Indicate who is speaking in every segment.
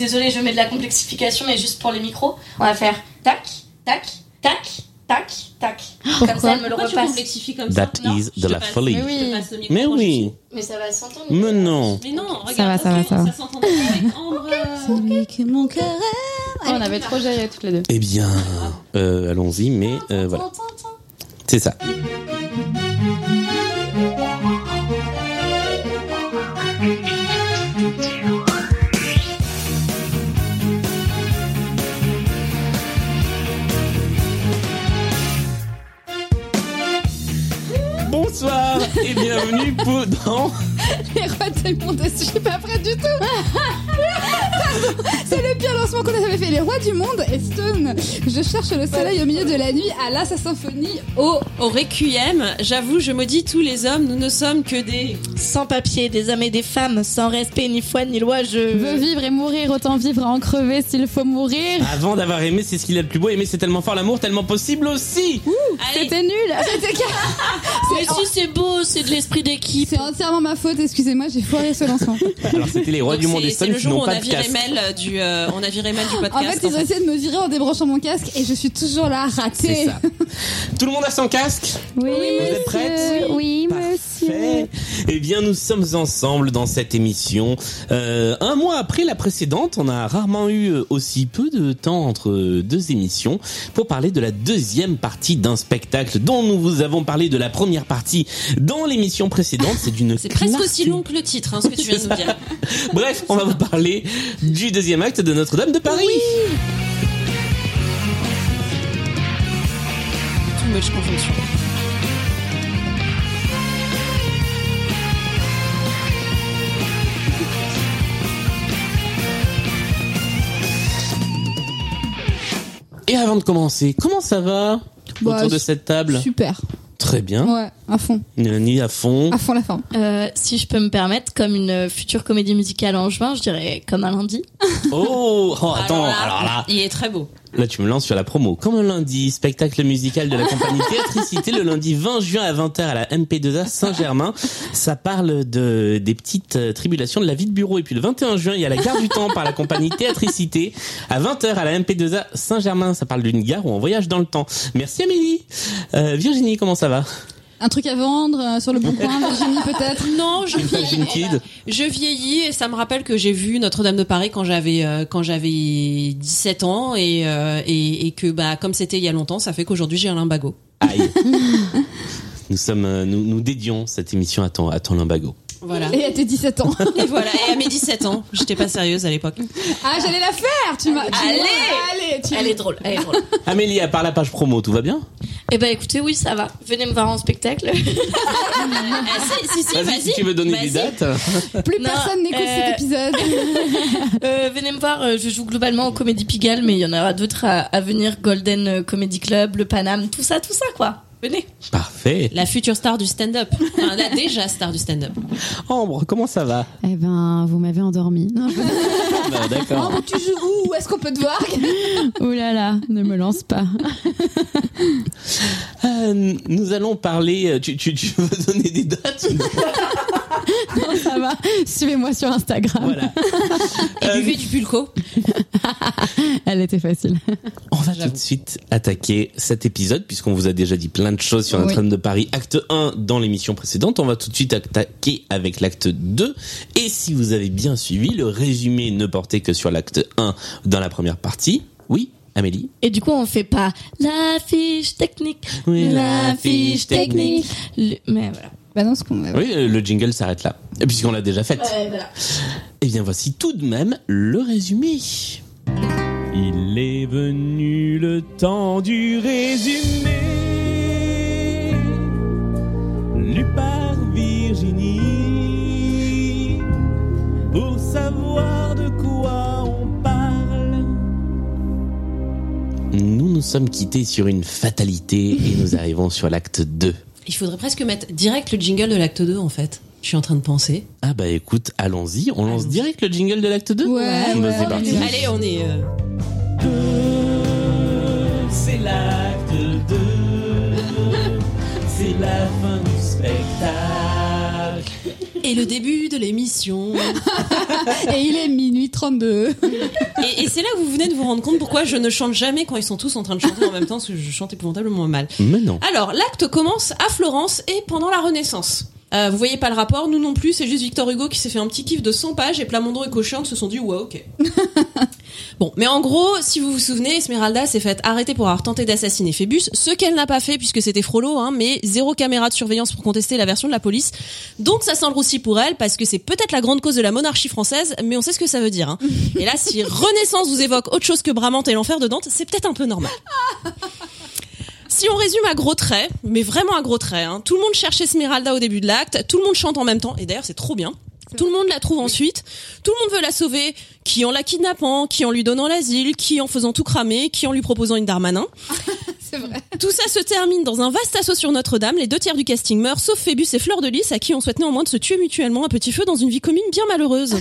Speaker 1: Désolée, je mets de la complexification, mais juste pour les micros, on va faire tac, tac, tac, tac, tac. comme ça, elle me le
Speaker 2: Pourquoi tu
Speaker 1: repasse.
Speaker 2: complexifies comme
Speaker 3: That
Speaker 2: ça Non,
Speaker 3: is
Speaker 2: je
Speaker 3: de
Speaker 2: te
Speaker 3: la
Speaker 2: passe-
Speaker 3: folie.
Speaker 2: je te passe le micro,
Speaker 3: Mais
Speaker 2: je-
Speaker 3: oui,
Speaker 1: Mais ça va s'entendre.
Speaker 3: mais non.
Speaker 2: Mais non, regarde.
Speaker 4: va, ça
Speaker 2: ok,
Speaker 4: va, ça va.
Speaker 2: s'entend avec Ambre.
Speaker 4: que mon cœur
Speaker 5: on avait trop géré toutes les deux.
Speaker 3: Eh bien, euh, allons-y, mais euh, voilà. C'est ça. Bonsoir et bienvenue pour- dans
Speaker 5: Les rois du monde, je suis pas prête du tout. Pardon, c'est le pire lancement qu'on a jamais fait. Les rois du monde et Stone. Je cherche le soleil au milieu de la nuit à la sa symphonie.
Speaker 2: Au, Oh, au Requiem, j'avoue, je maudis tous les hommes, nous ne sommes que des.
Speaker 1: Sans papier, des hommes et des femmes, sans respect, ni foi, ni loi, je.
Speaker 5: Veux vivre et mourir, autant vivre à en crever s'il faut mourir.
Speaker 3: Avant d'avoir aimé, c'est ce qu'il y a de plus beau. Aimer, c'est tellement fort l'amour, tellement possible aussi.
Speaker 2: Allez,
Speaker 5: C'était nul. C'était car-
Speaker 1: Mais si c'est beau, c'est de l'esprit d'équipe.
Speaker 5: C'est entièrement ma faute, excusez-moi, j'ai foiré ce lancement.
Speaker 3: Alors c'était les rois
Speaker 2: donc
Speaker 3: du monde
Speaker 2: c'est-
Speaker 3: des
Speaker 2: C'est
Speaker 3: Stones
Speaker 2: le
Speaker 3: qui
Speaker 2: jour où
Speaker 3: n'ont
Speaker 2: on
Speaker 3: pas
Speaker 2: a
Speaker 3: de
Speaker 2: viré
Speaker 3: casque.
Speaker 2: Mel du, euh, on a viré Mel du podcast.
Speaker 5: En fait, ils ont essayé de me virer en débranchant mon casque et je suis toujours là,
Speaker 3: C'est
Speaker 5: ratée.
Speaker 3: ça. Tout le monde a son casque
Speaker 4: Oui,
Speaker 3: Vous êtes prête
Speaker 4: monsieur. Oui,
Speaker 3: Parfait.
Speaker 4: monsieur.
Speaker 3: Eh bien, nous sommes ensemble dans cette émission. Euh, un mois après la précédente, on a rarement eu euh, aussi peu de temps entre euh, deux émissions pour parler de la deuxième partie d'un spectacle dont nous vous avons parlé de la première partie dans l'émission précédente. C'est d'une
Speaker 2: C'est presque
Speaker 3: clarté.
Speaker 2: aussi long que le titre, hein, ce que tu viens de nous dire.
Speaker 3: Bref, on va vous parler du deuxième acte de Notre-Dame de Paris.
Speaker 2: Too much conjonction.
Speaker 3: Et avant de commencer, comment ça va
Speaker 5: Bah,
Speaker 3: autour de
Speaker 5: je-
Speaker 3: cette table
Speaker 5: Super.
Speaker 3: Très bien.
Speaker 5: Ouais, à fond.
Speaker 3: Ni à fond.
Speaker 5: À fond la forme.
Speaker 1: Euh, si je peux me permettre, comme une future comédie musicale en juin, je dirais comme un lundi.
Speaker 3: Oh, oh, attends,
Speaker 2: Alors là,
Speaker 3: alors là,
Speaker 2: Il est très beau.
Speaker 3: là tu me lances sur la promo. Comme un lundi, spectacle musical de la compagnie Théâtricité le lundi 20 juin à 20h à la MP2A Saint-Germain. Ça parle de des petites euh, tribulations de la vie de bureau. Et puis le 21 juin, il y a la gare du temps par la compagnie Théâtricité à 20h à la MP2A Saint-Germain. Ça parle d'une gare où on voyage dans le temps. Merci Amélie. Euh, Virginie, comment ça va
Speaker 5: Un truc à vendre euh, sur le bon coin, Virginie peut-être.
Speaker 2: Non, je
Speaker 3: Virginie Kid.
Speaker 2: Je vieillis et ça me rappelle que j'ai vu Notre-Dame de Paris quand j'avais euh, quand j'avais 17 ans et, euh, et, et que bah comme c'était il y a longtemps, ça fait qu'aujourd'hui j'ai un lumbago.
Speaker 3: Aïe. Nous sommes, euh, nous, nous dédions cette émission à ton, à ton lumbago.
Speaker 2: Voilà.
Speaker 5: Et à tes 17 ans.
Speaker 2: Et voilà, et à mes 17 ans, j'étais pas sérieuse à l'époque.
Speaker 5: Ah, j'allais la faire Tu m'as. tu
Speaker 1: Allez.
Speaker 5: m'as- Allez tu-
Speaker 1: Elle est drôle, elle est drôle.
Speaker 3: Amélie, à part la page promo, tout va bien
Speaker 1: eh ben écoutez, oui, ça va. Venez me voir en spectacle.
Speaker 2: Ah, si, si, si,
Speaker 3: Vas-y,
Speaker 2: vas-y.
Speaker 3: si tu veux donner des
Speaker 2: Vas-y.
Speaker 3: dates.
Speaker 5: Plus
Speaker 1: Non,
Speaker 5: personne n'écoute
Speaker 1: euh,
Speaker 5: cet épisode.
Speaker 1: Euh, venez me voir, euh, je joue globalement au Comédie Pigalle, mais il y en aura d'autres à, à venir. Golden euh, Comedy Club, le Paname, tout ça, tout ça, quoi. Venez.
Speaker 3: Parfait.
Speaker 2: La future star du stand-up. Enfin, la déjà star du stand-up.
Speaker 3: Ambre, comment ça va
Speaker 4: Eh ben, vous m'avez endormi. Non, je-
Speaker 3: Bah,
Speaker 5: Oh,
Speaker 3: D'accord.
Speaker 5: bon, tu joues où Où est-ce qu'on peut te voir
Speaker 4: Ouh là là, ne me lance pas.
Speaker 3: Euh, nous allons parler. euh, Tu, tu, tu veux donner des dates
Speaker 4: Ça va, suivez-moi sur Instagram.
Speaker 3: Voilà. Euh,
Speaker 2: Buvez du pulco.
Speaker 4: Elle était facile.
Speaker 3: on va tout de suite attaquer cet épisode puisqu'on vous a déjà dit plein de choses sur Notre-Dame de Paris, acte 1 dans l'émission précédente. On va tout de suite attaquer avec l'acte 2. Et si vous avez bien suivi, le résumé ne portait que sur l'acte 1 dans la première partie. Oui, Amélie.
Speaker 1: Et du coup, on fait pas la fiche technique,
Speaker 3: Oui,
Speaker 1: la fiche technique. Le- Mais voilà.
Speaker 5: Bah non, ce qu'on.
Speaker 3: Oui, euh, le jingle s'arrête là puisqu'on l'a déjà faite.
Speaker 1: Ouais, voilà.
Speaker 3: Eh bien, voici tout de même le résumé. Il est venu le temps du résumé. Lu par Virginie. Pour
Speaker 6: pour savoir de quoi on parle.
Speaker 3: Nous nous sommes quittés sur une fatalité et nous arrivons sur l'acte 2.
Speaker 2: Il faudrait presque mettre direct le jingle de l'acte 2 en fait. Je suis en train de penser.
Speaker 3: Ah bah écoute, allons-y, on lance direct le jingle de l'acte 2
Speaker 5: Ouais,
Speaker 3: Bah, c'est
Speaker 5: ouais,
Speaker 3: parti.
Speaker 5: ouais.
Speaker 2: Allez, on est. euh,
Speaker 6: Deux, c'est l'acte 2. C'est la fin du spectacle.
Speaker 2: Et le début de l'émission.
Speaker 5: Et il est minuit 32.
Speaker 2: Et, et c'est là où vous venez de vous rendre compte pourquoi je ne chante jamais quand ils sont tous en train de chanter en même temps, parce que je chante épouvantablement mal.
Speaker 3: Mais non.
Speaker 2: Alors, l'acte commence à Florence et pendant la Renaissance. Euh, vous voyez pas le rapport, nous non plus, c'est juste Victor Hugo qui s'est fait un petit kiff de 100 pages et Plamondon et Cochrane se sont dit ouais ok. bon, mais en gros, si vous vous souvenez, Esmeralda s'est faite arrêter pour avoir tenté d'assassiner Phébus, ce qu'elle n'a pas fait puisque c'était Frollo, hein, mais zéro caméra de surveillance pour contester la version de la police. Donc ça semble aussi pour elle parce que c'est peut-être la grande cause de la monarchie française, mais on sait ce que ça veut dire. hein. Et là, si Renaissance vous évoque autre chose que Bramante et l'enfer de Dante, c'est peut-être un peu normal. Si on résume à gros traits, mais vraiment à gros traits, hein, tout le monde cherche Esmeralda au début de l'acte, tout le monde chante en même temps, et d'ailleurs c'est trop bien. Tout le monde la trouve ensuite, tout le monde veut la sauver, qui en la kidnappant, qui en lui donnant l'asile, qui en faisant tout cramer, qui en lui proposant une darmanin.
Speaker 5: C'est vrai.
Speaker 2: Tout ça se termine dans un vaste assaut sur Notre-Dame, les deux tiers du casting meurent, sauf Phébus et Fleur de Lys, à qui on souhaite néanmoins de se tuer mutuellement à petit feu dans une vie commune bien malheureuse.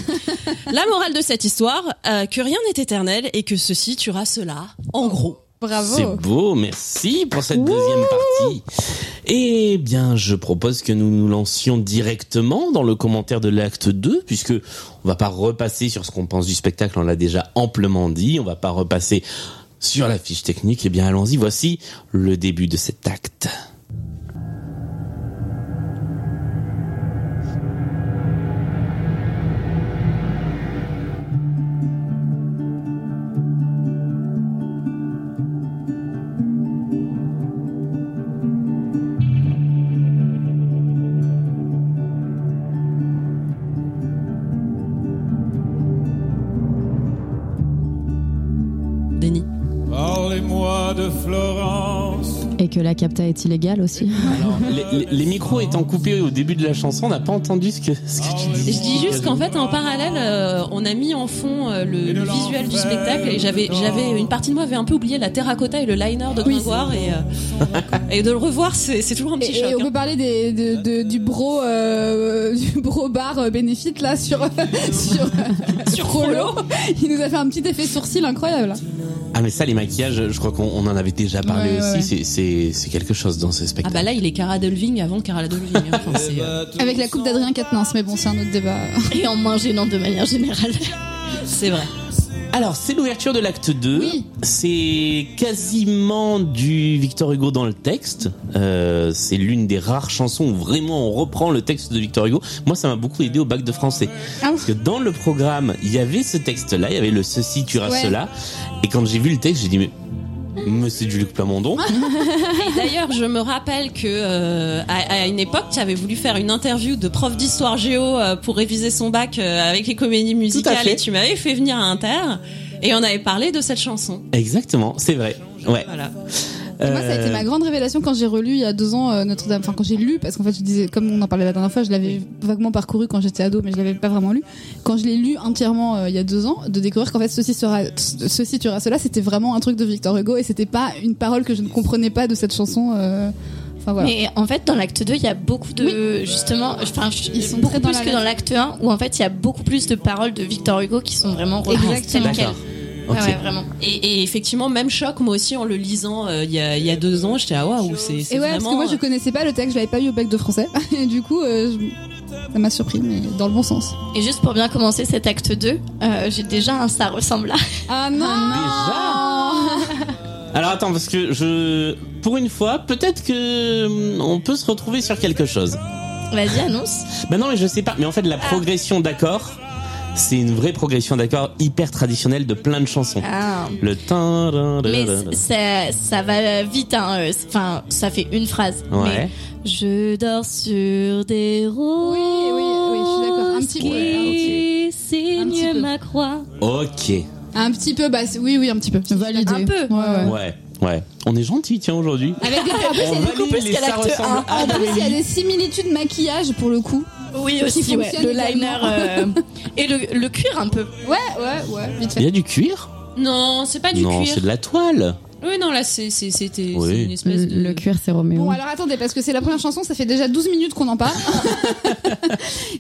Speaker 2: la morale de cette histoire, euh, que rien n'est éternel et que ceci tuera cela, en gros.
Speaker 3: C'est
Speaker 5: Bravo.
Speaker 3: beau, merci pour cette deuxième partie. Eh bien, je propose que nous nous lancions directement dans le commentaire de l'acte 2, puisque on va pas repasser sur ce qu'on pense du spectacle, on l'a déjà amplement dit, on va pas repasser sur la fiche technique. Eh bien, allons-y, voici le début de cet acte.
Speaker 2: Denis.
Speaker 6: Parlez-moi de Florence.
Speaker 4: Et que la capta est illégale aussi.
Speaker 3: Les, les- les micros étant coupés au début de la chanson, on n'a pas entendu ce que, ce que tu
Speaker 2: Ah Je
Speaker 3: dis.
Speaker 2: dis juste qu'en fait, en parallèle, euh, on a mis en fond euh, le, le visuel du spectacle et j'avais, j'avais une partie de moi avait un peu oublié la terracotta et le liner de Gringoire et, euh, et de le revoir, c'est, c'est toujours un petit
Speaker 5: Et, et on
Speaker 2: choc. hein.
Speaker 5: peut parler des, de- de- du bro euh, du bro bar euh, bénéfique là sur sur sur Rollo. Il nous a fait un petit effet sourcil incroyable.
Speaker 3: Ah mais ça, les maquillages, je crois qu'on on en avait déjà parlé
Speaker 5: Ouais,
Speaker 3: aussi. C'est-
Speaker 5: ouais.
Speaker 3: C'est c'est quelque chose dans ce
Speaker 2: Ah
Speaker 3: spectacle.
Speaker 2: bah là, il est Cara Delevingne avant Cara Delevingne. hein. Enfin, c'est, euh,
Speaker 5: Avec la coupe d'Adrien Quatennens, mais bon, c'est un autre débat.
Speaker 1: Et en moins gênant de manière générale.
Speaker 2: c'est vrai. bah.
Speaker 3: Alors, c'est l'ouverture de l'acte 2.
Speaker 5: Oui.
Speaker 3: C'est quasiment du Victor Hugo dans le texte. Euh, c'est l'une des rares chansons où vraiment on reprend le texte de Victor Hugo. Moi, ça m'a beaucoup aidé au bac de français.
Speaker 5: Ah oui.
Speaker 3: Parce que dans le programme, il y avait ce texte-là, il y avait le ceci tuera
Speaker 5: Ouais.
Speaker 3: cela. Et quand j'ai vu le texte, j'ai dit, mais, mais c'est du Luc Plamondon.
Speaker 2: Ah, Et D'ailleurs, je me rappelle que euh, à, à une époque, tu avais voulu faire une interview de prof d'histoire géo euh, pour réviser son bac euh, avec les comédies musicales
Speaker 3: fait.
Speaker 2: et tu m'avais fait venir à Inter et on avait parlé de cette chanson.
Speaker 3: Exactement, c'est vrai. Ouais.
Speaker 2: Voilà.
Speaker 5: Et Moi, ça a été
Speaker 3: Euh,
Speaker 5: ma grande révélation quand j'ai relu il y a deux ans euh, Notre-Dame. Enfin, quand j'ai lu, parce qu'en fait, je disais, comme on en parlait la dernière fois, je l'avais vaguement parcouru quand j'étais ado, mais je l'avais pas vraiment lu. Quand je l'ai lu entièrement euh, il y a deux ans, de découvrir qu'en fait, ceci sera, ceci tuera cela, c'était vraiment un truc de Victor Hugo et c'était pas une parole que je ne comprenais pas de cette chanson. euh, Enfin voilà.
Speaker 1: Mais en fait, dans l'acte 2, il y a beaucoup de. Justement, enfin, ils
Speaker 5: sont
Speaker 1: sont beaucoup
Speaker 5: très dans
Speaker 1: plus
Speaker 5: la
Speaker 1: que dans l'acte 1, où en fait, il y a beaucoup plus de paroles de Victor Hugo qui sont vraiment reprises
Speaker 5: Exactement.
Speaker 1: telles quelles.
Speaker 3: D'accord.
Speaker 1: Ouais,
Speaker 3: Ok.
Speaker 1: ouais, vraiment.
Speaker 2: Et, et effectivement, même choc, moi aussi, en le lisant euh, il y, a, il y a deux ans, j'étais ah waouh, c'est c'est
Speaker 5: Et ouais, parce que
Speaker 2: vraiment.
Speaker 5: moi, je connaissais pas le texte, je l'avais pas eu au bac de français. Et du coup, euh, je- ça m'a surpris, mais dans le bon sens.
Speaker 1: Et juste pour bien commencer cet acte 2, euh, j'ai déjà un ça ressemble à.
Speaker 5: Ah non!
Speaker 3: Alors attends, parce que je, pour une fois, peut-être que hum, on peut se retrouver sur quelque chose.
Speaker 1: Vas-y, annonce.
Speaker 3: Ben non, mais je sais pas. Mais en fait, la progression d'accords, c'est une vraie progression d'accords hyper traditionnelle de plein de chansons.
Speaker 1: Ah.
Speaker 3: Le tin, tin,
Speaker 1: Mais
Speaker 3: tin, tin.
Speaker 1: ça, ça va vite, hein. euh, c'est- Enfin, ça fait une phrase.
Speaker 3: Ouais.
Speaker 1: Mais je dors sur des roses.
Speaker 5: Oui, oui, oui, je suis d'accord. Un petit peu,
Speaker 1: qui
Speaker 5: Un petit
Speaker 1: Signe
Speaker 5: peu.
Speaker 1: ma croix.
Speaker 3: Ok.
Speaker 5: Un petit peu, bah, c'est- oui, oui, un petit peu.
Speaker 4: Validé.
Speaker 5: Un peu. Ouais, ouais.
Speaker 3: Ouais. Ouais. On est gentil, tiens, aujourd'hui.
Speaker 5: Avec des- Ah, en plus, Ah, il y a
Speaker 3: On
Speaker 5: des-
Speaker 3: valide les ça ressemble à
Speaker 5: En plus, il y a
Speaker 3: Amélie.
Speaker 5: des similitudes maquillage pour le coup.
Speaker 1: Oui, aussi,
Speaker 5: Qui
Speaker 1: ouais.
Speaker 5: fonctionne
Speaker 1: Le liner
Speaker 5: également.
Speaker 1: euh, et le, le cuir un peu.
Speaker 5: Ouais, ouais, ouais, vite
Speaker 3: Il y
Speaker 5: fait.
Speaker 3: a du cuir
Speaker 2: Non, c'est pas du
Speaker 3: Non,
Speaker 2: cuir.
Speaker 3: c'est de la toile.
Speaker 2: Oui, non, là, c'est c'est- c'était
Speaker 3: Oui.
Speaker 2: c'est une espèce de.
Speaker 4: Le, le cuir, c'est Roméo.
Speaker 5: Bon, alors attendez, parce que c'est la première chanson, ça fait déjà 12 minutes qu'on en parle.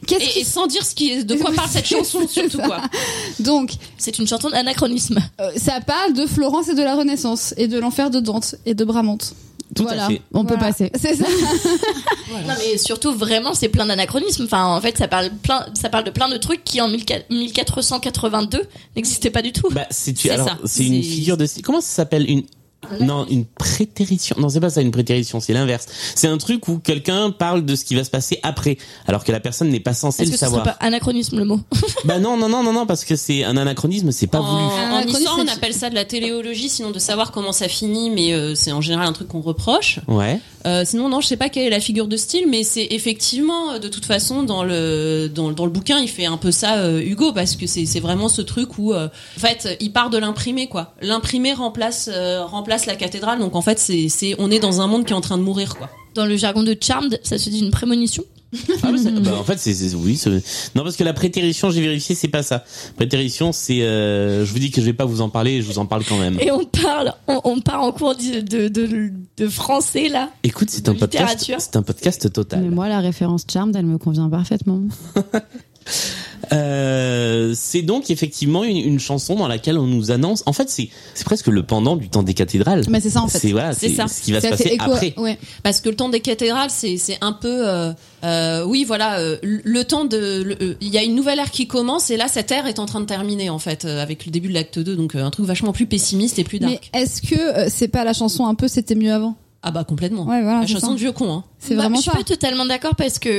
Speaker 5: Qu'est-ce
Speaker 2: Et, et
Speaker 5: qui.
Speaker 2: sans dire ce qui, de quoi parle cette chanson, surtout quoi.
Speaker 5: Donc,
Speaker 1: C'est une chanson d'anachronisme.
Speaker 5: euh, ça parle de Florence et de la Renaissance, et de l'enfer de Dante, et de Bramante.
Speaker 3: Tout à
Speaker 4: voilà,
Speaker 3: fait.
Speaker 4: on peut
Speaker 5: Voilà.
Speaker 4: passer.
Speaker 5: C'est ça.
Speaker 1: Non mais surtout vraiment c'est plein d'anachronismes. Enfin en fait ça parle plein ça parle de plein de trucs qui en 1482 n'existaient pas du tout.
Speaker 3: Bah, c'est tu-
Speaker 2: C'est
Speaker 3: alors
Speaker 2: ça.
Speaker 3: c'est une
Speaker 2: C'est-
Speaker 3: figure de comment ça s'appelle une non, une prétérition. Non, c'est pas ça une prétérition, c'est l'inverse. C'est un truc où quelqu'un parle de ce qui va se passer après, alors que la personne n'est pas censée
Speaker 1: Est-ce
Speaker 3: le
Speaker 1: que ce serait
Speaker 3: savoir.
Speaker 1: pas anachronisme le mot
Speaker 3: Bah non, non, non, non, non, parce que c'est un anachronisme, c'est pas
Speaker 2: En,
Speaker 3: voulu.
Speaker 2: en
Speaker 5: Ah,
Speaker 2: histoire, on
Speaker 5: connaissez-
Speaker 2: appelle ça de la téléologie, sinon de savoir comment ça finit, mais euh, c'est en général un truc qu'on reproche.
Speaker 1: Oh.
Speaker 3: Ouais.
Speaker 2: Euh, sinon, non, je sais pas quelle est la figure de style, mais c'est effectivement, euh, de toute façon, dans le, dans, dans le bouquin, il fait un peu ça, euh, Hugo, parce que c'est c'est vraiment ce truc où, euh, en fait, il part de l'imprimé, quoi. L'imprimé remplace, euh, remplace la cathédrale, donc en fait, c'est c'est on est dans un monde qui est en train de mourir, quoi.
Speaker 1: Dans le jargon de Charmed ça se dit une prémonition.
Speaker 3: Ah, mais c'est- bah, en fait, c'est c'est- oui. c'est- Non, parce que la prétérition, j'ai vérifié, c'est pas ça. Prétérition, c'est. euh, je vous dis que je vais pas vous en parler, je vous en parle quand même.
Speaker 1: Et on parle on, on part en cours de de, de- de français là.
Speaker 3: Écoute, c'est un podcast.
Speaker 1: Littérature.
Speaker 3: C'est un podcast total.
Speaker 4: Mais moi, la référence Charmed, elle me convient parfaitement.
Speaker 3: Euh, c'est donc effectivement une, une chanson dans laquelle on nous annonce. En fait, c'est c'est presque le pendant du temps des cathédrales.
Speaker 5: Mais c'est ça en fait.
Speaker 3: C'est voilà,
Speaker 2: C'est
Speaker 3: c'est
Speaker 2: ça.
Speaker 3: ce qui va se
Speaker 5: Ça fait
Speaker 3: passer
Speaker 5: écho à-
Speaker 3: après.
Speaker 5: ouais.
Speaker 2: Parce que le temps des cathédrales, c'est c'est un peu, euh, euh, oui, voilà, euh, le le temps de, le- euh, il y a une nouvelle ère qui commence et là, cette ère est en train de terminer en fait, euh, avec le début de l'acte 2, donc euh, un truc vachement plus pessimiste et plus dark.
Speaker 5: Mais est-ce que euh, c'est pas la chanson un peu C'était mieux avant
Speaker 2: Ah bah complètement.
Speaker 5: Ouais, voilà.
Speaker 2: La
Speaker 5: c'est
Speaker 2: chanson
Speaker 5: ça.
Speaker 2: de vieux con. Hein.
Speaker 5: C'est
Speaker 1: Bah,
Speaker 5: vraiment
Speaker 1: je suis
Speaker 5: ça.
Speaker 1: pas totalement d'accord parce que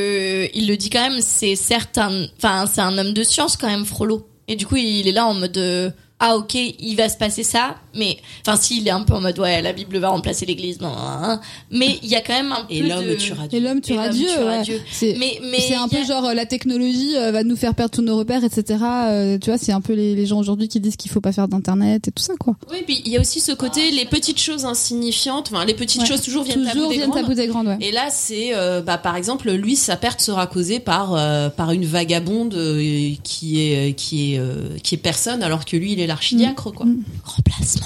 Speaker 1: euh, il le dit quand même c'est certes un enfin c'est un homme de science quand même Frollo. Et du coup il est là en mode euh, ah ok il va se passer ça mais enfin s'il est un peu en mode ouais la Bible va remplacer l'Église non, non, non, non. mais il y a quand même un
Speaker 2: euh, Et
Speaker 1: peu
Speaker 2: l'homme
Speaker 1: de...
Speaker 2: tuera Dieu.
Speaker 5: Et l'homme
Speaker 1: Et
Speaker 5: tuera
Speaker 1: l'homme
Speaker 5: Dieu.
Speaker 1: tuera
Speaker 5: ouais.
Speaker 1: Dieu.
Speaker 5: C'est
Speaker 1: Mais, mais
Speaker 5: c'est un
Speaker 1: il y a-
Speaker 5: peu genre euh, la technologie euh, va nous faire perdre tous nos repères, etc. Euh, tu vois, c'est un peu les, les gens aujourd'hui qui disent qu'il faut pas faire d'internet et tout ça, quoi.
Speaker 2: Oui, puis il y a aussi ce côté les petites choses insignifiantes. Enfin, les petites
Speaker 5: Ouais.
Speaker 2: choses toujours viennent à bout
Speaker 5: Toujours
Speaker 2: des
Speaker 5: viennent à
Speaker 2: grandes.
Speaker 5: bout des grandes, ouais.
Speaker 2: Et là, c'est euh, bah, par exemple, lui, sa perte sera causée par euh, par une vagabonde euh, qui est qui est euh, qui est personne, alors que lui, il est l'archidiacre, quoi.
Speaker 1: remplacement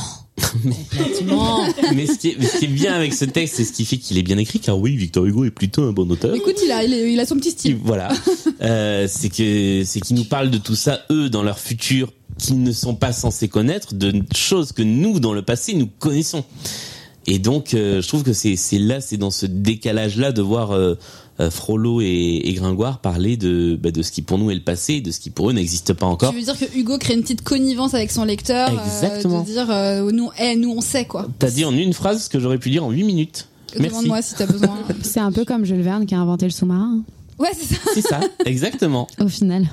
Speaker 2: Effectivement.
Speaker 3: Mais ce qui, est, mais ce qui est bien avec ce texte, c'est ce qui fait qu'il est bien écrit, car oui, Victor Hugo est plutôt un bon auteur.
Speaker 5: Écoute, il a, il, est- il a son petit
Speaker 3: Et
Speaker 5: style.
Speaker 3: voilà, euh, c'est que c'est qu'ils nous parlent de tout ça eux dans leur futur qu'ils ne sont pas censés connaître, de choses que nous dans le passé nous connaissons. Et donc euh, je trouve que c'est c'est là, c'est dans ce décalage là de voir euh, euh, Frollo et, et Gringoire parler de bah, de ce qui pour nous est le passé, et de ce qui pour eux n'existe pas encore.
Speaker 5: Tu veux dire que Hugo crée une petite connivence avec son lecteur, euh,
Speaker 3: Exactement.
Speaker 5: de dire euh, nous, eh, nous on sait quoi.
Speaker 3: T'as dit en une phrase ce que j'aurais pu dire en huit minutes. Merci.
Speaker 5: Demande-moi si t'as besoin.
Speaker 4: C'est un peu comme Jules Verne qui a inventé le sous-marin,
Speaker 5: ouais, c'est ça.
Speaker 3: C'est ça, exactement.
Speaker 4: au final.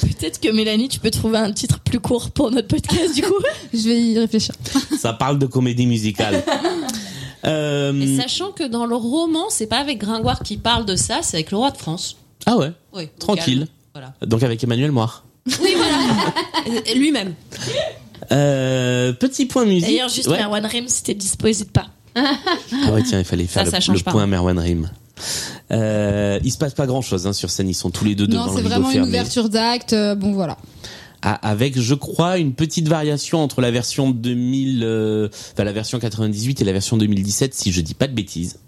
Speaker 1: peut-être que Mélanie tu peux trouver un titre plus court pour notre podcast du coup
Speaker 5: Je vais y réfléchir.
Speaker 3: Ça parle de comédie musicale. Euh,
Speaker 2: Et sachant que dans le roman, c'est pas avec Gringoire qui parle de ça, c'est avec le roi de France.
Speaker 3: Ah ouais,
Speaker 2: Oui, donc,
Speaker 3: Tranquille.
Speaker 2: calme. Voilà.
Speaker 3: donc avec Emmanuel Moir.
Speaker 2: Et- et Lui-même.
Speaker 3: Euh, petit point musique.
Speaker 1: d'ailleurs juste
Speaker 3: Ouais.
Speaker 1: Merwan Rim si t'es dispo hésite pas
Speaker 3: Ah ouais, tiens, il fallait faire
Speaker 2: Ça, ça
Speaker 3: le,
Speaker 2: change
Speaker 3: le
Speaker 2: pas.
Speaker 3: point Merwan Rim. Euh, il se passe pas grand chose hein, sur scène, ils sont tous les deux
Speaker 5: Non,
Speaker 3: devant
Speaker 5: c'est
Speaker 3: le rideau
Speaker 5: vraiment une
Speaker 3: fermé.
Speaker 5: ouverture d'acte. euh, bon, voilà.
Speaker 3: Ah, avec, je crois, une petite variation entre la version 2000, euh, enfin la version 98 et la version 2017, si je dis pas de bêtises.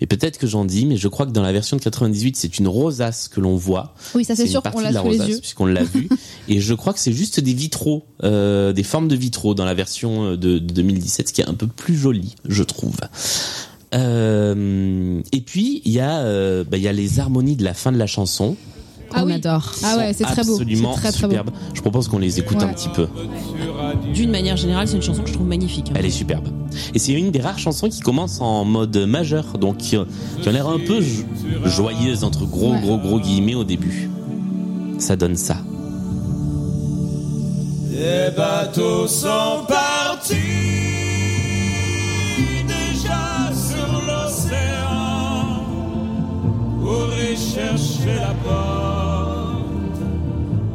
Speaker 3: Mais peut-être que j'en dis, mais je crois que dans la version de 98, c'est une rosace que l'on voit.
Speaker 5: Oui, ça c'est
Speaker 3: une
Speaker 5: sûr
Speaker 3: partie
Speaker 5: qu'on l'a
Speaker 3: de la
Speaker 5: sous les
Speaker 3: rosace,
Speaker 5: yeux.
Speaker 3: puisqu'on l'a vu. et je crois que c'est juste des vitraux, euh, des formes de vitraux dans la version euh, de, de 2017, ce qui est un peu plus joli, je trouve. Euh, et puis il y a, euh, bah, il y a les harmonies de la fin de la chanson.
Speaker 5: Ah
Speaker 4: on
Speaker 5: oui.
Speaker 4: adore.
Speaker 5: Ah ouais, c'est très beau.
Speaker 3: Absolument
Speaker 5: C'est très, très beau.
Speaker 3: superbe. Je propose qu'on les écoute
Speaker 5: Ouais.
Speaker 3: un petit peu.
Speaker 2: D'une manière générale, c'est une chanson que je trouve magnifique. hein.
Speaker 3: Elle est superbe. Et c'est une des rares chansons qui commence en mode majeur, donc qui, qui a l'air un peu jo- joyeuse entre gros
Speaker 5: Ouais.
Speaker 3: gros gros guillemets au début. Ça donne ça.
Speaker 6: Les bateaux sont partis déjà sur l'océan pour rechercher la porte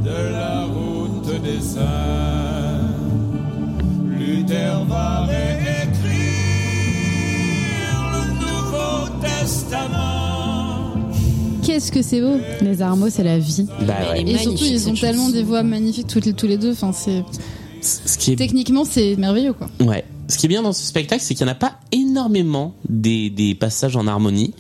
Speaker 6: de la route des saints. Luther va réécrire le Nouveau Testament.
Speaker 5: qu'est-ce que c'est beau
Speaker 4: Les armeaux, c'est la vie.
Speaker 3: Bah
Speaker 1: Elle
Speaker 3: ouais.
Speaker 1: est
Speaker 5: Et surtout,
Speaker 1: Magnifique,
Speaker 5: ils ont
Speaker 1: cette
Speaker 5: tellement
Speaker 1: chanson.
Speaker 5: des voix magnifiques toutes les- tous les deux. Enfin, c'est
Speaker 3: Ce qui est
Speaker 5: techniquement c'est merveilleux quoi.
Speaker 3: Ouais. Ce qui est bien dans ce spectacle, c'est qu'il n'y en a pas énormément des, des passages en harmonie.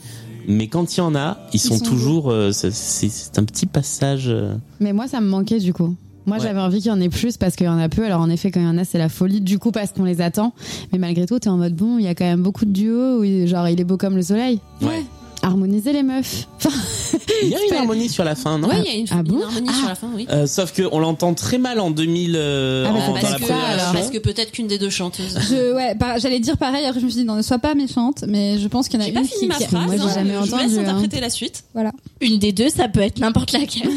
Speaker 3: Mais quand il y en a, ils sont,
Speaker 5: sont
Speaker 3: toujours. euh, c'est- c'est c'est un petit passage. euh,
Speaker 4: Mais moi, ça me manquait du coup. Moi,
Speaker 3: Ouais.
Speaker 4: j'avais envie qu'il y en ait plus parce qu'il y en a peu. Alors, en effet, quand il y en a, c'est la folie du coup parce qu'on les attend. Mais malgré tout, t'es en mode bon, il y a quand même beaucoup de duos où, il- genre, il est beau comme le soleil.
Speaker 3: Ouais.
Speaker 4: Harmoniser les meufs.
Speaker 3: Il y a une
Speaker 4: pas-
Speaker 3: harmonie sur la fin, non
Speaker 2: Ouais, il y a une,
Speaker 4: Ah
Speaker 2: une
Speaker 4: bon
Speaker 2: harmonie sur la fin, oui.
Speaker 3: Euh, Sauf qu'on l'entend très mal en 2000. euh,
Speaker 4: Ah, bah,
Speaker 3: en-
Speaker 4: c'est
Speaker 3: dans
Speaker 4: peut-être
Speaker 3: la
Speaker 2: parce, que,
Speaker 4: ça,
Speaker 3: première
Speaker 4: alors.
Speaker 3: version.
Speaker 2: parce que peut-être qu'une des deux chanteuses.
Speaker 5: Je, ouais, par- j'allais dire pareil. Après, je me suis dit non, ne sois pas méchante, mais je pense qu'il y en a
Speaker 2: J'ai
Speaker 5: une
Speaker 2: pas
Speaker 5: qui-
Speaker 2: fini ma
Speaker 5: qui-
Speaker 2: phrase,
Speaker 4: moi, j'ai
Speaker 2: hein,
Speaker 4: jamais
Speaker 2: je vous laisse
Speaker 4: entendu, hein.
Speaker 2: interpréter la suite.
Speaker 5: Voilà.
Speaker 1: Une des deux, ça peut être n'importe laquelle.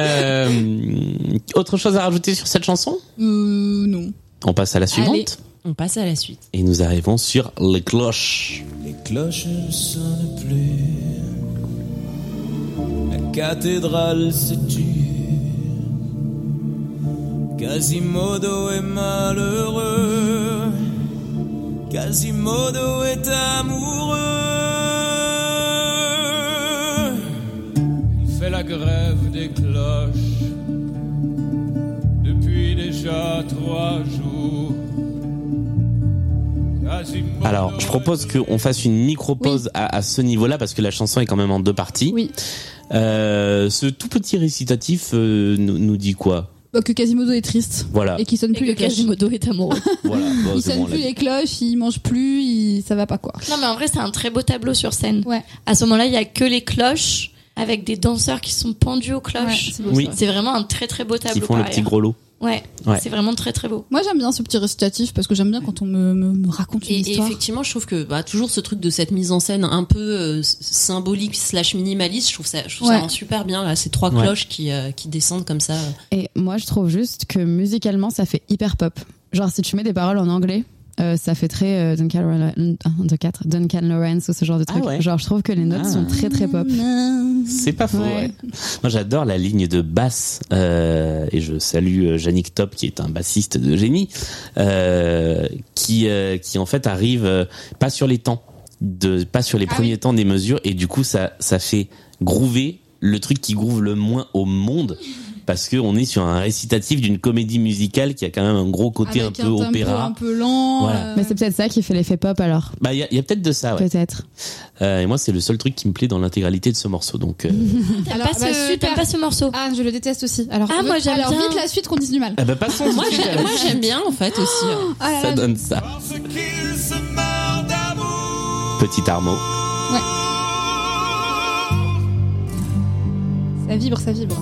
Speaker 3: Euh, autre chose à rajouter sur cette chanson
Speaker 5: Euh, non.
Speaker 3: On passe à la suivante.
Speaker 5: Allez.
Speaker 2: On passe à la suite.
Speaker 3: Et nous arrivons sur Les Cloches.
Speaker 6: Les cloches ne sonnent plus. La cathédrale se tue. Quasimodo est malheureux. Quasimodo est amoureux. Il fait la grève des cloches. Depuis déjà trois jours. Quasimodo
Speaker 3: Alors, je propose qu'on fasse une micro-pause à, à ce niveau-là parce que la chanson est quand même en deux parties.
Speaker 5: Oui.
Speaker 3: Euh, ce tout petit récitatif euh, nous, nous dit quoi
Speaker 5: Bah, que Quasimodo est triste
Speaker 3: Voilà.
Speaker 5: et qu'il sonne plus
Speaker 1: Et
Speaker 5: les
Speaker 1: que
Speaker 5: cloches.
Speaker 1: Quasimodo est amoureux.
Speaker 3: voilà. Bon,
Speaker 5: Il
Speaker 3: Ah. c'est bon,
Speaker 5: sonne
Speaker 3: on
Speaker 5: plus
Speaker 3: l'a dit.
Speaker 5: les cloches, il mange plus, il... ça va pas quoi.
Speaker 1: non, mais en vrai, c'est un très beau tableau sur scène.
Speaker 5: Ouais.
Speaker 1: À ce moment-là, il y a que les cloches avec des danseurs qui sont pendus aux cloches.
Speaker 5: c'est beau,
Speaker 3: Oui.
Speaker 5: ça.
Speaker 1: c'est vraiment un très très beau tableau.
Speaker 3: Ils font le
Speaker 1: par
Speaker 3: petit
Speaker 1: ailleurs.
Speaker 3: gros lot.
Speaker 1: Ouais,
Speaker 3: Ouais.
Speaker 1: c'est vraiment très très beau.
Speaker 5: Moi j'aime bien ce petit récitatif parce que j'aime bien quand on me, me- me raconte une
Speaker 2: Et, et
Speaker 5: histoire.
Speaker 2: effectivement, je trouve que bah, toujours ce truc de cette mise en scène un peu euh, s- symbolique slash minimaliste, je trouve ça, je trouve ça
Speaker 5: Ouais.
Speaker 2: rend super bien là, ces trois
Speaker 3: Ouais.
Speaker 2: cloches qui, euh, qui descendent comme ça.
Speaker 4: Et moi, je trouve juste que musicalement, ça fait hyper pop. Genre, si tu mets des paroles en anglais, euh, ça fait très euh, Duncan, Lawrence, un, deux, quatre, Duncan Lawrence ou ce genre de
Speaker 3: Ah
Speaker 4: truc.
Speaker 3: ouais.
Speaker 4: Genre, je trouve que les notes
Speaker 3: Ah.
Speaker 4: sont très très pop. Mmh.
Speaker 3: C'est pas faux.
Speaker 4: Ouais.
Speaker 3: ouais. Moi, j'adore la ligne de basse euh, et je salue euh, Yannick Top, qui est un bassiste de génie, euh, qui euh, qui en fait arrive euh, pas sur les temps, de pas sur les
Speaker 5: Ah
Speaker 3: premiers
Speaker 5: oui.
Speaker 3: temps des mesures et du coup ça ça fait groover le truc qui groove le moins au monde. Parce que on est sur un récitatif d'une comédie musicale qui a quand même un gros côté
Speaker 5: Avec
Speaker 3: un peu
Speaker 5: tempo
Speaker 3: opéra.
Speaker 5: un peu lent.
Speaker 3: Voilà.
Speaker 5: euh,
Speaker 4: Mais c'est peut-être ça qui fait l'effet pop alors.
Speaker 3: Bah, il y a, il y a peut-être de ça. Ouais.
Speaker 4: Peut-être.
Speaker 3: Euh, et moi, c'est le seul truc qui me plaît dans l'intégralité de ce morceau. Donc, euh,
Speaker 1: T'aimes
Speaker 5: Alors,
Speaker 1: pas,
Speaker 5: bah,
Speaker 1: ce-
Speaker 5: super.
Speaker 1: t'aimes pas ce morceau
Speaker 5: Ah, je le déteste aussi. Alors,
Speaker 1: Ah, moi, j'aime
Speaker 5: alors
Speaker 1: bien.
Speaker 5: vite la suite qu'on dise du mal.
Speaker 3: eh ben, passons. tout de
Speaker 2: Moi,
Speaker 3: suite à
Speaker 2: j'ai-
Speaker 3: la-
Speaker 2: moi, j'aime bien en fait aussi. euh.
Speaker 5: Ah là
Speaker 3: ça
Speaker 5: là,
Speaker 3: donne ça.
Speaker 6: Parce qu'il se meurt d'amour.
Speaker 3: Petit Armo.
Speaker 5: Ça vibre, ça vibre.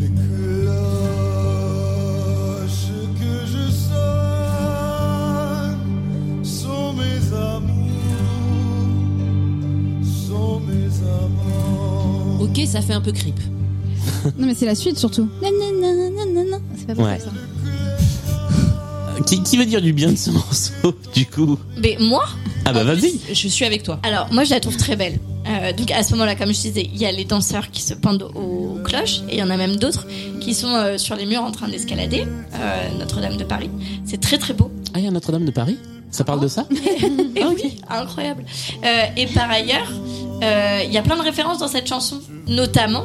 Speaker 6: Les cloches que je sonne sont mes amours, sont mes amants.
Speaker 2: Ok, ça fait un peu creep.
Speaker 5: Non, mais c'est la suite surtout. Nananananana. C'est pas
Speaker 3: Ouais.
Speaker 5: possible ça.
Speaker 3: Euh, Qui, qui veut dire du bien de ce morceau, du coup
Speaker 1: Mais moi
Speaker 3: Ah bah
Speaker 2: En plus,
Speaker 3: vas-y
Speaker 2: Je suis avec toi.
Speaker 1: Alors, moi, je la trouve très belle. Euh, donc, à ce moment-là, comme je disais, il y a les danseurs qui se pendent aux cloches, et il y en a même d'autres qui sont euh, sur les murs en train d'escalader euh, Notre-Dame de Paris. C'est très très beau.
Speaker 3: Ah, il y a Notre-Dame de Paris Ça parle de ça
Speaker 1: Et oui, incroyable. Euh, et par ailleurs, euh, il y a plein de références dans cette chanson. Notamment,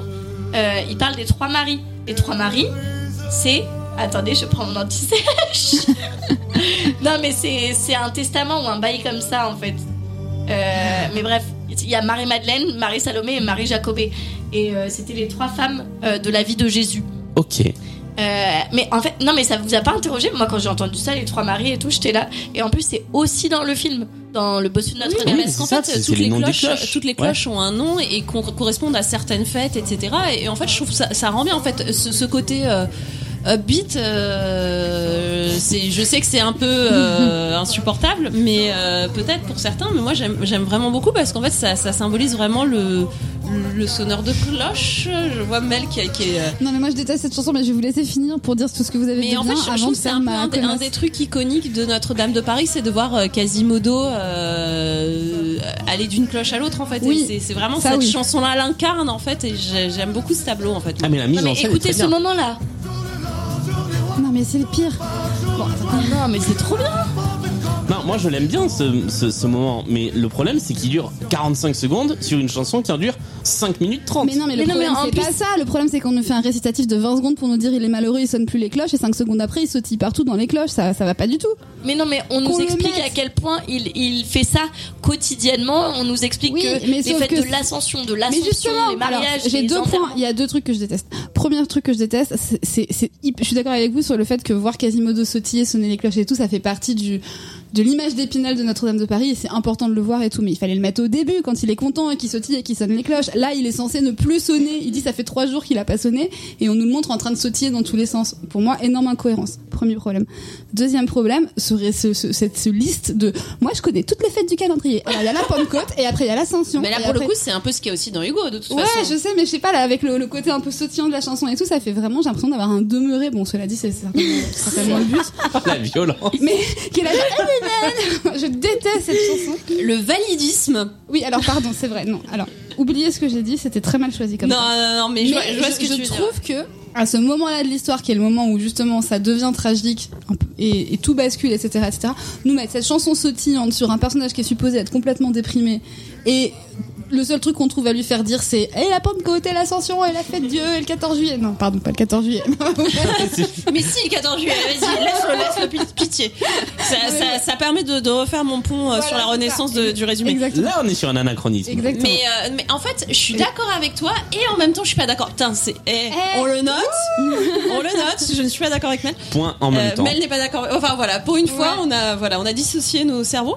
Speaker 1: euh, il parle des trois maris. Les trois maris, c'est. Attendez, je prends mon anti-sèche. non, mais c'est c'est un testament ou un bail comme ça, en fait. Euh, mais bref, il y a Marie-Madeleine, Marie-Salomé et Marie-Jacobée. Et euh, c'était les trois femmes euh, de la vie de Jésus.
Speaker 3: Ok.
Speaker 1: Euh, mais en fait, non, mais ça vous a pas interrogé Moi, quand j'ai entendu ça, les trois maris et tout, j'étais là. Et en plus, c'est aussi dans le film, dans le bossu de Notre-Dame.
Speaker 3: Oui,
Speaker 2: parce qu'en
Speaker 3: c'est ça,
Speaker 2: fait,
Speaker 3: c'est- c'est
Speaker 2: toutes
Speaker 3: les
Speaker 2: les,
Speaker 3: noms des
Speaker 2: cloches,
Speaker 3: cloches.
Speaker 2: toutes les
Speaker 3: Ouais.
Speaker 2: cloches ont un nom et qu'on- correspondent à certaines fêtes, etc. Et, et en fait, je trouve que ça, ça rend bien en fait ce, ce côté euh, upbeat. euh, c'est, je sais que c'est un peu euh, insupportable, mais euh, peut-être pour certains. Mais moi, j'aime, j'aime vraiment beaucoup parce qu'en fait, ça, ça symbolise vraiment le le sonneur de cloche. Je vois Mel qui, qui est euh,
Speaker 5: Non, mais moi je déteste cette chanson, mais je vais vous laisser finir pour dire tout ce que vous avez dit
Speaker 2: mais en fait,
Speaker 5: bien
Speaker 2: je, je
Speaker 5: avant
Speaker 2: trouve
Speaker 5: de
Speaker 2: que c'est
Speaker 5: faire
Speaker 2: un peu
Speaker 5: ma
Speaker 2: un des, un
Speaker 5: connasse.
Speaker 2: des trucs iconiques de Notre-Dame de Paris, c'est de voir euh, Quasimodo euh, aller d'une cloche à l'autre en fait.
Speaker 5: Oui.
Speaker 2: Et c'est- C'est vraiment
Speaker 5: Ça,
Speaker 2: cette
Speaker 5: oui.
Speaker 2: chanson-là l'incarne en fait et j'ai- j'aime beaucoup ce tableau en fait.
Speaker 3: Ah, mais la mise
Speaker 1: Non, mais
Speaker 3: en scène.
Speaker 1: écoutez
Speaker 3: est
Speaker 1: ce
Speaker 3: très bien.
Speaker 1: moment-là.
Speaker 5: Non, mais c'est le pire.
Speaker 1: Non, mais c'est trop bien.
Speaker 3: Non, moi je l'aime bien ce, ce- ce moment, mais le problème c'est qu'il dure 45 secondes sur une chanson qui en dure 5 minutes 30.
Speaker 5: Mais non, mais le
Speaker 1: Mais non, mais
Speaker 5: problème,
Speaker 1: en
Speaker 5: c'est
Speaker 1: plus-
Speaker 5: pas ça. Le problème, c'est qu'on nous fait un récitatif de 20 secondes pour nous dire il est malheureux, il sonne plus les cloches, et 5 secondes après, il sautille partout dans les cloches. Ça, ça va pas du tout.
Speaker 1: Mais non, mais on
Speaker 5: Qu'on
Speaker 1: nous
Speaker 5: le
Speaker 1: explique
Speaker 5: mette.
Speaker 1: à quel point il, il fait ça quotidiennement. On nous explique
Speaker 5: Oui,
Speaker 1: que
Speaker 5: mais
Speaker 1: les
Speaker 5: sauf
Speaker 1: fêtes
Speaker 5: que
Speaker 1: de
Speaker 5: c'est-
Speaker 1: l'ascension, de
Speaker 5: Mais
Speaker 1: l'ascension,
Speaker 5: justement,
Speaker 1: les
Speaker 5: alors,
Speaker 1: mariages,
Speaker 5: j'ai
Speaker 1: les
Speaker 5: deux
Speaker 1: enterrements.
Speaker 5: points. Il y a deux trucs que je déteste. Premier truc que je déteste, c'est- c'est, c'est hyp- je suis d'accord avec vous sur le fait que voir Quasimodo sautiller, sonner les cloches et tout, ça fait partie du de l'image d'Épinal de Notre-Dame de Paris. Et c'est important de le voir et tout, mais il fallait le mettre au début quand il est content et qu'il sautille et qu'il sonne les cloches. Là, il est censé ne plus sonner. Il dit ça fait trois jours qu'il a pas sonné et on nous le montre en train de sautiller dans tous les sens. Pour moi, énorme incohérence. Premier problème. Deuxième problème serait ce, ce- cette ce liste de. Moi, je connais toutes les fêtes du calendrier. Alors, il y a la Pentecôte et après il y a l'Ascension.
Speaker 2: Mais là
Speaker 5: Et
Speaker 2: pour le
Speaker 5: après-
Speaker 2: coup c'est un peu ce qu'il y a aussi dans Hugo de toute
Speaker 5: Ouais,
Speaker 2: façon.
Speaker 5: je sais, mais je sais pas, là, avec le, le côté un peu sautillant de la chanson et tout, ça fait vraiment, j'ai l'impression d'avoir un demeuré. Bon, cela dit, c'est certainement, certainement le but.
Speaker 3: La violence.
Speaker 5: Mais, qui est là, je déteste cette chanson.
Speaker 2: Le validisme.
Speaker 5: Oui, alors, pardon, c'est vrai, non. Alors, oubliez ce que j'ai dit, c'était très mal choisi comme
Speaker 2: non,
Speaker 5: ça.
Speaker 2: non, non, mais je, vois, je vois ce que
Speaker 5: je
Speaker 2: tu veux dire.
Speaker 5: trouve que, à ce moment-là de l'histoire, qui est le moment où justement ça devient tragique un peu, et, et tout bascule, etc., etc., nous mettre cette chanson sautillante sur un personnage qui est supposé être complètement déprimé et le seul truc qu'on trouve à lui faire dire c'est et la Pentecôte et l'Ascension et la fête de Dieu et le 14 juillet non pardon pas le 14 juillet
Speaker 1: Mais si, 14 juillet,
Speaker 2: Vas-y, laisse-le, laisse-le, pi- pitié. Ça, ça- ça permet de, de refaire mon pont euh,
Speaker 5: Voilà,
Speaker 2: sur la
Speaker 5: c'est
Speaker 2: renaissance
Speaker 5: ça.
Speaker 2: de- du résumé.
Speaker 5: exactement
Speaker 3: Là on est sur un anachronisme.
Speaker 5: exactement
Speaker 2: Mais, euh, mais en fait, je suis d'accord avec toi et en même temps, je suis pas d'accord. Putain, c'est. eh, on le note. on le note. Je ne suis pas d'accord avec Mel.
Speaker 3: Point en même
Speaker 2: Euh,
Speaker 3: temps.
Speaker 2: Mel n'est pas d'accord. Enfin voilà, pour une fois, on a voilà, on a dissocié nos cerveaux.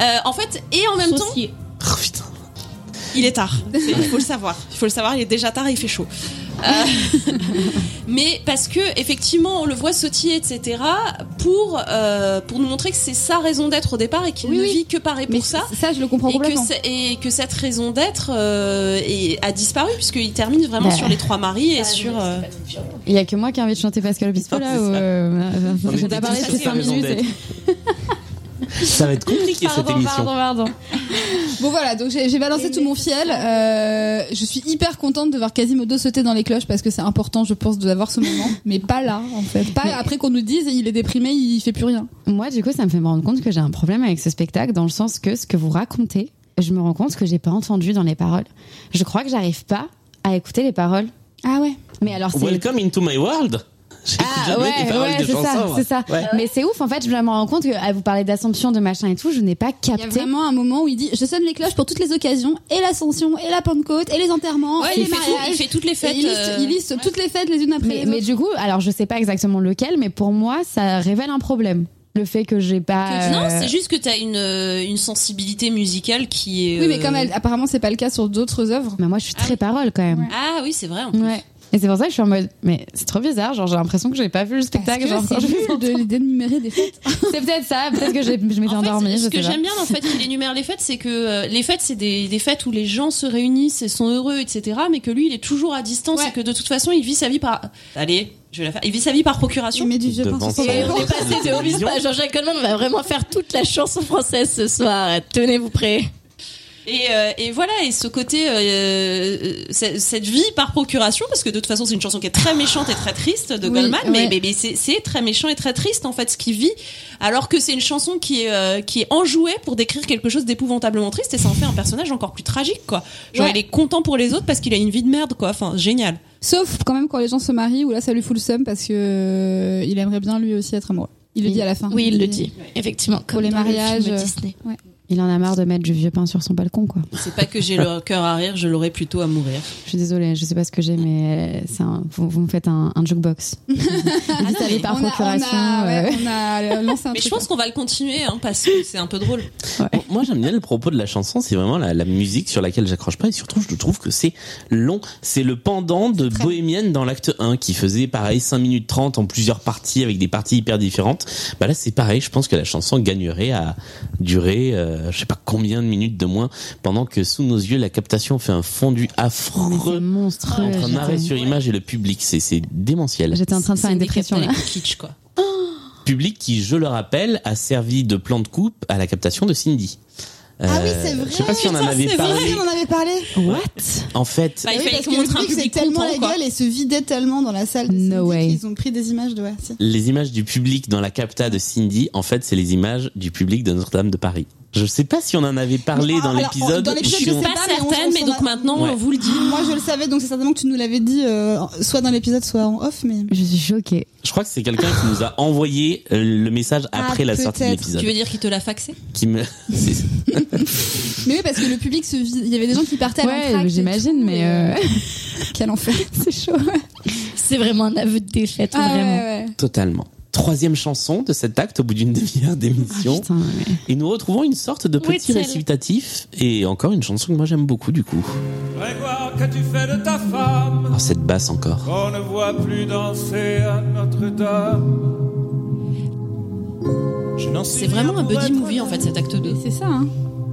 Speaker 2: Euh, en fait, et en même temps,
Speaker 3: Oh, putain.
Speaker 2: il est tard. C'est- Il faut le savoir. Il faut le savoir. Il est déjà tard. et Il fait chaud. Euh, mais parce que effectivement, on le voit sautiller, etc. Pour euh, pour nous montrer que c'est sa raison d'être au départ et qu'il
Speaker 5: Oui,
Speaker 2: ne
Speaker 5: oui.
Speaker 2: vit que par et pour ça.
Speaker 5: ça je le comprends
Speaker 2: Et que,
Speaker 5: complètement
Speaker 2: c'est- et que cette raison d'être euh, est- a disparu puisqu'il termine vraiment
Speaker 4: Bah.
Speaker 2: sur les trois maris et
Speaker 1: Ah, mais
Speaker 2: sur.
Speaker 1: c'est
Speaker 2: euh,
Speaker 1: pas très violent.
Speaker 4: Il y a que moi qui ai envie de chanter Pascal Obispo
Speaker 3: Ah,
Speaker 4: là.
Speaker 3: c'est
Speaker 4: ou,
Speaker 3: ça.
Speaker 4: euh,
Speaker 3: On
Speaker 4: J'ai
Speaker 3: était
Speaker 4: pas
Speaker 3: tous
Speaker 4: parlé
Speaker 3: passés
Speaker 4: depuis
Speaker 3: à
Speaker 4: 5
Speaker 3: raison
Speaker 4: minutes.
Speaker 3: d'être.
Speaker 4: et-
Speaker 3: Ça va être compliqué cette
Speaker 4: Pardon,
Speaker 3: émission.
Speaker 4: pardon, pardon.
Speaker 5: Bon voilà, donc j'ai j'ai balancé tout mon fiel. Euh, je suis hyper contente de voir Quasimodo sauter dans les cloches parce que c'est important, je pense, d'avoir ce moment. Mais pas là, en fait. Pas après qu'on nous dise il est déprimé, il fait plus rien.
Speaker 4: Moi, du coup, ça me fait me rendre compte que j'ai un problème avec ce spectacle dans le sens que ce que vous racontez, je me rends compte que j'ai pas entendu dans les paroles. Je crois que j'arrive pas à écouter les paroles.
Speaker 5: Ah ouais.
Speaker 4: Mais alors, c'est.
Speaker 3: Welcome into my world. J'ai
Speaker 4: Ah
Speaker 3: jamais des
Speaker 4: ouais,
Speaker 3: paroles
Speaker 4: ouais,
Speaker 3: de
Speaker 4: c'est ça,
Speaker 3: chansons.
Speaker 4: c'est ça.
Speaker 3: Ouais.
Speaker 4: Mais c'est ouf, en fait, je me rends compte que à vous parler d'assomption, de machin et tout, je n'ai pas
Speaker 5: Il y a
Speaker 4: capté.
Speaker 5: vraiment un moment où il dit je sonne les cloches pour toutes les occasions et l'ascension et la Pentecôte et les enterrements
Speaker 2: ouais,
Speaker 5: et
Speaker 2: il,
Speaker 5: les
Speaker 2: fait tout-
Speaker 5: mariages.
Speaker 2: il fait toutes les fêtes.
Speaker 5: Et il liste,
Speaker 2: euh,
Speaker 5: il liste toutes les fêtes les unes après
Speaker 4: Mais,
Speaker 5: les
Speaker 4: mais
Speaker 5: autres.
Speaker 4: du coup, alors je sais pas exactement lequel, mais pour moi, ça révèle un problème. Le fait que j'ai
Speaker 2: que-
Speaker 4: pas.
Speaker 2: Non,
Speaker 4: euh,
Speaker 2: c'est juste que t'as une, euh, une sensibilité musicale qui est.
Speaker 5: Oui, mais comme
Speaker 2: euh,
Speaker 5: elle, apparemment c'est pas le cas sur d'autres œuvres.
Speaker 4: Mais moi, je suis très parole quand même.
Speaker 2: Ah oui, c'est vrai. en plus.
Speaker 4: Ouais. Et c'est pour ça que je suis en mode, mais c'est trop bizarre, genre j'ai l'impression que j'ai pas vu le
Speaker 5: Parce que
Speaker 4: spectacle.
Speaker 7: hein,
Speaker 4: genre, quand
Speaker 5: c'est
Speaker 4: je-
Speaker 5: nul de les dénumérer des fêtes.
Speaker 4: C'est peut-être ça, peut-être que j'ai- je m'étais
Speaker 2: En fait,
Speaker 4: endormie.
Speaker 2: ce
Speaker 4: je
Speaker 2: que
Speaker 4: sais pas.
Speaker 2: j'aime bien, en fait, qu'il énumère les fêtes, c'est que euh, les fêtes, c'est des, des fêtes où les gens se réunissent et sont heureux, etc. Mais que lui, il est toujours à distance
Speaker 5: Ouais.
Speaker 2: et que de toute façon, il vit sa vie par. Allez, je vais la faire. Il vit sa vie par procuration.
Speaker 5: Mais du jeu
Speaker 3: Devant
Speaker 5: pense que
Speaker 3: son-
Speaker 5: c'est-
Speaker 1: Et on est passé de Obispo à Bah, Jean-Jacques Goldman, on va vraiment faire toute la chanson française ce soir. Tenez-vous prêts.
Speaker 2: Et, euh, et voilà, et ce côté, euh, euh, cette cette vie par procuration, parce que de toute façon c'est une chanson qui est très méchante et très triste de
Speaker 5: Oui,
Speaker 2: Goldman,
Speaker 5: ouais.
Speaker 2: mais, mais, mais c'est- c'est très méchant et très triste en fait ce qu'il vit, alors que c'est une chanson qui est, euh, qui est enjouée pour décrire quelque chose d'épouvantablement triste, et ça en fait un personnage encore plus tragique, quoi. Genre
Speaker 5: Ouais.
Speaker 2: il est content pour les autres parce qu'il a une vie de merde, quoi. Enfin, génial.
Speaker 5: Sauf quand même quand les gens se marient, où là ça lui fout le seum parce que euh, il aimerait bien lui aussi être amoureux. Il le dit à la fin.
Speaker 1: Oui, il le dit. Effectivement. Comme
Speaker 5: les
Speaker 1: dans le film
Speaker 5: mariages, euh,
Speaker 1: Disney.
Speaker 4: Il en a marre de mettre du vieux pain sur son balcon, quoi.
Speaker 2: C'est pas que j'ai le cœur à rire, je l'aurais plutôt à mourir.
Speaker 4: Je suis désolée, je sais pas ce que j'ai, mais c'est un- vous, vous me faites un, un jukebox. Dites à lui par
Speaker 5: on a,
Speaker 4: procuration.
Speaker 5: on a, ouais,
Speaker 4: euh,
Speaker 5: on a lancé un
Speaker 2: Mais je
Speaker 5: truc.
Speaker 2: pense qu'on va le continuer, hein, parce que c'est un peu drôle.
Speaker 3: Bon, Moi, j'aime bien le propos de la chanson, c'est vraiment la, la musique sur laquelle j'accroche pas, et surtout, je trouve que c'est long. C'est le pendant de Bohémienne dans l'acte 1, qui faisait pareil 5 minutes 30 en plusieurs parties, avec des parties hyper différentes. Bah là, c'est pareil, je pense que la chanson gagnerait à durer, euh, je sais pas combien de minutes de moins, pendant que sous nos yeux, la captation fait un fondu
Speaker 4: euh. mais c'est
Speaker 3: affreux.
Speaker 4: monstrueux.
Speaker 3: Entre marée
Speaker 4: j'étais-
Speaker 3: sur image et le public, c'est c'est démentiel.
Speaker 4: J'étais en train de faire
Speaker 2: C'est
Speaker 4: une dépression là.
Speaker 2: décapitale et kitsch, quoi.
Speaker 3: public qui, je le rappelle, a servi de plan de coupe à la captation de Cindy. Euh,
Speaker 8: Ah oui, c'est vrai.
Speaker 3: Je sais pas si on en
Speaker 8: Putain,
Speaker 3: avait
Speaker 8: c'est vrai,
Speaker 3: parlé.
Speaker 8: on en avait parlé. Ah
Speaker 4: What
Speaker 3: En fait,
Speaker 2: Bah, il
Speaker 8: Oui,
Speaker 2: fallait
Speaker 8: parce
Speaker 2: qu'on
Speaker 8: que le
Speaker 2: montre un
Speaker 8: public s'est
Speaker 2: public
Speaker 8: tellement
Speaker 2: content,
Speaker 8: la
Speaker 2: quoi.
Speaker 8: gueule et se vidait tellement dans la salle de
Speaker 4: No
Speaker 8: Cindy
Speaker 4: way.
Speaker 8: qu'ils ont pris des images de ouais, si.
Speaker 3: les images du public dans la capta de Cindy, en fait, c'est les images du public de Notre-Dame de Paris. Je sais pas si on en avait parlé
Speaker 8: Mais,
Speaker 3: dans
Speaker 8: Ah, alors,
Speaker 3: l'épisode.
Speaker 8: dans
Speaker 3: où
Speaker 8: l'épisode,
Speaker 3: je
Speaker 8: je
Speaker 3: suis-
Speaker 8: sais
Speaker 2: Pas
Speaker 8: pas, mais on-
Speaker 2: certaine,
Speaker 8: on
Speaker 2: mais
Speaker 8: s'en
Speaker 2: donc
Speaker 8: a-
Speaker 2: maintenant,
Speaker 3: Ouais.
Speaker 2: on vous le dit.
Speaker 8: Moi, je le savais, donc c'est certainement que tu nous l'avais dit, euh, soit dans l'épisode, soit en off, mais.
Speaker 4: Je suis choquée.
Speaker 3: Je crois que c'est quelqu'un qui nous a envoyé euh, le message
Speaker 8: Ah,
Speaker 3: après la sortie de
Speaker 8: peut-être.
Speaker 3: l'épisode.
Speaker 2: Tu veux dire qu'il te l'a faxé
Speaker 3: Qui me... c'est-
Speaker 5: Mais oui, parce que le public se vide. Il y avait des gens qui partaient à
Speaker 4: Ouais,
Speaker 5: l'entracte et
Speaker 4: j'imagine,
Speaker 5: tout,
Speaker 4: mais
Speaker 5: et,
Speaker 4: euh,
Speaker 5: Quel enfer. Ah
Speaker 4: c'est chaud.
Speaker 1: C'est vraiment un aveu de défaite, vraiment.
Speaker 5: ouais, ouais.
Speaker 3: Totalement. Troisième chanson de cet acte au bout d'une demi-heure d'émission.
Speaker 8: Ah,
Speaker 4: Putain, mais-
Speaker 3: et nous retrouvons une sorte de petit
Speaker 1: Wetzel.
Speaker 3: récitatif. Et encore une chanson que moi j'aime beaucoup du coup.
Speaker 6: Grégoire, qu'as-tu fait de ta femme
Speaker 3: Oh, cette basse encore.
Speaker 6: Qu'on ne voit plus danser à Notre-Dame. Je n'en sais
Speaker 2: C'est vraiment
Speaker 6: rien
Speaker 2: un
Speaker 6: pour
Speaker 2: buddy
Speaker 6: être
Speaker 2: movie, en fait, cet acte 2.
Speaker 5: C'est ça, hein.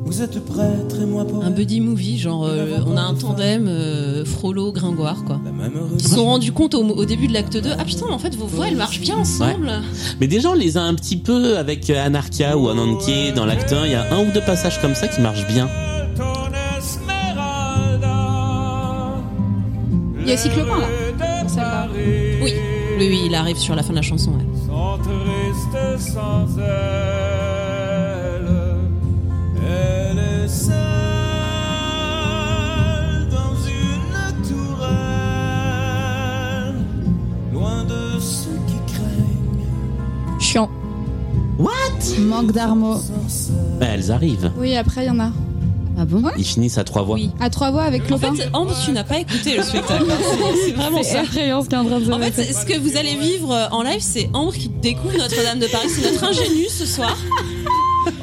Speaker 6: Vous êtes prêtre et moi pour
Speaker 2: Un buddy movie, genre, euh, on a un tandem euh, Frollo-Gringoire, quoi.
Speaker 6: la même rue.
Speaker 2: Ils se sont rendus compte au, au début de l'acte 2, ah putain, mais en fait, vos voix, elles marchent bien ensemble.
Speaker 3: Mais déjà on les a un petit peu avec euh, Anarchia ou Ananke dans l'acte 1. Il y a un ou deux passages comme ça qui marchent bien.
Speaker 6: Ton Esmeralda.
Speaker 5: Il y a aussi Clopin, là. Celle-là.
Speaker 2: Oui. Oui, oui, il arrive sur la fin de la chanson, ouais.
Speaker 6: Sont tristes sans elle. Elle est seule dans une tourelle, loin de ceux qui craignent.
Speaker 1: Chiant.
Speaker 4: Manque d'armo.
Speaker 3: Bah, elles arrivent.
Speaker 5: Oui, après, il y en a.
Speaker 4: Ah bon
Speaker 3: Ils finissent à trois voix.
Speaker 2: Oui.
Speaker 5: À trois voix avec
Speaker 2: En
Speaker 5: Clopin.
Speaker 2: fait, Ambre, tu n'as pas écouté le spectacle. hein. C'est vraiment ça.
Speaker 4: effrayant ce qu'un drame
Speaker 2: En fait, c'est- ce que vous allez vivre euh, en live, c'est Ambre qui découvre Notre-Dame de Paris. C'est notre ingénue ce soir.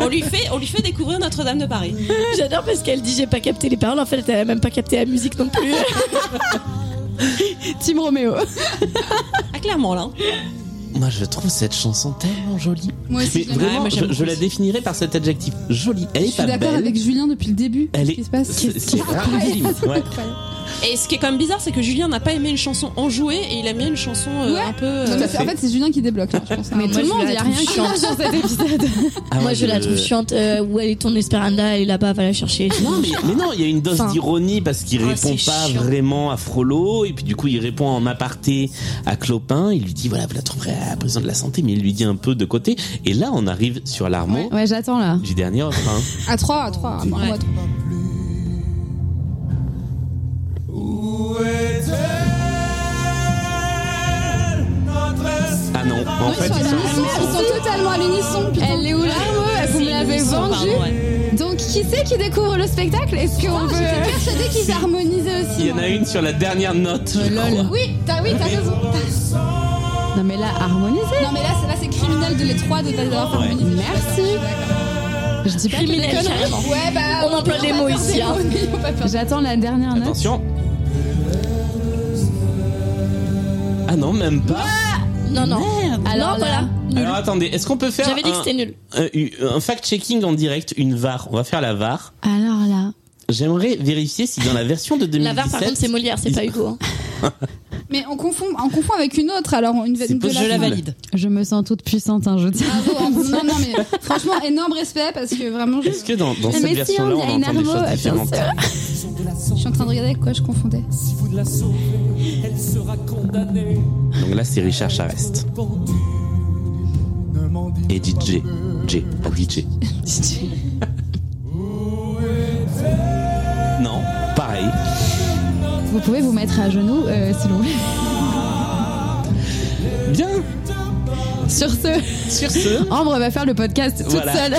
Speaker 2: On lui fait, on lui fait découvrir Notre-Dame de Paris.
Speaker 1: J'adore parce qu'elle dit j'ai pas capté les paroles. En fait, elle a même pas capté la musique non plus.
Speaker 4: Team Roméo.
Speaker 2: Ah, clairement, là. hein.
Speaker 3: Moi je trouve cette chanson tellement jolie.
Speaker 5: Ah, Moi
Speaker 3: Mais
Speaker 5: aussi, je l'aime.
Speaker 3: vraiment,
Speaker 2: moi, j'aime
Speaker 3: je, je
Speaker 2: beaucoup
Speaker 3: la
Speaker 2: aussi.
Speaker 3: définirais par cet adjectif jolie. Elle
Speaker 5: Je
Speaker 3: est
Speaker 5: suis
Speaker 3: pas
Speaker 5: d'accord
Speaker 3: belle.
Speaker 5: avec Julien depuis le début.
Speaker 3: Elle
Speaker 5: Qu'est-ce
Speaker 3: est-
Speaker 5: qui se passe
Speaker 3: c'est-
Speaker 5: Qu'est-ce qui-
Speaker 3: c'est incroyable. Ouais.
Speaker 2: Et ce qui est quand même bizarre, c'est que Julien n'a pas aimé une chanson enjouée et il a mis une chanson euh,
Speaker 5: Ouais.
Speaker 2: un peu. euh,
Speaker 5: Non, mais c'est- en fait, c'est Julien qui débloque, là, je pense.
Speaker 1: Mais
Speaker 5: Hein.
Speaker 1: tout le monde, y a rien qui chante.
Speaker 4: sur cet épisode.
Speaker 3: Ah
Speaker 1: Moi,
Speaker 3: ouais,
Speaker 1: je, la trouve chiante. Euh, où elle est ton Esperanda Elle est là-bas, va la chercher.
Speaker 3: Non, mais, mais non, il y a une dose
Speaker 1: Enfin.
Speaker 3: d'ironie parce qu'il
Speaker 1: Ah,
Speaker 3: répond
Speaker 1: c'est
Speaker 3: pas
Speaker 1: chiant.
Speaker 3: vraiment à Frollo et puis du coup il répond en aparté à Clopin. Il lui dit voilà vous la trouverez à la prison de la santé, mais il lui dit un peu de côté. Et là on arrive sur l'armo
Speaker 4: Ouais, ouais, j'attends là.
Speaker 3: du dernier refrain.
Speaker 5: À trois, à trois. Non,
Speaker 2: Ouais.
Speaker 5: à trois.
Speaker 6: Où est-elle, notre Esmeralda
Speaker 3: Ah non, en fait
Speaker 5: Ils sont à
Speaker 3: ils
Speaker 5: l'unisson,
Speaker 3: sont-
Speaker 5: ils sont totalement à l'unisson. putain. Ah
Speaker 4: Elle est où là Vous me l'avez
Speaker 2: Ils sont-
Speaker 4: vendue.
Speaker 2: pardon, ouais.
Speaker 4: Donc qui c'est qui découvre le spectacle Est-ce qu'on
Speaker 5: J'étais
Speaker 4: peut
Speaker 5: persuadée qu'ils harmonisaient aussi.
Speaker 3: il y en a une sur la dernière note.
Speaker 1: Oh
Speaker 3: je crois.
Speaker 5: Oui, t'as oui, t'as raison. T'as-
Speaker 4: Non mais là harmoniser.
Speaker 5: Non mais là, c'est- là c'est criminel de les trois de d'avoir fait
Speaker 3: Ouais.
Speaker 5: harmoniser.
Speaker 4: Merci. Je dis pas que-
Speaker 1: Criminelle, carrément.
Speaker 5: Ouais, bah,
Speaker 1: On emploie des mots ici, hein.
Speaker 5: on va faire-
Speaker 4: J'attends la dernière note.
Speaker 3: Attention. Ah non même pas.
Speaker 1: Non, non.
Speaker 4: Alors
Speaker 1: non, voilà.
Speaker 4: là-
Speaker 1: Nul.
Speaker 3: Alors attendez, est-ce qu'on peut faire
Speaker 1: J'avais dit que
Speaker 3: un-
Speaker 1: c'était nul.
Speaker 3: un, un fact-checking en direct, une VAR. On va faire la VAR.
Speaker 4: Alors là.
Speaker 3: J'aimerais vérifier si dans la version de 2017.
Speaker 1: La VAR, par contre, c'est Molière, c'est
Speaker 3: ils-
Speaker 1: pas Hugo. hein.
Speaker 5: Mais on confond, on confond avec une autre, alors une,
Speaker 3: C'est
Speaker 5: une de
Speaker 3: possible.
Speaker 5: la
Speaker 2: Je la valide.
Speaker 4: Je me sens toute puissante, hein, je tiens.
Speaker 5: Bravo, hein. non, non, mais franchement, énorme respect parce que vraiment, je,
Speaker 3: Est-ce que dans, dans
Speaker 4: Mais
Speaker 3: cette
Speaker 4: si,
Speaker 3: version-là,
Speaker 4: on
Speaker 3: on,
Speaker 4: dirait une
Speaker 3: entend des
Speaker 4: armo,
Speaker 3: choses
Speaker 4: bien
Speaker 3: différentes
Speaker 4: sûr.
Speaker 5: euh, je suis en train de regarder avec quoi je confondais.
Speaker 6: Si vous ne la sauvez, elle sera condamnée.
Speaker 3: Donc là, c'est Richard Charest
Speaker 6: Pendue.
Speaker 3: et DJ. J, pas DJ. non, pareil.
Speaker 4: Vous pouvez vous mettre à genoux, euh, s'il vous plaît.
Speaker 3: Bien,
Speaker 4: Sur ce,
Speaker 3: sur ce.
Speaker 4: Ambre va faire le podcast toute
Speaker 3: Voilà.
Speaker 4: seule.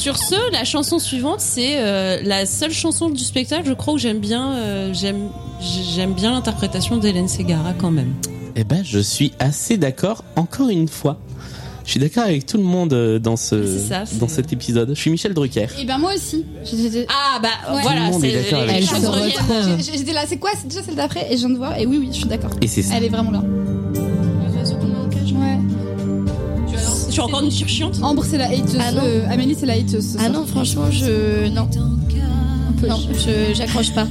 Speaker 2: Sur ce, la chanson suivante, c'est euh, la seule chanson du spectacle, je crois, où j'aime bien, euh, j'aime, j'aime bien l'interprétation d'Hélène Ségara quand même.
Speaker 3: Eh ben, je suis assez d'accord, encore une fois. Je suis d'accord avec tout le monde euh, dans, ce,
Speaker 2: C'est ça, c'est-
Speaker 3: dans cet épisode. Je suis Michel Drucker.
Speaker 5: Et ben moi aussi. J'étais
Speaker 2: Ah bah
Speaker 5: Ouais.
Speaker 3: Tout
Speaker 2: voilà,
Speaker 3: le monde est
Speaker 2: c'est
Speaker 3: d'accord avec
Speaker 2: les
Speaker 3: ça.
Speaker 2: choses
Speaker 4: Elle se
Speaker 2: reviennent.
Speaker 1: euh,
Speaker 4: retrouve.
Speaker 5: j'étais- j'étais là, c'est quoi C'est déjà celle d'après Et je viens de voir, et oui, oui, je suis d'accord.
Speaker 3: Et c'est ça.
Speaker 5: Elle est vraiment bien. Ouais.
Speaker 2: Je suis encore une surchiante.
Speaker 5: Ambre, c'est la hateuse.
Speaker 1: Ah non.
Speaker 5: euh, Amélie, c'est la hateuse. ce
Speaker 1: Ah
Speaker 5: soir.
Speaker 1: non, franchement, je. Non. Non, je- j'accroche pas.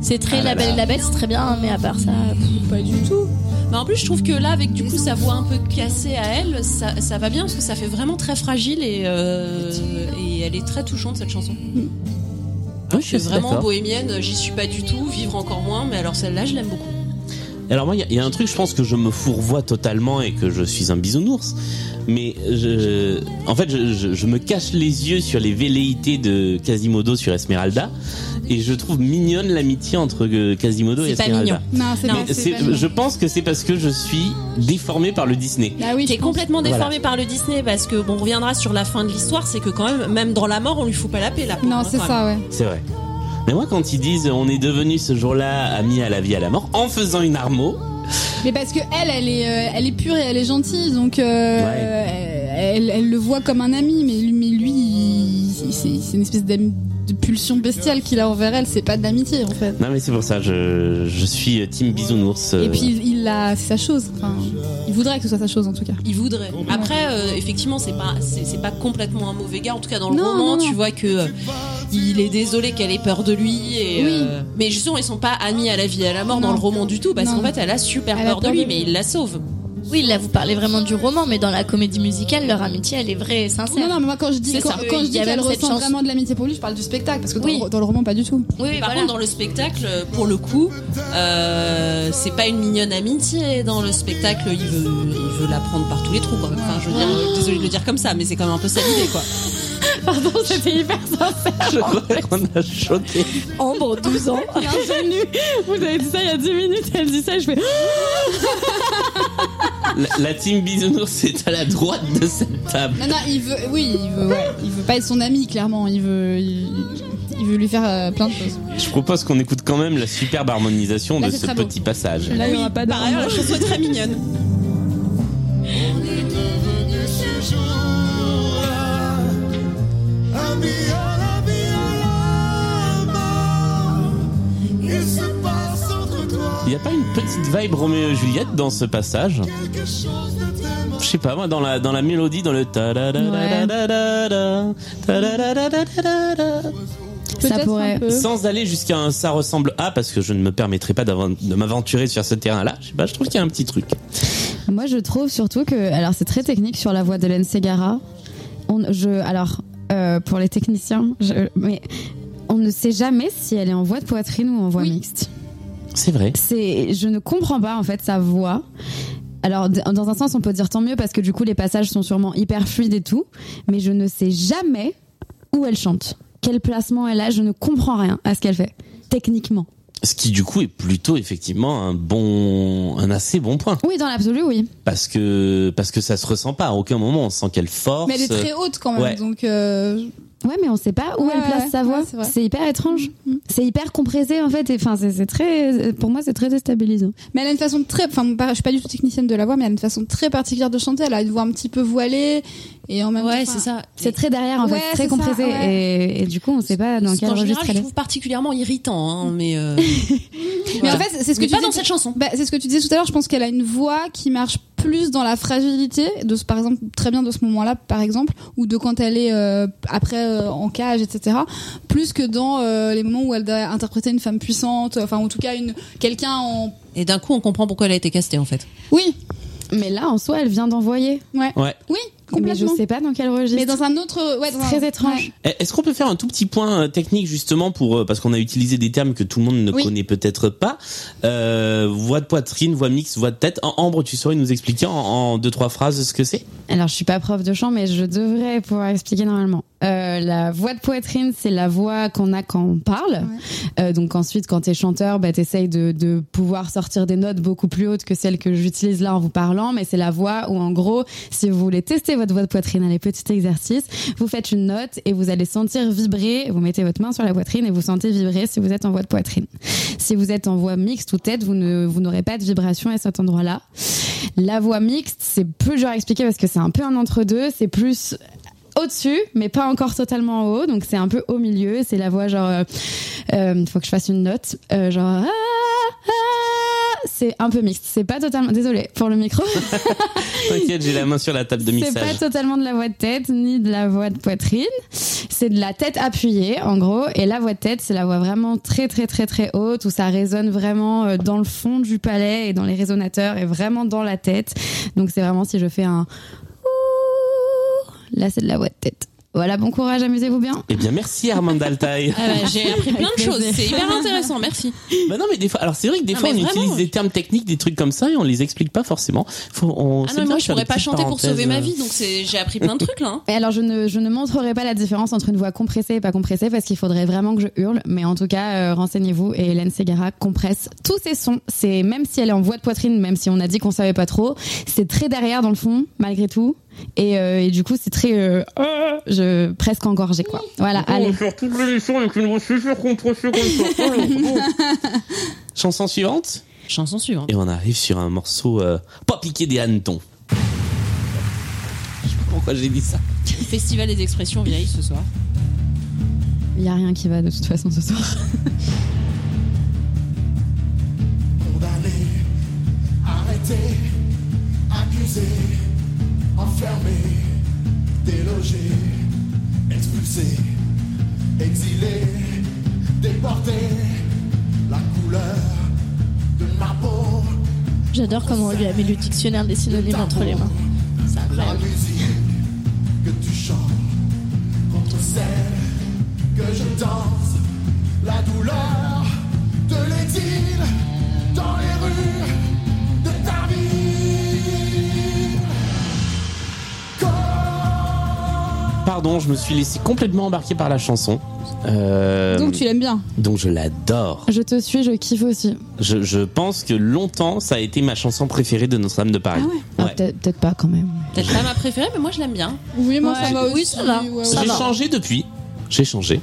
Speaker 1: C'est très
Speaker 3: Ah là
Speaker 1: La Belle et
Speaker 3: là.
Speaker 1: hein, la Bête, c'est très bien, mais à part ça. pff.
Speaker 5: Pas du tout.
Speaker 2: Bah, en plus, je trouve que là, avec du coup sa voix un peu cassée à elle, ça, ça va bien parce que ça fait vraiment très fragile et, euh, et elle est très touchante cette chanson.
Speaker 3: Moi, je suis assez
Speaker 2: vraiment
Speaker 3: d'accord.
Speaker 2: bohémienne, j'y suis pas du tout, vivre encore moins, mais alors celle-là, je l'aime beaucoup.
Speaker 3: Alors moi, il y a- il y, a un truc, je pense que je me fourvoie totalement et que je suis un bisounours. Mais je, en fait, je, je- je me cache les yeux sur les velléités de Quasimodo sur Esmeralda et je trouve mignonne l'amitié entre euh, Quasimodo et
Speaker 1: C'est pas
Speaker 3: Esmeralda.
Speaker 1: mignon.
Speaker 5: Non, c'est
Speaker 2: Non,
Speaker 5: pas,
Speaker 3: Mais
Speaker 5: c'est
Speaker 3: c'est-
Speaker 5: pas mignon.
Speaker 3: je pense que c'est parce que je suis déformé par le Disney.
Speaker 5: Ah oui,
Speaker 2: T'es
Speaker 5: je pense.
Speaker 2: complètement
Speaker 3: Voilà.
Speaker 2: déformé par le Disney parce que bon, on reviendra sur la fin de l'histoire, c'est que quand même, même dans la mort, on lui fout pas la paix là.
Speaker 5: Non, c'est ça, ouais.
Speaker 3: C'est vrai. Mais moi, quand ils disent on est devenu ce jour-là amis à la vie à la mort en faisant une armo,
Speaker 5: Mais parce que elle, elle est, euh, elle est pure et elle est gentille, donc euh, elle, elle le voit comme un ami, mais, lui- mais lui, il- il- c'est c'est une espèce d'ami- de pulsion bestiale qu'il a envers elle, c'est pas d'amitié en fait.
Speaker 3: non mais c'est pour ça, je, je suis team bisounours. euh,
Speaker 5: Et puis il, il a, c'est sa chose. Enfin, il voudrait que ce soit sa chose en tout cas.
Speaker 2: Il voudrait. Après, euh, effectivement, c'est pas, c'est c'est pas complètement un mauvais gars. En tout cas, dans le
Speaker 5: Non,
Speaker 2: roman,
Speaker 5: non, non.
Speaker 2: tu vois que euh, il est désolé qu'elle ait peur de lui. Et,
Speaker 5: Oui.
Speaker 2: euh, mais justement, ils sont pas amis à la vie et à la mort dans
Speaker 5: Non.
Speaker 2: le roman du tout, parce
Speaker 5: Non.
Speaker 2: qu'en fait, elle a super
Speaker 5: Elle a
Speaker 2: peur de
Speaker 5: peur
Speaker 2: lui,
Speaker 5: de
Speaker 2: mais
Speaker 5: lui.
Speaker 2: il la sauve.
Speaker 1: Oui, là vous parlez vraiment du roman, mais dans la comédie musicale, leur amitié elle est vraie et sincère.
Speaker 5: Non, non, mais moi quand je dis
Speaker 1: C'est
Speaker 5: quand,
Speaker 1: ça.
Speaker 5: quand je
Speaker 1: Il y
Speaker 5: dis
Speaker 1: a
Speaker 5: qu'elle
Speaker 1: même cette
Speaker 5: ressent
Speaker 1: chance.
Speaker 5: vraiment de l'amitié pour lui, je parle du spectacle parce que dans,
Speaker 1: Oui.
Speaker 5: le, dans le roman pas du tout.
Speaker 1: Oui, oui,
Speaker 2: Par
Speaker 1: voilà.
Speaker 2: contre, dans le spectacle, pour le coup, euh, c'est pas une mignonne amitié. Dans le spectacle, il veut, il veut la prendre par tous les trous. Quoi. Enfin, je veux dire, euh, désolé de le dire comme ça, mais c'est quand même un peu sa idée, quoi.
Speaker 1: Pardon, c'était hyper sincère.
Speaker 3: je crois qu'on a choqué.
Speaker 1: Ambre, 12 ans.
Speaker 7: Bienvenue Vous avez dit ça il y a 10 minutes, elle dit ça, je fais
Speaker 3: La, la team bisounours est à la droite de cette table.
Speaker 5: Non, non, il veut, oui, il veut, ouais, il veut pas être son ami clairement. Il veut, il, il veut lui faire euh, plein de choses.
Speaker 3: Je propose qu'on écoute quand même la superbe harmonisation
Speaker 5: Là,
Speaker 3: de
Speaker 5: c'est
Speaker 3: ce
Speaker 5: très beau.
Speaker 3: petit passage.
Speaker 7: Là, il n'y aura pas
Speaker 2: Par ailleurs, la chanson est très mignonne.
Speaker 3: Il n'y a pas une petite vibe Roméo et Juliette dans ce passage Je sais pas, moi, dans la, dans la mélodie, dans le ta da da da da da da, ta da da da da da da da.
Speaker 7: Ça
Speaker 5: Peut-être
Speaker 7: pourrait.
Speaker 5: un peu.
Speaker 3: Sans aller jusqu'à un ça ressemble à, parce que je ne me permettrai pas d'avan- de m'aventurer sur ce terrain-là, je sais pas, je trouve qu'il y a un petit truc.
Speaker 7: Moi, je trouve surtout que. Alors, c'est très technique sur la voix d'Hélène Segara. On, je, alors, euh, pour les techniciens, je- mais on ne sait jamais si elle est en voix de poitrine ou en voix
Speaker 5: Oui.
Speaker 7: mixte.
Speaker 3: C'est vrai.
Speaker 7: C'est, je ne comprends pas, en fait, sa voix. Alors, d- dans un sens, on peut dire tant mieux parce que du coup, les passages sont sûrement hyper fluides et tout. Mais je ne sais jamais où elle chante. Quel placement elle a, je ne comprends rien à ce qu'elle fait, techniquement.
Speaker 3: Ce qui, du coup, est plutôt, effectivement, un bon, un assez bon point.
Speaker 7: Oui, dans l'absolu, oui.
Speaker 3: Parce que, parce que ça se ressent pas. À aucun moment, on sent qu'elle force.
Speaker 5: Mais elle est très haute quand même,
Speaker 3: Ouais.
Speaker 5: donc. euh,
Speaker 7: Ouais, mais on sait pas où
Speaker 5: Ouais,
Speaker 7: elle place
Speaker 5: ouais,
Speaker 7: sa voix.
Speaker 5: ouais, c'est vrai. Mm,
Speaker 7: c'est hyper étrange. C'est hyper compressé en fait. Et enfin, c'est c'est très. Pour moi, c'est très déstabilisant.
Speaker 5: Mais elle a une façon très, enfin, pas- je suis pas du tout technicienne de la voix, mais elle a une façon très particulière de chanter. Elle a une voix un petit peu voilée et en même temps. enfin,
Speaker 2: ça.
Speaker 7: C'est très derrière en fait,
Speaker 5: Ouais,
Speaker 7: très
Speaker 5: c'est ça,
Speaker 7: compressé.
Speaker 5: ouais.
Speaker 7: et, et du coup, on sait pas dans
Speaker 2: Ce
Speaker 7: quel
Speaker 2: qu'en
Speaker 7: registre
Speaker 2: général, je
Speaker 7: elle est.
Speaker 2: trouve particulièrement irritant, hein, mais, euh,
Speaker 5: Mais
Speaker 2: voilà.
Speaker 5: en fait, c'est ce que
Speaker 2: Mais
Speaker 5: tu
Speaker 2: pas
Speaker 5: dis.
Speaker 2: dans cette chanson.
Speaker 5: Bah, c'est ce que tu disais tout à l'heure. Je pense qu'elle a une voix qui marche plus dans la fragilité de ce, par exemple, très bien de ce moment-là, par exemple, ou de quand elle est euh, après euh, en cage, etc. Plus que dans euh, les moments où elle doit interpréter une femme puissante, enfin, en tout cas, une quelqu'un en.
Speaker 2: Et d'un coup, on comprend pourquoi elle a été castée, en fait.
Speaker 5: Oui,
Speaker 7: Mais là, en soi, elle vient d'envoyer.
Speaker 5: ouais,
Speaker 3: euh, Ouais.
Speaker 5: oui,
Speaker 7: Mais je
Speaker 5: complètement.
Speaker 7: sais pas dans quel registre.
Speaker 5: Mais dans un autre, ouais, dans un-
Speaker 7: Très étrange.
Speaker 5: ouais.
Speaker 3: Eh, Est-ce qu'on peut faire un tout petit point euh, technique justement pour euh, parce qu'on a utilisé des termes que tout le monde ne
Speaker 5: Oui.
Speaker 3: connaît peut-être pas euh, voix de poitrine, voix mixte, voix de tête. En Ambre, tu saurais nous expliquer en, en deux trois phrases ce que c'est
Speaker 7: Alors, je suis pas prof de chant, mais je devrais pouvoir expliquer normalement. Euh, la voix de poitrine, c'est la voix qu'on a quand on parle. Euh, donc ensuite, quand t'es chanteur, bah, t'essayes de, de pouvoir sortir des notes beaucoup plus hautes que celles que j'utilise là en vous parlant. Mais c'est la voix où, en gros, si vous voulez tester votre voix de poitrine, allez, petit exercice, vous faites une note et vous allez sentir vibrer. Vous mettez votre main sur la poitrine et vous sentez vibrer si vous êtes en voix de poitrine. Si vous êtes en voix mixte ou tête, vous ne vous n'aurez pas de vibration à cet endroit-là. La voix mixte, c'est plus dur à expliquer parce que c'est un peu un entre-deux, c'est plus au-dessus, mais pas encore totalement en haut, donc c'est un peu au milieu, c'est la voix genre, euh, euh, faut que je fasse une note, euh, genre, ah, ah. c'est un peu mixte, c'est pas totalement, désolé pour le micro,
Speaker 3: T'inquiète, j'ai la main sur la table de
Speaker 7: c'est
Speaker 3: mixage.
Speaker 7: pas totalement de la voix de tête ni de la voix de poitrine, c'est de la tête appuyée, en gros, et la voix de tête, c'est la voix vraiment très, très, très, très haute, où ça résonne vraiment euh, dans le fond du palais et dans les résonateurs et vraiment dans la tête. Donc, c'est vraiment si je fais un ouh, là, c'est de la voix de tête. Voilà, bon courage, amusez-vous bien.
Speaker 3: Eh bien, merci Armand Altaï.
Speaker 2: Ah bah, j'ai appris plein de
Speaker 7: Avec
Speaker 2: choses,
Speaker 7: plaisir.
Speaker 2: c'est hyper intéressant, merci.
Speaker 3: bah non, mais des fois, alors c'est vrai que des
Speaker 2: Non,
Speaker 3: fois, on
Speaker 2: mais vraiment,
Speaker 3: utilise des
Speaker 2: je-
Speaker 3: termes techniques, des trucs comme ça, et on les explique pas forcément. Faut, on,
Speaker 2: Ah non, mais
Speaker 3: c'est bien
Speaker 2: moi
Speaker 3: de
Speaker 2: je
Speaker 3: faire
Speaker 2: pourrais
Speaker 3: des
Speaker 2: pas
Speaker 3: petites
Speaker 2: chanter pour sauver ma
Speaker 3: parenthèses.
Speaker 2: vie, donc c'est- j'ai appris plein de trucs là. hein.
Speaker 7: Et alors, je ne, je ne montrerai pas la différence entre une voix compressée et pas compressée parce qu'il faudrait vraiment que je hurle. Mais en tout cas, euh, renseignez-vous. Et Hélène Segara compresse tous ses sons. C'est même si elle est en voix de poitrine, même si on a dit qu'on savait pas trop, c'est très derrière dans le fond, malgré tout. Et, euh, et du coup, c'est très euh, euh, je presque engorgé quoi. Voilà, Bah, allez.
Speaker 3: faire toute l'émission avec une chaussure compressée comme ça. Chanson suivante.
Speaker 2: Chanson suivante.
Speaker 3: Et on arrive sur un morceau euh, pas piqué des hannetons. Je sais pas pourquoi j'ai dit ça.
Speaker 2: Festival des expressions vieilles ce soir.
Speaker 7: Il y a rien qui va de toute façon ce soir.
Speaker 9: Condamné, arrêté, accusé, enfermé, délogé, expulsé, exilé, déporté. La couleur de ma peau,
Speaker 1: J'adore comment on lui a mis le dictionnaire des synonymes entre les mains. C'est
Speaker 9: la
Speaker 1: incroyable.
Speaker 9: musique que tu chantes contre celle que je danse. La douleur de l'exil dans les rues de ta ville.
Speaker 3: Pardon, je me suis laissé complètement embarquer par la chanson. Euh,
Speaker 5: Donc tu l'aimes bien.
Speaker 3: donc je l'adore.
Speaker 7: Je te suis, je kiffe aussi.
Speaker 3: Je, je pense que longtemps, ça a été ma chanson préférée de Notre-Dame de Paris.
Speaker 7: Ah,
Speaker 3: Ouais.
Speaker 7: Peut-être peut-être pas quand même.
Speaker 2: Peut-être pas ma préférée, mais moi je l'aime bien.
Speaker 5: Oui, moi ça
Speaker 2: Ouais.
Speaker 5: va aussi.
Speaker 2: Oui, ça va.
Speaker 5: ouais,
Speaker 3: J'ai
Speaker 5: ouais.
Speaker 3: changé depuis. J'ai changé.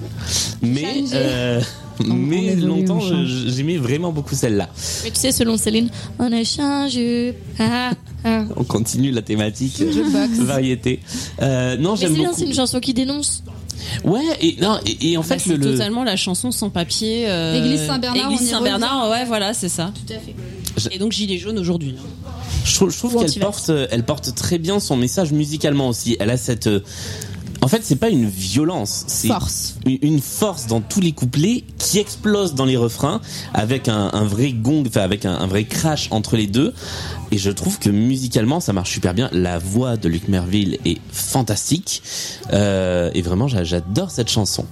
Speaker 3: Mais,
Speaker 5: Changé.
Speaker 3: euh,
Speaker 7: On- on
Speaker 3: mais
Speaker 7: évolue,
Speaker 3: longtemps,
Speaker 7: on change.
Speaker 3: je- j'aimais vraiment beaucoup celle-là.
Speaker 1: Mais tu sais, selon Céline, on a changé. Ah, ah.
Speaker 3: On continue la thématique.
Speaker 7: Jukebox.
Speaker 3: Variété. Euh, non,
Speaker 1: Mais
Speaker 3: j'aime
Speaker 1: c'est bien,
Speaker 3: beaucoup.
Speaker 1: c'est une chanson qui dénonce.
Speaker 3: Ouais, et, non, et, et en
Speaker 2: Bah,
Speaker 3: fait,
Speaker 2: c'est
Speaker 3: le, le-
Speaker 2: totalement la chanson sans papier. euh,
Speaker 5: Église Saint-Bernard, on y
Speaker 2: Église Saint-Bernard, ouais, voilà, c'est ça. Tout à
Speaker 3: Je-
Speaker 2: fait. Et donc Gilet jaune aujourd'hui. hein.
Speaker 3: je trouve, je trouve
Speaker 1: Ou
Speaker 3: qu'elle
Speaker 1: anti-vax.
Speaker 3: porte, euh, elle porte très bien son message musicalement aussi. Elle a cette, euh, en fait, c'est pas une violence, c'est
Speaker 5: Force.
Speaker 3: une- une force dans tous les couplets qui explose dans les refrains avec un, un vrai gong, enfin avec un, un vrai crash entre les deux. Et je trouve que musicalement, ça marche super bien. La voix de Luc Merville est fantastique Euh, et vraiment, j'a- j'adore cette chanson.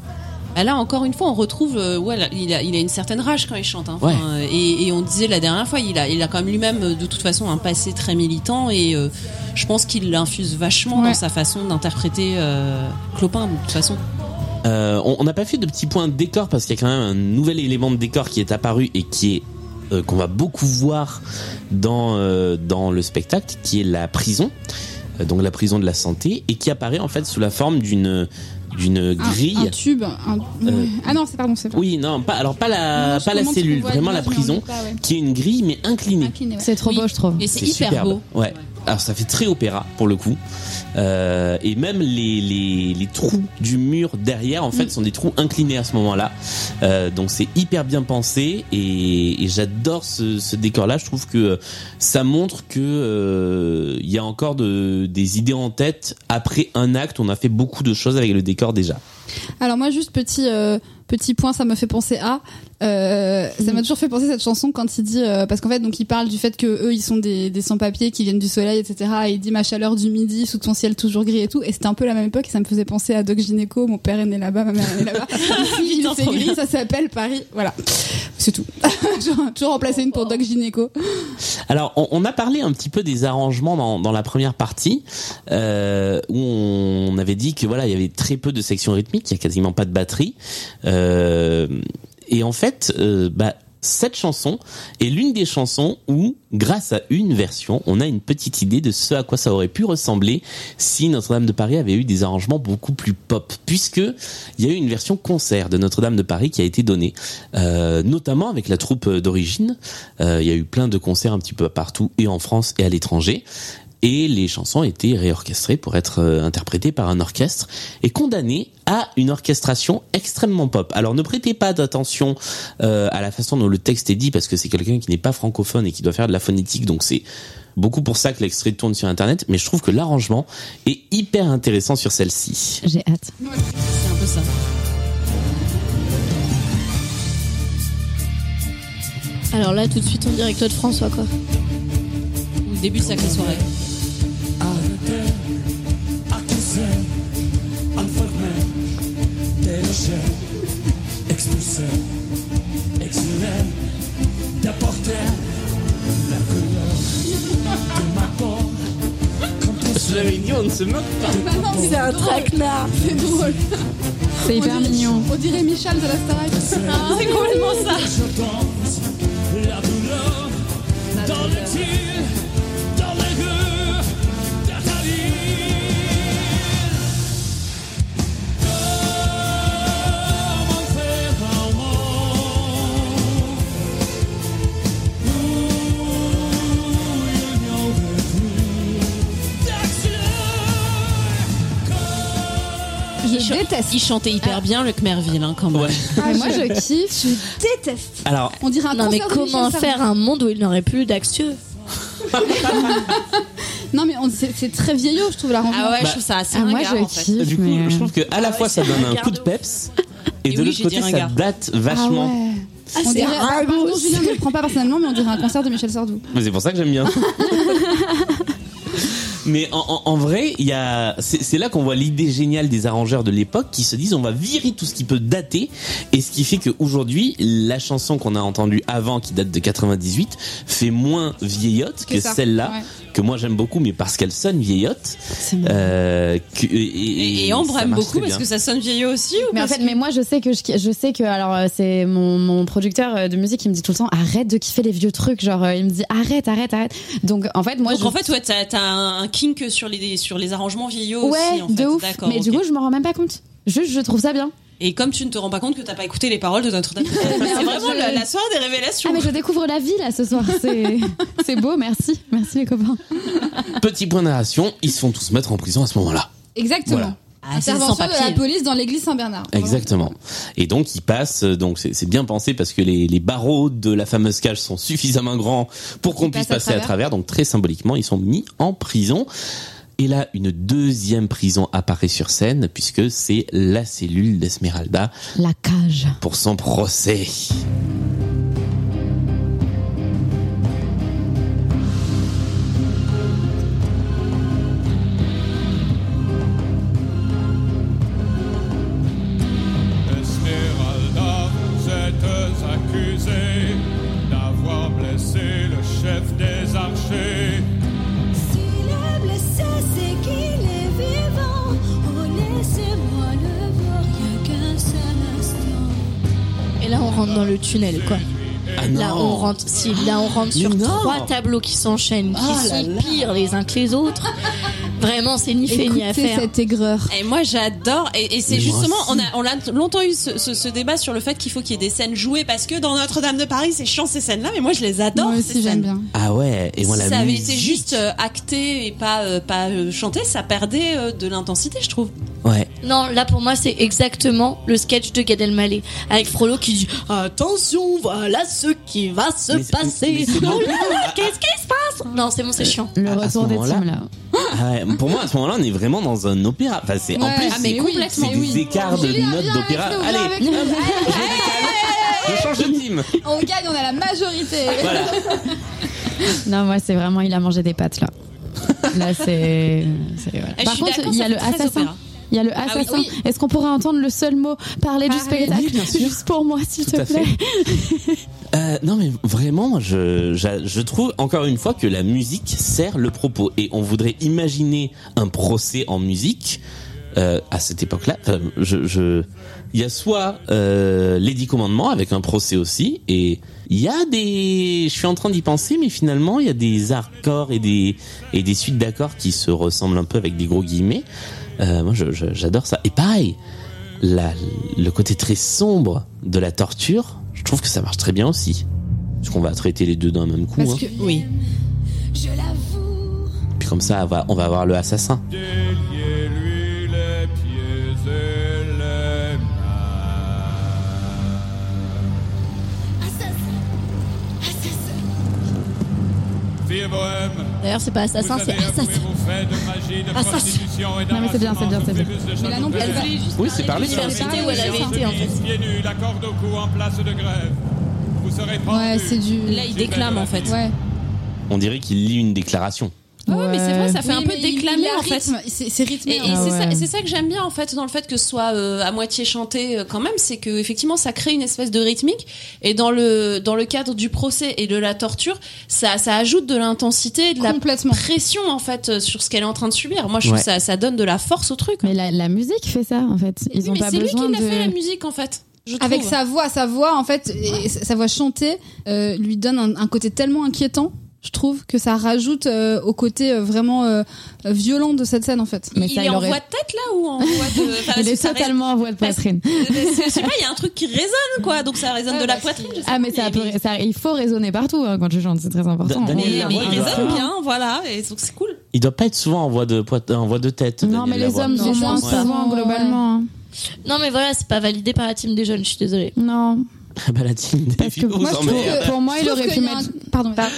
Speaker 2: Bah là, encore une fois, on retrouve. euh, ouais, là, il, a, il a une certaine rage quand il chante. hein.
Speaker 3: Ouais.
Speaker 2: euh, et, et on disait la dernière fois, il a, il a quand même lui-même, euh, de toute façon, un passé très militant. Et euh, je pense qu'il l'infuse vachement
Speaker 5: Ouais.
Speaker 2: dans sa façon d'interpréter euh, Clopin, de toute façon.
Speaker 3: Euh, on on n'a pas fait de petit point de décor parce qu'il y a quand même un nouvel élément de décor qui est apparu et qui est euh, qu'on va beaucoup voir dans euh, dans le spectacle, qui est la prison, euh, donc la prison de la santé, et qui apparaît en fait sous la forme d'une d'une
Speaker 5: Ah, Un-
Speaker 3: grille.
Speaker 5: Un, tube. un-
Speaker 3: Euh,
Speaker 5: Ah non, c'est pardon, c'est pas.
Speaker 3: Oui, non, pas alors pas la
Speaker 5: Non, je
Speaker 3: pas la
Speaker 5: comprends ce qu'on
Speaker 3: cellule,
Speaker 5: voit à
Speaker 3: vraiment la
Speaker 5: l'image, mais on
Speaker 3: prison,
Speaker 5: dit pas, ouais.
Speaker 3: qui est une grille mais inclinée.
Speaker 5: Incliné, ouais.
Speaker 7: C'est trop
Speaker 2: Oui.
Speaker 7: beau, je trouve.
Speaker 2: Et c'est hyper
Speaker 3: superbe.
Speaker 2: beau.
Speaker 3: Ouais. Alors ça fait très opéra pour le coup. Euh, et même les, les, les trous du mur derrière en fait
Speaker 2: Mm.
Speaker 3: sont des trous inclinés à ce moment-là. Euh, donc c'est hyper bien pensé et, et j'adore ce, ce décor-là. Je trouve que euh, ça montre que euh, il y a encore de, des idées en tête après un acte. On a fait beaucoup de choses avec le décor déjà.
Speaker 5: Alors moi juste petit euh, petit point, ça m'a fait penser à euh, ça m'a toujours fait penser à cette chanson quand il dit euh, parce qu'en fait donc il parle du fait que eux ils sont des, des sans-papiers qui viennent du soleil etc. Et il dit ma chaleur du midi sous ton ciel toujours gris et tout et c'était un peu la même époque et ça me faisait penser à Doc Gynéco, mon père est né là-bas, ma mère est née là-bas. Ici, il
Speaker 2: Putain,
Speaker 5: fait
Speaker 2: trop
Speaker 5: gris,
Speaker 2: bien.
Speaker 5: ça s'appelle Paris, voilà. C'est tout. toujours, toujours remplacer une pour Doc Gynéco.
Speaker 3: Alors, on, on a parlé un petit peu des arrangements dans, dans la première partie, euh, où on avait dit que voilà, il y avait très peu de sections rythmiques, il y a quasiment pas de batterie, euh, et en fait, euh, bah, cette chanson est l'une des chansons où, grâce à une version, on a une petite idée de ce à quoi ça aurait pu ressembler si Notre-Dame de Paris avait eu des arrangements beaucoup plus pop, puisque il y a eu une version concert de Notre-Dame de Paris qui a été donnée, euh, notamment avec la troupe euh, d'origine. Euh, Il y a eu plein de concerts un petit peu partout, et en France et à l'étranger. Et les chansons étaient réorchestrées pour être euh, interprétées par un orchestre et condamnées à une orchestration extrêmement pop. Alors ne prêtez pas d'attention euh, à la façon dont le texte est dit parce que c'est quelqu'un qui n'est pas francophone et qui doit faire de la phonétique, donc c'est beaucoup pour ça que l'extrait tourne sur Internet. Mais je trouve que l'arrangement est hyper intéressant sur celle-ci.
Speaker 7: J'ai hâte.
Speaker 2: C'est un peu ça.
Speaker 1: Alors là, tout de suite, on dirait que toi de François, quoi.
Speaker 2: Ou le début de Sacrée Soirée.
Speaker 3: Je l'avais dit, on ne se moque pas.
Speaker 5: c'est un
Speaker 1: traquenard.
Speaker 5: C'est drôle.
Speaker 7: C'est hyper
Speaker 5: On dirait-
Speaker 7: mignon.
Speaker 5: On dirait Michel de la Starac.
Speaker 2: C'est complètement ça.
Speaker 5: Je déteste.
Speaker 2: Il chantait
Speaker 7: Ah.
Speaker 2: hyper bien le Khmerville hein, quand même.
Speaker 3: Ouais.
Speaker 5: Ah,
Speaker 7: moi, je kiffe.
Speaker 10: Déteste.
Speaker 3: Alors,
Speaker 5: On dirait un
Speaker 1: Non, mais
Speaker 5: concert de
Speaker 1: comment
Speaker 5: Michel Sardou.
Speaker 1: faire un monde où il n'aurait plus d'actieux
Speaker 5: Non, mais on- c'est c'est très vieillot, je trouve, la rencontre.
Speaker 2: Ah ouais,
Speaker 3: Bah,
Speaker 2: je trouve ça assez
Speaker 7: Ah, moi,
Speaker 2: ringard,
Speaker 7: je
Speaker 2: en fait.
Speaker 7: kiffe.
Speaker 3: du coup,
Speaker 7: mais,
Speaker 3: je
Speaker 7: euh,
Speaker 3: trouve que à la fois ça donne un coup de peps et
Speaker 2: Et
Speaker 3: de
Speaker 2: oui,
Speaker 3: l'autre
Speaker 2: j'ai
Speaker 3: côté
Speaker 2: dit
Speaker 3: ça
Speaker 2: ringard.
Speaker 3: date
Speaker 5: Ah
Speaker 3: vachement.
Speaker 5: ouais. On
Speaker 1: c'est
Speaker 5: dirait,
Speaker 1: un
Speaker 5: ah, pardon,
Speaker 1: boss.
Speaker 5: Julien ne le prend pas personnellement, mais on dirait un concert de Michel Sardou.
Speaker 3: Mais c'est pour ça que j'aime bien. Mais en, en- en vrai, il y a, c'est c'est là qu'on voit l'idée géniale des arrangeurs de l'époque qui se disent on va virer tout ce qui peut dater et ce qui fait qu'aujourd'hui la chanson qu'on a entendue avant qui date de 98 fait moins vieillotte que,
Speaker 5: C'est ça.
Speaker 3: celle-là
Speaker 5: Ouais.
Speaker 3: que moi j'aime beaucoup mais parce qu'elle sonne vieillotte.
Speaker 7: C'est marrant.
Speaker 3: Euh, que- et, et-
Speaker 2: Et, et Ambre
Speaker 3: ça
Speaker 2: aime
Speaker 3: marche
Speaker 2: beaucoup
Speaker 3: très
Speaker 2: parce que
Speaker 3: bien.
Speaker 2: ça sonne vieillot aussi ou
Speaker 7: Mais en
Speaker 2: parce
Speaker 7: fait, mais moi je sais que je, je sais que alors euh, c'est mon, mon producteur euh, de musique il me dit tout le temps arrête de kiffer les vieux trucs genre euh, il me dit arrête arrête arrête donc en fait moi
Speaker 2: Donc
Speaker 7: je
Speaker 2: en fait, ouais, t'as t'as un un kink sur les, sur les arrangements vieillots
Speaker 7: ouais
Speaker 2: aussi. En fait.
Speaker 7: de ouf
Speaker 2: D'accord,
Speaker 7: mais du
Speaker 2: ok.
Speaker 7: coup je m'en rends même pas compte juste je trouve ça bien
Speaker 2: Et comme tu ne te rends pas compte que t'as pas écouté les paroles de Notre-Dame, c'est vraiment la, la soirée des révélations.
Speaker 7: ah mais je découvre la vie là ce soir c'est c'est beau merci merci les copains
Speaker 3: Petit point de narration, ils se font tous mettre en prison à ce moment-là.
Speaker 5: Exactement.
Speaker 3: Voilà.
Speaker 2: Ah, c'est
Speaker 5: Intervention
Speaker 2: sans
Speaker 5: de la
Speaker 2: papier.
Speaker 5: police dans l'église Saint-Bernard.
Speaker 3: Exactement. Et donc ils passent, donc c'est c'est bien pensé parce que les, les barreaux de la fameuse cage sont suffisamment grands pour qu'on
Speaker 5: Ils
Speaker 3: puisse
Speaker 5: passent à
Speaker 3: passer à travers.
Speaker 5: travers.
Speaker 3: Donc très symboliquement, ils sont mis en prison. Et là, une deuxième prison apparaît sur scène puisque c'est la cellule d'Esmeralda
Speaker 7: la cage
Speaker 3: pour son procès.
Speaker 4: Esmeralda, vous êtes accusé d'avoir blessé le chef des archers.
Speaker 11: S'il est blessé, c'est qu'il est vivant. Oh, laissez-moi le voir, rien qu'un seul instant.
Speaker 1: Et là, on rentre dans le tunnel, quoi.
Speaker 3: Ah non.
Speaker 1: Là, on rentre, si, là, on rentre sur
Speaker 3: Mais non.
Speaker 1: trois tableaux qui s'enchaînent, qui
Speaker 3: Oh là là.
Speaker 1: s'empirent les uns que les autres. Vraiment, c'est ni fait ni à
Speaker 5: Écoutez
Speaker 1: faire.
Speaker 5: cette aigreur.
Speaker 2: Et moi j'adore et, et c'est
Speaker 3: Mais moi
Speaker 2: justement on
Speaker 3: aussi.
Speaker 2: a on a longtemps eu ce, ce- ce débat sur le fait qu'il faut qu'il y ait des scènes jouées parce que dans Notre-Dame de Paris c'est chiant ces scènes là mais moi je les adore
Speaker 5: Moi
Speaker 2: ces
Speaker 5: aussi, j'aime
Speaker 2: scènes.
Speaker 5: bien.
Speaker 3: Ah ouais. Et moi
Speaker 2: Si
Speaker 3: la
Speaker 2: ça avait
Speaker 3: musique.
Speaker 2: été juste euh, acté et pas euh, pas euh, chanté ça perdait euh, de l'intensité je trouve.
Speaker 3: Ouais.
Speaker 1: Non, là pour moi c'est exactement le sketch de Gad Elmaleh avec Frollo qui dit attention, voilà ce qui va se
Speaker 3: Mais c'est- mais
Speaker 1: passer.
Speaker 3: c'est bon.
Speaker 1: Oh là
Speaker 3: Ah.
Speaker 1: là, Qu'est-ce qui se passe Non, c'est bon, c'est chiant.
Speaker 7: le
Speaker 3: À- à
Speaker 7: retour
Speaker 3: ce
Speaker 7: des
Speaker 3: moment-là-
Speaker 7: teams là
Speaker 3: Ah ouais. Pour moi, à ce moment-là, on est vraiment dans un opéra. Enfin, c'est en
Speaker 5: Ouais.
Speaker 3: plus.
Speaker 5: Ah, mais
Speaker 3: c'est-
Speaker 5: complètement,
Speaker 3: C'est des
Speaker 5: oui.
Speaker 3: écarts de
Speaker 5: Julien,
Speaker 3: notes
Speaker 5: viens
Speaker 3: d'opéra.
Speaker 5: avec nous, viens
Speaker 3: Allez.
Speaker 5: avec
Speaker 2: Ah,
Speaker 5: nous.
Speaker 3: Je décale. Je change de team.
Speaker 5: On gagne, on a la majorité.
Speaker 3: Voilà.
Speaker 7: non moi c'est vraiment il a mangé des pâtes là là c'est c'est- voilà.
Speaker 2: Et Eh, je
Speaker 7: par
Speaker 2: suis
Speaker 7: contre
Speaker 2: d'accord,
Speaker 7: il y
Speaker 2: ça
Speaker 7: a le
Speaker 2: fait très
Speaker 7: assassin
Speaker 2: opéra.
Speaker 7: il y a le
Speaker 2: oui,
Speaker 7: assassin.
Speaker 5: oui.
Speaker 7: Est-ce qu'on pourrait entendre le seul mot parler du
Speaker 5: Parler.
Speaker 7: spectacle
Speaker 3: Oui, bien sûr.
Speaker 7: juste pour moi, s'il
Speaker 3: Tout
Speaker 7: te
Speaker 3: à fait.
Speaker 7: plaît
Speaker 3: Euh, non mais vraiment, je, j'a- je trouve encore une fois que la musique sert le propos et on voudrait imaginer un procès en musique euh, à cette époque-là. Enfin, je, je, il y a soit euh, les dix commandements avec un procès aussi et il y a des, je suis en train d'y penser, mais finalement il y a des accords et des et des suites d'accords qui se ressemblent un peu avec des gros guillemets. Euh, moi, je- je- j'adore ça. Et pareil, la- le côté très sombre de la torture, je trouve que ça marche très bien aussi. Parce qu'on va traiter les deux d'un même coup.
Speaker 5: Parce
Speaker 3: hein.
Speaker 5: que
Speaker 2: Oui.
Speaker 11: Je l'avoue.
Speaker 3: Puis comme ça, on va, on va avoir le assassin.
Speaker 4: Déliez-lui les pieds et les mains.
Speaker 11: Assassin. Assassin.
Speaker 4: Vibrem,
Speaker 1: D'ailleurs, c'est pas assassin,
Speaker 6: Vous
Speaker 1: c'est
Speaker 6: avez avoué
Speaker 1: assassin.
Speaker 6: vos faits de magie, de
Speaker 1: Ah, ça,
Speaker 6: prostitution et
Speaker 4: Non, mais c'est bien, c'est bien, c'est bien.
Speaker 5: Mais là non plus, elle va-
Speaker 3: Oui, c'est parlé, ça.
Speaker 1: L'université où elle avait été, en fait.
Speaker 6: Pieds nus, la corde au cou en place de grève. Vous serez pendu.
Speaker 5: Ouais, c'est du.
Speaker 2: Là, il déclame en fait.
Speaker 5: Ouais.
Speaker 3: On dirait qu'il lit une déclaration.
Speaker 2: Ah ouais, mais c'est vrai, ça fait
Speaker 5: Oui,
Speaker 2: un peu
Speaker 5: mais il-
Speaker 2: déclamer
Speaker 5: il a
Speaker 2: en fait.
Speaker 5: rythme, C'est c'est rythmé.
Speaker 2: Et, et
Speaker 5: hein.
Speaker 4: Ah
Speaker 2: c'est ça-
Speaker 4: ouais.
Speaker 2: c'est ça, que j'aime bien en fait dans le fait que ce soit euh, à moitié chanté euh, quand même, c'est que effectivement ça crée une espèce de rythmique et dans le dans le cadre du procès et de la torture, ça ça ajoute de l'intensité, et
Speaker 5: Ah
Speaker 2: de la
Speaker 5: Complètement.
Speaker 2: pression en fait euh, sur ce qu'elle est en train de subir. Moi je trouve
Speaker 3: Ouais.
Speaker 2: ça ça donne de la force au truc.
Speaker 4: Mais la, la musique fait ça, en fait. Ils
Speaker 2: Oui,
Speaker 4: ont
Speaker 2: mais
Speaker 4: pas
Speaker 2: c'est lui
Speaker 4: besoin
Speaker 2: qui l'a
Speaker 4: de.
Speaker 2: fait la musique en fait. Je
Speaker 5: Avec
Speaker 2: trouve.
Speaker 5: sa voix, sa voix en fait, et sa voix chantée euh, lui donne un, un côté tellement inquiétant, je trouve, que ça rajoute euh, au côté euh, vraiment euh, violent de cette scène en fait.
Speaker 4: Mais
Speaker 2: il
Speaker 4: ça,
Speaker 2: est
Speaker 4: il
Speaker 2: en
Speaker 4: aurait-
Speaker 2: voix de tête là ou en voix de enfin,
Speaker 4: Il est
Speaker 2: Ah, ça ré-
Speaker 4: totalement en voix de poitrine.
Speaker 2: je sais pas, il y a un truc qui résonne quoi, donc ça résonne
Speaker 5: Ah,
Speaker 2: de la
Speaker 5: bah,
Speaker 2: poitrine. je sais
Speaker 4: Ah, mais
Speaker 2: pas,
Speaker 4: ça peut- ça- il faut raisonner partout hein, quand tu chantes, c'est très important.
Speaker 3: Da- Daniel
Speaker 2: mais, mais
Speaker 3: Ouais,
Speaker 2: il
Speaker 3: bah,
Speaker 2: résonne
Speaker 3: ouais.
Speaker 2: bien, voilà, et donc c'est cool.
Speaker 3: Il doit pas être souvent en voie de, poit- en voix de tête.
Speaker 4: Non,
Speaker 3: Daniel
Speaker 4: mais les
Speaker 3: Lavoie.
Speaker 4: hommes
Speaker 5: Non,
Speaker 4: sont
Speaker 5: je
Speaker 4: moins
Speaker 5: pense pas.
Speaker 4: souvent,
Speaker 5: Ouais.
Speaker 4: globalement. hein.
Speaker 1: Non, mais voilà, c'est pas validé par la team des jeunes, je suis désolée.
Speaker 4: Non.
Speaker 3: Ah bah, la team des
Speaker 4: Parce que
Speaker 3: vieux,
Speaker 4: moi,
Speaker 3: vous
Speaker 4: je trouve
Speaker 3: emmerde.
Speaker 2: Euh,
Speaker 4: que- pour moi,
Speaker 5: Je
Speaker 4: il
Speaker 5: trouve
Speaker 4: aurait
Speaker 5: qu'il
Speaker 4: pu
Speaker 5: y a un-
Speaker 4: mettre.
Speaker 5: Pardon.
Speaker 2: Ah.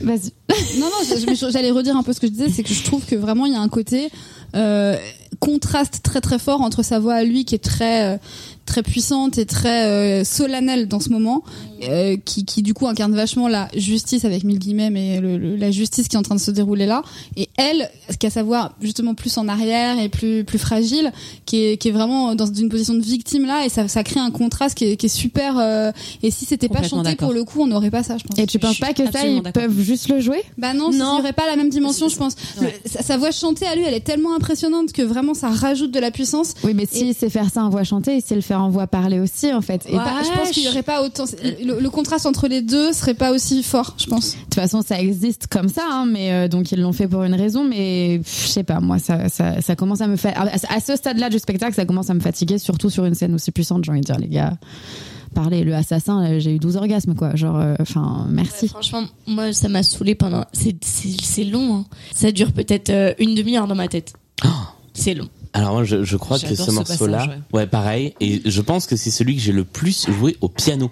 Speaker 4: Vas-y.
Speaker 5: Non, non, je- je- j'allais redire un peu ce que je disais, c'est que je trouve que vraiment il y a un côté euh, contraste très très fort entre sa voix à lui qui est très euh, très puissante et très euh, solennelle dans ce moment, euh, qui, qui du coup incarne vachement la justice avec mille guillemets, mais le- le- la justice qui est en train de se dérouler là, et elle qui a sa voix justement plus en arrière et plus plus fragile, qui est, qui est vraiment dans une position de victime là, et ça, ça crée un contraste qui est, qui est super. euh, et si c'était pas
Speaker 2: Complètement
Speaker 5: chanté
Speaker 2: d'accord.
Speaker 5: pour le coup, on n'aurait pas ça, je pense.
Speaker 4: Et tu
Speaker 2: Je
Speaker 4: penses
Speaker 2: suis
Speaker 4: pas que ça,
Speaker 2: absolument
Speaker 4: ils
Speaker 2: d'accord.
Speaker 4: peuvent juste le jouer
Speaker 5: Bah non, il
Speaker 2: Non.
Speaker 5: n'y aurait pas la même dimension, je pense. Le-
Speaker 2: Ouais.
Speaker 5: sa, sa voix chantée à lui, elle est tellement impressionnante que vraiment ça rajoute de la puissance.
Speaker 4: Oui, mais s'il sait faire ça en voix chantée, il sait le faire en voix parlée aussi, en fait. Et
Speaker 5: Et pas- je pense qu'il n'y aurait pas autant. Le, le contraste entre les deux serait pas aussi fort, je pense.
Speaker 4: De toute façon, ça existe comme ça, hein, mais euh, donc ils l'ont fait pour une raison. Mais pff, je sais pas, moi, ça, ça, ça commence à me faire. À ce stade-là du spectacle, ça commence à me fatiguer, surtout sur une scène aussi puissante. J'ai envie de dire, les gars, parlez. Le assassin, là, j'ai eu 12 orgasmes, quoi. Genre, euh, enfin, merci.
Speaker 1: Ouais, franchement, moi, ça m'a saoulé pendant. C'est, c'est, c'est long, hein. Ça dure peut-être euh, une demi-heure dans ma tête. C'est long.
Speaker 3: Alors moi, je, je crois que
Speaker 2: J'adore ce
Speaker 3: ce morceau-là,
Speaker 2: passage,
Speaker 3: ouais. pareil, et je pense que c'est celui que j'ai le plus joué au piano.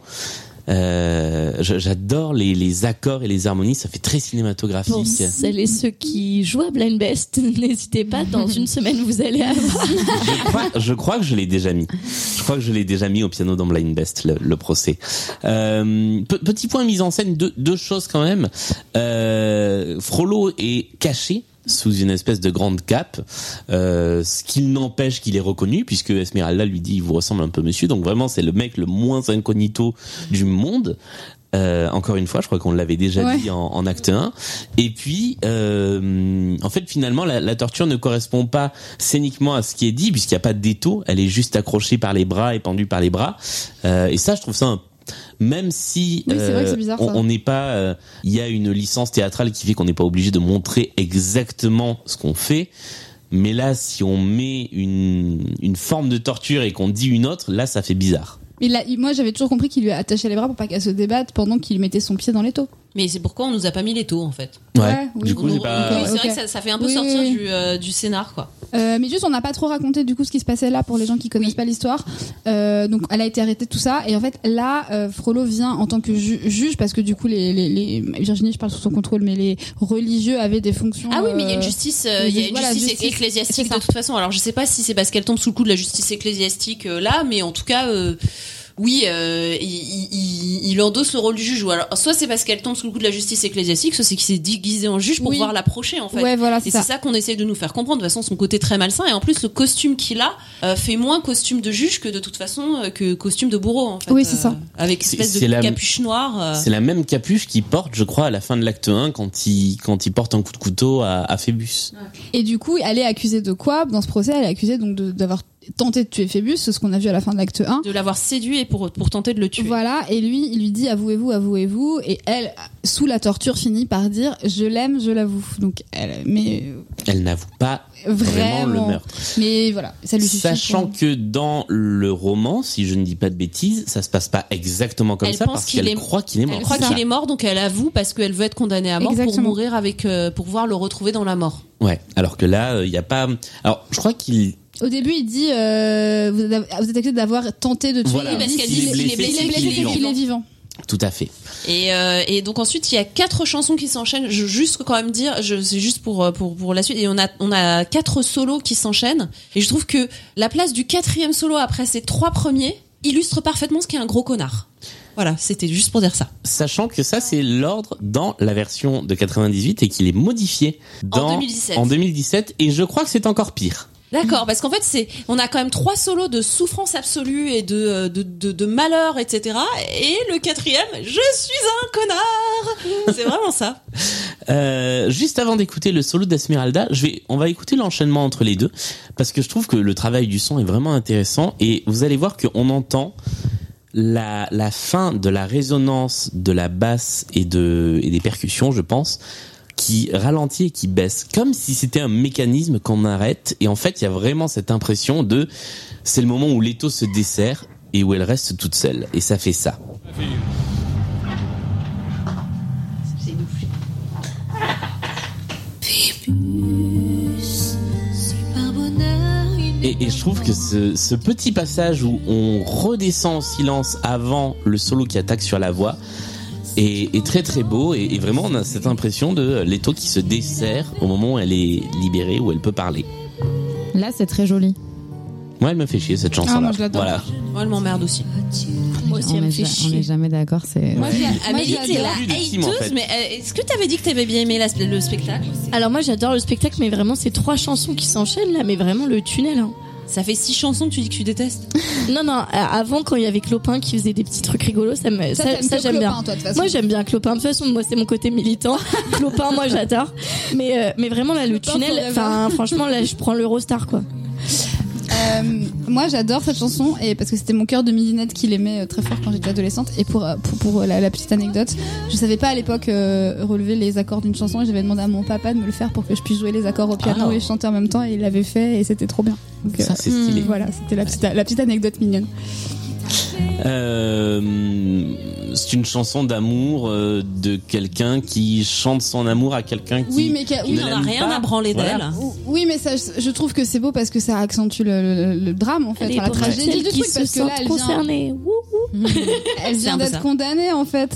Speaker 3: Euh, je- J'adore les, les accords et les harmonies, ça fait très cinématographique.
Speaker 1: Pour celles et ceux qui jouent à Blind Best, n'hésitez pas, dans une semaine, vous allez avoir.
Speaker 3: Je crois, je crois que je l'ai déjà mis. Je crois que je l'ai déjà mis au piano dans Blind Best, le, le procès. Euh, pe- petit point mise en scène, deux, deux choses quand même. Euh, Frollo est caché sous une espèce de grande cape, euh, ce qui n'empêche qu'il est reconnu, puisque Esmeralda lui dit, il vous ressemble un peu monsieur, donc vraiment c'est le mec le moins incognito du monde. Euh, encore une fois, je crois qu'on l'avait déjà
Speaker 5: Ouais.
Speaker 3: dit en, en acte 1. Et puis, euh, en fait, finalement, la, la torture ne correspond pas scéniquement à ce qui est dit, puisqu'il n'y a pas de d'étau. Elle est juste accrochée par les bras et pendue par les bras. Euh, et ça, je trouve ça un- Même si
Speaker 5: Oui, c'est vrai que c'est bizarre,
Speaker 3: on
Speaker 5: ça.
Speaker 3: on n'est pas, euh, il y a une licence théâtrale qui fait qu'on n'est pas obligé de montrer exactement ce qu'on fait. Mais là, si on met une, une forme de torture et qu'on dit une autre, là, ça fait bizarre.
Speaker 5: Mais il a- il- moi, j'avais toujours compris qu'il lui attachait les bras pour pas qu'elle se débatte pendant qu'il mettait son pied dans l'étau.
Speaker 2: Mais c'est pourquoi on nous a pas mis les taux en fait.
Speaker 5: Ouais, oui.
Speaker 3: Du coup,
Speaker 2: On-
Speaker 3: j'ai
Speaker 2: on-
Speaker 3: pas.
Speaker 2: oui, c'est
Speaker 5: Ok.
Speaker 2: vrai que ça, ça fait un peu
Speaker 5: Oui,
Speaker 2: sortir
Speaker 5: oui, oui.
Speaker 2: Du, euh, du scénar quoi.
Speaker 5: Euh, mais juste, on n'a pas trop raconté du coup ce qui se passait là pour les gens qui connaissent pas l'histoire. Euh, donc, elle a été arrêtée, tout ça. Et en fait, là, euh, Frollo vient en tant que ju- juge parce que du coup, les, les, les- Virginie, je parle sous son contrôle, mais les religieux avaient des fonctions.
Speaker 2: Ah oui, mais il y a une
Speaker 5: euh,
Speaker 2: justice, euh,
Speaker 5: oui,
Speaker 2: il y a une
Speaker 5: voilà,
Speaker 2: justice,
Speaker 5: justice, c'est
Speaker 2: ecclésiastique hein.
Speaker 5: ça.
Speaker 2: de toute façon. Alors je sais pas si c'est parce qu'elle tombe sous le coup de la justice ecclésiastique euh, là, mais en tout cas, euh, oui, euh, il, il- il- il endosse le rôle du juge. Ou alors, soit c'est parce qu'elle tombe sous le coup de la justice ecclésiastique, soit c'est qu'il s'est déguisé en juge pour
Speaker 5: Oui.
Speaker 2: pouvoir l'approcher en fait.
Speaker 5: Ouais, voilà, c'est
Speaker 2: Et c'est
Speaker 5: ça.
Speaker 2: ça qu'on essaye de nous faire comprendre. De toute façon, son côté très malsain. Et en plus, le costume qu'il a euh, fait moins costume de juge que de toute façon euh, que costume de bourreau. En fait,
Speaker 5: Oui, c'est
Speaker 2: Euh,
Speaker 5: ça.
Speaker 2: Avec
Speaker 3: C'est-
Speaker 2: espèce
Speaker 3: c'est
Speaker 2: de
Speaker 3: la-
Speaker 2: capuche noire. euh.
Speaker 3: C'est la même capuche qu'il porte, je crois, à la fin de l'acte 1 quand il, quand il porte un coup de couteau à, à Phébus.
Speaker 5: Et du coup, elle est accusée de quoi Dans ce procès, elle est accusée donc de- d'avoir tenté de tuer Phébus, ce qu'on a vu à la fin de l'acte 1.
Speaker 2: de l'avoir séduit et pour pour tenter de le tuer.
Speaker 5: Voilà, et lui, il lui dit avouez-vous, avouez-vous, et elle, sous la torture, finit par dire je l'aime, je l'avoue. Donc, elle, mais
Speaker 3: Elle n'avoue pas
Speaker 5: euh,
Speaker 3: vraiment
Speaker 5: vraiment,
Speaker 3: le meurtre.
Speaker 5: Mais voilà, ça lui suffit.
Speaker 3: Sachant
Speaker 5: pour-
Speaker 3: que dans le roman, si je ne dis pas de bêtises, ça se passe pas exactement comme
Speaker 2: Elle
Speaker 3: ça
Speaker 2: pense
Speaker 3: parce
Speaker 2: qu'il
Speaker 3: qu'elle
Speaker 2: est-
Speaker 3: croit qu'il est mort.
Speaker 2: Elle croit
Speaker 3: C'est ça.
Speaker 2: qu'il est mort, donc elle avoue parce qu'elle veut être condamnée à mort pour
Speaker 5: Exactement.
Speaker 2: mourir avec, euh, pour pouvoir le retrouver dans la mort.
Speaker 3: Ouais. Alors que là, euh, il n'y a pas. Alors, je crois qu'il.
Speaker 5: Au début, il dit euh, vous, êtes, vous êtes accusé d'avoir tenté de tuer.
Speaker 3: Voilà.
Speaker 5: Il
Speaker 3: Oui, parce
Speaker 5: dit,
Speaker 3: qu'elle
Speaker 5: il
Speaker 3: dit,
Speaker 5: est
Speaker 3: il est blessé,
Speaker 5: il est
Speaker 3: c'est qu'il est
Speaker 5: blessé, c'est qu'il est vivant.
Speaker 3: Tout à fait.
Speaker 2: Et, euh, et donc ensuite, il y a quatre chansons qui s'enchaînent. Je juste quand même dire, je- c'est juste pour, euh, pour pour la suite. Et on a on a quatre solos qui s'enchaînent. Et je trouve que la place du quatrième solo après ces trois premiers illustre parfaitement ce qu'est un gros connard. Voilà, c'était juste pour dire ça.
Speaker 3: Sachant que ça, c'est l'ordre dans la version de 98 et qu'il est modifié dans,
Speaker 2: En 2017.
Speaker 3: en 2017. Et je crois que c'est encore pire.
Speaker 2: D'accord, parce qu'en fait, c'est on a quand même trois solos de souffrance absolue et de euh, de, de, de malheur, etc. Et le quatrième, je suis un connard. C'est vraiment ça.
Speaker 3: Euh, juste avant d'écouter le solo d'Esmeralda, je vais, on va écouter l'enchaînement entre les deux parce que je trouve que le travail du son est vraiment intéressant et vous allez voir qu'on entend la, la fin de la résonance de la basse et de et des percussions, je pense, qui ralentit et qui baisse, comme si c'était un mécanisme qu'on arrête. Et en fait, il y a vraiment cette impression de c'est le moment où l'étau se dessert et où elle reste toute seule. Et ça fait ça. Et, et je trouve que ce, ce petit passage où on redescend en silence avant le solo qui attaque sur la voix est, est très très beau et, et vraiment on a cette impression de l'étau qui se dessert au moment où elle est libérée, où elle peut parler.
Speaker 4: Là, c'est très joli.
Speaker 3: Moi elle me fait chier cette chanson là.
Speaker 5: Ah, moi, je l'adore.
Speaker 3: voilà.
Speaker 2: Moi, elle m'emmerde aussi.
Speaker 1: Moi aussi,
Speaker 4: on
Speaker 1: elle me
Speaker 4: n'est
Speaker 1: fait
Speaker 4: ja- on n'est
Speaker 1: chier.
Speaker 4: jamais d'accord. C'est
Speaker 2: Moi, j'ai- Amélie,
Speaker 5: Moi,
Speaker 2: t'es la
Speaker 3: Plus de Kim, en
Speaker 2: hateuse,
Speaker 3: fait.
Speaker 2: mais euh, est-ce que t'avais dit que t'avais bien aimé la- le spectacle
Speaker 1: Alors moi j'adore le spectacle, mais vraiment ces trois chansons qui s'enchaînent là, mais vraiment le tunnel. hein.
Speaker 2: Ça fait six chansons que tu dis que tu détestes.
Speaker 1: Non non, euh, avant quand il y avait Clopin qui faisait des petits trucs rigolos, ça me ça,
Speaker 5: t'aimes
Speaker 1: ça,
Speaker 5: que
Speaker 1: j'aime
Speaker 5: Clopin, toi,
Speaker 1: bien.
Speaker 5: de toute façon.
Speaker 1: Moi j'aime bien Clopin. De toute façon, moi c'est mon côté militant. Clopin, moi j'adore. Mais euh, mais vraiment là le
Speaker 5: Clopin,
Speaker 1: tunnel.
Speaker 5: forever.
Speaker 1: Enfin franchement là je prends l'Eurostar quoi.
Speaker 5: Euh, moi, j'adore cette chanson et parce que c'était mon cœur de midinette qui l'aimait euh, très fort quand j'étais adolescente. Et pour euh, pour, pour, euh, la, la petite anecdote, je savais pas à l'époque euh, relever les accords d'une chanson et j'avais demandé à mon papa de me le faire pour que je puisse jouer les accords au piano
Speaker 3: Ah.
Speaker 5: et chanter en même temps et il l'avait fait et c'était trop bien. Donc, euh,
Speaker 3: Ça c'est stylé.
Speaker 5: voilà, c'était la petite la petite anecdote mignonne.
Speaker 3: Euh, c'est une chanson d'amour euh, de quelqu'un qui chante son amour à quelqu'un qui
Speaker 5: Oui, mais qu'a- oui,
Speaker 3: ne
Speaker 2: Il en a
Speaker 3: l'aime
Speaker 2: rien
Speaker 3: pas.
Speaker 2: à branler
Speaker 3: Voilà.
Speaker 2: d'elle.
Speaker 5: Oui, mais ça, je- je trouve que c'est beau parce que ça accentue le, le- le drame en fait,
Speaker 1: Les
Speaker 5: enfin, la
Speaker 1: pauvres
Speaker 5: tragédie
Speaker 1: celles
Speaker 5: du
Speaker 1: qui
Speaker 5: truc
Speaker 1: se
Speaker 5: parce que là,
Speaker 1: sentent
Speaker 5: elle vient,
Speaker 1: concernées. Wouh, wouh.
Speaker 5: elle
Speaker 2: C'est un
Speaker 5: vient
Speaker 2: peu
Speaker 5: d'être
Speaker 2: ça.
Speaker 5: condamnée en fait.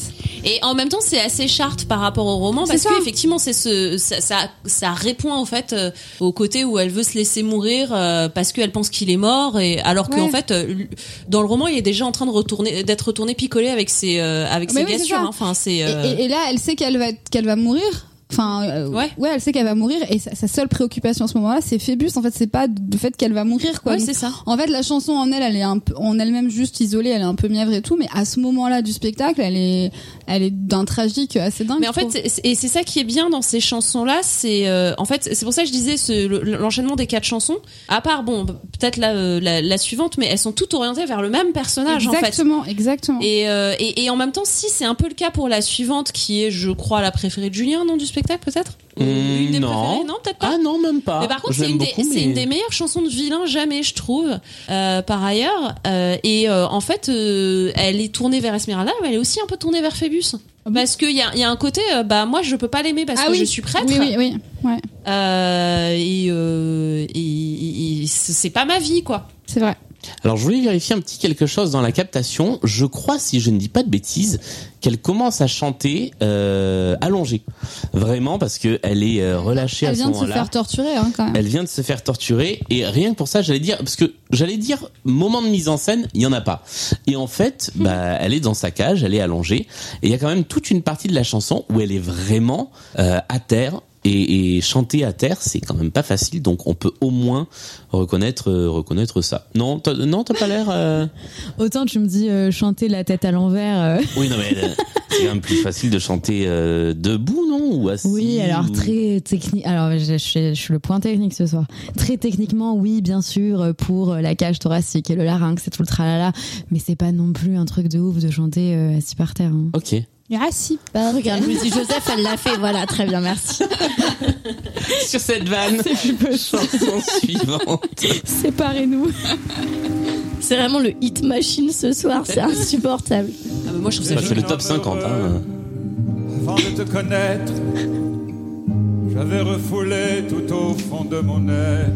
Speaker 2: Et en même temps, c'est assez charte par rapport au roman parce
Speaker 5: C'est ça.
Speaker 2: que effectivement, c'est ce ça, ça ça répond en fait euh, au côté où elle veut se laisser mourir euh, parce qu'elle pense qu'il est mort et alors
Speaker 5: Ouais.
Speaker 2: qu'en fait euh, lui- dans le roman, il est déjà en train de retourner d'être retourné picolé avec ses euh, avec
Speaker 5: Ah, Mais
Speaker 2: ses
Speaker 5: oui, c'est
Speaker 2: gassures,
Speaker 5: ça.
Speaker 2: hein. Enfin, c'est euh,
Speaker 5: Et, et- et là, elle sait qu'elle va être- qu'elle va mourir. Enfin, euh, ouais.
Speaker 2: Ouais.
Speaker 5: elle sait qu'elle va mourir et sa, sa seule préoccupation à ce moment-là, c'est Phébus. En fait, c'est pas du fait qu'elle va mourir, quoi.
Speaker 2: ouais,
Speaker 5: Donc,
Speaker 2: c'est ça.
Speaker 5: en fait, la chanson en elle, elle est un peu, en elle-même juste isolée, elle est un peu mièvre et tout, mais à ce moment-là du spectacle, elle est, elle est d'un tragique assez dingue.
Speaker 2: Mais en
Speaker 5: je trouve.
Speaker 2: fait, c'est- et c'est ça qui est bien dans ces chansons-là, c'est euh, en fait, c'est pour ça que je disais ce- le- l'enchaînement des quatre chansons. À part bon, peut-être la, euh, la la suivante, mais elles sont toutes orientées vers le même personnage en fait.
Speaker 5: exactement, exactement.
Speaker 2: Et, euh, et, et en même temps, si c'est un peu le cas pour la suivante, qui est, je crois, la préférée de Julien, non, du spectacle peut-être Ou
Speaker 3: Mmh,
Speaker 2: une des
Speaker 3: non.
Speaker 2: préférées Non, peut-être pas.
Speaker 3: Ah non, même pas.
Speaker 2: mais par contre,
Speaker 3: Je
Speaker 2: c'est
Speaker 3: l'aime
Speaker 2: une, des-
Speaker 3: beaucoup,
Speaker 2: c'est
Speaker 3: mais-
Speaker 2: une des meilleures chansons de vilain jamais, je trouve. euh, par ailleurs, Euh, et euh, en fait, euh, elle est tournée vers Esmeralda, mais elle est aussi un peu tournée vers Phébus. Parce qu'il y a, il y a un côté, euh, bah moi, je peux pas l'aimer parce
Speaker 5: Ah
Speaker 2: que
Speaker 5: oui.
Speaker 2: je suis prêtre.
Speaker 5: oui, oui, oui, ouais,
Speaker 2: Euh, et euh, et- et- et c'est pas ma vie, quoi.
Speaker 5: c'est vrai.
Speaker 3: Alors je voulais vérifier un petit quelque chose dans la captation. Je crois, si je ne dis pas de bêtises, qu'elle commence à chanter euh, allongée. Vraiment parce que elle est euh, relâchée
Speaker 5: Elle
Speaker 3: à ce
Speaker 5: vient de se
Speaker 3: moment-là.
Speaker 5: faire torturer, hein, quand même.
Speaker 3: Elle vient de se faire torturer et rien que pour ça, j'allais dire parce que j'allais dire moment de mise en scène, il y en a pas. Et en fait, bah elle est dans sa cage, elle est allongée et il y a quand même toute une partie de la chanson où elle est vraiment euh, à terre. Et, et chanter à terre, c'est quand même pas facile, donc on peut au moins reconnaître euh, reconnaître ça. Non, t'as, non, t'as pas l'air. euh,
Speaker 7: Autant tu me dis euh, chanter la tête à l'envers. euh,
Speaker 3: Oui, non mais euh, c'est quand même plus facile de chanter euh, debout, non ou assis,
Speaker 7: Oui, alors
Speaker 3: ou-
Speaker 7: très technique. Alors, je, je suis- je suis le point technique ce soir. Très techniquement, oui, bien sûr, euh, pour euh, la cage thoracique et le larynx et tout le tralala. Mais c'est pas non plus un truc de ouf de chanter euh, assis par terre. hein.
Speaker 3: Ok.
Speaker 5: Ah si.
Speaker 1: Regarde, Lucie Joseph, elle l'a fait. Voilà, très bien, merci.
Speaker 3: Sur cette vanne, chanson suivante.
Speaker 4: séparez-nous.
Speaker 1: C'est vraiment le hit machine ce soir. C'est insupportable.
Speaker 2: Ah, mais moi, je trouve ça
Speaker 3: Bah, c'est
Speaker 2: joli.
Speaker 3: le top 50. Hein.
Speaker 6: Avant de te connaître, j'avais refoulé tout au fond de mon être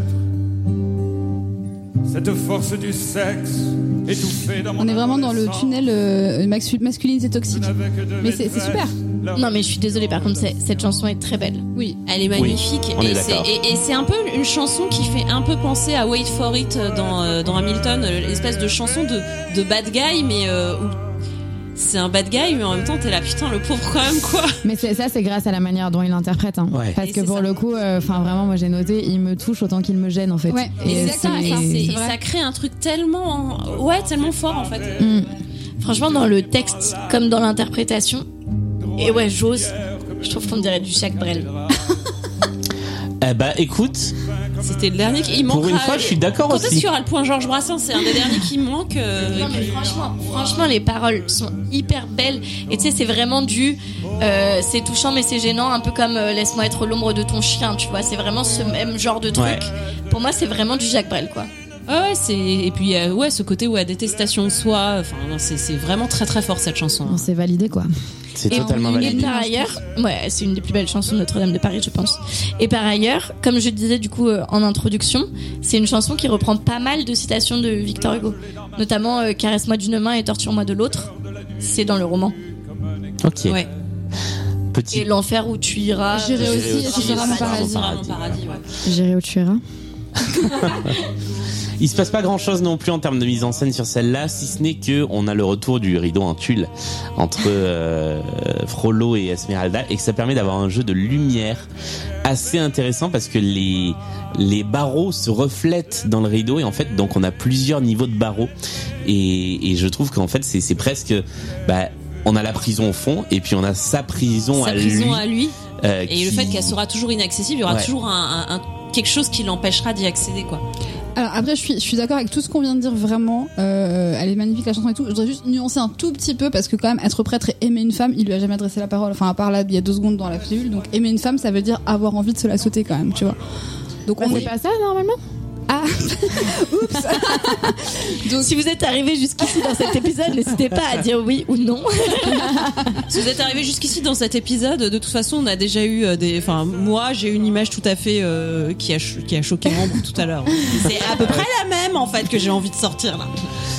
Speaker 6: cette force du sexe étouffée dans mon
Speaker 5: On est vraiment dans le
Speaker 6: adolescence.
Speaker 5: tunnel euh, maxu- masculinité
Speaker 6: Je
Speaker 5: toxique.
Speaker 6: n'avais que de
Speaker 5: Mais c'est- c'est
Speaker 6: maîtresse,
Speaker 5: super.
Speaker 6: la
Speaker 1: Non, mais je suis désolée, par contre, c'est- cette chanson est très belle.
Speaker 5: Oui.
Speaker 2: Elle est magnifique
Speaker 3: on est
Speaker 2: et c'est-
Speaker 3: d'accord.
Speaker 2: et et c'est un peu une chanson qui fait un peu penser à Wait for It euh, dans, euh, dans Hamilton, euh, l'espèce de chanson de, de bad guy, mais euh, où c'est un bad guy, mais en même temps t'es là putain le pauvre quand même quoi.
Speaker 7: Mais c'est- ça, c'est grâce à la manière dont il l'interprète. hein.
Speaker 3: Ouais.
Speaker 7: Parce
Speaker 2: Et
Speaker 7: que
Speaker 2: c'est
Speaker 7: pour
Speaker 2: ça.
Speaker 7: le coup, euh, enfin vraiment, moi j'ai noté, il me touche autant qu'il me gêne en fait.
Speaker 5: Ouais,
Speaker 7: Et euh,
Speaker 2: Et
Speaker 5: c'est
Speaker 2: ça,
Speaker 5: ça,
Speaker 2: et
Speaker 5: c'est
Speaker 2: c'est-
Speaker 5: vrai.
Speaker 2: ça crée un truc tellement ouais tellement fort en fait.
Speaker 7: Mm.
Speaker 1: Franchement, dans le texte comme dans l'interprétation, et ouais, j'ose, je trouve qu'on dirait du Jacques Brel.
Speaker 3: Eh bah écoute,
Speaker 2: C'était le dernier qui il euh, manque.
Speaker 3: pour une fois, je suis d'accord
Speaker 2: Quand est-ce qu'il
Speaker 3: aussi.
Speaker 2: y aura le point Georges Brassens C'est un des derniers qui manque. euh,
Speaker 1: Non, mais franchement, franchement, les paroles sont hyper belles. Et tu sais, c'est vraiment du. euh, c'est touchant, mais c'est gênant, un peu comme euh, Laisse-moi être l'ombre de ton chien, tu vois. C'est vraiment ce même genre de truc.
Speaker 3: Ouais.
Speaker 1: Pour moi, c'est vraiment du Jacques Brel, quoi.
Speaker 2: Ah ouais, c'est et puis euh, ouais ce côté où la détestation de soi, enfin non, c'est c'est vraiment très très fort cette chanson.
Speaker 7: On s'est validé quoi.
Speaker 3: C'est
Speaker 1: Et-
Speaker 3: totalement
Speaker 1: et
Speaker 3: validé.
Speaker 1: par ailleurs, ouais, c'est une des plus belles chansons de Notre-Dame de Paris, je pense. Et par ailleurs, comme je disais du coup euh, en introduction, c'est une chanson qui reprend pas mal de citations de Victor Hugo, notamment euh, Caresse-moi d'une main et torture-moi de l'autre. C'est dans le roman.
Speaker 3: Ok.
Speaker 2: Ouais.
Speaker 3: Petit.
Speaker 1: Et l'enfer où tu iras.
Speaker 5: Ah, J'irai
Speaker 3: J'irai
Speaker 5: aussi,
Speaker 3: aussi,
Speaker 5: et ce sera mon
Speaker 3: ce sera mon
Speaker 5: paradis.
Speaker 2: Vraiment paradis, ouais.
Speaker 7: J'irai où tu iras.
Speaker 3: Il se passe pas grand chose non plus en termes de mise en scène sur celle-là, si ce n'est que on a le retour du rideau en tulle entre euh, Frollo et Esmeralda et que ça permet d'avoir un jeu de lumière assez intéressant parce que les les barreaux se reflètent dans le rideau et en fait donc on a plusieurs niveaux de barreaux et, et je trouve qu'en fait c'est c'est presque bah, on a la prison au fond et puis on a sa prison
Speaker 2: Sa
Speaker 3: à
Speaker 2: prison
Speaker 3: lui
Speaker 2: à lui.
Speaker 3: euh,
Speaker 2: Et
Speaker 3: qui-
Speaker 2: le fait qu'elle sera toujours inaccessible, il y aura
Speaker 3: Ouais.
Speaker 2: toujours un, un- un- quelque chose qui l'empêchera d'y accéder quoi.
Speaker 5: Alors après, je suis, je suis d'accord avec tout ce qu'on vient de dire vraiment. Euh, elle est magnifique la chanson et tout. Je voudrais juste nuancer un tout petit peu parce que quand même être prêtre et aimer une femme, il lui a jamais adressé la parole. Enfin à part là, il y a deux secondes dans la pilule. Donc aimer une femme, ça veut dire avoir envie de se la sauter quand même, tu vois. Donc on
Speaker 3: Bah
Speaker 7: C'est
Speaker 5: est.
Speaker 7: pas ça normalement
Speaker 5: Ah,
Speaker 1: Donc si vous êtes arrivé jusqu'ici dans cet épisode, n'hésitez pas à dire oui ou non.
Speaker 2: Si vous êtes arrivé jusqu'ici dans cet épisode, de toute façon, on a déjà eu euh, des. Enfin, moi, j'ai eu une image tout à fait euh, qui a cho- qui a choqué membre tout à l'heure. C'est à peu près la même en fait que j'ai envie de sortir là.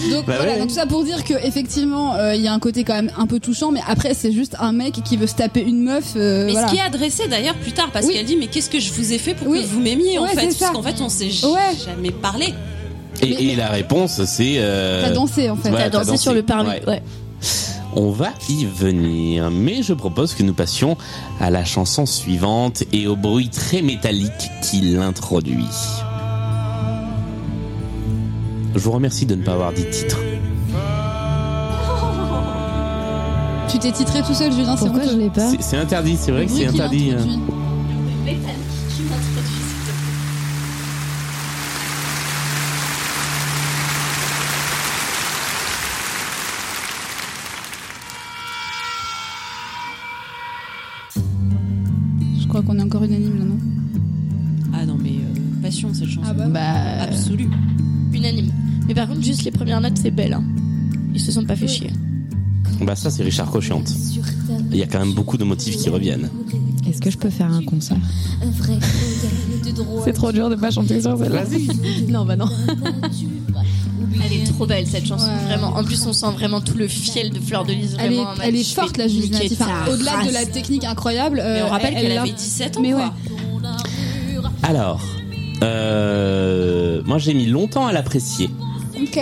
Speaker 5: Donc
Speaker 3: Bah
Speaker 5: voilà,
Speaker 3: ouais.
Speaker 5: donc tout ça pour dire que effectivement, euh, il y a un côté quand même un peu touchant, mais après c'est juste un mec qui veut se taper une meuf. euh,
Speaker 2: Mais
Speaker 5: voilà.
Speaker 2: ce qui est adressé d'ailleurs plus tard, parce
Speaker 5: Oui.
Speaker 2: qu'elle dit mais qu'est-ce que je vous ai fait pour
Speaker 5: Oui.
Speaker 2: que vous m'aimiez en
Speaker 5: Ouais,
Speaker 2: fait,
Speaker 5: c'est ça.
Speaker 2: parce qu'en fait on s'est j-
Speaker 5: Ouais.
Speaker 2: jamais parlé.
Speaker 3: et, et la réponse c'est euh,
Speaker 5: T'as dansé en fait.
Speaker 3: Ouais,
Speaker 1: T'as
Speaker 3: t'as
Speaker 1: dansé sur
Speaker 3: dansé.
Speaker 1: le parvis.
Speaker 3: Ouais.
Speaker 1: ouais.
Speaker 3: On va y venir, mais je propose que nous passions à la chanson suivante et au bruit très métallique qui l'introduit. Je vous remercie de ne pas avoir dit titre.
Speaker 5: Tu t'es titré tout seul, Julien. C'est
Speaker 7: Pourquoi je
Speaker 5: honteux.
Speaker 7: l'ai pas
Speaker 3: C'est- C'est interdit, c'est vrai que c'est
Speaker 5: Bruit qui
Speaker 3: interdit. hein.
Speaker 5: l'introduit. Je crois qu'on est encore unanime là, non
Speaker 2: Ah non mais euh, passion cette
Speaker 5: Ah
Speaker 2: chanson.
Speaker 7: Bah,
Speaker 2: Absolue.
Speaker 1: Unanime. Mais par contre, juste les premières notes, c'est belle. hein. Ils se sont pas fait chier.
Speaker 3: Bah ça c'est Richard Cochante. Il y a quand même beaucoup de motifs qui reviennent.
Speaker 7: est-ce que je peux faire un concert C'est trop dur de pas chanter sur celle-là. non, bah non.
Speaker 1: Elle est trop belle cette chanson,
Speaker 5: Ouais.
Speaker 1: vraiment. En plus, on sent vraiment tout le fiel de Fleur de Lys.
Speaker 5: Elle est,
Speaker 1: vraiment, en mode,
Speaker 5: elle
Speaker 1: je
Speaker 5: est
Speaker 1: vais
Speaker 5: forte la Julie
Speaker 1: niquer
Speaker 5: Nati. Enfin,
Speaker 1: ta
Speaker 5: Au-delà de la
Speaker 1: race.
Speaker 5: technique incroyable,
Speaker 2: Mais
Speaker 5: euh,
Speaker 2: on rappelle
Speaker 5: elle-
Speaker 2: qu'elle
Speaker 5: elle
Speaker 2: avait
Speaker 5: l'a-
Speaker 2: 17 ans.
Speaker 5: Mais
Speaker 2: quoi.
Speaker 5: ouais.
Speaker 3: Alors, euh, moi j'ai mis longtemps à l'apprécier
Speaker 5: Ok.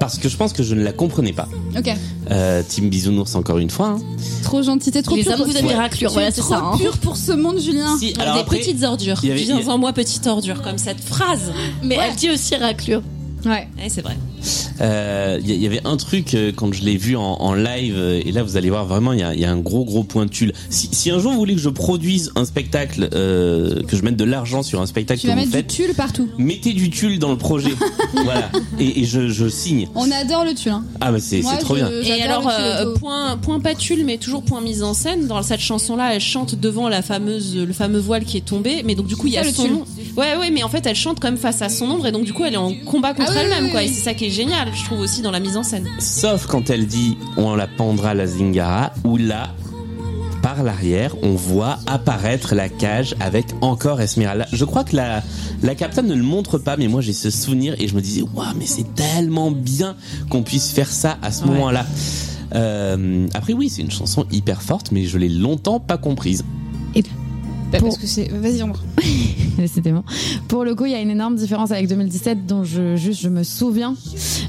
Speaker 3: parce que je pense que je ne la comprenais pas.
Speaker 5: Ok.
Speaker 3: Euh, Team Bisounours encore une fois. hein.
Speaker 5: Trop gentil, t'es trop
Speaker 1: Les
Speaker 5: pur.
Speaker 1: hommes,
Speaker 5: pour-
Speaker 1: vous avez raclure,
Speaker 5: Tu
Speaker 1: voilà,
Speaker 5: es
Speaker 1: c'est
Speaker 5: trop
Speaker 1: ça. hein.
Speaker 5: pur pour ce monde, Julien.
Speaker 3: Si,
Speaker 2: des petites ordures.
Speaker 3: il y avait-
Speaker 2: Viens-en moi petite ordure comme cette phrase.
Speaker 1: Mais elle dit aussi raclure.
Speaker 5: Ouais.
Speaker 2: Ouais, c'est vrai.
Speaker 3: Euh, Il y, il y avait un truc euh, quand je l'ai vu en, en live, euh, et là vous allez voir vraiment, il y a, il y a un gros gros point de tulle. Si, si un jour vous voulez que je produise un spectacle, euh, que je mette de l'argent sur un spectacle
Speaker 5: Tu
Speaker 3: que
Speaker 5: vas
Speaker 3: vous
Speaker 5: mettre du
Speaker 3: faites,
Speaker 5: tulle partout.
Speaker 3: mettez du tulle dans le projet. voilà. Et, et je, je signe.
Speaker 5: On adore le tulle. Hein.
Speaker 3: Ah mais c'est
Speaker 5: Moi,
Speaker 3: c'est trop
Speaker 5: je-
Speaker 3: bien.
Speaker 5: j'adore
Speaker 2: Et alors,
Speaker 5: le tulle
Speaker 2: euh,
Speaker 5: auto.
Speaker 2: point, point patule, mais toujours point mise en scène. Dans cette chanson-là, elle chante devant la fameuse, le fameux voile qui est tombé. Mais donc, du coup, il y a
Speaker 5: Ça, le
Speaker 2: son
Speaker 5: tulle.
Speaker 2: nom. Ouais, ouais, mais en fait, elle chante quand même face à son ombre. Et donc, du coup, elle est en combat contre
Speaker 5: Ah oui,
Speaker 2: elle-même,
Speaker 5: oui,
Speaker 2: quoi.
Speaker 5: oui.
Speaker 2: Et c'est ça qui est génial, je trouve aussi, dans la mise en scène.
Speaker 3: Sauf quand elle dit on la pendra la zingara, ou là, par l'arrière, on voit apparaître la cage avec encore Esmeralda. Je crois que la, la captaine ne le montre pas, mais moi j'ai ce souvenir et je me disais, waouh, mais c'est tellement bien qu'on puisse faire ça à ce
Speaker 7: Ouais.
Speaker 3: moment-là. Euh, après, oui, c'est une chanson hyper forte, mais je l'ai longtemps pas comprise.
Speaker 8: Bah,
Speaker 7: Pour-
Speaker 8: Parce que c'est. Vas-y, on
Speaker 7: Décidément. Pour le coup, il y a une énorme différence avec 2017 dont je, juste je me souviens.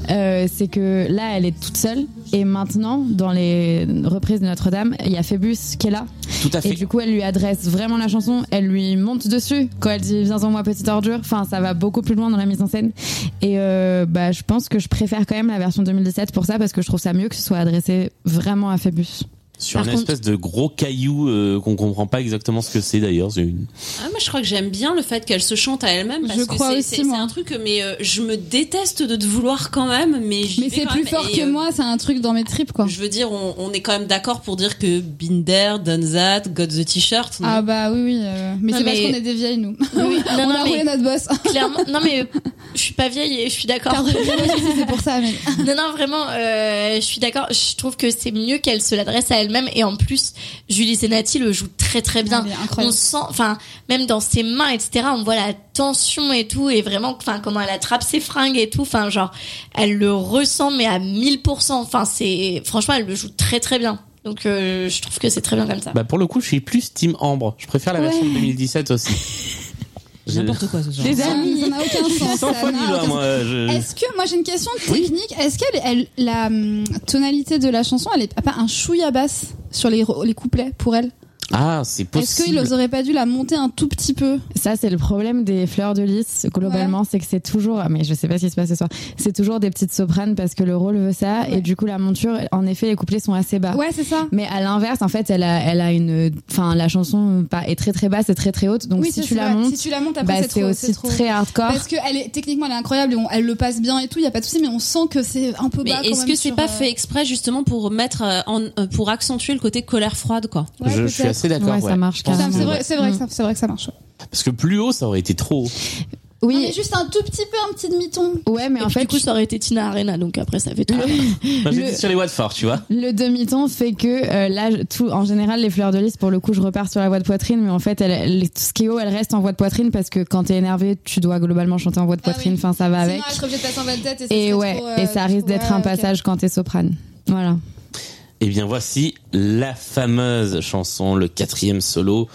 Speaker 7: Euh, c'est que là, elle est toute seule. Et maintenant, dans les reprises de Notre-Dame, il y a Phébus qui est là.
Speaker 3: Tout à
Speaker 7: Et
Speaker 3: fait.
Speaker 7: du coup, elle lui adresse vraiment la chanson. Elle lui monte dessus quand elle dit Viens en moi, petite ordure. Enfin, ça va beaucoup plus loin dans la mise en scène. Et euh, bah, je pense que je préfère quand même la version 2017 pour ça parce que je trouve ça mieux que ce soit adressé vraiment à Phébus.
Speaker 3: Sur
Speaker 1: Par
Speaker 3: une
Speaker 1: contre-
Speaker 3: espèce de gros caillou euh, qu'on comprend pas exactement ce que c'est d'ailleurs. C'est une-
Speaker 2: Ah, moi, je crois que j'aime bien le fait qu'elle se chante à elle-même. Parce
Speaker 5: Je
Speaker 2: que
Speaker 5: crois
Speaker 2: c'est-
Speaker 5: aussi,
Speaker 2: c'est-
Speaker 5: moi.
Speaker 2: C'est un truc, mais euh, je me déteste de te vouloir quand même. Mais, j'y
Speaker 5: Mais
Speaker 2: vais
Speaker 5: c'est
Speaker 2: quand
Speaker 5: plus
Speaker 2: même.
Speaker 5: fort
Speaker 2: Et,
Speaker 5: que
Speaker 2: euh,
Speaker 5: moi, c'est un truc dans mes tripes, quoi.
Speaker 2: Je veux dire, on, on est quand même d'accord pour dire que Binder, Done That, Got the T-shirt. non
Speaker 5: Ah bah oui, oui. euh, Mais
Speaker 1: Non,
Speaker 5: c'est parce
Speaker 1: mais-
Speaker 5: qu'on est des vieilles, nous.
Speaker 1: Oui, oui.
Speaker 5: on
Speaker 1: Non,
Speaker 5: a
Speaker 1: non,
Speaker 5: roulé
Speaker 1: mais
Speaker 5: notre boss.
Speaker 1: clairement. Non, mais je suis pas vieille et je suis d'accord.
Speaker 5: Pardon, c'est pour ça, mais.
Speaker 1: Non, non, vraiment, euh, je suis d'accord. Je trouve que c'est mieux qu'elle se l'adresse à elle-même. Et en plus, Julie Senati le joue très très bien.
Speaker 5: Elle est
Speaker 1: on
Speaker 5: incroyable.
Speaker 1: sent, enfin, même dans ses mains, etc., on voit la tension et tout. Et vraiment, enfin, comment elle attrape ses fringues et tout. Enfin, genre, elle le ressent, mais à 1000%. Enfin, c'est. Franchement, elle le joue très très bien. Donc, euh, je trouve que c'est très bien comme ça.
Speaker 3: Bah, pour le coup, je suis plus Team Ambre. Je préfère la version de 2017 aussi. Je-
Speaker 2: N'importe quoi, ce genre.
Speaker 7: Des
Speaker 5: Ça
Speaker 7: amis.
Speaker 5: ça n'a aucun sens.
Speaker 3: Sans
Speaker 5: ça
Speaker 3: folie,
Speaker 5: n'a
Speaker 3: là,
Speaker 5: aucun
Speaker 3: moi. je-
Speaker 2: Euh,
Speaker 5: sens. Est-ce que moi j'ai une question technique Est-ce qu'elle elle, la hum, tonalité de la chanson, elle est pas un chouïa basse sur les, ro- les couplets pour elle
Speaker 3: Ah, c'est
Speaker 5: Est-ce
Speaker 3: possible.
Speaker 5: qu'ils auraient pas dû la monter un tout petit peu
Speaker 7: Ça, c'est le problème des fleurs de lys, globalement, c'est que c'est toujours, ah, mais je sais pas ce qui se passe ce soir, c'est toujours des petites sopranes parce que le rôle veut ça,
Speaker 5: Ouais.
Speaker 7: et du coup, la monture, en effet, les couplets sont assez
Speaker 2: Ah.
Speaker 7: bas.
Speaker 5: Ouais, c'est ça.
Speaker 7: Mais à l'inverse, en fait, elle a, elle a une, enfin, la chanson pas- est très très basse et très très haute, donc
Speaker 5: oui,
Speaker 7: si
Speaker 5: ça,
Speaker 7: tu
Speaker 5: c'est
Speaker 7: la
Speaker 5: vrai.
Speaker 7: montes,
Speaker 5: si tu la montes,
Speaker 7: bah,
Speaker 5: après c'est
Speaker 7: c'est
Speaker 5: trop-
Speaker 7: aussi
Speaker 5: c'est trop.
Speaker 7: très hardcore.
Speaker 5: Parce que elle est, techniquement, elle est incroyable, et on- elle le passe bien et tout, il y a pas de souci, mais on sent que c'est un peu
Speaker 2: Mais
Speaker 5: bas. quand
Speaker 2: est-ce
Speaker 5: même
Speaker 2: que c'est
Speaker 5: sur,
Speaker 2: pas
Speaker 5: euh,
Speaker 2: fait exprès justement pour mettre euh, en, euh, pour accentuer le côté colère froide quoi
Speaker 5: ouais,
Speaker 3: je, je suis
Speaker 5: peut-être.
Speaker 3: assez d'accord.
Speaker 7: Ouais,
Speaker 3: ouais.
Speaker 7: ça marche
Speaker 3: Je pense
Speaker 5: Ça,
Speaker 7: carrément.
Speaker 3: que-
Speaker 5: C'est vrai, c'est vrai,
Speaker 7: Mm.
Speaker 5: que ça- c'est vrai que ça marche.
Speaker 3: Parce que plus haut, ça aurait été trop haut.
Speaker 7: Oui.
Speaker 5: Non, mais juste un tout petit peu, un petit demi-ton.
Speaker 7: Ouais, mais
Speaker 1: Et
Speaker 7: en
Speaker 1: puis,
Speaker 7: fait,
Speaker 1: du coup, ça aurait été Tina Arena. Donc, après, ça fait tout.
Speaker 3: Moi,
Speaker 7: Le-
Speaker 3: J'étais sur les Watford, tu vois.
Speaker 7: Le demi-ton fait que euh, là, je- tout, en général, les fleurs de lys, pour le coup, je repars sur la voix de poitrine, mais en fait, elle, elle- tout ce qui est haut, elle reste en voix de poitrine parce que quand t'es énervé, tu dois globalement chanter en voix de
Speaker 5: Ah
Speaker 7: poitrine.
Speaker 5: oui.
Speaker 7: Enfin, ça va
Speaker 5: Sinon,
Speaker 7: avec.
Speaker 5: elle serait obligée de passer en bas de tête ça
Speaker 7: Et
Speaker 5: serait
Speaker 7: ouais,
Speaker 5: trop, euh,
Speaker 7: et ça risque
Speaker 5: trop-
Speaker 7: d'être
Speaker 5: ouais,
Speaker 7: un
Speaker 5: ok.
Speaker 7: passage quand t'es soprane. Voilà.
Speaker 3: Eh bien, voici la fameuse chanson, le quatrième solo.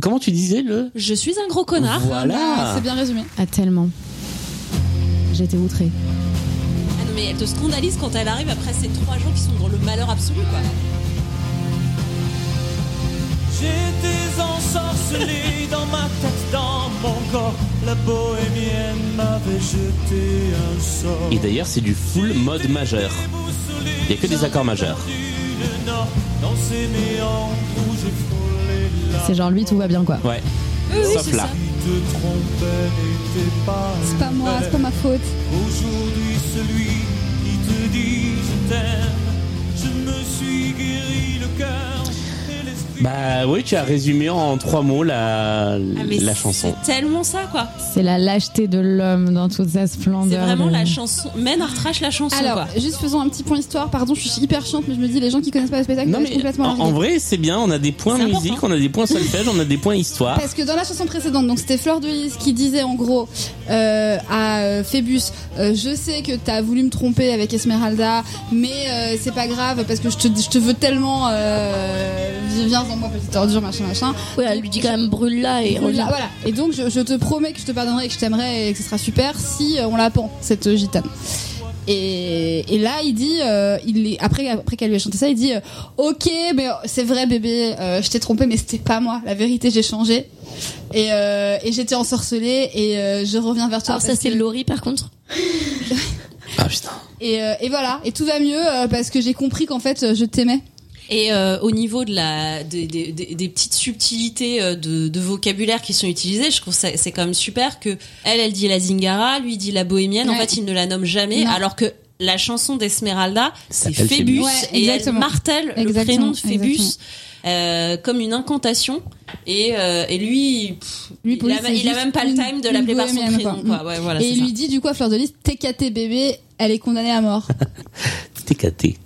Speaker 3: Comment tu disais le
Speaker 2: Je suis un gros connard.
Speaker 5: Ah,
Speaker 3: Voilà.
Speaker 5: c'est bien résumé.
Speaker 7: Ah, tellement. J'étais outrée.
Speaker 2: Ah non, mais elle te scandalise quand elle arrive après ces trois jours qui sont dans le malheur absolu quoi.
Speaker 6: J'étais ensorcelé dans ma tête, dans mon corps. La bohémienne m'avait jeté un sort.
Speaker 3: Et d'ailleurs, c'est du full mode majeur. Il y a que des accords majeurs.
Speaker 6: Dans ces méandres où j'ai frôlé la
Speaker 7: C'est genre lui, tout va bien quoi.
Speaker 3: Ouais. Sauf là.
Speaker 6: qui te trompait n'était pas.
Speaker 5: C'est pas moi, c'est pas ma faute.
Speaker 6: Aujourd'hui, celui qui te dit je t'aime, je me suis guéri le cœur et l'esprit.
Speaker 3: Bah oui, tu as résumé en trois mots la,
Speaker 2: Ah, mais
Speaker 3: la
Speaker 2: c'est
Speaker 3: chanson.
Speaker 2: Tellement ça quoi.
Speaker 7: C'est la lâcheté de l'homme dans toute sa splendeur.
Speaker 2: C'est vraiment
Speaker 7: de-
Speaker 2: la chanson. Men are trash la chanson
Speaker 5: Alors,
Speaker 2: quoi.
Speaker 5: juste faisons un petit point histoire. Pardon, je suis hyper chiante, mais je me dis, les gens qui connaissent pas le spectacle
Speaker 3: Non
Speaker 5: doivent être
Speaker 3: mais en,
Speaker 5: complètement
Speaker 3: en
Speaker 5: largués.
Speaker 3: vrai, c'est bien. On a des points
Speaker 2: C'est
Speaker 3: musique, on a des points solfège, on a des points histoire.
Speaker 5: Parce que dans la chanson précédente, donc c'était Fleur de Lys qui disait en gros euh, à euh, Phébus, euh, je sais que t'as voulu me tromper avec Esmeralda, mais euh, c'est pas grave parce que je te, je te veux tellement, euh, viens en moi petite ordure, machin, machin.
Speaker 1: Ouais, elle lui dit quand même brûle là et
Speaker 5: ah, Voilà,
Speaker 1: reviens.
Speaker 5: voilà. Et donc je, je te promets que je te pardonnerai, et que je t'aimerai et que ce sera super si euh, on la pend cette euh, gitane. Et, et là, il dit, euh, il est, après, après qu'elle lui a chanté ça, il dit, euh, ok, mais euh, c'est vrai bébé, euh, je t'ai trompé, mais c'était pas moi. La vérité, j'ai changé et, euh, et j'étais ensorcelée et euh, je reviens vers toi.
Speaker 2: Ah,
Speaker 1: Alors, ça,
Speaker 5: parce
Speaker 1: c'est
Speaker 5: que-
Speaker 1: Laurie par contre.
Speaker 3: Ah putain.
Speaker 5: Et, euh, et voilà, et tout va mieux euh, parce que j'ai compris qu'en fait, euh, je t'aimais.
Speaker 2: Et euh, au niveau de la des, des- des- des petites subtilités euh, de, de vocabulaire qui sont utilisées, je trouve ça c'est quand même super que elle elle dit la zingara, lui dit la bohémienne. En
Speaker 5: Ouais.
Speaker 2: fait, il ne la nomme jamais,
Speaker 5: Non.
Speaker 2: alors que la chanson d'Esmeralda, c'est
Speaker 3: s'appelle Phébus.
Speaker 2: Phébus
Speaker 5: Ouais,
Speaker 2: et elle
Speaker 5: exactement.
Speaker 2: martèle le
Speaker 5: Exactement,
Speaker 2: prénom de Phébus
Speaker 5: exactement.
Speaker 2: euh, comme une incantation. Et, euh, et lui, pff,
Speaker 5: Lui, pour
Speaker 2: il,
Speaker 5: lui,
Speaker 2: a,
Speaker 5: c'est
Speaker 2: il a
Speaker 5: juste
Speaker 2: même pas le
Speaker 5: une-
Speaker 2: time de
Speaker 5: une
Speaker 2: l'appeler par son
Speaker 5: bohémienne,
Speaker 2: prénom.
Speaker 5: quoi.
Speaker 2: Quoi. Ouais, voilà,
Speaker 5: et
Speaker 2: c'est
Speaker 5: il lui dit du coup à Fleur de Lys, t'es caté bébé, elle est condamnée à mort.
Speaker 3: TKT.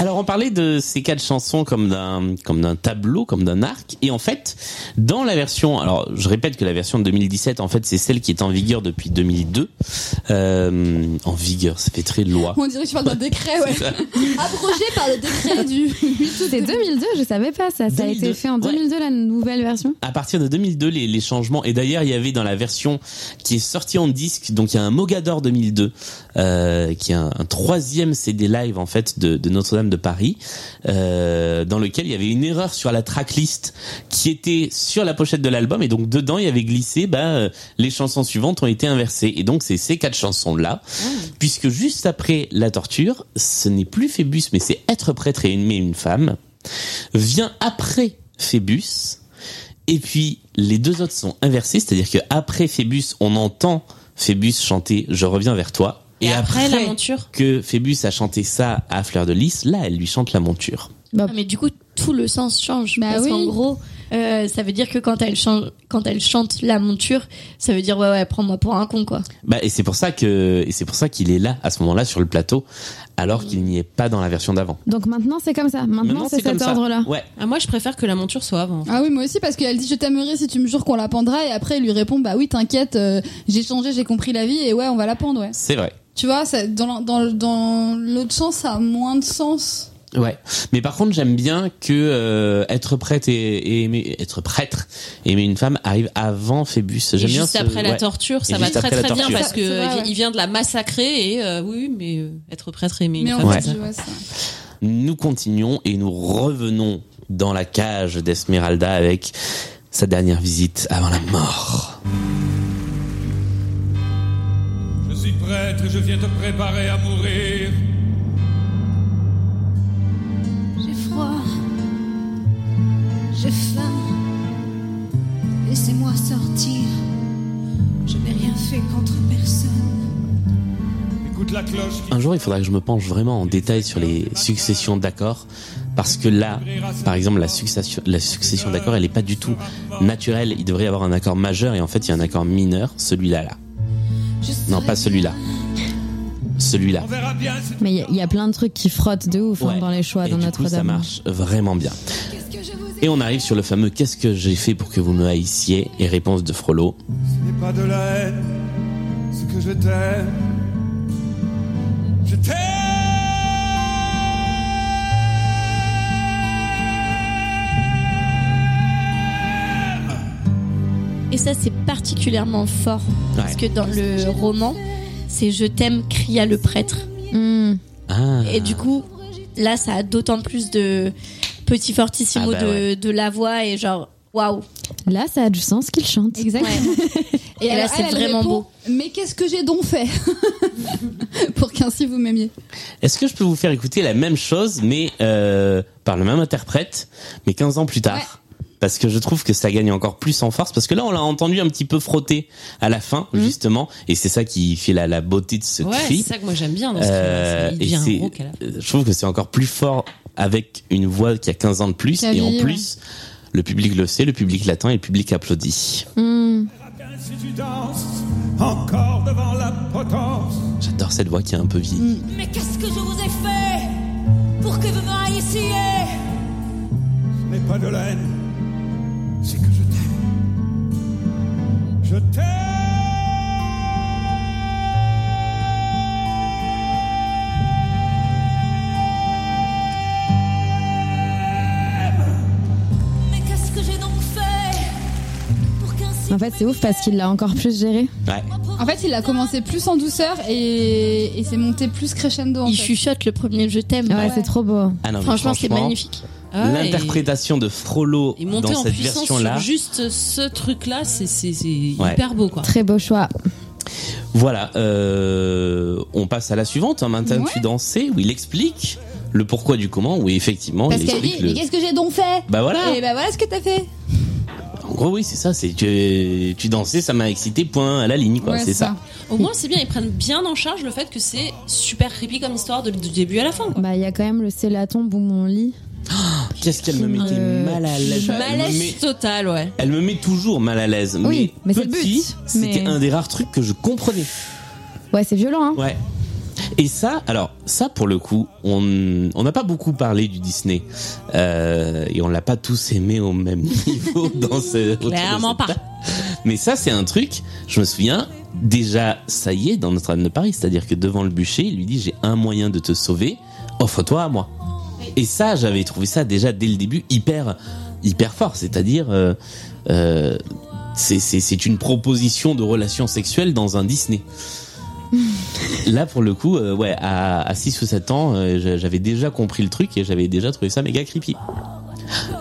Speaker 3: Alors on parlait de ces quatre chansons comme d'un comme d'un tableau, comme d'un arc, et en fait, dans la version, alors je répète que la version de 2017, en fait, c'est celle qui est en vigueur depuis 2002. Euh, en vigueur, ça fait très loi.
Speaker 5: On dirait que tu parles d'un décret, ouais. Abrogé par le décret du 8 août
Speaker 4: C'est 2002, je savais pas ça.
Speaker 3: 2002,
Speaker 4: Ça a été fait en
Speaker 3: ouais.
Speaker 4: 2002 la nouvelle version.
Speaker 3: à partir de 2002 les, les changements et d'ailleurs il y avait dans la version qui est sortie en disque donc il y a un Mogador 2002 euh, qui est un, un troisième CD live en fait de, de Notre-Dame de Paris euh, dans lequel il y avait une erreur sur la tracklist qui était sur la pochette de l'album et donc dedans il y avait glissé bah euh, les chansons suivantes ont été inversées et donc c'est ces quatre chansons là puisque juste après la torture ce n'est plus Phébus mais c'est être prêtre et aimer une femme vient après Phébus et puis, les deux autres sont inversés, c'est-à-dire que après Phébus, on entend Phébus chanter Je reviens vers toi. Et, après,
Speaker 2: la monture.
Speaker 3: que Phébus a chanté ça à Fleur de Lys, là, elle lui chante la monture.
Speaker 1: Ah, mais du coup, tout le sens change.
Speaker 5: Bah
Speaker 1: parce
Speaker 5: oui.
Speaker 1: qu'en gros, euh, ça veut dire que quand elle, chante, quand elle chante la monture, ça veut dire ouais, ouais, prends-moi pour un con, quoi.
Speaker 3: Bah, et c'est pour ça que, et c'est pour ça qu'il est là, à ce moment-là, sur le plateau, alors qu'il n'y est pas dans la version d'avant.
Speaker 4: Donc maintenant c'est comme ça. Maintenant c'est
Speaker 3: comme
Speaker 4: cet
Speaker 3: ça.
Speaker 4: ordre-là.
Speaker 3: Ouais.
Speaker 2: Ah, moi, je préfère que la monture soit avant.
Speaker 5: Ah oui, moi aussi, parce qu'elle dit je t'aimerai si tu me jures qu'on la pendra, et après il lui répond bah oui, t'inquiète, euh, j'ai changé, j'ai compris la vie, et ouais, on va la pendre, ouais.
Speaker 3: C'est vrai.
Speaker 5: Tu vois, ça, dans, l'un- dans, dans l'autre sens, ça a moins de sens.
Speaker 3: Ouais. Mais par contre, j'aime bien que euh, être prêtre et, et aimer, être prêtre et aimer une femme arrive avant Phébus.
Speaker 2: Et
Speaker 3: J'aime bien
Speaker 2: juste
Speaker 3: ce-
Speaker 2: après la
Speaker 3: ouais.
Speaker 2: torture, ça
Speaker 3: Et
Speaker 2: va
Speaker 3: juste
Speaker 2: très
Speaker 3: après la
Speaker 2: très bien
Speaker 3: torture.
Speaker 2: parce que
Speaker 5: Ça, ça va,
Speaker 2: il-
Speaker 5: ouais.
Speaker 2: il vient de la massacrer et euh, oui, oui, mais euh, être prêtre aimé une
Speaker 5: Mais
Speaker 2: femme.
Speaker 5: en
Speaker 3: Ouais.
Speaker 5: fait, tu vois ça.
Speaker 3: Nous continuons et nous revenons dans la cage d'Esmeralda avec sa dernière visite avant la mort.
Speaker 6: Je suis prêtre et je viens te préparer à mourir.
Speaker 11: J'ai froid, j'ai faim. Laissez-moi sortir. Je n'ai rien fait contre personne.
Speaker 6: Écoute la cloche qui
Speaker 3: Un jour, il faudra que je me penche vraiment en détail sur les successions d'accords parce que là, par exemple, la succession, la succession d'accords, elle n'est pas du tout naturelle. Il devrait y avoir un accord majeur et en fait, il y a un accord mineur, celui-là là.
Speaker 11: Je
Speaker 3: Non,
Speaker 11: serai
Speaker 3: pas celui-là. Celui-là.
Speaker 6: On verra bien si
Speaker 7: Mais il y a- il y, a plein de trucs qui frottent de ouf hein,
Speaker 3: Ouais.
Speaker 7: dans les choix
Speaker 3: Et
Speaker 7: dans
Speaker 3: du coup, ça
Speaker 7: Notre-Dame.
Speaker 3: marche vraiment bien.
Speaker 11: bien. Qu'est-ce que je vous ai
Speaker 3: Et on arrive sur le fameux Qu'est-ce que j'ai fait pour que vous me haïssiez Et réponse de Frollo.
Speaker 6: ce n'est pas de la haine, ce que je t'aime. Je t'aime.
Speaker 1: Et ça, c'est particulièrement fort. Parce que dans le roman, c'est Je t'aime, cria le prêtre.
Speaker 7: Hmm.
Speaker 3: Ah.
Speaker 1: Et du coup, là, ça a d'autant plus de petit fortissimo
Speaker 3: Ah bah
Speaker 1: de,
Speaker 3: ouais.
Speaker 1: de la voix et genre, waouh.
Speaker 7: Là, ça a du sens ce qu'il chante.
Speaker 5: Exactement. Et,
Speaker 1: là,
Speaker 5: alors,
Speaker 1: c'est
Speaker 5: elle, elle
Speaker 1: vraiment
Speaker 5: répond,
Speaker 1: beau.
Speaker 5: Mais qu'est-ce que j'ai donc fait Pour qu'ainsi vous m'aimiez.
Speaker 3: Est-ce que je peux vous faire écouter la même chose, mais euh, par le même interprète, mais 15 ans plus tard Parce que je trouve que ça gagne encore plus en force, parce que là, on l'a entendu un petit peu frotter à la fin, justement, et c'est ça qui fait la, la beauté de ce
Speaker 2: Mhm. Ouais, c'est
Speaker 3: cri.
Speaker 2: ça que moi j'aime bien dans ce
Speaker 3: Euh,
Speaker 2: film. Il
Speaker 3: et
Speaker 2: devient
Speaker 3: c'est-
Speaker 2: gros qu'elle a.
Speaker 3: euh, je trouve que c'est encore plus fort avec une voix qui a 15 ans de plus,
Speaker 5: Qui a
Speaker 3: et en
Speaker 5: vieilli,
Speaker 3: plus, le public le sait, le public l'attend, et le public applaudit.
Speaker 2: Mhm.
Speaker 7: Hmm.
Speaker 6: Bien si tu danses encore devant la potence.
Speaker 3: J'adore cette voix qui a un peu vieilli.
Speaker 2: Mhm.
Speaker 11: fait Mais qu'est-ce que je vous ai fait Pour que vous me haïssiez
Speaker 6: Ce n'est pas de la haine, c'est que je t'aime. Je t'aime.
Speaker 11: Mais qu'est-ce que j'ai donc fait Pour qu'ainsi
Speaker 7: En fait, c'est ouf parce qu'il l'a encore plus géré.
Speaker 3: Ouais.
Speaker 5: En fait, il a commencé plus en douceur et, et c'est monté plus crescendo. En
Speaker 1: Il
Speaker 5: fait.
Speaker 1: chuchote le premier Je t'aime.
Speaker 7: Ouais, c'est trop beau.
Speaker 3: Ah non, mais
Speaker 1: Franchement, c'est magnifique.
Speaker 2: Ah,
Speaker 3: L'interprétation de Frollo
Speaker 2: Et, et
Speaker 3: dans
Speaker 2: monter en
Speaker 3: cette
Speaker 2: puissance
Speaker 3: version-là.
Speaker 2: sur juste ce truc-là, c'est c'est- c'est
Speaker 3: Ouais.
Speaker 2: hyper beau quoi.
Speaker 7: Très beau choix.
Speaker 3: Voilà, euh, on passe à la suivante. hein. Maintenant, tu dansais, où il explique le pourquoi du comment, où effectivement,
Speaker 5: Parce
Speaker 3: il
Speaker 5: qu'elle
Speaker 3: explique
Speaker 5: dit
Speaker 3: le.
Speaker 5: Mais qu'est-ce que j'ai donc fait
Speaker 3: Bah voilà.
Speaker 5: Et bah voilà ce que t'as fait.
Speaker 3: En gros, oui, c'est ça. C'est tu, tu dansais, ça m'a excité. Point à la ligne, quoi.
Speaker 5: Ouais,
Speaker 3: Bah, c'est ça.
Speaker 2: Au moins, c'est bien, ils prennent bien en charge le fait que c'est super creepy comme histoire de- du début à la fin. Quoi.
Speaker 7: Bah, il y a quand même le C'est la tombe ou mon lit.
Speaker 3: Qu'est-ce qu'elle me mettait
Speaker 7: Euh,
Speaker 3: mal à l'aise. Elle me, met,
Speaker 2: Malaise total, ouais.
Speaker 3: elle me met toujours mal à l'aise.
Speaker 7: Oui, mais c'est le
Speaker 3: petit,
Speaker 7: but.
Speaker 3: c'était
Speaker 7: Mais-
Speaker 3: un des rares trucs que je comprenais.
Speaker 7: Ouais, c'est violent. Hein.
Speaker 3: Ouais. Et ça, alors ça pour le coup, on on n'a pas beaucoup parlé du Disney Euh, et on l'a pas tous aimé au même niveau dans ce autour de
Speaker 2: Clairement
Speaker 3: cette
Speaker 2: pas.
Speaker 3: table. Mais ça c'est un truc. Je me souviens déjà, ça y est dans Notre-Dame de Paris, c'est-à-dire que devant le bûcher, il lui dit j'ai un moyen de te sauver, offre-toi à moi. Et ça, j'avais trouvé ça déjà dès le début hyper hyper fort, c'est-à-dire euh, euh, c'est- c'est c'est une proposition de relation sexuelle dans un Disney. Là, pour le coup, euh, ouais, à, 6 ou 7 ans, euh, j'a- j'avais déjà compris le truc et j'avais déjà trouvé ça méga creepy.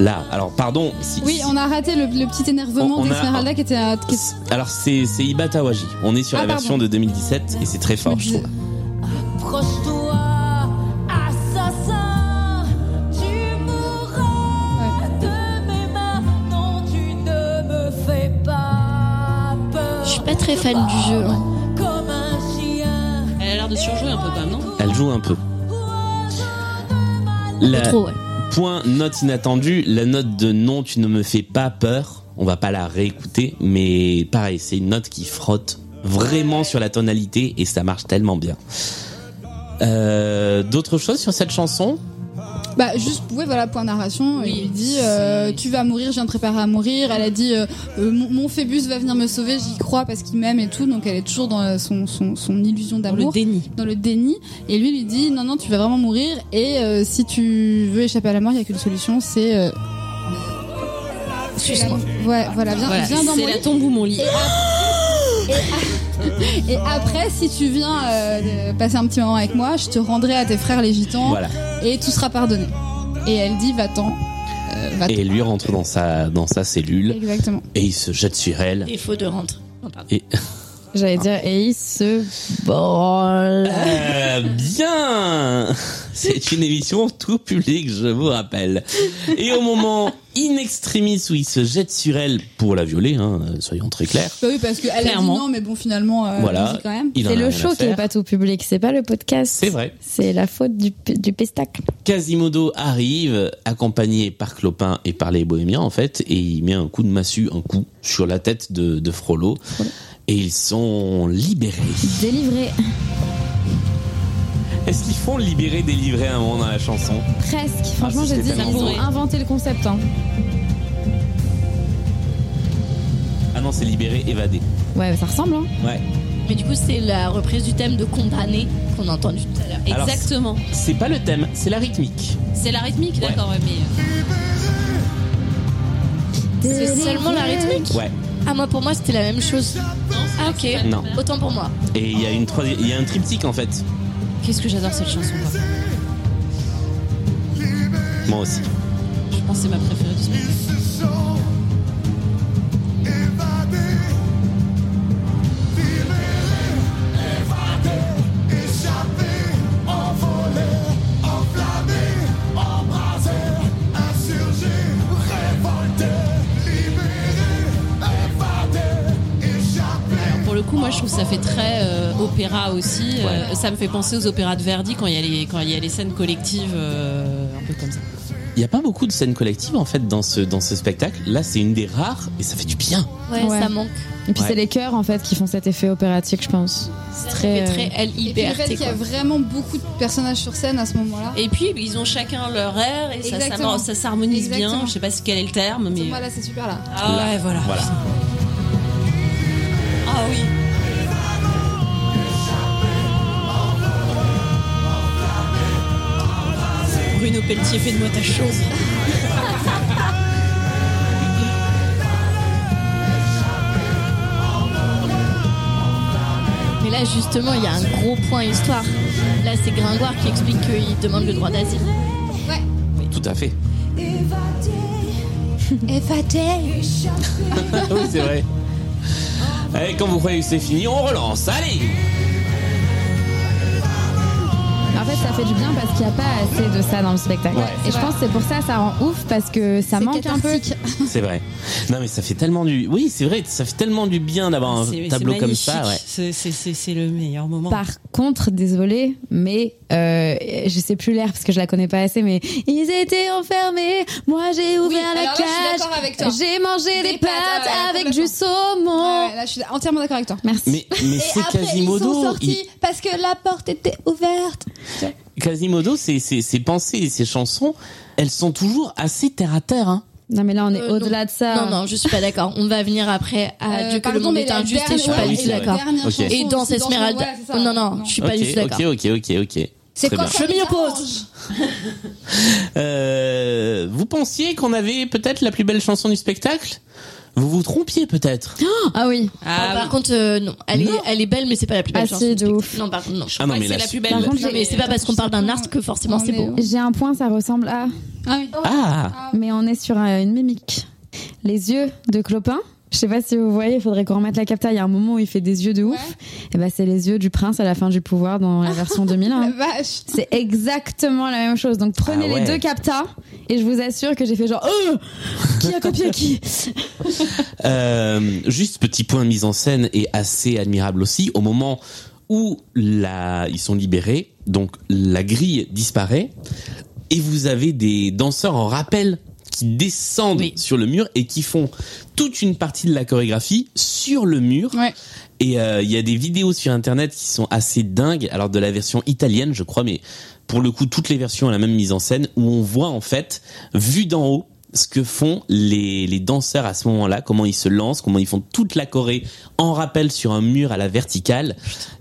Speaker 3: Là, alors pardon. si-
Speaker 5: Oui, on a raté le, le petit énervement
Speaker 3: On- on a-
Speaker 5: d'Esmeralda qui était à. qui-
Speaker 3: Alors c'est c'est Iba Tawaji. On est sur
Speaker 5: Ah,
Speaker 3: la
Speaker 5: pardon.
Speaker 3: version de 2017 et c'est très fort, je trouve.
Speaker 11: Approche-toi, assassin, tu mourras de mes mains. Non, tu ne me fais pas peur.
Speaker 1: Je suis pas très fan du jeu. hein.
Speaker 11: Comme un chien.
Speaker 2: Elle a l'air de surjouer un peu quand même, non
Speaker 3: Elle joue un peu. La-
Speaker 1: Trop, ouais.
Speaker 3: Point note inattendue, la note de non, tu ne me fais pas peur. On va pas la réécouter, mais pareil, c'est une note qui frotte vraiment sur la tonalité et ça marche tellement bien. Euh, D'autres choses sur cette chanson
Speaker 5: Bah, juste, ouais, voilà, point narration.
Speaker 2: Oui,
Speaker 5: il lui dit euh,
Speaker 2: c'est-
Speaker 5: Tu vas mourir, je viens de préparer à mourir. Elle a dit euh, Euh, mon, mon Phébus va venir me sauver, j'y crois parce qu'il m'aime et tout. Donc, elle est toujours dans euh, son, son, son illusion
Speaker 2: Dans le
Speaker 5: d'amour.
Speaker 2: déni.
Speaker 5: dans le déni et lui lui dit non non tu vas vraiment mourir et euh, si tu veux échapper à la mort il n'y a qu'une solution c'est euh,
Speaker 1: Suce-moi.
Speaker 5: ouais voilà viens,
Speaker 2: Voilà,
Speaker 5: viens dans mon
Speaker 2: c'est la
Speaker 5: lit
Speaker 2: tombe ou mon lit.
Speaker 5: et
Speaker 3: Oh.
Speaker 5: après si tu viens euh, de passer un petit moment avec moi je te rendrai à tes frères les gitans
Speaker 3: Voilà.
Speaker 5: et tout sera pardonné et elle dit va-t'en Euh, va-t'en
Speaker 3: Et lui rentre dans sa, dans sa cellule
Speaker 5: exactement
Speaker 3: et il se jette sur elle.
Speaker 1: Défaut de rentre.
Speaker 7: J'allais
Speaker 3: Ah.
Speaker 7: dire, et il se branle.
Speaker 3: Euh, bien C'est une émission tout public, je vous rappelle. Et au moment in extremis où il se jette sur elle pour la violer, hein, soyons très clairs,
Speaker 5: bah oui parce qu'elle a dit
Speaker 2: Clairement.
Speaker 5: non mais bon finalement euh,
Speaker 3: Voilà.
Speaker 5: vas-y quand même
Speaker 3: il en a
Speaker 7: C'est le
Speaker 3: rien à
Speaker 7: show qui
Speaker 3: faire.
Speaker 7: est pas tout public, c'est pas le podcast.
Speaker 3: C'est vrai.
Speaker 7: C'est la faute du, p- du pestacle.
Speaker 3: Quasimodo arrive, accompagné par Clopin et par les bohémiens, en fait, et il met un coup de massue, un coup, sur la tête de, de Frollo. Et ils sont libérés.
Speaker 7: Délivré.
Speaker 3: Est-ce qu'ils font libérer, délivrer un moment dans la chanson
Speaker 7: Presque. Franchement,
Speaker 3: Ah, si,
Speaker 7: j'ai
Speaker 3: c'est
Speaker 7: dit,
Speaker 3: tellement
Speaker 7: ils ont
Speaker 3: drôle.
Speaker 7: inventé le concept. hein.
Speaker 3: Ah non, c'est libérer, évader.
Speaker 7: Ouais, ça ressemble. Hein.
Speaker 3: Ouais.
Speaker 1: Mais du coup, c'est la reprise du thème de condamné qu'on a entendu tout à l'heure.
Speaker 3: Alors,
Speaker 2: Exactement.
Speaker 3: C'est pas le thème, c'est la rythmique.
Speaker 2: C'est la rythmique,
Speaker 3: Ouais.
Speaker 2: d'accord, ouais, mais. euh,
Speaker 1: C'est seulement la rythmique
Speaker 3: Ouais.
Speaker 1: Ah, moi, pour moi, c'était la même chose. Ah, ok.
Speaker 3: Non.
Speaker 1: Autant pour moi.
Speaker 3: Et il y a une troisi- il y a un triptyque en fait.
Speaker 2: Qu'est-ce que j'adore cette chanson, par contre.
Speaker 3: Moi aussi.
Speaker 2: Je pense que c'est ma préférée du spectacle. Alors, Pour le coup, moi, je trouve que ça fait très euh, opéra aussi. Euh, ça me fait penser aux opéras de Verdi quand il y a les, quand il y a les scènes collectives euh, un peu comme ça.
Speaker 3: Il n'y a pas beaucoup de scènes collectives en fait dans ce, dans ce spectacle. Là, c'est une des rares et ça fait du bien.
Speaker 1: Ouais,
Speaker 7: Ouais.
Speaker 1: ça manque.
Speaker 7: Et puis
Speaker 3: Ouais.
Speaker 7: c'est les chœurs en fait qui font cet effet opératique, je pense. C'est
Speaker 1: C'est
Speaker 7: très.
Speaker 1: très
Speaker 5: et puis le fait
Speaker 1: LIBRT,
Speaker 5: qu'il y
Speaker 1: quoi.
Speaker 5: a vraiment beaucoup de personnages sur scène à ce moment-là
Speaker 2: Et puis, ils ont chacun leur air et ça, ça,
Speaker 5: Exactement.
Speaker 2: ça s'harmonise bien.
Speaker 5: Exactement.
Speaker 2: Je sais pas si quel est le terme, mais.
Speaker 1: euh,
Speaker 5: voilà c'est super là
Speaker 2: Ah
Speaker 3: Là,
Speaker 2: ouais, voilà.
Speaker 3: Voilà.
Speaker 2: Ah oui. Bruno Pelletier, fait de moi ta chose.
Speaker 1: Mais là, justement, il y a un gros point histoire. Là, c'est Gringoire qui explique qu'il demande le droit d'asile.
Speaker 3: Tout à fait.
Speaker 11: Évadé, échappé.
Speaker 3: oui, c'est vrai. Allez, quand vous croyez que c'est fini, on relance. Allez
Speaker 7: Alors,
Speaker 4: fait, ça fait du bien parce qu'il n'y a pas assez de ça dans le spectacle.
Speaker 3: Ouais.
Speaker 4: Et je pense que c'est pour ça que ça rend ouf parce que ça
Speaker 8: C'est
Speaker 4: manque un peu.
Speaker 3: C'est vrai. Non, mais ça fait tellement du. Oui, c'est vrai, ça fait tellement du bien d'avoir
Speaker 2: C'est-
Speaker 3: un
Speaker 2: c'est
Speaker 3: tableau comme
Speaker 2: magnifique.
Speaker 3: ça. Ouais.
Speaker 2: C'est- C'est c'est- c'est le meilleur moment.
Speaker 4: Par contre, désolée, mais euh, je sais plus l'air parce que je la connais pas assez, mais ils étaient enfermés, moi j'ai ouvert la
Speaker 5: alors là, je suis d'accord avec toi.
Speaker 4: cage, j'ai mangé des,
Speaker 5: Des
Speaker 4: pâtes,
Speaker 5: pâtes, ouais,
Speaker 4: avec
Speaker 5: complètement.
Speaker 4: du saumon.
Speaker 1: Oh.
Speaker 5: Ouais, là, je suis entièrement d'accord avec toi.
Speaker 4: Merci.
Speaker 3: Mais, mais c'est Quasimodo. il-
Speaker 11: parce que la porte était ouverte.
Speaker 3: Quasimodo, ses, ses, ses pensées et ses chansons, elles sont toujours assez terre à terre. Hein.
Speaker 4: Non mais là on est
Speaker 1: Euh,
Speaker 4: au-delà de ça.
Speaker 1: Non, non, je suis pas d'accord. On va venir après à
Speaker 5: Euh,
Speaker 1: Ah, Dieu que le
Speaker 5: pardon,
Speaker 1: monde
Speaker 5: mais
Speaker 1: est
Speaker 5: la
Speaker 1: injuste et je suis
Speaker 5: dernière-
Speaker 1: pas
Speaker 3: ouais,
Speaker 1: du
Speaker 3: oui,
Speaker 1: tout
Speaker 3: c'est vrai.
Speaker 1: d'accord.
Speaker 5: Dernière
Speaker 3: Ok.
Speaker 5: chanson
Speaker 1: Et dans
Speaker 5: aussi,
Speaker 1: Esmeralda.
Speaker 5: ouais, c'est ça.
Speaker 1: non, non, je suis pas
Speaker 3: ok,
Speaker 1: du tout d'accord.
Speaker 3: ok, ok, ok, ok.
Speaker 5: C'est
Speaker 3: Très
Speaker 5: quand
Speaker 3: bien.
Speaker 5: ça
Speaker 1: Je m'y
Speaker 5: les
Speaker 1: oppose.
Speaker 5: arrange.
Speaker 3: Euh, vous pensiez qu'on avait peut-être la plus belle chanson du spectacle Vous vous trompiez peut-être
Speaker 4: Ah oui.
Speaker 1: Ah, par contre, euh, non. Elle,
Speaker 3: Non.
Speaker 1: Est, elle est belle, mais c'est pas la plus belle
Speaker 4: Ah,
Speaker 1: chanson
Speaker 4: si,
Speaker 1: du
Speaker 4: de
Speaker 1: spectacle.
Speaker 4: ouf.
Speaker 1: Non, par contre, non.
Speaker 3: Ah non, mais
Speaker 2: c'est
Speaker 3: la-
Speaker 2: la plus belle.
Speaker 4: Par contre,
Speaker 1: Non, mais
Speaker 4: j'ai
Speaker 1: c'est pas parce qu'on parle d'un art que forcément
Speaker 5: On
Speaker 1: c'est
Speaker 5: est
Speaker 1: beau.
Speaker 5: où
Speaker 4: j'ai un point, ça ressemble à,
Speaker 5: Ah oui.
Speaker 3: Ah
Speaker 4: mais on est sur un- une mimique. Les yeux de Clopin. Je sais pas si vous voyez, il faudrait qu'on remette la capta. Il y a un moment où il fait des yeux de ouf. Et ben c'est les yeux du prince à la fin du pouvoir dans la version 2001.
Speaker 5: La vache.
Speaker 4: C'est exactement la même chose. Donc prenez
Speaker 3: Ah ouais.
Speaker 4: les deux captas et je vous assure que j'ai fait genre Euh qui a copié qui
Speaker 3: Euh, juste petit point de mise en scène et assez admirable aussi au moment où la, ils sont libérés, donc la grille disparaît et vous avez des danseurs en rappel qui descendent
Speaker 1: Oui.
Speaker 3: sur le mur et qui font toute une partie de la chorégraphie sur le mur.
Speaker 5: Ouais.
Speaker 3: Et euh, il y a des vidéos sur internet qui sont assez dingues, alors de la version italienne je crois, mais pour le coup toutes les versions ont la même mise en scène où on voit en fait vu d'en haut ce que font les, les danseurs à ce moment-là, comment ils se lancent, comment ils font toute la Corée en rappel sur un mur à la verticale.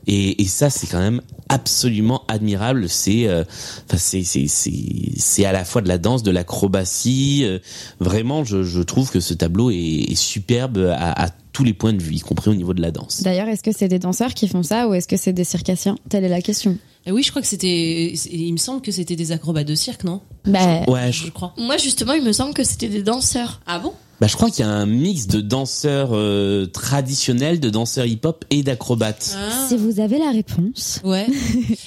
Speaker 3: Et, et ça, c'est quand même absolument admirable. C'est euh, enfin, c'est c'est- c'est- c'est à la fois de la danse, de l'acrobatie. euh, vraiment, je, je trouve que ce tableau est, est superbe à, à tous les points de vue, y compris au niveau de la danse.
Speaker 4: D'ailleurs, est-ce que c'est des danseurs qui font ça ou est-ce que c'est des circassiens Telle est la question.
Speaker 2: Et oui, je crois que c'était. Il me semble que c'était des acrobates de cirque, non
Speaker 4: Bah,
Speaker 3: Ouais, je,
Speaker 2: Je crois.
Speaker 1: Moi, justement, il me semble que c'était des danseurs.
Speaker 2: Ah bon
Speaker 3: bah, je crois qu'il y a un mix de danseurs euh, traditionnels, de danseurs hip-hop et d'acrobates.
Speaker 4: Ah. si vous avez la réponse,
Speaker 2: Ah. Ouais.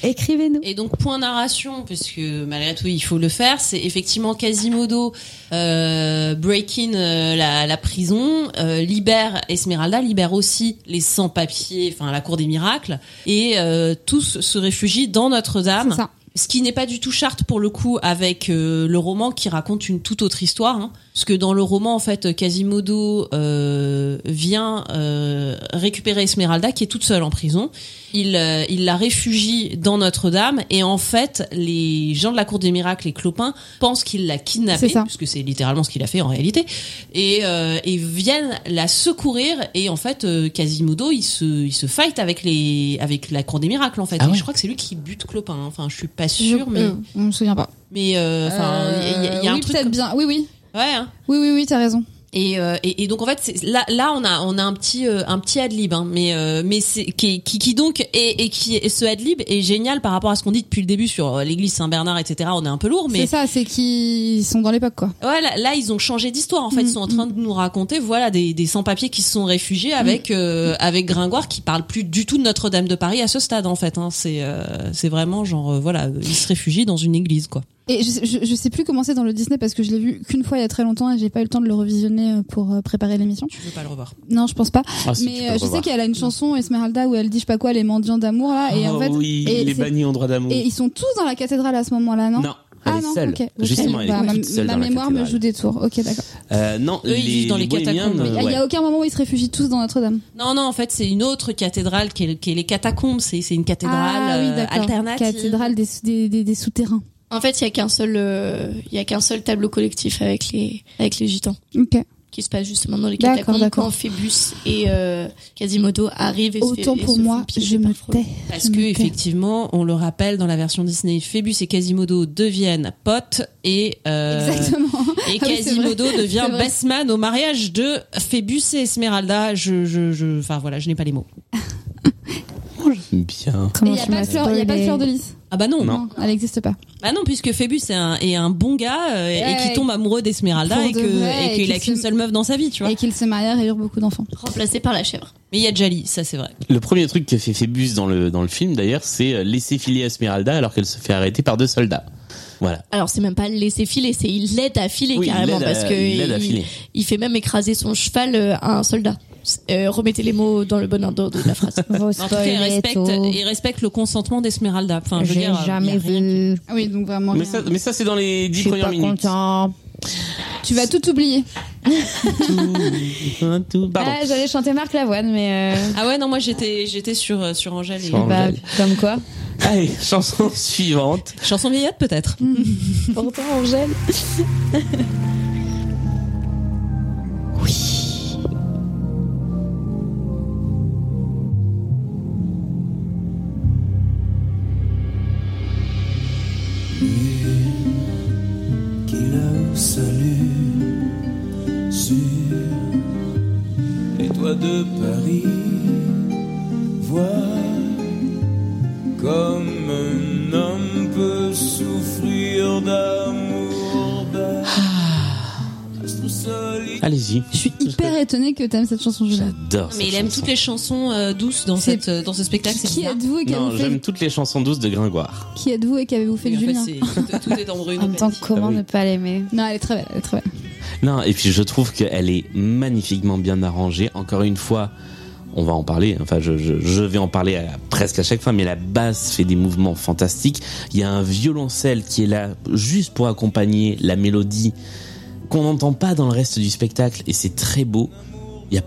Speaker 4: écrivez-nous.
Speaker 2: Et donc point narration, puisque malgré tout il faut le faire, c'est effectivement Quasimodo euh, break in euh, la, la prison, euh, libère Esmeralda, libère aussi les sans-papiers, enfin la cour des miracles, et euh, tous se réfugient dans Notre-Dame.
Speaker 7: Ah,
Speaker 5: C'est ça.
Speaker 2: Ce qui n'est pas du tout charte pour le coup avec euh, le roman qui raconte une toute autre histoire. hein. Parce que dans le roman, en fait, Quasimodo euh, vient euh, récupérer Esmeralda qui est toute seule en prison. Il, euh, il la réfugie dans Notre-Dame et en fait, les gens de la Cour des Miracles, les clopins, pensent qu'il l'a
Speaker 5: C'est
Speaker 2: kidnappée,
Speaker 5: ça.
Speaker 2: puisque c'est littéralement ce qu'il a fait en réalité, et, euh, et viennent la secourir. Et en fait, euh, Quasimodo, il se, il se fight avec, les, avec la Cour des Miracles en fait.
Speaker 3: Ah
Speaker 2: Et
Speaker 3: ouais.
Speaker 2: je crois que c'est lui qui bute Clopin. hein. Enfin, je suis pas sûre, mais
Speaker 5: Euh, on me souvient pas.
Speaker 2: mais euh, enfin, il y a, il y a un
Speaker 5: Euh, oui,
Speaker 2: truc.
Speaker 5: peut-être
Speaker 2: comme-
Speaker 5: bien. Oui, oui.
Speaker 2: Ouais. hein.
Speaker 5: Oui, oui, oui, t'as raison.
Speaker 2: Et, euh, et, et donc en fait c'est- là là on a on a un petit euh, un petit ad lib hein, mais euh, mais c'est qui, qui qui donc et, et qui et ce ad lib est génial par rapport à ce qu'on dit depuis le début sur euh, l'église Saint Bernard etc on est un peu lourd mais
Speaker 5: C'est ça, c'est qu'ils sont dans l'époque, quoi.
Speaker 2: Ouais, là, là, ils ont changé d'histoire. En fait, ils sont en
Speaker 5: Mm,
Speaker 2: train de nous raconter, voilà, des, des sans-papiers qui se sont réfugiés avec euh, avec Gringoire, qui parle plus du tout de Notre-Dame de Paris à ce stade. En fait, hein. c'est euh, c'est vraiment genre euh, voilà, ils se réfugient dans une église, quoi.
Speaker 5: Et je, je, je sais plus comment c'est dans le Disney parce que je l'ai vu qu'une fois il y a très longtemps et j'ai pas eu le temps de le revisionner euh, pour euh, préparer l'émission.
Speaker 2: Je veux pas le revoir.
Speaker 5: Non, je pense pas.
Speaker 3: Ah, si, tu peux
Speaker 5: mais euh, je sais
Speaker 3: revoir.
Speaker 5: qu'elle a une chanson Esmeralda où elle dit je sais pas quoi les mendiants d'amour là et en
Speaker 3: Oh
Speaker 5: fait
Speaker 3: oui,
Speaker 5: et
Speaker 3: il est
Speaker 5: c'est-
Speaker 3: banni en droit d'amour.
Speaker 5: et ils sont tous dans la cathédrale à ce moment-là, non
Speaker 3: Non, elle
Speaker 5: ah
Speaker 3: est
Speaker 5: non,
Speaker 3: seule.
Speaker 5: ok.
Speaker 3: Justement,
Speaker 5: Ok,
Speaker 3: elle
Speaker 5: bah, ma,
Speaker 3: est toute seule
Speaker 5: ma
Speaker 3: dans la
Speaker 5: mémoire me
Speaker 3: cathédrale.
Speaker 5: joue des tours. Ok, d'accord.
Speaker 3: Euh, non,
Speaker 2: Eux,
Speaker 3: les,
Speaker 2: ils vivent dans les
Speaker 3: bohémiennes,
Speaker 2: catacombes,
Speaker 5: Il
Speaker 3: euh,
Speaker 5: y a- il y
Speaker 3: ouais.
Speaker 5: a aucun moment où ils se réfugient tous dans Notre-Dame.
Speaker 2: Non, non, en fait, c'est une autre cathédrale qui est, qui est les catacombes. C'est c'est une cathédrale
Speaker 5: ah oui,
Speaker 2: euh,
Speaker 5: d'accord.
Speaker 2: alternative.
Speaker 5: Cathédrale des, sous- des, des, des souterrains.
Speaker 1: En fait, il y a qu'un seul, euh, il y a qu'un seul tableau collectif avec les, avec les gitans.
Speaker 5: Ok.
Speaker 1: qui se passe justement dans les
Speaker 5: D'accord,
Speaker 1: catacombes
Speaker 5: d'accord.
Speaker 1: quand Phébus et euh, Quasimodo arrivent et se fait-
Speaker 5: Autant
Speaker 1: et
Speaker 5: pour
Speaker 1: se
Speaker 5: moi,
Speaker 1: font piéger
Speaker 5: je
Speaker 1: par
Speaker 5: me
Speaker 1: Frollo.
Speaker 5: tais.
Speaker 2: Parce
Speaker 5: Je
Speaker 2: que
Speaker 5: me tais.
Speaker 2: effectivement, on le rappelle dans la version Disney, Phébus et Quasimodo deviennent potes et euh,
Speaker 5: Exactement.
Speaker 2: Et
Speaker 5: Ah oui, c'est vrai.
Speaker 2: Quasimodo devient
Speaker 5: C'est vrai.
Speaker 2: best man au mariage de Phébus et Esmeralda. Je, je, je, enfin voilà, je n'ai pas les mots.
Speaker 3: Oh
Speaker 5: étrange.
Speaker 3: Bien.
Speaker 5: Il n'y a, pas de fleur- y a pas de fleur de lys.
Speaker 2: Ah bah non.
Speaker 3: Non.
Speaker 5: Elle n'existe pas.
Speaker 2: Bah non, puisque Phébus est un, est un bon gars euh, et- et
Speaker 5: Ouais.
Speaker 2: qui tombe amoureux d'Esmeralda
Speaker 5: Pour
Speaker 2: et
Speaker 5: de
Speaker 2: que-
Speaker 5: vrai,
Speaker 2: et
Speaker 5: et
Speaker 2: qu'il
Speaker 5: qui
Speaker 2: a
Speaker 5: se-
Speaker 2: qu'une seule meuf dans sa vie, tu vois.
Speaker 5: Et qu'ils se marièrent et eurent beaucoup d'enfants.
Speaker 1: remplacé par la chèvre.
Speaker 2: Mais il y a Jali, ça c'est vrai.
Speaker 3: Le premier truc que fait Phébus dans le, dans le film, d'ailleurs, c'est euh, laisser filer Esmeralda alors qu'elle se fait arrêter par deux soldats. Voilà.
Speaker 1: Alors c'est même pas le laisser filer, c'est il l'aide à filer
Speaker 3: Oui, il
Speaker 1: carrément
Speaker 3: l'aide à-
Speaker 1: parce que
Speaker 3: il l'aide à filer.
Speaker 1: il fait même écraser son cheval euh, à un soldat. Euh, remettez les mots dans le bon ordre de la phrase.
Speaker 2: En tout cas, il respecte, il respecte le consentement d'Esmeralda. Enfin, je veux
Speaker 7: J'ai
Speaker 2: dire, euh,
Speaker 7: jamais
Speaker 2: il y a rien.
Speaker 7: vu.
Speaker 5: Ah oui, donc vraiment.
Speaker 3: Mais
Speaker 5: rien.
Speaker 3: ça, mais ça c'est dans les
Speaker 7: Je
Speaker 3: dix
Speaker 7: suis
Speaker 3: premières
Speaker 7: pas
Speaker 3: minutes.
Speaker 7: content.
Speaker 5: Tu vas tout oublier.
Speaker 3: Tout- tout- Pardon.
Speaker 7: Ah, j'allais chanter Marc Lavoine, mais euh,
Speaker 2: Ah ouais, non, moi j'étais, j'étais sur, euh, sur Angèle. et-
Speaker 3: Sur Angèle.
Speaker 7: bah, comme quoi.
Speaker 3: Allez, chanson suivante.
Speaker 2: Chanson vieillotte peut-être.
Speaker 7: Pourtant, Angèle.
Speaker 6: qui le salue sur les toits de Paris. Vois comme un homme peut souffrir d'amour.
Speaker 2: Ah.
Speaker 3: Allez-y.
Speaker 5: Je suis hyper étonnée que t'aimes cette chanson. Julien.
Speaker 3: J'adore.
Speaker 2: Mais
Speaker 3: cette
Speaker 2: il aime
Speaker 3: chanson.
Speaker 2: toutes les chansons euh, douces dans,
Speaker 5: C'est-
Speaker 2: cette, euh, dans ce spectacle. c'est
Speaker 5: Qui
Speaker 2: bizarre.
Speaker 5: êtes-vous et
Speaker 3: Non,
Speaker 5: qu'avez-vous
Speaker 3: j'aime
Speaker 5: fait,
Speaker 3: toutes les chansons douces de Gringoire.
Speaker 5: qui êtes-vous et qu'avez-vous fait
Speaker 2: Et
Speaker 5: de
Speaker 2: en fait,
Speaker 5: Julien
Speaker 2: c'est- tout, tout est en
Speaker 7: En même temps, comment
Speaker 3: Ah oui.
Speaker 7: ne pas l'aimer
Speaker 5: Non, elle est très belle, elle est très belle.
Speaker 3: Non, et puis je trouve qu'elle est magnifiquement bien arrangée. Encore une fois, on va en parler. Enfin, je, je, je vais en parler à- presque à chaque fois, mais la basse fait des mouvements fantastiques. Il y a un violoncelle qui est là juste pour accompagner la mélodie qu'on n'entend pas dans le reste du spectacle, et c'est très beau. Il y a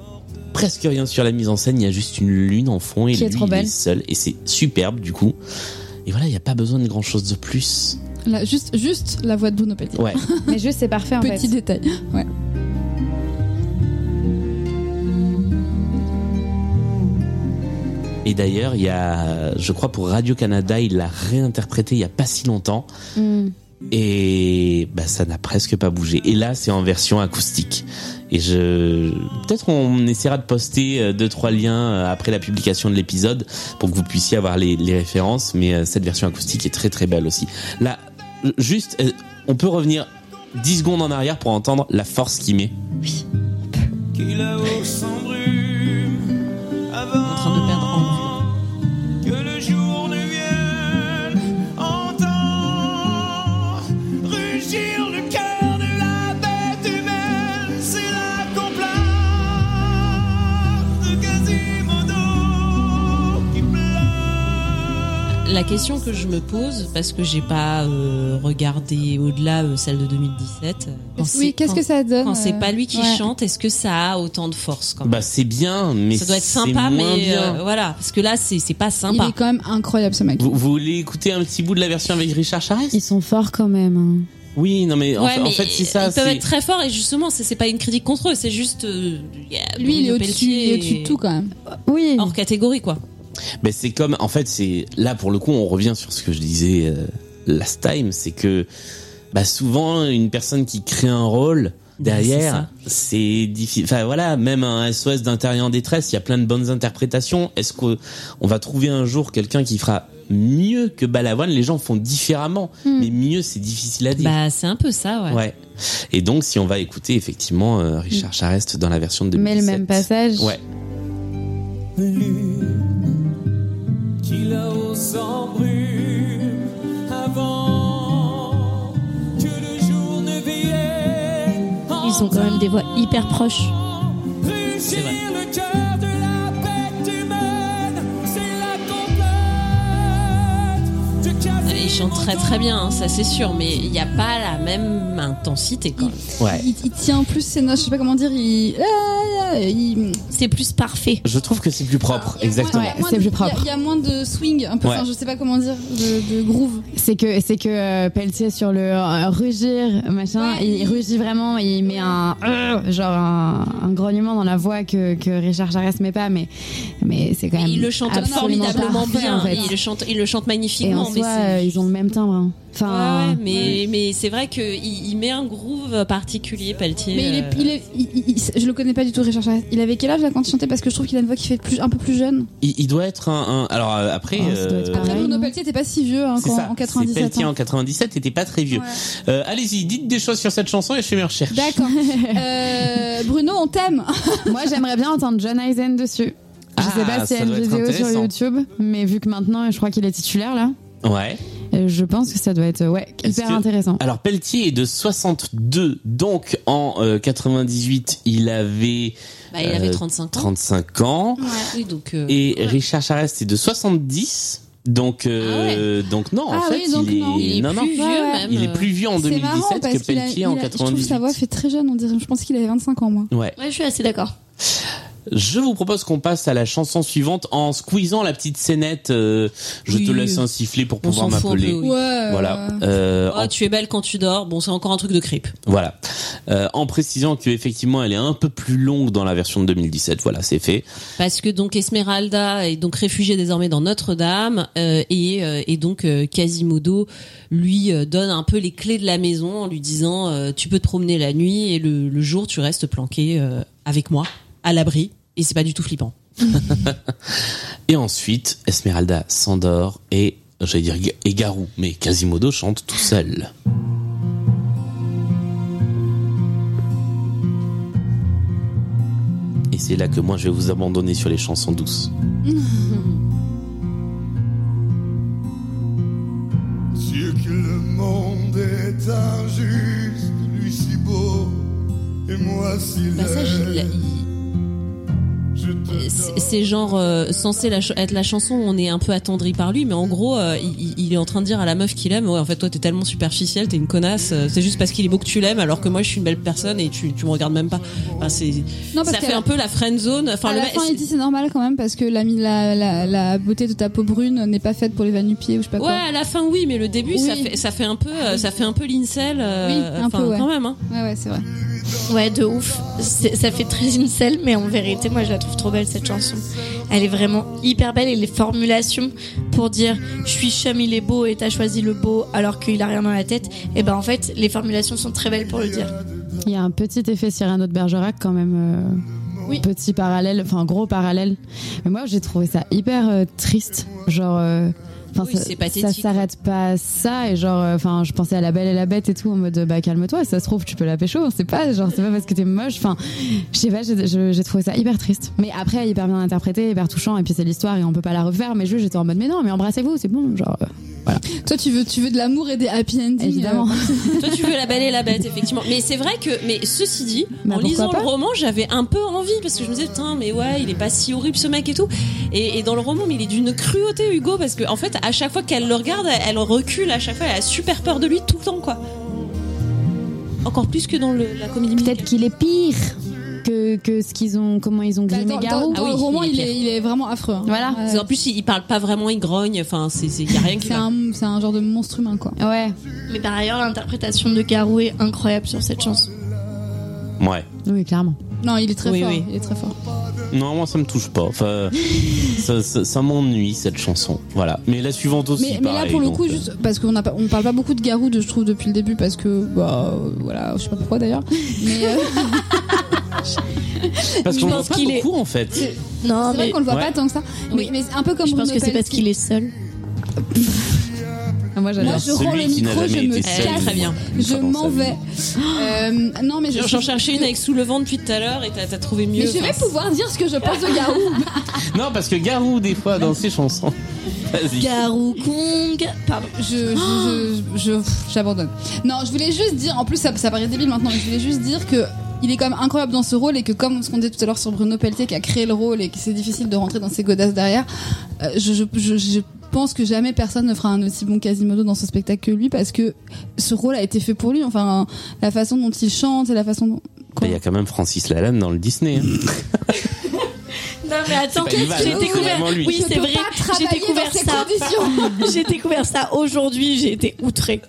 Speaker 3: presque rien sur la mise en scène. Il y a juste une lune en fond et
Speaker 7: Qui est
Speaker 3: lui,
Speaker 7: trop
Speaker 3: il
Speaker 7: belle.
Speaker 3: seul, et c'est superbe du coup. Et voilà, il n'y a pas besoin de grand chose de plus.
Speaker 5: Là, juste, juste la voix de Bruno Pelletier.
Speaker 3: Ouais.
Speaker 7: Mais juste, c'est parfait en fait.
Speaker 5: Petit détail. Ouais.
Speaker 3: Et d'ailleurs, il y a, je crois pour Radio Canada, il l'a réinterprété il y a pas si longtemps,
Speaker 7: Hmm.
Speaker 3: et bah ça n'a presque pas bougé. Et là, c'est en version acoustique. Et je, peut-être on essaiera de poster euh, deux trois liens euh, après la publication de l'épisode pour que vous puissiez avoir les, les références. Mais euh, cette version acoustique est très très belle aussi. Là, euh, juste, euh, on peut revenir 10 secondes en arrière pour entendre la force qu'il met.
Speaker 6: qui là-haut s'embrume
Speaker 2: En train de perdre
Speaker 6: avant que le jour ne vienne. Entends rugir le cœur de la bête humaine, c'est la complainte de Quasimodo qui pleure.
Speaker 2: La question que je me pose, parce que j'ai pas euh, regardé au-delà euh, celle de 2017. euh, quand c'est-
Speaker 5: Oui, qu'est-ce
Speaker 2: quand-
Speaker 5: que ça donne
Speaker 2: Quand c'est
Speaker 5: euh,
Speaker 2: pas lui qui
Speaker 5: ouais.
Speaker 2: chante, est-ce que ça a autant de force quand même
Speaker 3: Bah c'est bien, mais
Speaker 2: Ça doit être
Speaker 3: c'est
Speaker 2: sympa,
Speaker 3: moins
Speaker 2: mais
Speaker 3: bien.
Speaker 2: euh, voilà, parce que là c'est c'est pas
Speaker 5: Il
Speaker 2: sympa.
Speaker 5: est quand même incroyable ce mec.
Speaker 3: Vous, vous voulez écouter un petit bout de la version avec Richard Charest
Speaker 7: Ils sont forts quand même. hein.
Speaker 3: Oui, non mais en,
Speaker 2: Ouais,
Speaker 3: fa- en
Speaker 2: mais
Speaker 3: fait c'est ça.
Speaker 2: Ils peuvent
Speaker 3: c'est-
Speaker 2: être très forts et justement c'est c'est pas une critique contre eux, c'est juste. euh, y a
Speaker 5: Lui, il est
Speaker 2: Bruno
Speaker 5: au-dessus il
Speaker 2: Pelletier
Speaker 5: est au-dessus de tout quand même.
Speaker 7: Oui.
Speaker 3: Ah,
Speaker 2: Hors catégorie quoi.
Speaker 3: Ben, c'est comme en fait c'est là pour le coup on revient sur ce que je disais euh, last time, c'est que bah, souvent une personne qui crée un
Speaker 2: Bah,
Speaker 3: rôle derrière c'est difficile. Enfin voilà, même un SOS d'intérieur en détresse, il y a plein de bonnes interprétations. Est-ce qu'on on va trouver un jour quelqu'un qui fera mieux que Balavoine Les gens font différemment, mais mieux c'est difficile à dire.
Speaker 2: Hmm. Bah c'est un peu ça, ouais. Hmm.
Speaker 3: Ouais. Et donc, si on va écouter effectivement euh, Richard Charest dans la version de 2017.
Speaker 7: Mais le même passage.
Speaker 3: Ouais.
Speaker 6: lune qui là-haut s'embrume avant que le jour ne vienne.
Speaker 1: Ils ont quand même des voix hyper proches.
Speaker 6: Rugir le cœur de la bête humaine, c'est la complète de
Speaker 2: Euh, Ils chantent très très bien, hein, ça c'est sûr, mais il n'y a pas la même intensité quand même.
Speaker 3: Ouais.
Speaker 5: Il, il tient plus ses notes, je sais pas comment dire. Il, ah, il-
Speaker 1: C'est plus parfait.
Speaker 3: Je trouve que c'est plus propre,
Speaker 5: il y a
Speaker 3: exactement.
Speaker 5: moins- il y a moins
Speaker 7: c'est
Speaker 5: de-
Speaker 7: plus propre.
Speaker 5: Il y, a- il y a moins de swing, un peu.
Speaker 3: Ouais.
Speaker 5: enfin, je sais pas comment dire, de, de groove.
Speaker 7: C'est que c'est que euh, Pelletier sur le euh, rugir machin,
Speaker 5: Ouais.
Speaker 7: il rugit vraiment, il met un euh, genre un, un grognement dans la voix que, que Richard Charest met pas, mais mais c'est quand
Speaker 2: Mais
Speaker 7: même
Speaker 2: il le chante
Speaker 7: absolument
Speaker 2: formidablement
Speaker 7: parfait,
Speaker 2: bien,
Speaker 7: en fait.
Speaker 2: il, le chante, il le chante
Speaker 7: Et en
Speaker 2: magnifiquement, mais
Speaker 7: soi, euh,
Speaker 2: c'est
Speaker 7: ils ils ont le même timbre. hein. Enfin,
Speaker 2: Ouais, mais, mais c'est vrai qu'il il met un groove particulier, Pelletier. euh,
Speaker 5: Mais il
Speaker 7: euh,
Speaker 5: est, il est- il- il- il- je le connais pas du tout, Richard Charest. Il avait quel âge là quand il chantait Parce que je trouve qu'il a une voix qui fait plus, un peu plus jeune.
Speaker 3: Il, il doit être un. un- Alors euh, après.
Speaker 7: Ah, ça doit être
Speaker 3: euh,
Speaker 7: pareil.
Speaker 5: Après,
Speaker 7: Ouais,
Speaker 5: Bruno
Speaker 7: non.
Speaker 5: Pelletier était pas si vieux hein,
Speaker 3: c'est
Speaker 5: quand-
Speaker 3: ça.
Speaker 5: en
Speaker 3: C'est
Speaker 5: 97.
Speaker 3: Pelletier
Speaker 5: hein.
Speaker 3: en 97 n'était pas très vieux.
Speaker 5: Ouais.
Speaker 3: Euh, Allez-y, dites des choses sur cette chanson et je fais mes recherches.
Speaker 5: D'accord. Euh, Bruno, on t'aime.
Speaker 7: moi j'aimerais bien entendre John Eisen dessus. Je sais
Speaker 3: Ah,
Speaker 7: pas si
Speaker 3: ça
Speaker 7: elle a
Speaker 3: doit
Speaker 7: une
Speaker 3: être
Speaker 7: vidéo sur
Speaker 3: intéressant.
Speaker 7: YouTube, mais vu que maintenant je crois qu'il est titulaire là,
Speaker 3: Ouais.
Speaker 7: euh, je pense que ça doit être euh, ouais,
Speaker 3: Est-ce
Speaker 7: hyper
Speaker 3: que-
Speaker 7: intéressant.
Speaker 3: Alors Pelletier est de 62, donc en euh, 98 il avait
Speaker 2: Bah, il avait
Speaker 3: Euh,
Speaker 2: 35 ans.
Speaker 3: 35 ans
Speaker 5: Mm.
Speaker 2: Oui, donc. euh,
Speaker 3: et Richard Charest est de 70, donc euh, donc non en
Speaker 5: Ah
Speaker 3: fait
Speaker 5: oui, donc
Speaker 3: il est
Speaker 5: non.
Speaker 2: Il est
Speaker 3: non, non,
Speaker 2: plus
Speaker 5: Ouais,
Speaker 2: vieux,
Speaker 5: ouais.
Speaker 2: même.
Speaker 3: il est plus vieux en
Speaker 5: C'est
Speaker 3: 2017
Speaker 5: marrant parce
Speaker 3: que
Speaker 5: qu'il a,
Speaker 3: Pelletier
Speaker 5: il
Speaker 3: en
Speaker 5: a- je trouve que
Speaker 3: 98.
Speaker 5: sa voix fait très jeune, on dirait. Je pense qu'il avait 25 ans, moi.
Speaker 3: Ouais.
Speaker 1: Ouais, je suis assez d'accord.
Speaker 3: Je vous propose qu'on passe à la chanson suivante en squeezant la petite scénette. euh, je
Speaker 2: Oui,
Speaker 3: te laisse
Speaker 2: oui.
Speaker 3: un sifflet pour
Speaker 2: On
Speaker 3: pouvoir
Speaker 2: s'en fout un
Speaker 3: m'appeler.
Speaker 2: peu, oui.
Speaker 5: Ouais.
Speaker 3: Voilà. Euh,
Speaker 2: Oh,
Speaker 3: en-
Speaker 2: tu es belle quand tu dors. Bon, c'est encore un truc de creep.
Speaker 3: Voilà. Euh, en précisant que effectivement, elle est un peu plus longue dans la version de 2017. Voilà, c'est fait.
Speaker 2: Parce que donc Esmeralda est donc réfugiée désormais dans Notre-Dame euh, et, euh, et donc euh, Quasimodo lui euh, donne un peu les clés de la maison en lui disant euh, tu peux te promener la nuit et le, le jour tu restes planqué euh, avec moi à l'abri et c'est pas du tout flippant.
Speaker 3: Et ensuite, Esmeralda s'endort et j'allais dire Ga- et Garou, mais Quasimodo chante tout seul. Et c'est là que moi je vais vous abandonner sur les chansons douces.
Speaker 9: Dieu que le monde est injuste, lui si beau, et moi si
Speaker 2: Bah ça, je- la-
Speaker 9: laid.
Speaker 2: il-
Speaker 9: Je te
Speaker 2: c'est-
Speaker 9: donne
Speaker 2: c'est genre euh, censé la ch- être la chanson où on est un peu attendri par lui mais en gros euh, il, il est en train de dire à la meuf qu'il aime ouais en fait toi t'es tellement superficielle t'es une connasse euh, c'est juste parce qu'il est beau que tu l'aimes alors que moi je suis une belle personne et tu, tu me regardes même pas Enfin, c'est
Speaker 5: Non, parce
Speaker 2: ça
Speaker 5: qu'à
Speaker 2: fait
Speaker 5: la-
Speaker 2: un peu la friend zone. Enfin,
Speaker 5: à
Speaker 2: le
Speaker 5: la
Speaker 2: mec-
Speaker 5: fin, il dit c'est normal quand même parce que la, la, la, la beauté de ta peau brune n'est pas faite pour les vanupiers ou je sais pas
Speaker 2: ouais,
Speaker 5: quoi.
Speaker 2: à la fin, oui, mais le début,
Speaker 5: Oui. Ah
Speaker 2: ça fait, ça fait un peu, euh, ça fait un peu l'incel. euh,
Speaker 5: Oui, un
Speaker 2: enfin,
Speaker 5: peu, ouais.
Speaker 2: quand même. Hein.
Speaker 5: Ouais, ouais, c'est vrai.
Speaker 1: Ouais, de ouf. C'est- Ça fait très une selle, mais en vérité, moi, je la trouve trop belle, cette chanson. Elle est vraiment hyper belle et les formulations pour dire je suis chum, il est beau et t'as choisi le beau alors qu'il a rien dans la tête. Et ben, en fait, les formulations sont très belles pour le dire.
Speaker 7: Il y a un petit effet Cyrano de Bergerac quand même. euh, Petit parallèle, enfin gros parallèle. Mais moi j'ai trouvé ça hyper euh, triste. Genre. euh, enfin,
Speaker 2: Oui,
Speaker 7: ça-
Speaker 2: c'est
Speaker 7: ça
Speaker 2: pathétique.
Speaker 7: s'arrête pas à ça et genre euh, enfin je pensais à la belle et la bête et tout en mode bah calme-toi ça se trouve tu peux la pécho hein, c'est pas genre c'est pas parce que t'es moche enfin je sais pas j'ai- je- j'ai trouvé ça hyper triste mais après hyper bien interprété hyper touchant et puis c'est l'histoire et on peut pas la refaire mais juste j'étais en mode mais non mais embrassez-vous c'est bon genre euh,
Speaker 5: Toi, tu veux, tu veux de l'amour et des happy endings.
Speaker 7: évidemment
Speaker 5: euh.
Speaker 2: Toi, tu veux la belle et la bête, effectivement. Mais c'est vrai que, mais ceci dit,
Speaker 7: Bah,
Speaker 2: en
Speaker 7: pourquoi
Speaker 2: lisant
Speaker 7: pas
Speaker 2: le roman, j'avais un peu envie parce que je me disais, putain, mais ouais, il est pas si horrible ce mec et tout. Et, et dans le roman, mais il est d'une cruauté, Hugo, parce que en fait, à chaque fois qu'elle le regarde, elle, elle recule. À chaque fois, elle a super peur de lui tout le temps, quoi. Encore plus que dans le- la comédie.
Speaker 7: peut-être
Speaker 2: musicale.
Speaker 7: qu'il est pire que, que ce qu'ils ont comment ils ont
Speaker 5: Bah,
Speaker 7: grimé
Speaker 5: dans, dans-
Speaker 7: Garou
Speaker 5: dans
Speaker 2: Ah oui,
Speaker 5: le roman,
Speaker 2: il
Speaker 5: il
Speaker 2: est
Speaker 5: est, il est vraiment affreux. hein.
Speaker 7: Voilà.
Speaker 5: Ouais.
Speaker 2: Parce qu'en plus, il, il parle pas vraiment, il grogne. Enfin, c'est, c'est, y a rien qui
Speaker 5: C'est
Speaker 2: va.
Speaker 5: un, c'est un genre de monstre humain, quoi.
Speaker 7: ouais
Speaker 1: Mais par ailleurs, l'interprétation de Garou est incroyable sur cette chanson.
Speaker 3: Ouais.
Speaker 7: oui clairement
Speaker 5: Non, il est très
Speaker 2: Oui,
Speaker 5: fort.
Speaker 2: oui.
Speaker 5: Il est très fort.
Speaker 3: Non, moi ça me touche pas. Enfin, ça, ça- ça m'ennuie cette chanson. Voilà. Mais la suivante aussi.
Speaker 5: Mais, mais là,
Speaker 3: pareil,
Speaker 5: pour le
Speaker 3: donc,
Speaker 5: coup,
Speaker 3: euh,
Speaker 5: juste parce qu'on a pas- on parle pas beaucoup de Garou, de, je trouve, depuis le début, parce que, bah, euh, voilà, je sais pas pourquoi d'ailleurs. Mais euh,
Speaker 3: Parce
Speaker 1: je
Speaker 3: qu'on voit
Speaker 1: pense
Speaker 3: pas
Speaker 1: qu'il est-
Speaker 3: beaucoup en fait.
Speaker 1: Non,
Speaker 5: c'est vrai
Speaker 1: mais
Speaker 5: qu'on le voit
Speaker 3: Ouais.
Speaker 5: pas tant que ça.
Speaker 1: Oui.
Speaker 5: Mais, mais c'est un peu comme
Speaker 1: je pense
Speaker 5: Bruno
Speaker 1: que c'est parce
Speaker 5: Pelletier.
Speaker 1: qu'il est seul.
Speaker 7: Ah, moi j'adore
Speaker 5: Moi, je rends le
Speaker 3: Celui qui n'a
Speaker 5: micro, je
Speaker 3: jamais
Speaker 5: me
Speaker 3: été
Speaker 2: Eh,
Speaker 3: seul.
Speaker 5: casse.
Speaker 2: très bien.
Speaker 5: Je
Speaker 3: Pardon,
Speaker 5: m'en
Speaker 3: Sabine.
Speaker 5: vais. Euh, non, mais je.
Speaker 2: J'en cherchais une avec sous le vent depuis tout à l'heure et t'as t'as trouvé mieux.
Speaker 5: Mais je vais
Speaker 2: Enfin,
Speaker 5: pouvoir dire ce que je pense de Garou.
Speaker 3: Non, parce que Garou, des fois, dans ses chansons. Vas-y.
Speaker 1: Bah, Garou Kong. Pardon.
Speaker 5: je, je, je, je- pff, j'abandonne. Non, je voulais juste dire, en plus ça, ça paraît débile maintenant, mais je voulais juste dire que il est quand même incroyable dans ce rôle et que comme ce qu'on disait tout à l'heure sur Bruno Pelletier qui a créé le rôle et que c'est difficile de rentrer dans ses godasses derrière, euh, je, je, je, je pense que jamais personne ne fera un aussi bon Quasimodo dans ce spectacle que lui parce que ce rôle a été fait pour lui. Enfin, la façon dont il chante et la façon dont...
Speaker 3: Bah, Il y a quand même Francis Lalanne dans le Disney. hein.
Speaker 1: Non, mais attends,
Speaker 3: C'est pas une vanne,
Speaker 1: j'ai
Speaker 3: hein,
Speaker 1: découvert.
Speaker 3: c'est vraiment lui.
Speaker 1: Oui,
Speaker 5: Je
Speaker 1: c'est
Speaker 5: peux
Speaker 1: vrai.
Speaker 5: pas travailler
Speaker 1: J'ai découvert
Speaker 5: dans ces
Speaker 1: ça.
Speaker 5: conditions.
Speaker 1: J'ai découvert ça aujourd'hui, j'ai été outrée.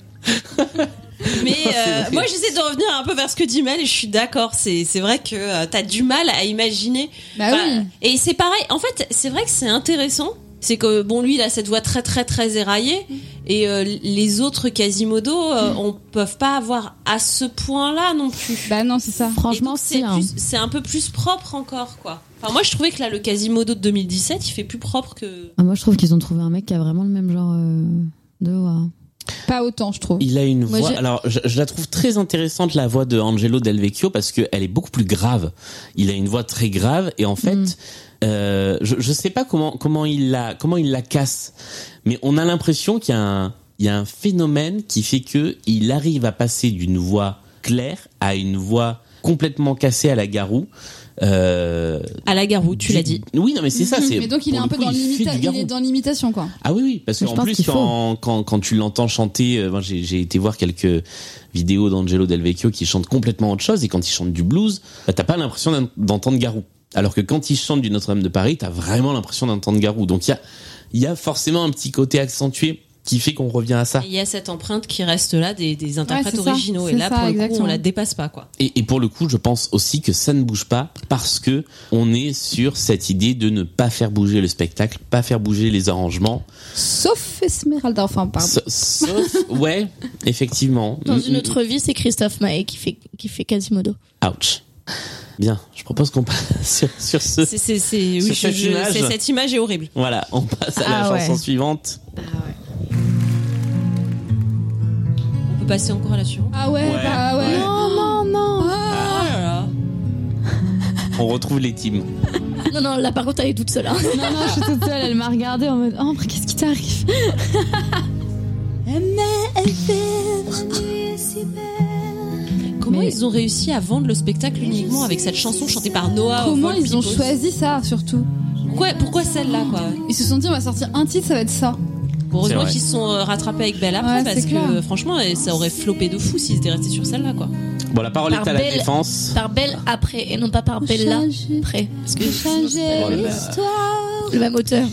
Speaker 2: Mais euh,
Speaker 3: vrai.
Speaker 2: moi, j'essaie de revenir un peu vers ce que dit Mel et je suis d'accord. C'est c'est vrai que euh, t'as du mal à imaginer.
Speaker 5: Bah
Speaker 2: Enfin,
Speaker 5: oui.
Speaker 2: Et c'est pareil. En fait, c'est vrai que c'est intéressant. c'est que bon lui il a cette voix très très très éraillée et euh, les autres Quasimodo euh, on peuvent pas avoir à ce point là non plus.
Speaker 5: Bah non, c'est ça.
Speaker 2: Et
Speaker 7: Franchement,
Speaker 2: donc,
Speaker 7: si.
Speaker 2: c'est
Speaker 7: hein.
Speaker 2: plus- c'est un peu plus propre encore quoi. Enfin moi je trouvais que là le Quasimodo de 2017 il fait plus propre que
Speaker 7: Ah, moi, je trouve qu'ils ont trouvé un mec qui a vraiment le même genre euh, de voix.
Speaker 5: Pas autant, je trouve.
Speaker 3: Il a une
Speaker 5: Moi,
Speaker 3: voix.
Speaker 5: j'ai-
Speaker 3: Alors, je, je la trouve très intéressante la voix de Angelo Del Vecchio parce que elle est beaucoup plus grave. Il a une voix très grave et en fait,
Speaker 7: Mm.
Speaker 3: euh, je je sais pas comment comment il la comment il la casse, mais on a l'impression qu'il y a un il y a un phénomène qui fait que il arrive à passer d'une voix claire à une voix complètement cassée à la Garou. Euh,
Speaker 2: à la Garou, tu
Speaker 3: du-
Speaker 2: l'as dit.
Speaker 3: Oui, non, mais c'est ça. c'est-
Speaker 5: Mm. Mais donc il est
Speaker 3: pour
Speaker 5: un
Speaker 3: le
Speaker 5: peu
Speaker 3: coup,
Speaker 5: dans
Speaker 3: il fait
Speaker 5: l'imita-
Speaker 3: du
Speaker 5: il
Speaker 3: Garou.
Speaker 5: est dans l'imitation quoi.
Speaker 3: Ah oui, oui, parce
Speaker 7: Mais
Speaker 3: qu'en
Speaker 7: je pense
Speaker 3: plus,
Speaker 7: qu'il faut.
Speaker 3: quand, quand, quand tu l'entends chanter, euh, moi, j'ai j'ai été voir quelques vidéos d'Angelo Del Vecchio qui chante complètement autre chose, et quand il chante du blues, bah, t'as pas l'impression d'en- d'entendre Garou. Alors que quand il chante du Notre-Dame de Paris, t'as vraiment l'impression d'entendre Garou. Donc il y a, il y a forcément un petit côté accentué qui fait qu'on revient à ça.
Speaker 2: Et Il y a cette empreinte qui reste là des, des interprètes
Speaker 5: c'est ça.
Speaker 2: originaux et
Speaker 5: C'est
Speaker 2: là
Speaker 5: ça,
Speaker 2: pour le coup
Speaker 5: exactement.
Speaker 2: on la dépasse pas quoi.
Speaker 3: Et, et pour le coup, je pense aussi que ça ne bouge pas parce que on est sur cette idée de ne pas faire bouger le spectacle, pas faire bouger les arrangements.
Speaker 5: Sauf Esmeralda, enfin pardon.
Speaker 3: Sa- Sauf, ouais, effectivement.
Speaker 1: Dans
Speaker 3: Mm,
Speaker 1: une
Speaker 3: mm,
Speaker 1: autre vie, c'est Christophe Maé qui fait, qui fait Quasimodo.
Speaker 3: Ouch. Bien, je propose qu'on passe sur, sur ce.
Speaker 2: C'est c'est- c'est- oui,
Speaker 3: Sur
Speaker 2: je-
Speaker 3: cette
Speaker 2: je-
Speaker 3: image.
Speaker 2: c'est- cette image est horrible.
Speaker 3: Voilà, on passe à la
Speaker 7: Ah ouais.
Speaker 3: chanson suivante.
Speaker 2: On peut passer encore à la suivante.
Speaker 5: Ah ouais,
Speaker 3: Ouais,
Speaker 5: bah ouais.
Speaker 3: ouais.
Speaker 5: Non, non, non.
Speaker 2: Oh là là.
Speaker 3: On retrouve les teams.
Speaker 1: Non, non, là par contre, elle est toute seule. hein.
Speaker 7: Non, non, je suis toute seule. Elle m'a regardée en mode Oh, mais qu'est-ce qui t'arrive
Speaker 2: Comment
Speaker 7: Mais-
Speaker 2: ils ont réussi à vendre le spectacle uniquement avec cette chanson chantée par Noah
Speaker 5: Comment
Speaker 2: Wolf
Speaker 5: ils ont
Speaker 2: Peoples
Speaker 5: choisi ça surtout
Speaker 2: Pourquoi, pourquoi celle-là quoi
Speaker 5: Ils se sont dit on va sortir un titre, ça va être ça.
Speaker 2: Bon,
Speaker 3: C'est
Speaker 2: Heureusement
Speaker 3: vrai.
Speaker 2: qu'ils se sont euh, rattrapés avec Belle après
Speaker 5: Ouais,
Speaker 2: parce
Speaker 5: c'est
Speaker 2: que
Speaker 5: clair.
Speaker 2: franchement eh, ça aurait flopé de fou s'ils étaient restés sur celle-là quoi.
Speaker 3: Bon, la parole
Speaker 1: Par
Speaker 3: est à la
Speaker 1: Belle.
Speaker 3: défense.
Speaker 1: Par Belle après, et non pas par Bella
Speaker 5: Changer-
Speaker 1: après. Parce que
Speaker 5: changer
Speaker 3: Bon, bah,
Speaker 5: l'histoire.
Speaker 1: le même auteur.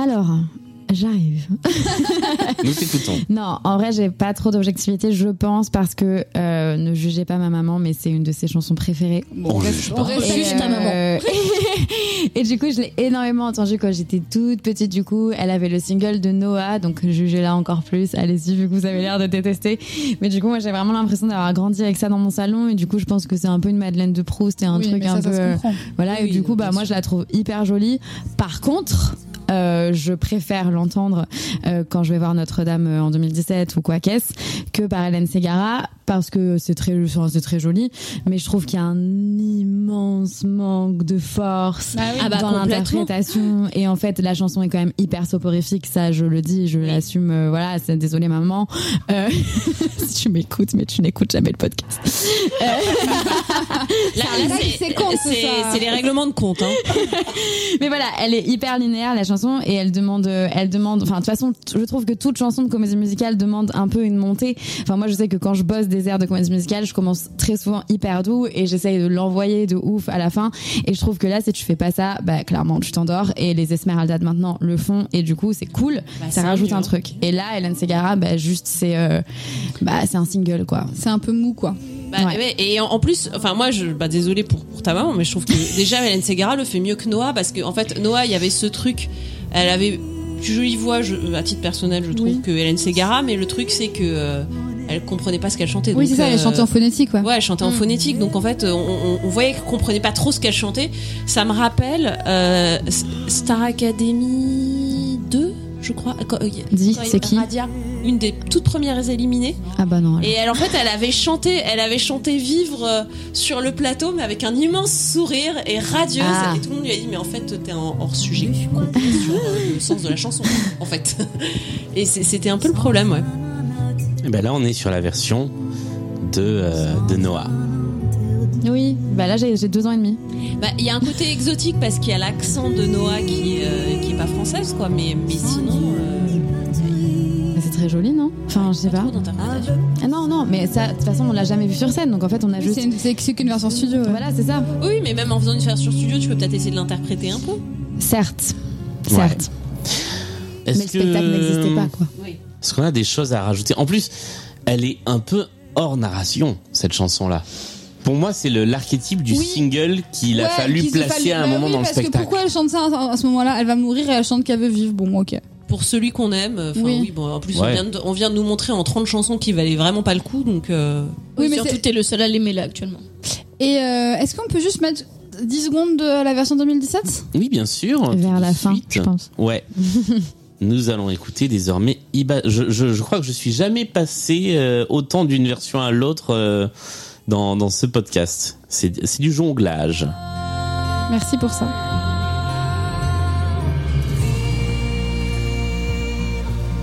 Speaker 7: Alors, j'arrive.
Speaker 3: Nous t'écoutons.
Speaker 7: Non, en vrai, j'ai pas trop d'objectivité, je pense, parce que euh, ne jugez pas ma maman, mais c'est une de ses chansons préférées.
Speaker 3: On
Speaker 5: Bon,
Speaker 3: juge
Speaker 5: reste-
Speaker 3: pas.
Speaker 5: on reste
Speaker 7: Et,
Speaker 1: Juste ta maman.
Speaker 7: euh, et du coup, je l'ai énormément entendue quand j'étais toute petite. Du coup, elle avait le single de Noah, donc jugez-la encore plus. Allez-y, vu que vous avez l'air de détester. Mais du coup, moi, j'ai vraiment l'impression d'avoir grandi avec ça dans mon salon. Et du coup, je pense que c'est un peu une Madeleine de Proust et un
Speaker 5: Oui,
Speaker 7: truc
Speaker 5: mais ça,
Speaker 7: un
Speaker 5: ça
Speaker 7: peu.
Speaker 5: se
Speaker 7: euh,
Speaker 5: comprend.
Speaker 7: Voilà,
Speaker 2: Oui,
Speaker 7: et du coup, bah,
Speaker 2: bien
Speaker 7: moi, je la trouve hyper jolie. Par contre, euh, je préfère l'entendre euh, quand je vais voir Notre-Dame euh, en 2017 ou quoi qu'est-ce que par Hélène Ségara parce que c'est très, enfin, c'est très joli, mais je trouve qu'il y a un immense manque de force
Speaker 5: Bah oui.
Speaker 2: Ah bah,
Speaker 7: dans
Speaker 2: complètement.
Speaker 7: l'interprétation. Et en fait, la chanson est quand même hyper soporifique, ça, je le dis, je l'assume. euh, voilà, c'est désolé, maman. Euh, si tu m'écoutes, mais tu n'écoutes jamais le podcast.
Speaker 2: Là,
Speaker 5: un
Speaker 2: là,
Speaker 5: live
Speaker 2: c'est
Speaker 5: séquence,
Speaker 2: c'est-
Speaker 5: ça.
Speaker 2: c'est les règlements de compte. Hein.
Speaker 7: Mais voilà, elle est hyper linéaire la chanson et elle demande, euh, elle demande. Enfin, de toute façon, t- je trouve que toute chanson de comédie musicale demande un peu une montée. Enfin, moi, je sais que quand je bosse des airs de comédie musicale, je commence très souvent hyper doux et j'essaye de l'envoyer de ouf à la fin. Et je trouve que là, si tu fais pas ça, bah clairement, tu t'endors. Et les Esmeraldas de maintenant le font et du coup, c'est cool.
Speaker 2: Bah, c'est
Speaker 7: ça rajoute
Speaker 2: dur.
Speaker 7: un truc. Et là, Hélène Segara, bah juste, c'est, euh, bah c'est un single quoi.
Speaker 5: C'est un peu mou quoi.
Speaker 2: Bah,
Speaker 7: Ouais.
Speaker 2: ouais, et en, en plus, enfin moi, je, bah désolé pour, pour ta maman, mais je trouve que déjà Hélène Segara le fait mieux que Noah parce que en fait Noah, il y avait ce truc, elle avait plus jolie voix, je, à titre personnel, je trouve
Speaker 5: Oui.
Speaker 2: que Hélène Segara, mais le truc c'est que euh, elle comprenait pas ce qu'elle chantait.
Speaker 5: Oui,
Speaker 2: donc,
Speaker 5: c'est ça, elle
Speaker 2: euh,
Speaker 5: chante en phonétique quoi. Mm.
Speaker 2: Ouais, elle chantait en phonétique, donc en fait, on, on- on voyait qu'elle comprenait pas trop ce qu'elle chantait. Ça me rappelle euh, S- Star Academy 2, je crois. Quand- euh,
Speaker 7: Dis,
Speaker 2: quand il-
Speaker 7: c'est qui
Speaker 2: Radia, une des toutes premières éliminées.
Speaker 7: Ah bah non. alors.
Speaker 2: Et elle, en fait, elle avait chanté, elle avait chanté vivre euh, sur le plateau, mais avec un immense sourire et radieuse.
Speaker 7: Ah.
Speaker 2: Et tout le monde lui a dit, mais en fait, t'es en hors sujet complet sur euh, le sens de la chanson, en fait. Et c'est- c'était un peu le problème, ouais.
Speaker 3: Et ben là, on est sur la version de, euh, de Noah.
Speaker 7: Oui, bah là, j'ai j'ai deux ans et demi.
Speaker 2: Bah, il y a un côté exotique parce qu'il y a l'accent de Noah qui, euh, qui est pas française, quoi. Mais, mais sinon, euh,
Speaker 7: Mais C'est très joli, non Enfin, je sais
Speaker 2: pas
Speaker 7: pas.
Speaker 2: trop d'interprétation.
Speaker 7: Ah non, non, mais ça, de toute façon, on l'a jamais vu sur scène, donc en fait, on a juste.
Speaker 5: C'est une- C'est c'est qu'une version studio. ouais.
Speaker 7: Voilà, c'est ça.
Speaker 2: Oui, mais même en faisant une version studio, tu peux peut-être essayer de l'interpréter un peu.
Speaker 7: Certes.
Speaker 3: Ouais.
Speaker 7: Certes.
Speaker 3: Est-ce
Speaker 7: Mais le spectacle
Speaker 3: que-
Speaker 7: n'existait pas, quoi.
Speaker 3: Est-ce qu'on a des choses à rajouter En plus, elle est un peu hors narration, cette chanson-là. pour moi, c'est le- l'archétype du
Speaker 5: Oui.
Speaker 3: single qu'il a
Speaker 5: Ouais,
Speaker 3: fallu
Speaker 5: qu'ils aient
Speaker 3: placer
Speaker 5: fallu-
Speaker 3: à un
Speaker 5: Bah
Speaker 3: moment
Speaker 5: oui,
Speaker 3: dans le
Speaker 5: parce que
Speaker 3: spectacle.
Speaker 5: pourquoi elle chante ça à à ce moment-là Elle va mourir et elle chante qu'elle veut vivre. Bon, moi, ok.
Speaker 2: Pour celui qu'on aime, euh, enfin
Speaker 5: Oui.
Speaker 2: oui. bon, en plus, on,
Speaker 3: Ouais.
Speaker 2: vient de, on vient de nous montrer en 30 chansons qu'il valait vraiment pas le coup, donc. euh,
Speaker 5: Oui, mais
Speaker 1: surtout,
Speaker 5: c'est-
Speaker 1: t'es le seul à l'aimer là actuellement.
Speaker 5: Et euh, est-ce qu'on peut juste mettre 10 secondes de la version 2017
Speaker 3: Oui, bien sûr.
Speaker 7: Vers
Speaker 3: Tout
Speaker 7: la
Speaker 3: de
Speaker 7: fin,
Speaker 3: suite.
Speaker 7: je pense.
Speaker 3: Ouais. Nous allons écouter désormais Iba. Je, je, je crois que je suis jamais passé euh, autant d'une version à l'autre euh, dans, dans ce podcast. C'est c'est du jonglage.
Speaker 5: Merci pour ça.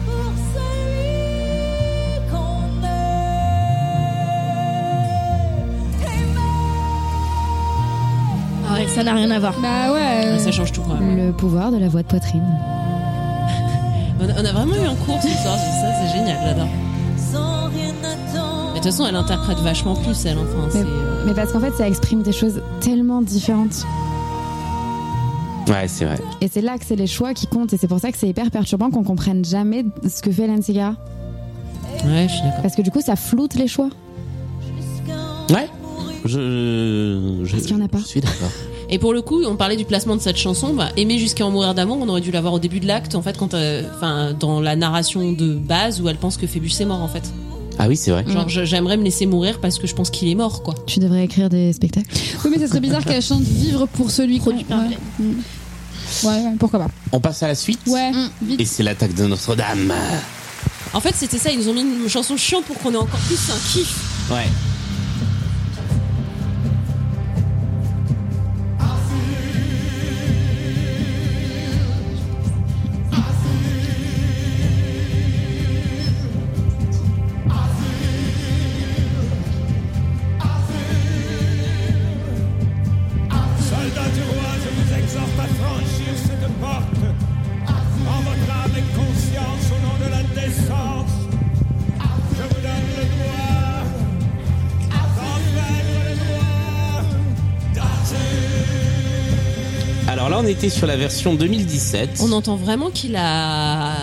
Speaker 11: Pour celui qu'on aime,
Speaker 1: Ah ouais, ça n'a rien à voir.
Speaker 5: Bah ouais. euh,
Speaker 2: ouais, ça change tout quand même.
Speaker 7: Le pouvoir de la voix de poitrine.
Speaker 2: On a, on a vraiment eu un cours ce soir, c'est ça, c'est génial, j'adore.
Speaker 11: sans rien
Speaker 2: Mais
Speaker 11: attendre.
Speaker 2: De toute façon, elle interprète vachement plus, elle, enfin. c'est, euh,
Speaker 7: Mais parce qu'en fait, ça exprime des choses tellement différentes.
Speaker 3: Ouais, c'est vrai.
Speaker 7: Et c'est là que c'est les choix qui comptent. Et c'est pour ça que c'est hyper perturbant qu'on comprenne jamais ce que fait Hélène Segarra.
Speaker 2: Ouais, je suis d'accord.
Speaker 7: Parce que du coup, ça floute les choix.
Speaker 3: Ouais. Je. je
Speaker 7: Parce qu'il y en a pas.
Speaker 3: Je suis d'accord.
Speaker 2: Et pour le coup, on parlait du placement de cette chanson, bah, Aimer jusqu'à en mourir d'amour, on aurait dû l'avoir au début de l'acte, en fait, quand, euh, enfin, dans la narration de base où elle pense que Phébus est mort, en fait.
Speaker 3: Ah oui, c'est vrai.
Speaker 2: Genre, je- j'aimerais me laisser mourir parce que je pense qu'il est mort, quoi.
Speaker 7: Tu devrais écrire des spectacles.
Speaker 5: Oui, mais ça serait bizarre qu'elle chante Vivre pour celui qu'on.
Speaker 1: Produit par
Speaker 5: Ouais. Mm. ouais, ouais, pourquoi pas. Mm.
Speaker 3: On passe à la suite.
Speaker 5: Ouais,
Speaker 3: Et
Speaker 5: vite.
Speaker 3: c'est l'attaque de Notre-Dame.
Speaker 2: En fait, c'était ça, ils nous ont mis une chanson chiante pour qu'on ait encore plus un kiff.
Speaker 3: Ouais.
Speaker 6: Soldats du roi, je vous exhorte à franchir cette porte. En votre âme et conscience, au nom de la décence, je vous donne le droit d'enfreindre le droit d'agir.
Speaker 3: Alors là, on était sur la version 2017.
Speaker 2: On entend vraiment qu'il a,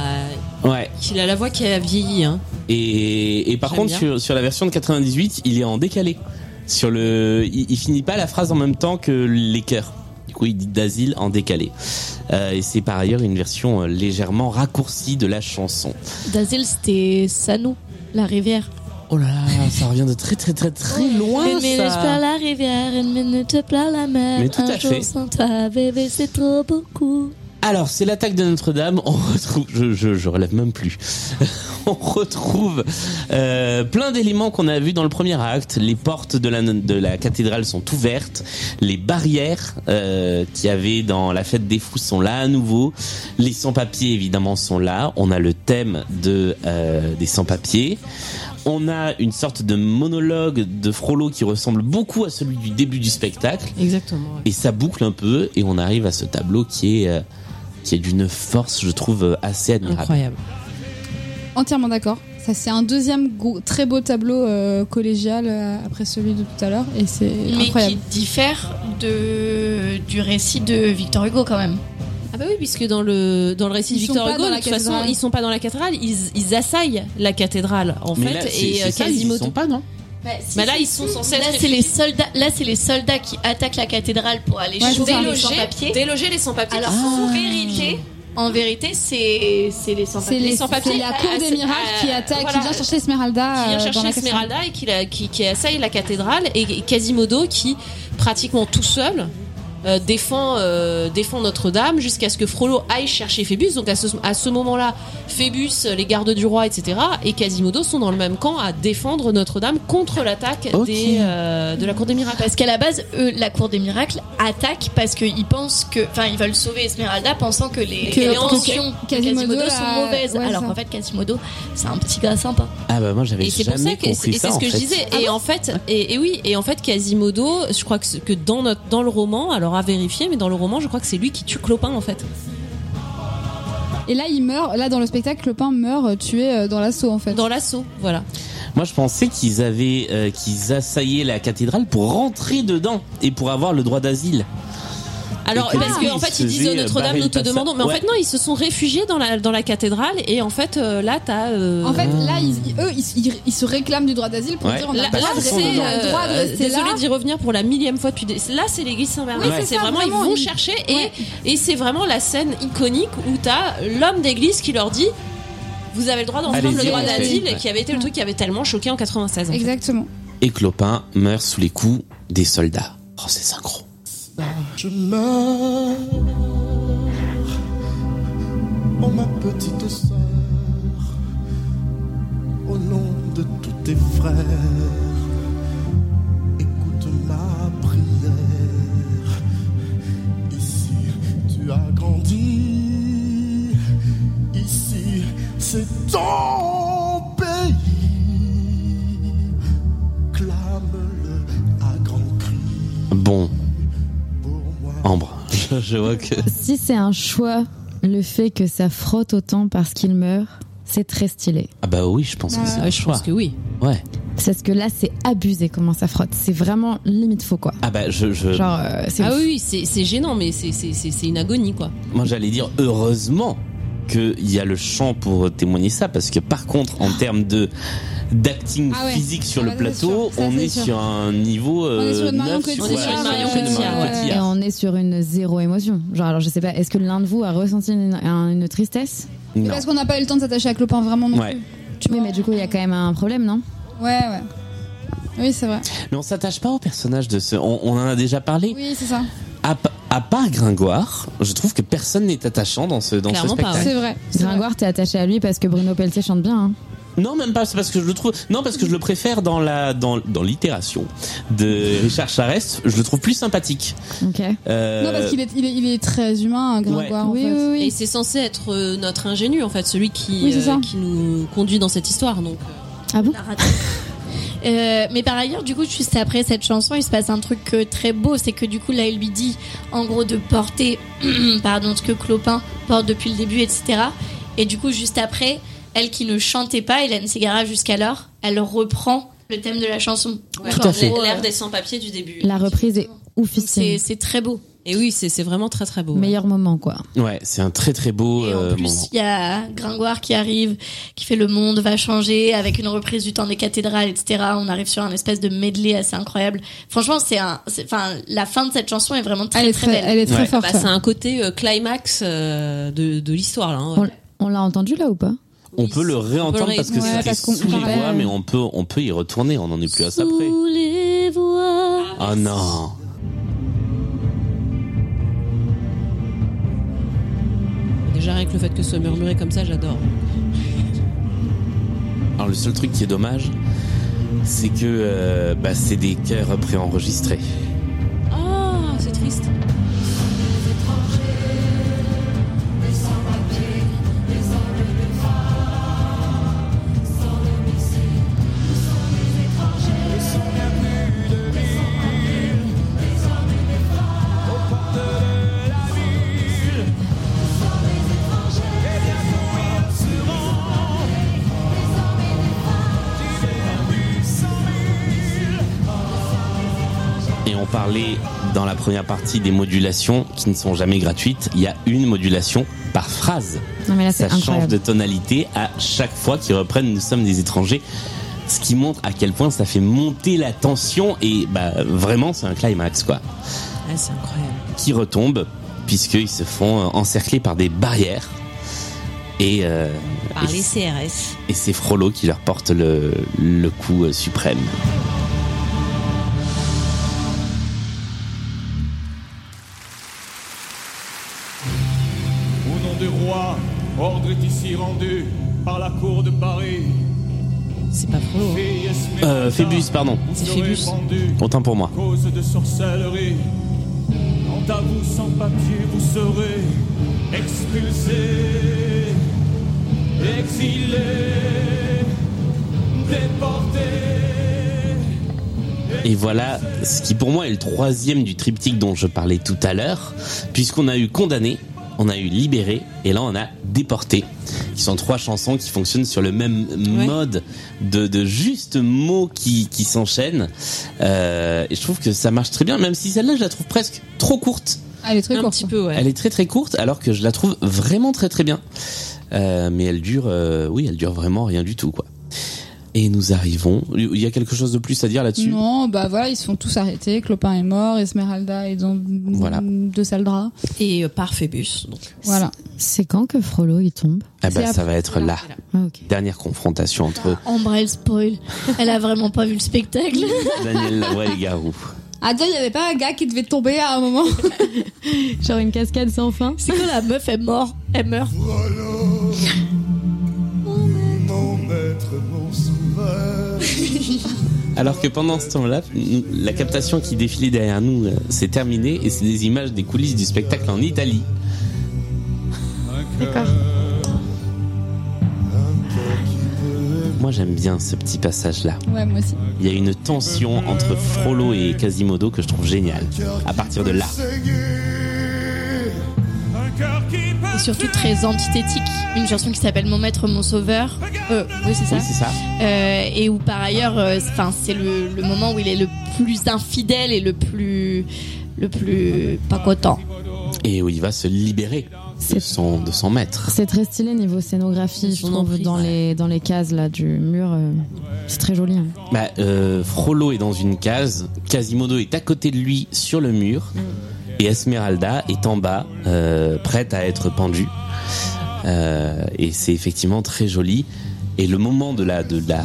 Speaker 3: Ouais.
Speaker 2: qu'il a la voix qui a vieilli, hein.
Speaker 3: Et, et par
Speaker 2: J'aime
Speaker 3: contre,
Speaker 2: bien.
Speaker 3: sur, sur la version de 98, il est en décalé. Sur le, il, il finit pas la phrase en même temps que les chœurs. Du coup, il dit d'asile en décalé. Euh, et c'est par ailleurs une version euh, légèrement raccourcie de la chanson.
Speaker 1: Dazel, c'était Sano, la rivière.
Speaker 3: Oh là là, ça revient de très très très très loin.
Speaker 1: Une minute par la rivière, une minute par la mer.
Speaker 3: Mais tout
Speaker 1: un
Speaker 3: à
Speaker 1: jour
Speaker 3: fait.
Speaker 1: sans toi, bébé, c'est trop beaucoup.
Speaker 3: Alors, c'est l'attaque de Notre-Dame. On retrouve, je, je, je relève même plus. On retrouve euh, plein d'éléments qu'on a vus dans le premier acte. Les portes de la, de la cathédrale sont ouvertes. Les barrières euh, qu'il y avait dans la fête des fous sont là à nouveau. Les sans-papiers, évidemment, sont là. On a le thème de euh, des sans-papiers. On a une sorte de monologue de Frollo qui ressemble beaucoup à celui du début du spectacle.
Speaker 2: Exactement,
Speaker 3: Et ça boucle un peu et on arrive à ce tableau qui est euh, qui est d'une force, je trouve, euh, assez admirable.
Speaker 2: Incroyable.
Speaker 5: Entièrement d'accord. Ça, c'est un deuxième go- très beau tableau euh, collégial euh, après celui de tout à l'heure. Et c'est
Speaker 1: Mais
Speaker 5: incroyable.
Speaker 1: qui diffère de, du récit de Victor Hugo quand même.
Speaker 2: Ah bah oui, puisque dans le, dans le récit de
Speaker 5: Ils sont
Speaker 2: Victor
Speaker 5: pas
Speaker 2: Hugo,
Speaker 5: dans
Speaker 2: de
Speaker 5: la
Speaker 2: toute façon,
Speaker 5: cathédrale.
Speaker 2: ils sont pas dans la cathédrale, ils, ils assaillent la cathédrale, en fait,
Speaker 3: là, c'est-
Speaker 2: et
Speaker 3: c'est
Speaker 2: euh,
Speaker 3: ça, ils y
Speaker 2: Quasimodo.
Speaker 3: sont pas, non
Speaker 1: Bah,
Speaker 2: Mais là, ils sont censés
Speaker 1: Là,
Speaker 2: être
Speaker 1: c'est les soldats. Là, c'est les soldats qui attaquent la cathédrale pour aller
Speaker 5: Ouais,
Speaker 1: sauver
Speaker 5: c'est ça.
Speaker 1: les
Speaker 2: déloger,
Speaker 1: sans-papiers.
Speaker 2: déloger les sans-papiers.
Speaker 5: Ah.
Speaker 1: Alors, en vérité, en vérité, c'est c'est les
Speaker 5: C'est
Speaker 1: sans-papiers.
Speaker 5: les,
Speaker 2: les sans-papiers,
Speaker 5: c'est la cour
Speaker 2: euh,
Speaker 5: des
Speaker 2: c'est-
Speaker 5: miracles
Speaker 2: euh,
Speaker 5: qui attaque,
Speaker 2: voilà.
Speaker 5: qui vient chercher Esmeralda.
Speaker 2: qui vient
Speaker 5: euh, dans
Speaker 2: chercher
Speaker 5: la cathédrale.
Speaker 2: Esmeralda et qui, la- qui, qui assaille la cathédrale et Quasimodo qui pratiquement tout seul euh, défend, euh, défend Notre-Dame jusqu'à ce que Frollo aille chercher Phébus. Donc à ce, à ce moment-là, Phébus, euh, les gardes du roi, etc. et Quasimodo sont dans le même camp à défendre Notre-Dame contre l'attaque
Speaker 3: Ok.
Speaker 2: des, euh, de la Cour des Miracles.
Speaker 1: Parce qu'à la base, eux, la Cour des Miracles attaque parce qu'ils pensent que, enfin, ils veulent sauver Esmeralda pensant que les,
Speaker 5: Que-
Speaker 1: les
Speaker 5: que-
Speaker 1: intentions de Quasimodo,
Speaker 5: Quasimodo a-
Speaker 1: sont mauvaises.
Speaker 5: ouais,
Speaker 1: Alors
Speaker 5: ça.
Speaker 1: qu'en fait, Quasimodo, c'est un petit gars sympa.
Speaker 3: Ah bah moi j'avais
Speaker 2: Et c'est pour
Speaker 3: jamais
Speaker 2: ça que et
Speaker 3: compris
Speaker 2: c'est
Speaker 3: ça.
Speaker 2: ce
Speaker 3: en
Speaker 2: que je
Speaker 3: fait.
Speaker 2: disais. et en fait, et, et oui, et en fait, Quasimodo, je crois que, ce- que dans notre, dans le roman, alors à vérifier, mais dans le roman, je crois que c'est lui qui tue Clopin en fait.
Speaker 5: Et là, il meurt. Là, dans le spectacle, le pain meurt euh, tué euh, dans l'assaut, en fait.
Speaker 2: Dans l'assaut, voilà.
Speaker 3: Moi je pensais qu'ils avaient euh, qu'ils assaillaient la cathédrale pour rentrer dedans et pour avoir le droit d'asile.
Speaker 2: Alors,
Speaker 3: Et
Speaker 2: parce
Speaker 3: qu'est-ce
Speaker 2: qu'en en
Speaker 3: qu'ils
Speaker 2: fait,
Speaker 3: se
Speaker 2: ils disent oh,
Speaker 3: faisaient,
Speaker 2: Notre-Dame,
Speaker 3: barrer
Speaker 2: nous
Speaker 3: le
Speaker 2: te
Speaker 3: passage
Speaker 2: demandons. Mais en
Speaker 3: Ouais.
Speaker 2: fait, non, ils se sont réfugiés dans la, dans la cathédrale. Et en fait, euh, là, t'as. euh,
Speaker 5: En fait, là, ils, ils- eux, ils, ils- ils se réclament du droit d'asile pour
Speaker 3: Ouais.
Speaker 5: dire on a
Speaker 2: Là,
Speaker 5: le droit
Speaker 2: là,
Speaker 5: de
Speaker 2: Bah, c'est
Speaker 5: rester- on a le droit de
Speaker 2: euh,
Speaker 5: rester là.
Speaker 2: désolé d'y revenir pour la millième fois depuis des- là c'est l'église Saint-Bernard
Speaker 5: Oui, c'est
Speaker 2: c'est
Speaker 5: ça,
Speaker 2: vraiment,
Speaker 5: vraiment,
Speaker 2: ils vont
Speaker 5: ils-
Speaker 2: chercher
Speaker 5: Ouais.
Speaker 2: et, et c'est vraiment la scène iconique où t'as l'homme d'église qui leur dit vous avez le droit d'enfreindre
Speaker 3: Allez-y,
Speaker 2: le droit
Speaker 3: allez-y.
Speaker 2: d'asile
Speaker 3: Ouais.
Speaker 2: qui avait été le truc qui avait tellement choqué en 96 en fait.
Speaker 5: Exactement.
Speaker 3: Et Clopin meurt sous les coups des soldats. Oh, c'est synchro.
Speaker 6: Je meurs, oh ma petite sœur, au nom de tous tes frères, écoute ma prière. Ici, tu as grandi, ici, c'est ton pays. Clame-le à grands cris
Speaker 3: Bon,
Speaker 6: pour moi.
Speaker 3: Ambre, je, je vois que.
Speaker 7: Si c'est un choix, le fait que ça frotte autant parce qu'il meurt, c'est très stylé.
Speaker 3: Ah, bah oui, je pense que c'est un choix.
Speaker 2: oui
Speaker 3: Ouais.
Speaker 7: Parce que là, c'est abusé comment ça frotte. C'est vraiment limite faux, quoi.
Speaker 3: Ah, bah je. je-
Speaker 7: Genre, euh, c'est
Speaker 2: ah
Speaker 7: ouf.
Speaker 2: oui oui, c'est c'est gênant mais c'est- c'est c'est- c'est une agonie quoi
Speaker 3: Moi, j'allais dire heureusement qu'il y a le chant pour témoigner ça, parce que par contre, en termes de d'acting
Speaker 5: Ah ouais.
Speaker 3: physique sur
Speaker 5: Ah
Speaker 3: le
Speaker 5: bah, ça, c'est
Speaker 3: plateau,
Speaker 5: sûr. Ça,
Speaker 3: on
Speaker 5: c'est
Speaker 3: est
Speaker 5: sûr.
Speaker 3: sur un niveau.
Speaker 5: est sur
Speaker 3: euh,
Speaker 5: une Marion
Speaker 3: neuf sur- voilà,
Speaker 5: Cotillard,
Speaker 3: je
Speaker 2: ouais,
Speaker 3: suis sur
Speaker 2: ouais,
Speaker 3: une Marion
Speaker 2: ouais.
Speaker 7: Et
Speaker 3: Cotillard.
Speaker 7: on est sur une zéro émotion. Genre, alors je sais pas, est-ce que l'un de vous a ressenti une, un- une tristesse
Speaker 3: Non.
Speaker 5: Parce qu'on n'a pas eu le temps de s'attacher à Clopin vraiment non
Speaker 3: Ouais.
Speaker 5: plus.
Speaker 7: Oui, mais du coup, il y a quand même un problème, non
Speaker 5: Ouais, ouais. Oui, c'est vrai.
Speaker 3: Mais on s'attache pas au personnage de ce. On, on en a déjà parlé.
Speaker 5: Oui, c'est ça.
Speaker 3: À, pa- à part Gringoire, je trouve que personne n'est attachant dans ce, dans ce
Speaker 2: Clairement pas,
Speaker 3: spectacle.
Speaker 5: C'est vrai. c'est vrai.
Speaker 7: Gringoire, t'es attaché à lui parce que Bruno Pelletier chante bien. hein.
Speaker 3: Non, même pas. C'est parce que je le trouve. Non, parce que je le préfère dans la dans dans l'itération de Richard Charest. Je le trouve plus sympathique.
Speaker 7: Ok.
Speaker 3: Euh,
Speaker 5: Non, parce qu'il est, il est, il est très humain, hein, Gringoire. en
Speaker 7: Oui,
Speaker 5: fait.
Speaker 7: oui, oui.
Speaker 2: et c'est censé être euh, notre ingénu en fait celui qui euh,
Speaker 5: Oui, c'est ça.
Speaker 2: qui nous conduit dans cette histoire donc
Speaker 7: Ah bon
Speaker 1: Euh, mais par ailleurs, du coup, juste après cette chanson, il se passe un truc euh, très beau, c'est que du coup, là, il lui dit, en gros, de porter, pardon, ce que Clopin porte depuis le début, etc. Et du coup, juste après, elle qui ne chantait pas, Hélène Ségara jusqu'alors, elle reprend le thème de la chanson.
Speaker 2: euh, Ouais.
Speaker 3: Tout à fait.
Speaker 2: l'air des sans-papiers du début
Speaker 7: La reprise est
Speaker 1: Donc, C'est
Speaker 7: officielle.
Speaker 1: c'est très beau.
Speaker 2: et oui c'est c'est vraiment très très beau ouais.
Speaker 7: Meilleur moment, quoi.
Speaker 3: Ouais, c'est un très très beau
Speaker 1: Et
Speaker 3: euh,
Speaker 1: en
Speaker 3: moment.
Speaker 1: plus, il y a Gringoire qui arrive, qui fait Le Monde va changer, avec une reprise du temps des cathédrales, etc. On arrive sur un espèce de medley assez incroyable. Franchement, c'est un, c'est- enfin, la fin de cette chanson est vraiment très
Speaker 5: Elle est
Speaker 1: très
Speaker 5: très,
Speaker 1: belle.
Speaker 5: elle est très
Speaker 3: Ouais.
Speaker 5: forte.
Speaker 2: Bah, c'est un côté euh, climax euh, de, de l'histoire là. hein.
Speaker 7: On, on l'a entendu là ou pas
Speaker 3: On peut le réentendre
Speaker 2: ré-
Speaker 3: parce que
Speaker 5: ouais,
Speaker 3: c'était
Speaker 5: parce qu'on-
Speaker 3: sous les
Speaker 5: ouais.
Speaker 3: voix, mais on peut on peut y retourner. On en est plus à ça près.
Speaker 1: Sous les voix.
Speaker 3: Oh non.
Speaker 2: Déjà rien que le fait que ce soit murmuré comme ça, j'adore.
Speaker 3: Alors le seul truc qui est dommage, c'est que euh, bah, c'est des chœurs préenregistrés.
Speaker 2: Oh, c'est triste.
Speaker 3: Et on parlait dans la première partie des modulations qui ne sont jamais gratuites. Il y a une modulation par phrase.
Speaker 7: Non, mais là, c'est
Speaker 3: Ça change
Speaker 7: incroyable.
Speaker 3: de tonalité à chaque fois qu'ils reprennent Nous sommes des étrangers. Ce qui montre à quel point ça fait monter la tension et bah vraiment c'est un climax quoi.
Speaker 2: Ah, c'est incroyable.
Speaker 3: Qui retombe puisqu'ils se font euh, encercler par des barrières. Et, euh,
Speaker 2: Par
Speaker 3: et
Speaker 2: les
Speaker 3: c'est-
Speaker 2: CRS.
Speaker 3: et c'est Frollo qui leur porte le, le coup euh, suprême.
Speaker 6: Au nom du roi, ordre est ici rendu par la cour de Paris.
Speaker 2: C'est pas faux. hein.
Speaker 3: Euh, Phébus, pardon.
Speaker 6: Vous
Speaker 2: C'est
Speaker 6: serez
Speaker 2: Phébus.
Speaker 6: pendu,
Speaker 3: Autant pour moi.
Speaker 6: Cause de sorcellerie. Quant à vous, sans papier, vous serez expulsés, exilés, déportés.
Speaker 3: Et voilà ce qui pour moi est le troisième du triptyque dont je parlais tout à l'heure, puisqu'on a eu condamné, on a eu libéré, et là on a déporté, qui sont trois chansons qui fonctionnent sur le même
Speaker 2: Ouais.
Speaker 3: mode de, de juste mots qui, qui s'enchaînent. Euh, et je trouve que ça marche très bien, même si celle-là je la trouve presque trop courte.
Speaker 5: Ah, les trucs
Speaker 2: un
Speaker 5: courts,
Speaker 2: petit
Speaker 5: quoi.
Speaker 2: peu, ouais.
Speaker 3: Elle est très très courte alors que je la trouve vraiment très très bien. Euh, mais elle dure, euh, oui, elle dure vraiment rien du tout quoi. Et nous arrivons. Il y a quelque chose de plus à dire là-dessus
Speaker 5: Non, bah voilà, ils se font tous arrêter. Clopin est mort, Esmeralda est dans
Speaker 3: Voilà.
Speaker 5: deux sales draps.
Speaker 2: Et euh, par Phébus. donc.
Speaker 5: Voilà.
Speaker 7: C'est quand que Frollo il tombe
Speaker 3: Ah bah
Speaker 5: c'est
Speaker 3: ça va être là.
Speaker 7: Ah, ok.
Speaker 3: Dernière confrontation entre
Speaker 1: Ambre, elle spoil. Elle a vraiment pas vu le spectacle.
Speaker 3: Daniel Lavoie et Garou.
Speaker 5: Ah, déjà, il n'y avait pas un gars qui devait tomber à un moment.
Speaker 7: Genre une cascade sans fin.
Speaker 1: C'est quoi la meuf est morte Elle meurt.
Speaker 6: Mon maître, mon sauveur.
Speaker 3: Alors que pendant ce temps-là, nous- la captation qui défilait derrière nous euh, s'est terminée et c'est des images des coulisses du spectacle en Italie.
Speaker 7: D'accord.
Speaker 3: Moi j'aime bien ce petit passage-là.
Speaker 5: ouais, moi aussi.
Speaker 3: Il y a une tension entre Frollo et Quasimodo que je trouve géniale. À partir de là.
Speaker 6: Un cœur qui peut
Speaker 1: Et surtout très antithétique. Une chanson qui s'appelle Mon maître, mon sauveur. Euh, oui, c'est ça.
Speaker 3: Oui c'est ça.
Speaker 1: Euh, et où par ailleurs, euh, c'est- 'fin, c'est le, le moment où il est le plus infidèle et le plus. le plus. pas content.
Speaker 3: et où il va se libérer de
Speaker 7: C'est-
Speaker 3: son, de son maître.
Speaker 7: C'est très stylé niveau scénographie, je
Speaker 2: Son
Speaker 7: trouve,
Speaker 2: emprise,
Speaker 7: dans,
Speaker 2: ouais.
Speaker 7: les, dans les cases là, du mur. euh, c'est très joli. hein.
Speaker 3: Bah, euh, Frollo est dans une case, Quasimodo est à côté de lui sur le mur, et Esmeralda est en bas, euh, prête à être pendue. Euh, et c'est effectivement très joli. Et le moment de la, de la,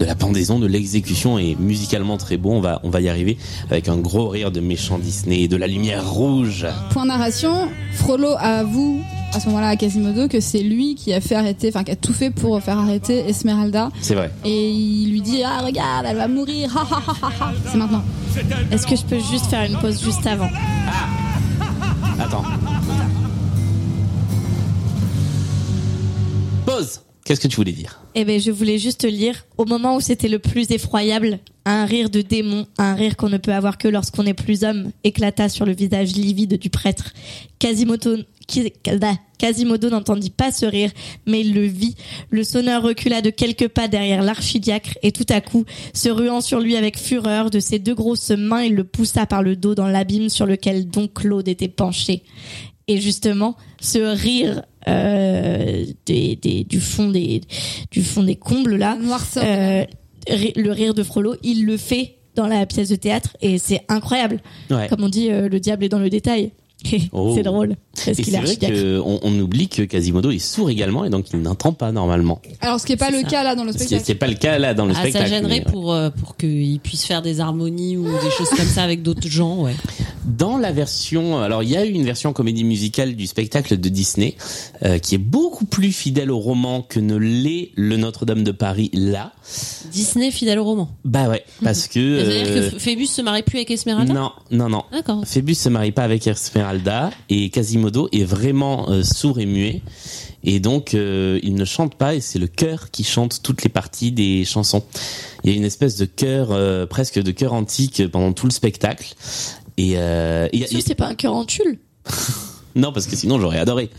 Speaker 3: de la pendaison, de l'exécution est musicalement très beau. On va, on va y arriver avec un gros rire de méchant Disney et de la lumière rouge.
Speaker 5: Point narration, Frollo avoue à ce moment-là à Quasimodo que c'est lui qui a fait arrêter, enfin qui a tout fait pour faire arrêter Esmeralda.
Speaker 3: C'est vrai.
Speaker 5: Et il lui dit Ah, regarde, elle va mourir. ha, ha, ha, ha, ha. c'est maintenant.
Speaker 1: Est-ce que je peux juste faire une pause juste avant
Speaker 3: Attends. Pause. Qu'est-ce que tu voulais dire
Speaker 1: Eh ben, je voulais juste te lire, au moment où c'était le plus effroyable, un rire de démon, un rire qu'on ne peut avoir que lorsqu'on est plus homme, éclata sur le visage livide du prêtre. Quasimodo, qui- da- Quasimodo n'entendit pas ce rire, mais il le vit. Le sonneur recula de quelques pas derrière l'archidiacre et tout à coup, se ruant sur lui avec fureur de ses deux grosses mains, il le poussa par le dos dans l'abîme sur lequel Don Claude était penché. Et justement, ce rire euh, des, des- du fond des du fond des combles là,
Speaker 5: Noirceur.
Speaker 1: euh, ri- le rire de Frollo, il le fait dans la pièce de théâtre et c'est incroyable.
Speaker 3: Ouais.
Speaker 1: Comme on dit, euh, le diable est dans le détail.
Speaker 3: Oh.
Speaker 1: c'est drôle. Parce
Speaker 3: Et
Speaker 1: qu'il
Speaker 3: c'est vrai
Speaker 1: est architecte.
Speaker 3: qu'on on oublie que Quasimodo est sourd également et donc il n'entend pas normalement.
Speaker 5: Alors ce qui n'est pas
Speaker 2: c'est
Speaker 5: le
Speaker 2: ça.
Speaker 5: cas là dans le
Speaker 3: Ce qui
Speaker 5: spectacle.
Speaker 3: n'est pas le cas là dans le
Speaker 2: Ah, ça
Speaker 3: spectacle.
Speaker 2: gênerait
Speaker 3: mais, ouais.
Speaker 2: pour, euh, pour qu'il puisse faire des harmonies ou des choses comme ça avec d'autres gens, ouais.
Speaker 3: Dans la version, alors il y a eu une version comédie musicale du spectacle de Disney euh, qui est beaucoup plus fidèle au roman que ne l'est le Notre-Dame de Paris là.
Speaker 2: Disney fidèle au roman.
Speaker 3: Bah ouais,
Speaker 2: Mhm.
Speaker 3: parce que
Speaker 2: C'est-à-dire
Speaker 3: euh,
Speaker 2: que Ph- Phébus se marie plus avec Esmeralda
Speaker 3: non, non, non.
Speaker 2: D'accord.
Speaker 3: Phébus se marie pas avec Esmeralda et Quasimodo est vraiment euh, sourd et muet et donc euh, il ne chante pas et c'est le chœur qui chante toutes les parties des chansons. Il y a une espèce de chœur euh, presque de chœur antique pendant tout le spectacle et euh, il y a-
Speaker 1: Sûr, c'est pas un cœur en tulle.
Speaker 3: non parce que sinon j'aurais adoré.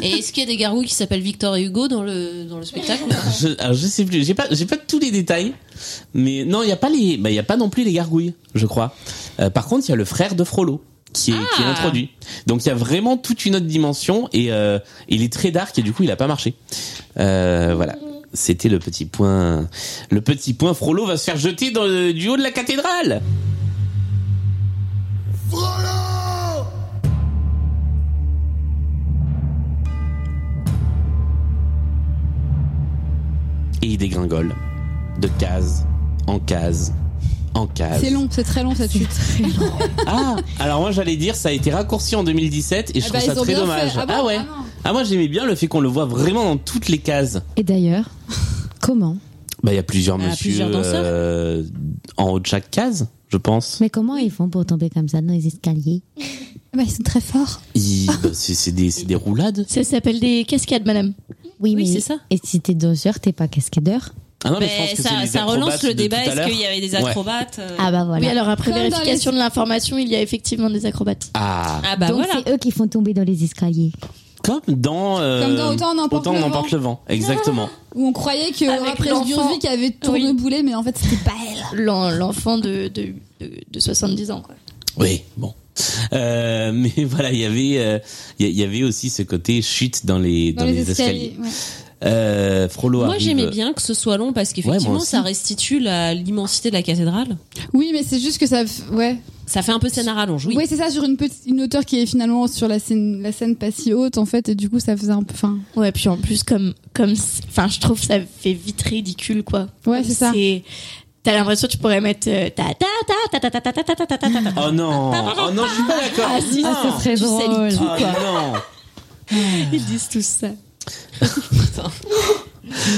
Speaker 2: Et est-ce qu'il y a des gargouilles qui s'appellent Victor et Hugo dans le, dans le spectacle
Speaker 3: Je, alors, je sais plus, j'ai pas j'ai pas tous les détails mais non il y a pas les bah il y a pas non plus les gargouilles je crois. Euh, par contre il y a le frère de Frollo. Qui est, qui est
Speaker 2: Ah.
Speaker 3: introduit. Donc il y a vraiment toute une autre dimension et euh, il est très dark et du coup il a pas marché. Euh, voilà. C'était le petit point. Le petit point. Frollo va se faire jeter dans le- du haut de la cathédrale. Et il dégringole de case en case en case.
Speaker 5: C'est long, c'est très long cette chute.
Speaker 3: Ah, alors moi j'allais dire ça a été raccourci en 2017 et je
Speaker 5: Eh
Speaker 3: trouve
Speaker 5: ben,
Speaker 3: ça
Speaker 5: ils ont
Speaker 3: très
Speaker 5: bien
Speaker 3: dommage.
Speaker 5: fait. Ah bon
Speaker 3: ouais.
Speaker 5: Ah non.
Speaker 3: Ah moi j'aimais bien le fait qu'on le voit vraiment dans toutes les cases.
Speaker 7: Et d'ailleurs, comment
Speaker 3: Bah il y a plusieurs
Speaker 2: Ah,
Speaker 3: messieurs
Speaker 2: plusieurs danseurs.
Speaker 3: euh, en haut de chaque case, je pense.
Speaker 7: Mais comment ils font pour tomber comme ça dans les escaliers
Speaker 5: Bah, ils sont très forts.
Speaker 3: Ils- bah, c'est c'est des, c'est des roulades.
Speaker 1: Ça s'appelle des cascades, madame.
Speaker 7: Oui,
Speaker 2: Oui,
Speaker 7: mais
Speaker 2: c'est ça.
Speaker 7: Et si t'es danseur, t'es pas cascadeur
Speaker 3: Ah non mais, je
Speaker 2: Ben,
Speaker 3: pense que c'est
Speaker 2: ça,
Speaker 3: les
Speaker 2: ça relance
Speaker 3: acrobates
Speaker 2: le
Speaker 3: de tout
Speaker 2: débat.
Speaker 3: à
Speaker 2: Est-ce
Speaker 3: l'heure.
Speaker 2: qu'il y avait des
Speaker 3: Ouais.
Speaker 2: acrobates euh,
Speaker 7: Ah bah
Speaker 1: Oui,
Speaker 7: voilà.
Speaker 1: alors après
Speaker 5: Comme dans
Speaker 1: vérification de l'information, il y a effectivement des acrobates.
Speaker 3: Ah,
Speaker 2: Ah bah
Speaker 7: Donc
Speaker 2: voilà.
Speaker 7: c'est eux qui font tomber dans les escaliers.
Speaker 3: comme dans, euh,
Speaker 5: Comme dans Autant on emporte le
Speaker 3: on emporte le vent, exactement.
Speaker 5: Où on croyait que
Speaker 1: Avec
Speaker 5: Rapresse
Speaker 1: l'enfant.
Speaker 5: Durvik avait tourneboulé, mais en fait c'était pas elle.
Speaker 1: L'en- L'enfant de, de, de, de 70 ans, quoi.
Speaker 3: Oui, bon, Euh, mais voilà, il y avait, euh, il y, il y avait aussi ce côté chute dans les dans, les, escaliers.
Speaker 8: ouais.
Speaker 3: Euh, Frollo
Speaker 2: Moi,
Speaker 3: arrive-
Speaker 2: j'aimais bien que ce soit long parce
Speaker 3: Ouais, moi
Speaker 2: qu'effectivement,
Speaker 3: aussi.
Speaker 2: ça restitue la- l'immensité de la cathédrale.
Speaker 5: Oui, mais c'est juste que ça. f- Ouais.
Speaker 2: Ça fait un peu scène à rallonge, oui.
Speaker 5: Oui, c'est ça, sur une, petite, une hauteur qui est finalement sur la scène, la scène pas si haute, en fait, et du coup, ça faisait un peu. Enfin,
Speaker 1: Ouais, puis en plus, comme, comme, c- enfin, je trouve ça fait vite ridicule, quoi.
Speaker 5: Ouais, c'est ça.
Speaker 1: T'as l'impression que tu pourrais mettre euh, ta ta ta ta ta ta ta ta ta ta ta ta ta.
Speaker 3: Oh non, oh non, je suis pas d'accord.
Speaker 1: Ah si,
Speaker 3: non.
Speaker 1: ça
Speaker 7: c'est très
Speaker 1: tu
Speaker 7: drôle.
Speaker 1: salis tout,
Speaker 3: Ah,
Speaker 1: quoi.
Speaker 3: non.
Speaker 1: Ils disent tous ça.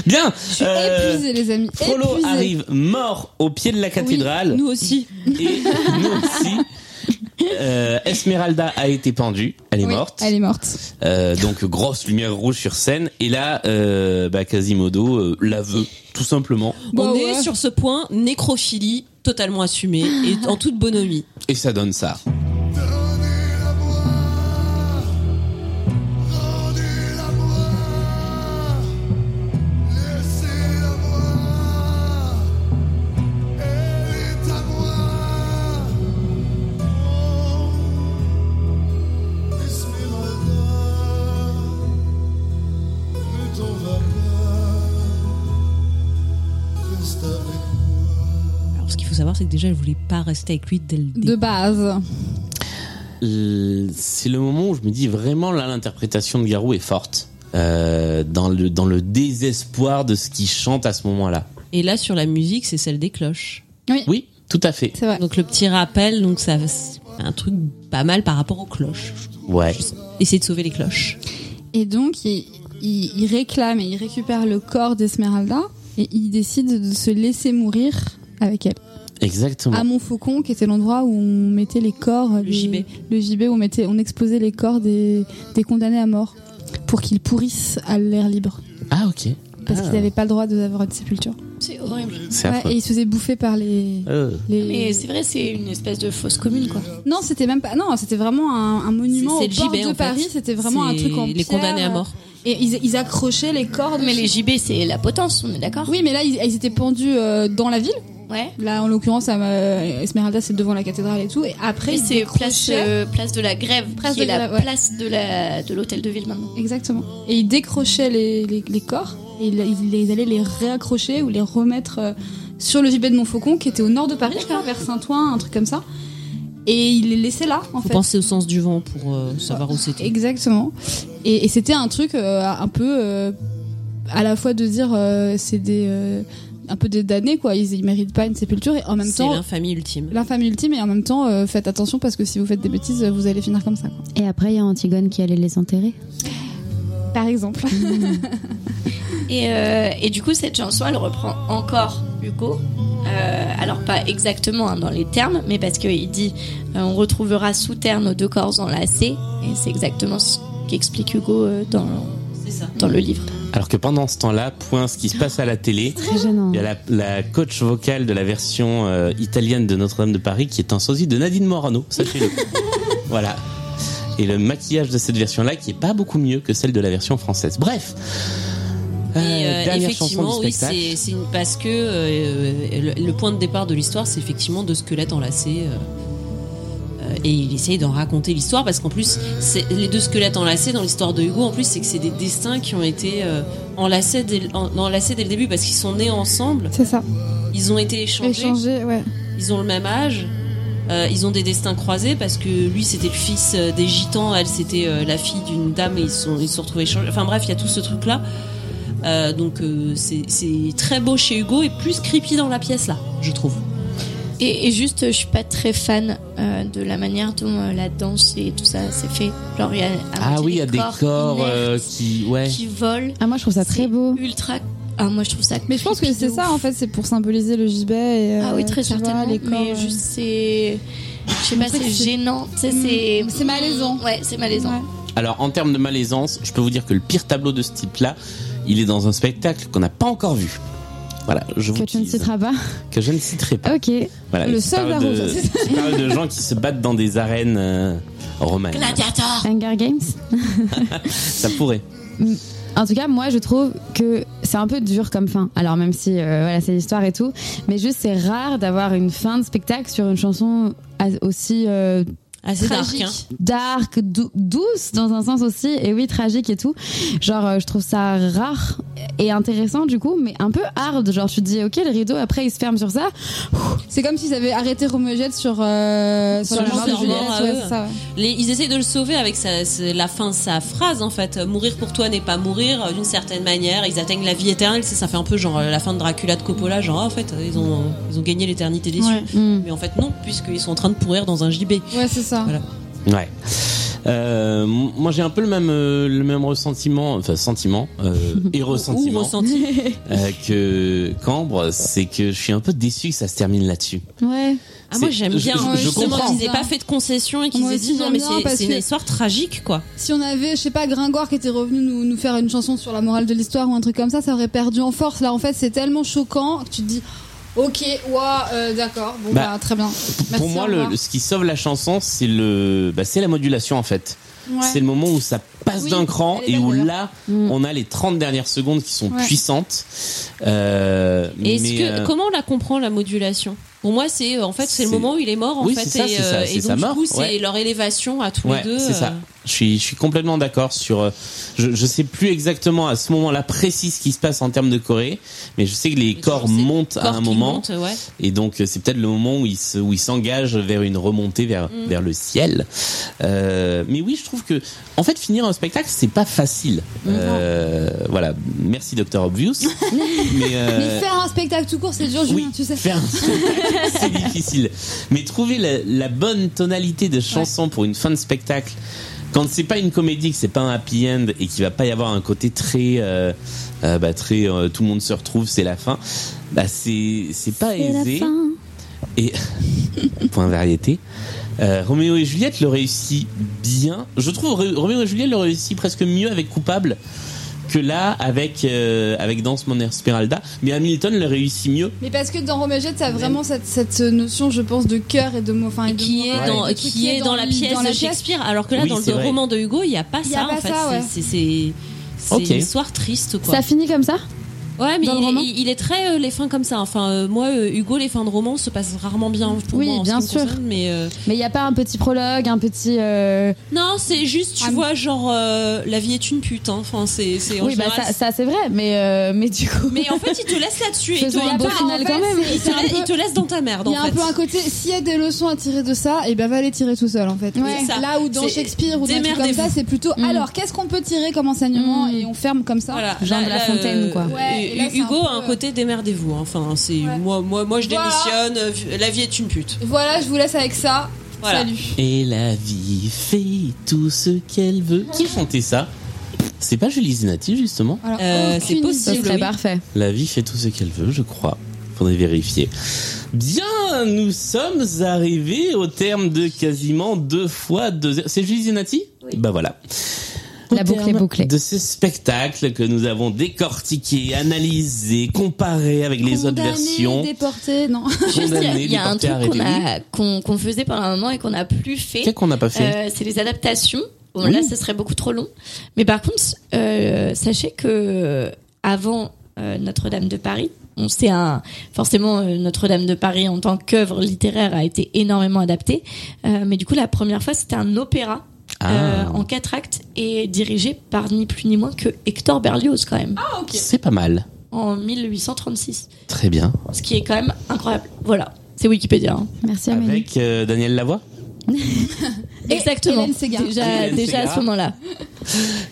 Speaker 3: Bien. euh,
Speaker 5: épuisé, les amis.
Speaker 3: Frollo
Speaker 5: épuisé.
Speaker 3: arrive mort au pied de la cathédrale.
Speaker 2: Nous aussi.
Speaker 3: Et nous aussi. Euh, Esmeralda a été pendue, elle est
Speaker 5: Oui,
Speaker 3: morte.
Speaker 5: Elle est morte.
Speaker 3: Euh, donc grosse lumière rouge sur scène. Et là, euh, bah, Quasimodo euh, la veut, tout simplement.
Speaker 5: Bah
Speaker 2: On
Speaker 5: ouais.
Speaker 2: est sur ce point nécrophilie totalement assumée et en toute bonhomie.
Speaker 3: Et ça donne ça.
Speaker 2: Alors, ce qu'il faut savoir, c'est que déjà, elle voulait pas rester avec lui dès le début.
Speaker 5: De base.
Speaker 3: L- C'est le moment où je me dis vraiment là, l'interprétation de Garou est forte. Euh, dans le dans le désespoir de ce qu'il chante à ce moment-là.
Speaker 2: Et là, sur la musique, c'est celle des cloches.
Speaker 3: Oui, tout à fait.
Speaker 5: C'est vrai.
Speaker 2: Donc, le petit rappel, donc ça, c'est un truc pas mal par rapport aux cloches.
Speaker 3: Ouais.
Speaker 2: Essayer de sauver les cloches.
Speaker 5: Et donc, il, il- il réclame et il récupère le corps d'Esmeralda et il décide de se laisser mourir avec elle.
Speaker 3: Exactement.
Speaker 5: À Montfaucon, qui était l'endroit où on mettait les corps. des-
Speaker 2: gibet.
Speaker 5: Le gibet, où on, mettait, on exposait les corps des, des condamnés à mort pour qu'ils pourrissent à l'air libre.
Speaker 3: Ah ok.
Speaker 5: Parce
Speaker 3: Ah.
Speaker 5: qu'ils n'avaient pas le droit d'avoir une sépulture.
Speaker 1: C'est horrible.
Speaker 3: C'est
Speaker 5: Ouais,
Speaker 3: affreux.
Speaker 5: et ils se faisaient bouffer par les.
Speaker 3: Euh.
Speaker 5: les-
Speaker 1: Mais c'est vrai, c'est une espèce de fausse commune, quoi.
Speaker 5: Non, c'était même pas. Non, c'était vraiment un, un monument
Speaker 2: C'est- c'est
Speaker 5: au
Speaker 2: le
Speaker 5: bord
Speaker 2: gibet,
Speaker 5: de
Speaker 2: en fait.
Speaker 5: Paris. C'était vraiment un
Speaker 2: C'est
Speaker 5: truc en
Speaker 2: Les
Speaker 5: pierre.
Speaker 2: condamnés à mort.
Speaker 5: Et ils, ils accrochaient les cordes.
Speaker 1: Mais les JB, c'est la potence, on est d'accord
Speaker 5: Oui, mais là, ils, ils étaient pendus euh, dans la ville.
Speaker 1: Ouais.
Speaker 5: Là, en l'occurrence, à, euh, Esmeralda, c'est devant la cathédrale et tout. Et
Speaker 1: Après,
Speaker 5: après,
Speaker 1: c'est
Speaker 5: ils
Speaker 1: place,
Speaker 5: décrochaient.
Speaker 1: euh, place de la grève,
Speaker 5: Place
Speaker 1: qui
Speaker 5: de
Speaker 1: est la
Speaker 5: grève, ouais.
Speaker 1: place de la de l'hôtel de ville maintenant.
Speaker 5: Exactement. Et ils décrochaient les, les, les corps. Et ils, ils- ils allaient les réaccrocher ou les remettre euh, sur le gibet de Montfaucon, qui était au nord de Paris, je crois, vers Saint-Ouen, un truc comme ça. Et ils les laissaient là, en
Speaker 2: Faut
Speaker 5: fait.
Speaker 2: penser au sens du vent pour euh, savoir où c'était.
Speaker 5: Exactement. Et, et c'était un truc euh, un peu euh, à la fois de dire euh, c'est des euh, un peu des damnés quoi, ils, ils méritent pas une sépulture et en même
Speaker 2: C'est
Speaker 5: temps
Speaker 2: l'infamie ultime.
Speaker 5: l'infâme ultime et en même temps euh, faites attention parce que si vous faites des bêtises vous allez finir comme ça quoi.
Speaker 7: Et après, il y a Antigone qui allait les enterrer.
Speaker 5: Par exemple.
Speaker 1: Et, euh, et du coup, cette chanson, elle reprend encore Hugo. Euh, alors pas exactement hein, dans les termes, mais parce qu'il dit euh, on retrouvera sous terre nos deux corps enlacés. Et c'est exactement ce qu'explique Hugo euh, dans,
Speaker 2: C'est ça.
Speaker 1: dans le livre.
Speaker 3: Alors que pendant ce temps-là, point ce qui se passe à la télé.
Speaker 7: Très gênant.
Speaker 3: Il y a la, la coach vocale de la version euh, italienne de Notre-Dame de Paris qui est en sosie de Nadine Morano, sachez-le. voilà. Et le maquillage de cette version-là qui est pas beaucoup mieux que celle de la version française. Bref. Euh,
Speaker 2: Et, euh,
Speaker 3: dernière chanson
Speaker 2: effectivement,
Speaker 3: du
Speaker 2: oui,
Speaker 3: spectacle.
Speaker 2: c'est c'est une- parce que euh, le, le point de départ de l'histoire, c'est effectivement de squelettes enlacés. euh, euh, et il essaye d'en raconter l'histoire parce qu'en plus, c'est- les deux squelettes enlacés dans l'histoire de Hugo, en plus, c'est que c'est des destins qui ont été euh, enlacés, dès, le- en- enlacés dès le début parce qu'ils sont nés ensemble,
Speaker 5: C'est ça.
Speaker 2: ils ont été échangés,
Speaker 5: Échanger ouais.
Speaker 2: ils ont le même âge. euh, ils ont des destins croisés parce que lui c'était le fils euh, des gitans, elle c'était euh, la fille d'une dame et ils sont ils se sont retrouvés échangés. Enfin bref, il y a tout ce truc là. donc euh, c'est c'est très beau chez Hugo et plus creepy dans la pièce là, je trouve.
Speaker 1: Et, et juste, euh, je suis pas très fan euh, de la manière dont euh, la danse et tout ça s'est fait. Genre, il y a à
Speaker 3: Ah
Speaker 1: moitié
Speaker 3: oui, il y a des corps
Speaker 1: inertes
Speaker 3: euh, qui. Ouais.
Speaker 1: qui volent.
Speaker 7: Ah, moi, je trouve ça très
Speaker 1: C'est
Speaker 7: beau.
Speaker 1: Ultra. Ah, moi, je trouve ça.
Speaker 5: Mais je pense que
Speaker 1: creepy de
Speaker 5: c'est ça
Speaker 1: ouf.
Speaker 5: en fait, c'est pour symboliser le gibet et
Speaker 1: Ah oui, très
Speaker 5: tu vois,
Speaker 1: certainement.
Speaker 5: les corps,
Speaker 1: mais
Speaker 5: euh,
Speaker 1: juste, c'est. Je sais pas,
Speaker 5: truc,
Speaker 1: c'est
Speaker 5: c'est-
Speaker 1: gênant. Tu sais,
Speaker 5: Mm.
Speaker 1: c'est.
Speaker 5: C'est malaisant.
Speaker 1: Ouais, c'est malaisant.
Speaker 5: euh, Ouais.
Speaker 3: Alors, en termes de malaisance, je peux vous dire que le pire tableau de ce type-là, il est dans un spectacle qu'on n'a pas encore vu. Voilà, je vous
Speaker 7: Que tu ne
Speaker 3: tease.
Speaker 7: citeras pas.
Speaker 3: Que je ne citerai pas.
Speaker 7: Ok.
Speaker 3: Voilà,
Speaker 5: Le
Speaker 3: je
Speaker 5: seul
Speaker 3: parle de,
Speaker 5: Varro, ça,
Speaker 3: je parle de gens qui se battent dans des arènes euh, romaines.
Speaker 1: Gladiator
Speaker 7: Hunger Games.
Speaker 3: Ça pourrait.
Speaker 7: En tout cas, moi, je trouve que c'est un peu dur comme fin. Alors, même si euh, voilà, c'est l'histoire et tout, mais juste c'est rare d'avoir une fin de spectacle sur une chanson a- aussi euh,
Speaker 2: Assez
Speaker 5: tragique.
Speaker 2: dark, hein.
Speaker 7: dark, dou- douce dans un sens aussi, et oui, tragique et tout. Genre, euh, je trouve ça rare et intéressant du coup, mais un peu hard. Genre, tu te dis, ok, le rideau, après, il se ferme sur ça.
Speaker 5: C'est comme s'ils avaient arrêté Roméo et Juliette sur, euh,
Speaker 2: Sur
Speaker 5: la mort de
Speaker 2: leur
Speaker 5: Juliette.
Speaker 2: mort à
Speaker 5: ouais,
Speaker 2: eux.
Speaker 5: c'est ça, ouais.
Speaker 2: Les- ils essayent de le sauver avec sa- sa- la fin de sa phrase en fait. Euh, Mourir pour toi n'est pas mourir euh, d'une certaine manière. Ils atteignent la vie éternelle. C'est- Ça fait un peu genre euh, la fin de Dracula de Coppola. Genre ah, en fait euh, ils ont ils ont gagné l'éternité des cieux.
Speaker 7: Hmm.
Speaker 2: Mais en fait non puisqu'ils sont en train de pourrir dans un gibet.
Speaker 5: Ouais, c'est ça.
Speaker 3: Ouais. Euh, m- moi j'ai un peu le même euh, le même ressentiment enfin sentiment euh, et
Speaker 2: Ou
Speaker 3: ressentiment
Speaker 2: ressenti.
Speaker 3: euh, que Cambre c'est que je suis un peu déçu que ça se termine là-dessus.
Speaker 7: Ouais.
Speaker 2: Ah moi
Speaker 3: C'est-
Speaker 2: j'aime
Speaker 3: je-
Speaker 2: bien
Speaker 3: je-
Speaker 5: je
Speaker 2: justement
Speaker 5: comprends.
Speaker 2: qu'ils aient pas fait de concession et qu'ils
Speaker 5: Moi
Speaker 2: aient
Speaker 5: aussi,
Speaker 2: dit non
Speaker 5: j'aime
Speaker 2: mais
Speaker 5: bien
Speaker 2: c'est
Speaker 5: parce
Speaker 2: c'est une
Speaker 5: que-
Speaker 2: histoire tragique quoi.
Speaker 5: Si on avait, je sais pas, Gringoire qui était revenu nous, nous faire une chanson sur la morale de l'histoire ou un truc comme ça, ça aurait perdu en force. Là, en fait, c'est tellement choquant que tu te dis, ok, ouah, euh, d'accord, bon,
Speaker 3: Bah,
Speaker 5: bah, très bien. Merci,
Speaker 3: Pour
Speaker 5: au
Speaker 3: moi le-
Speaker 5: revoir.
Speaker 3: le- ce qui sauve la chanson c'est le bah, c'est la modulation en fait.
Speaker 5: Ouais.
Speaker 3: C'est le moment où ça passe
Speaker 5: Oui,
Speaker 3: d'un cran
Speaker 5: elle est
Speaker 3: et où
Speaker 5: belle,
Speaker 3: là
Speaker 7: Mm.
Speaker 3: on a les 30 dernières secondes qui sont
Speaker 5: Ouais.
Speaker 3: puissantes. Euh,
Speaker 2: Et
Speaker 3: mais,
Speaker 2: est-ce que
Speaker 3: euh,
Speaker 2: comment on la comprend la modulation Pour moi c'est euh, en fait c'est le
Speaker 3: C'est-
Speaker 2: moment où il est mort en
Speaker 3: Oui,
Speaker 2: fait
Speaker 3: c'est ça,
Speaker 2: et, euh,
Speaker 3: c'est ça,
Speaker 2: et
Speaker 3: c'est
Speaker 2: donc
Speaker 3: sa
Speaker 2: du
Speaker 3: mort,
Speaker 2: coup c'est
Speaker 3: ouais.
Speaker 2: leur élévation à tous
Speaker 3: Ouais,
Speaker 2: les deux.
Speaker 3: c'est ça.
Speaker 2: euh,
Speaker 3: Je suis, je suis complètement d'accord sur. euh, Je, je sais plus exactement à ce moment-là précis ce qui se passe en termes de Corée, mais je sais que les
Speaker 2: Mais
Speaker 3: corps
Speaker 2: toujours ces
Speaker 3: montent à
Speaker 2: corps
Speaker 3: un
Speaker 2: qui
Speaker 3: moment,
Speaker 2: montent, ouais.
Speaker 3: et donc euh, c'est peut-être le moment où ils se, où ils s'engagent vers une remontée vers vers le ciel. Euh, mais oui, je trouve que en fait finir un spectacle c'est pas facile. Euh, voilà, merci Docteur Obvious. mais euh,
Speaker 5: Mais faire un spectacle tout court, c'est dur,
Speaker 3: oui,
Speaker 5: Julien, tu sais.
Speaker 3: faire un spectacle, c'est difficile. Mais trouver la, la bonne tonalité de chanson pour une fin de spectacle, quand c'est pas une comédie, que c'est pas un happy end et qu'il va pas y avoir un côté très, euh, euh, bah, très, euh, tout le monde se retrouve, c'est la fin. Bah c'est, c'est pas
Speaker 7: C'est la
Speaker 3: aisé.
Speaker 7: fin.
Speaker 3: Et point variété. Euh, Roméo et Juliette le réussit bien. Je trouve Ré- Roméo et Juliette le réussit presque mieux avec Coupable que là avec euh, avec Danse Mon Esmeralda. Mais Hamilton le réussit mieux
Speaker 5: Mais parce que dans Roméo et Juliette, t'as vraiment cette, cette notion, je pense, de cœur et de mots. Enfin, et de
Speaker 2: qui est
Speaker 5: morale,
Speaker 2: dans
Speaker 5: et de trucs
Speaker 2: qui est dans la pièce
Speaker 5: dans
Speaker 2: de
Speaker 5: la pièce.
Speaker 2: Shakespeare alors que là
Speaker 3: Oui,
Speaker 2: dans
Speaker 3: c'est
Speaker 2: le
Speaker 3: vrai.
Speaker 2: roman de Hugo il y a pas
Speaker 5: Il y
Speaker 2: ça
Speaker 5: a pas
Speaker 2: en fait
Speaker 5: ça, ouais.
Speaker 2: c'est c'est c'est
Speaker 3: Ok.
Speaker 2: une histoire triste quoi.
Speaker 7: Ça finit comme ça
Speaker 2: ouais mais
Speaker 7: dans le
Speaker 2: il, est-
Speaker 7: roman
Speaker 2: il- il est très euh, les fins comme ça enfin euh, moi euh, Hugo les fins de roman se passent rarement bien pour
Speaker 7: Oui,
Speaker 2: moi en ce
Speaker 7: bien
Speaker 2: qui me
Speaker 7: sûr.
Speaker 2: concerne, mais euh,
Speaker 7: Mais il n'y a pas un petit prologue, un petit. euh,
Speaker 2: non c'est juste tu
Speaker 5: Ah, mais-
Speaker 2: vois genre euh, la vie est une pute hein. enfin c'est c'est en
Speaker 7: Oui, bah
Speaker 2: général,
Speaker 7: ça, ça, c'est vrai, mais, euh, mais du coup.
Speaker 2: mais en fait il te laisse là-dessus il te,
Speaker 7: Faisons
Speaker 2: il y a
Speaker 7: un beau
Speaker 2: pas-
Speaker 7: final
Speaker 5: en
Speaker 7: quand
Speaker 5: fait,
Speaker 7: même.
Speaker 5: c'est-
Speaker 2: il te
Speaker 5: un
Speaker 2: laisse-
Speaker 5: peu-
Speaker 2: il te laisse dans ta merde
Speaker 5: Il y a
Speaker 2: en
Speaker 5: un
Speaker 2: fait.
Speaker 5: peu un côté, s'il y a des leçons à tirer de ça, et ben va les tirer tout seul en fait.
Speaker 7: Ouais.
Speaker 2: C'est ça.
Speaker 5: Là où dans
Speaker 2: C'est-
Speaker 5: Shakespeare ou dans des trucs comme ça,
Speaker 2: démerdez-vous.
Speaker 5: c'est plutôt
Speaker 7: Mm.
Speaker 5: alors qu'est-ce qu'on peut tirer comme enseignement
Speaker 7: Mm.
Speaker 5: et on ferme comme ça.
Speaker 2: Voilà,
Speaker 7: Jean de La Fontaine,
Speaker 2: euh,
Speaker 7: quoi.
Speaker 5: Ouais, et là, c'est
Speaker 2: Hugo
Speaker 5: un peu,
Speaker 2: a un
Speaker 5: euh,
Speaker 2: côté démerdez-vous. hein. Enfin, c'est
Speaker 5: Ouais.
Speaker 2: moi, moi, moi, je
Speaker 5: Voilà.
Speaker 2: démissionne. euh, vi- La vie est une pute.
Speaker 5: Voilà, je vous laisse avec ça.
Speaker 2: Voilà.
Speaker 5: Salut.
Speaker 3: Et la vie fait tout ce qu'elle veut. Qui chantait ça C'est pas Julie Zenati, justement
Speaker 5: Alors,
Speaker 2: Euh, c'est
Speaker 5: aucune
Speaker 2: possible.
Speaker 7: Ce
Speaker 5: idée.
Speaker 7: serait
Speaker 2: oui.
Speaker 7: parfait.
Speaker 3: La vie fait tout ce qu'elle veut, je crois. Faudrait vérifier. Bien, nous sommes arrivés au terme de quasiment deux fois deux heures. C'est Julie Zenati Bah voilà.
Speaker 7: La boucle
Speaker 3: terme
Speaker 7: est bouclée.
Speaker 3: De ce spectacle que nous avons décortiqué, analysé, comparé avec les autres
Speaker 5: Condamné,
Speaker 3: versions.
Speaker 5: déporté, non.
Speaker 3: condamné,
Speaker 1: Il y a un
Speaker 3: déporté,
Speaker 1: truc qu'on
Speaker 3: arrêté.
Speaker 1: a- qu'on qu'on faisait pendant un moment et qu'on n'a plus fait.
Speaker 3: Qu'est-ce qu'on n'a pas fait
Speaker 1: Euh, c'est les adaptations. Bon,
Speaker 3: Oui.
Speaker 1: Là, ce serait beaucoup trop long. Mais par contre, euh, sachez que euh, avant euh, Notre-Dame de Paris, on sait un forcément euh, Notre-Dame de Paris en tant qu'œuvre littéraire a été énormément adaptée. Euh, mais du coup, la première fois, c'était un opéra
Speaker 3: Ah.
Speaker 1: euh, en quatre actes et dirigé par ni plus ni moins que Hector Berlioz quand même
Speaker 3: C'est pas mal.
Speaker 1: en 1836,
Speaker 3: Très bien.
Speaker 1: ce qui est quand même incroyable. Voilà, c'est Wikipédia. hein.
Speaker 7: Merci Amélie.
Speaker 3: Avec euh, Daniel Lavoie
Speaker 1: Exactement.
Speaker 5: Hélène Ségara.
Speaker 1: Déjà,
Speaker 3: Hélène
Speaker 1: déjà à
Speaker 3: Ségara.
Speaker 1: ce moment-là.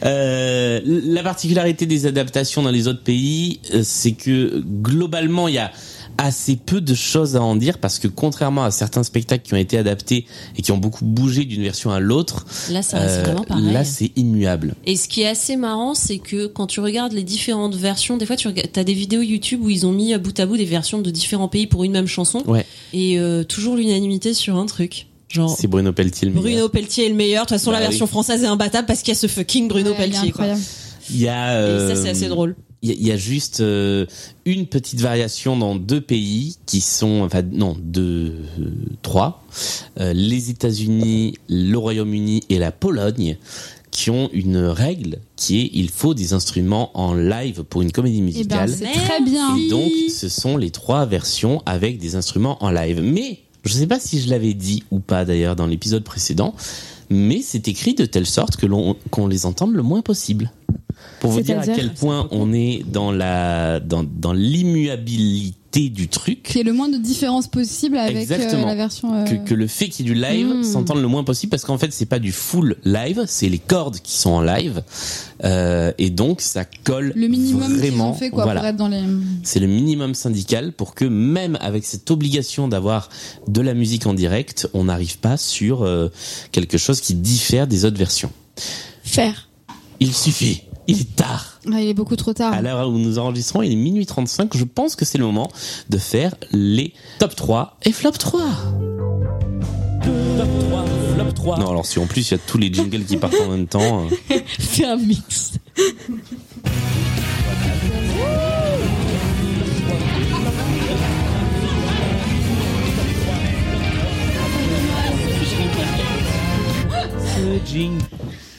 Speaker 3: Euh, la particularité des adaptations dans les autres pays, euh, c'est que globalement, il y a assez peu de choses à en dire parce que contrairement à certains spectacles qui ont été adaptés et qui ont beaucoup bougé d'une version à l'autre,
Speaker 2: Là, ça reste
Speaker 3: euh,
Speaker 2: vraiment pareil.
Speaker 3: là c'est immuable.
Speaker 2: Et ce qui est assez marrant, c'est que quand tu regardes les différentes versions, des fois tu regardes- t'as des vidéos YouTube où ils ont mis euh, bout à bout des versions de différents pays pour une même chanson.
Speaker 3: Ouais.
Speaker 2: Et euh, toujours l'unanimité sur un truc. Genre
Speaker 3: C'est Bruno Pelletier le meilleur.
Speaker 2: Bruno Pelletier est le meilleur. De toute façon,
Speaker 3: Bah
Speaker 2: la
Speaker 3: oui.
Speaker 2: version française est imbattable parce qu'il y a ce fucking Bruno
Speaker 5: Ouais, il est
Speaker 2: Pelletier. quoi.
Speaker 5: incroyable.
Speaker 3: Il y a,
Speaker 2: Et
Speaker 3: euh,
Speaker 2: ça, c'est assez drôle.
Speaker 3: Il y, a- il y a juste euh, une petite variation dans deux pays qui sont, enfin non, deux, euh, trois, Euh, les États-Unis, le Royaume-Uni et la Pologne, qui ont une règle qui est il faut des instruments en live pour une comédie
Speaker 5: Eh ben,
Speaker 3: musicale.
Speaker 5: c'est très bien.
Speaker 3: Et donc, ce sont les trois versions avec des instruments en live. Mais Je sais pas si je l'avais dit ou pas d'ailleurs dans l'épisode précédent, mais c'est écrit de telle sorte que l'on qu'on les entende le moins possible. Pour vous dire à
Speaker 4: C'est-à-dire
Speaker 3: quel point on est dans la dans, dans l'immuabilité du truc.
Speaker 5: Qu'il y ait le moins de différence possible avec euh,
Speaker 3: Exactement.
Speaker 5: la version. euh, Hmm.
Speaker 3: Que, que le fait qu'il y ait du live
Speaker 7: Mm.
Speaker 3: s'entende le moins possible parce qu'en fait c'est pas du full live c'est les cordes qui sont en live Euh, et donc ça colle
Speaker 5: Le minimum qu'ils
Speaker 3: vraiment
Speaker 5: ont fait quoi,
Speaker 3: voilà.
Speaker 5: pour être dans les.
Speaker 3: C'est le minimum syndical pour que même avec cette obligation d'avoir de la musique en direct, on n'arrive pas sur euh, quelque chose qui diffère des autres versions.
Speaker 1: Faire.
Speaker 3: Il suffit. Il est tard.
Speaker 5: Ah, il est beaucoup trop tard.
Speaker 3: À l'heure où nous enregistrons, il est minuit 35. Je pense que c'est le moment de faire les top 3 et flop 3. Top 3, flop 3. Non, alors si en plus il y a tous les jingles qui partent en même temps. euh,
Speaker 1: Faire un mix.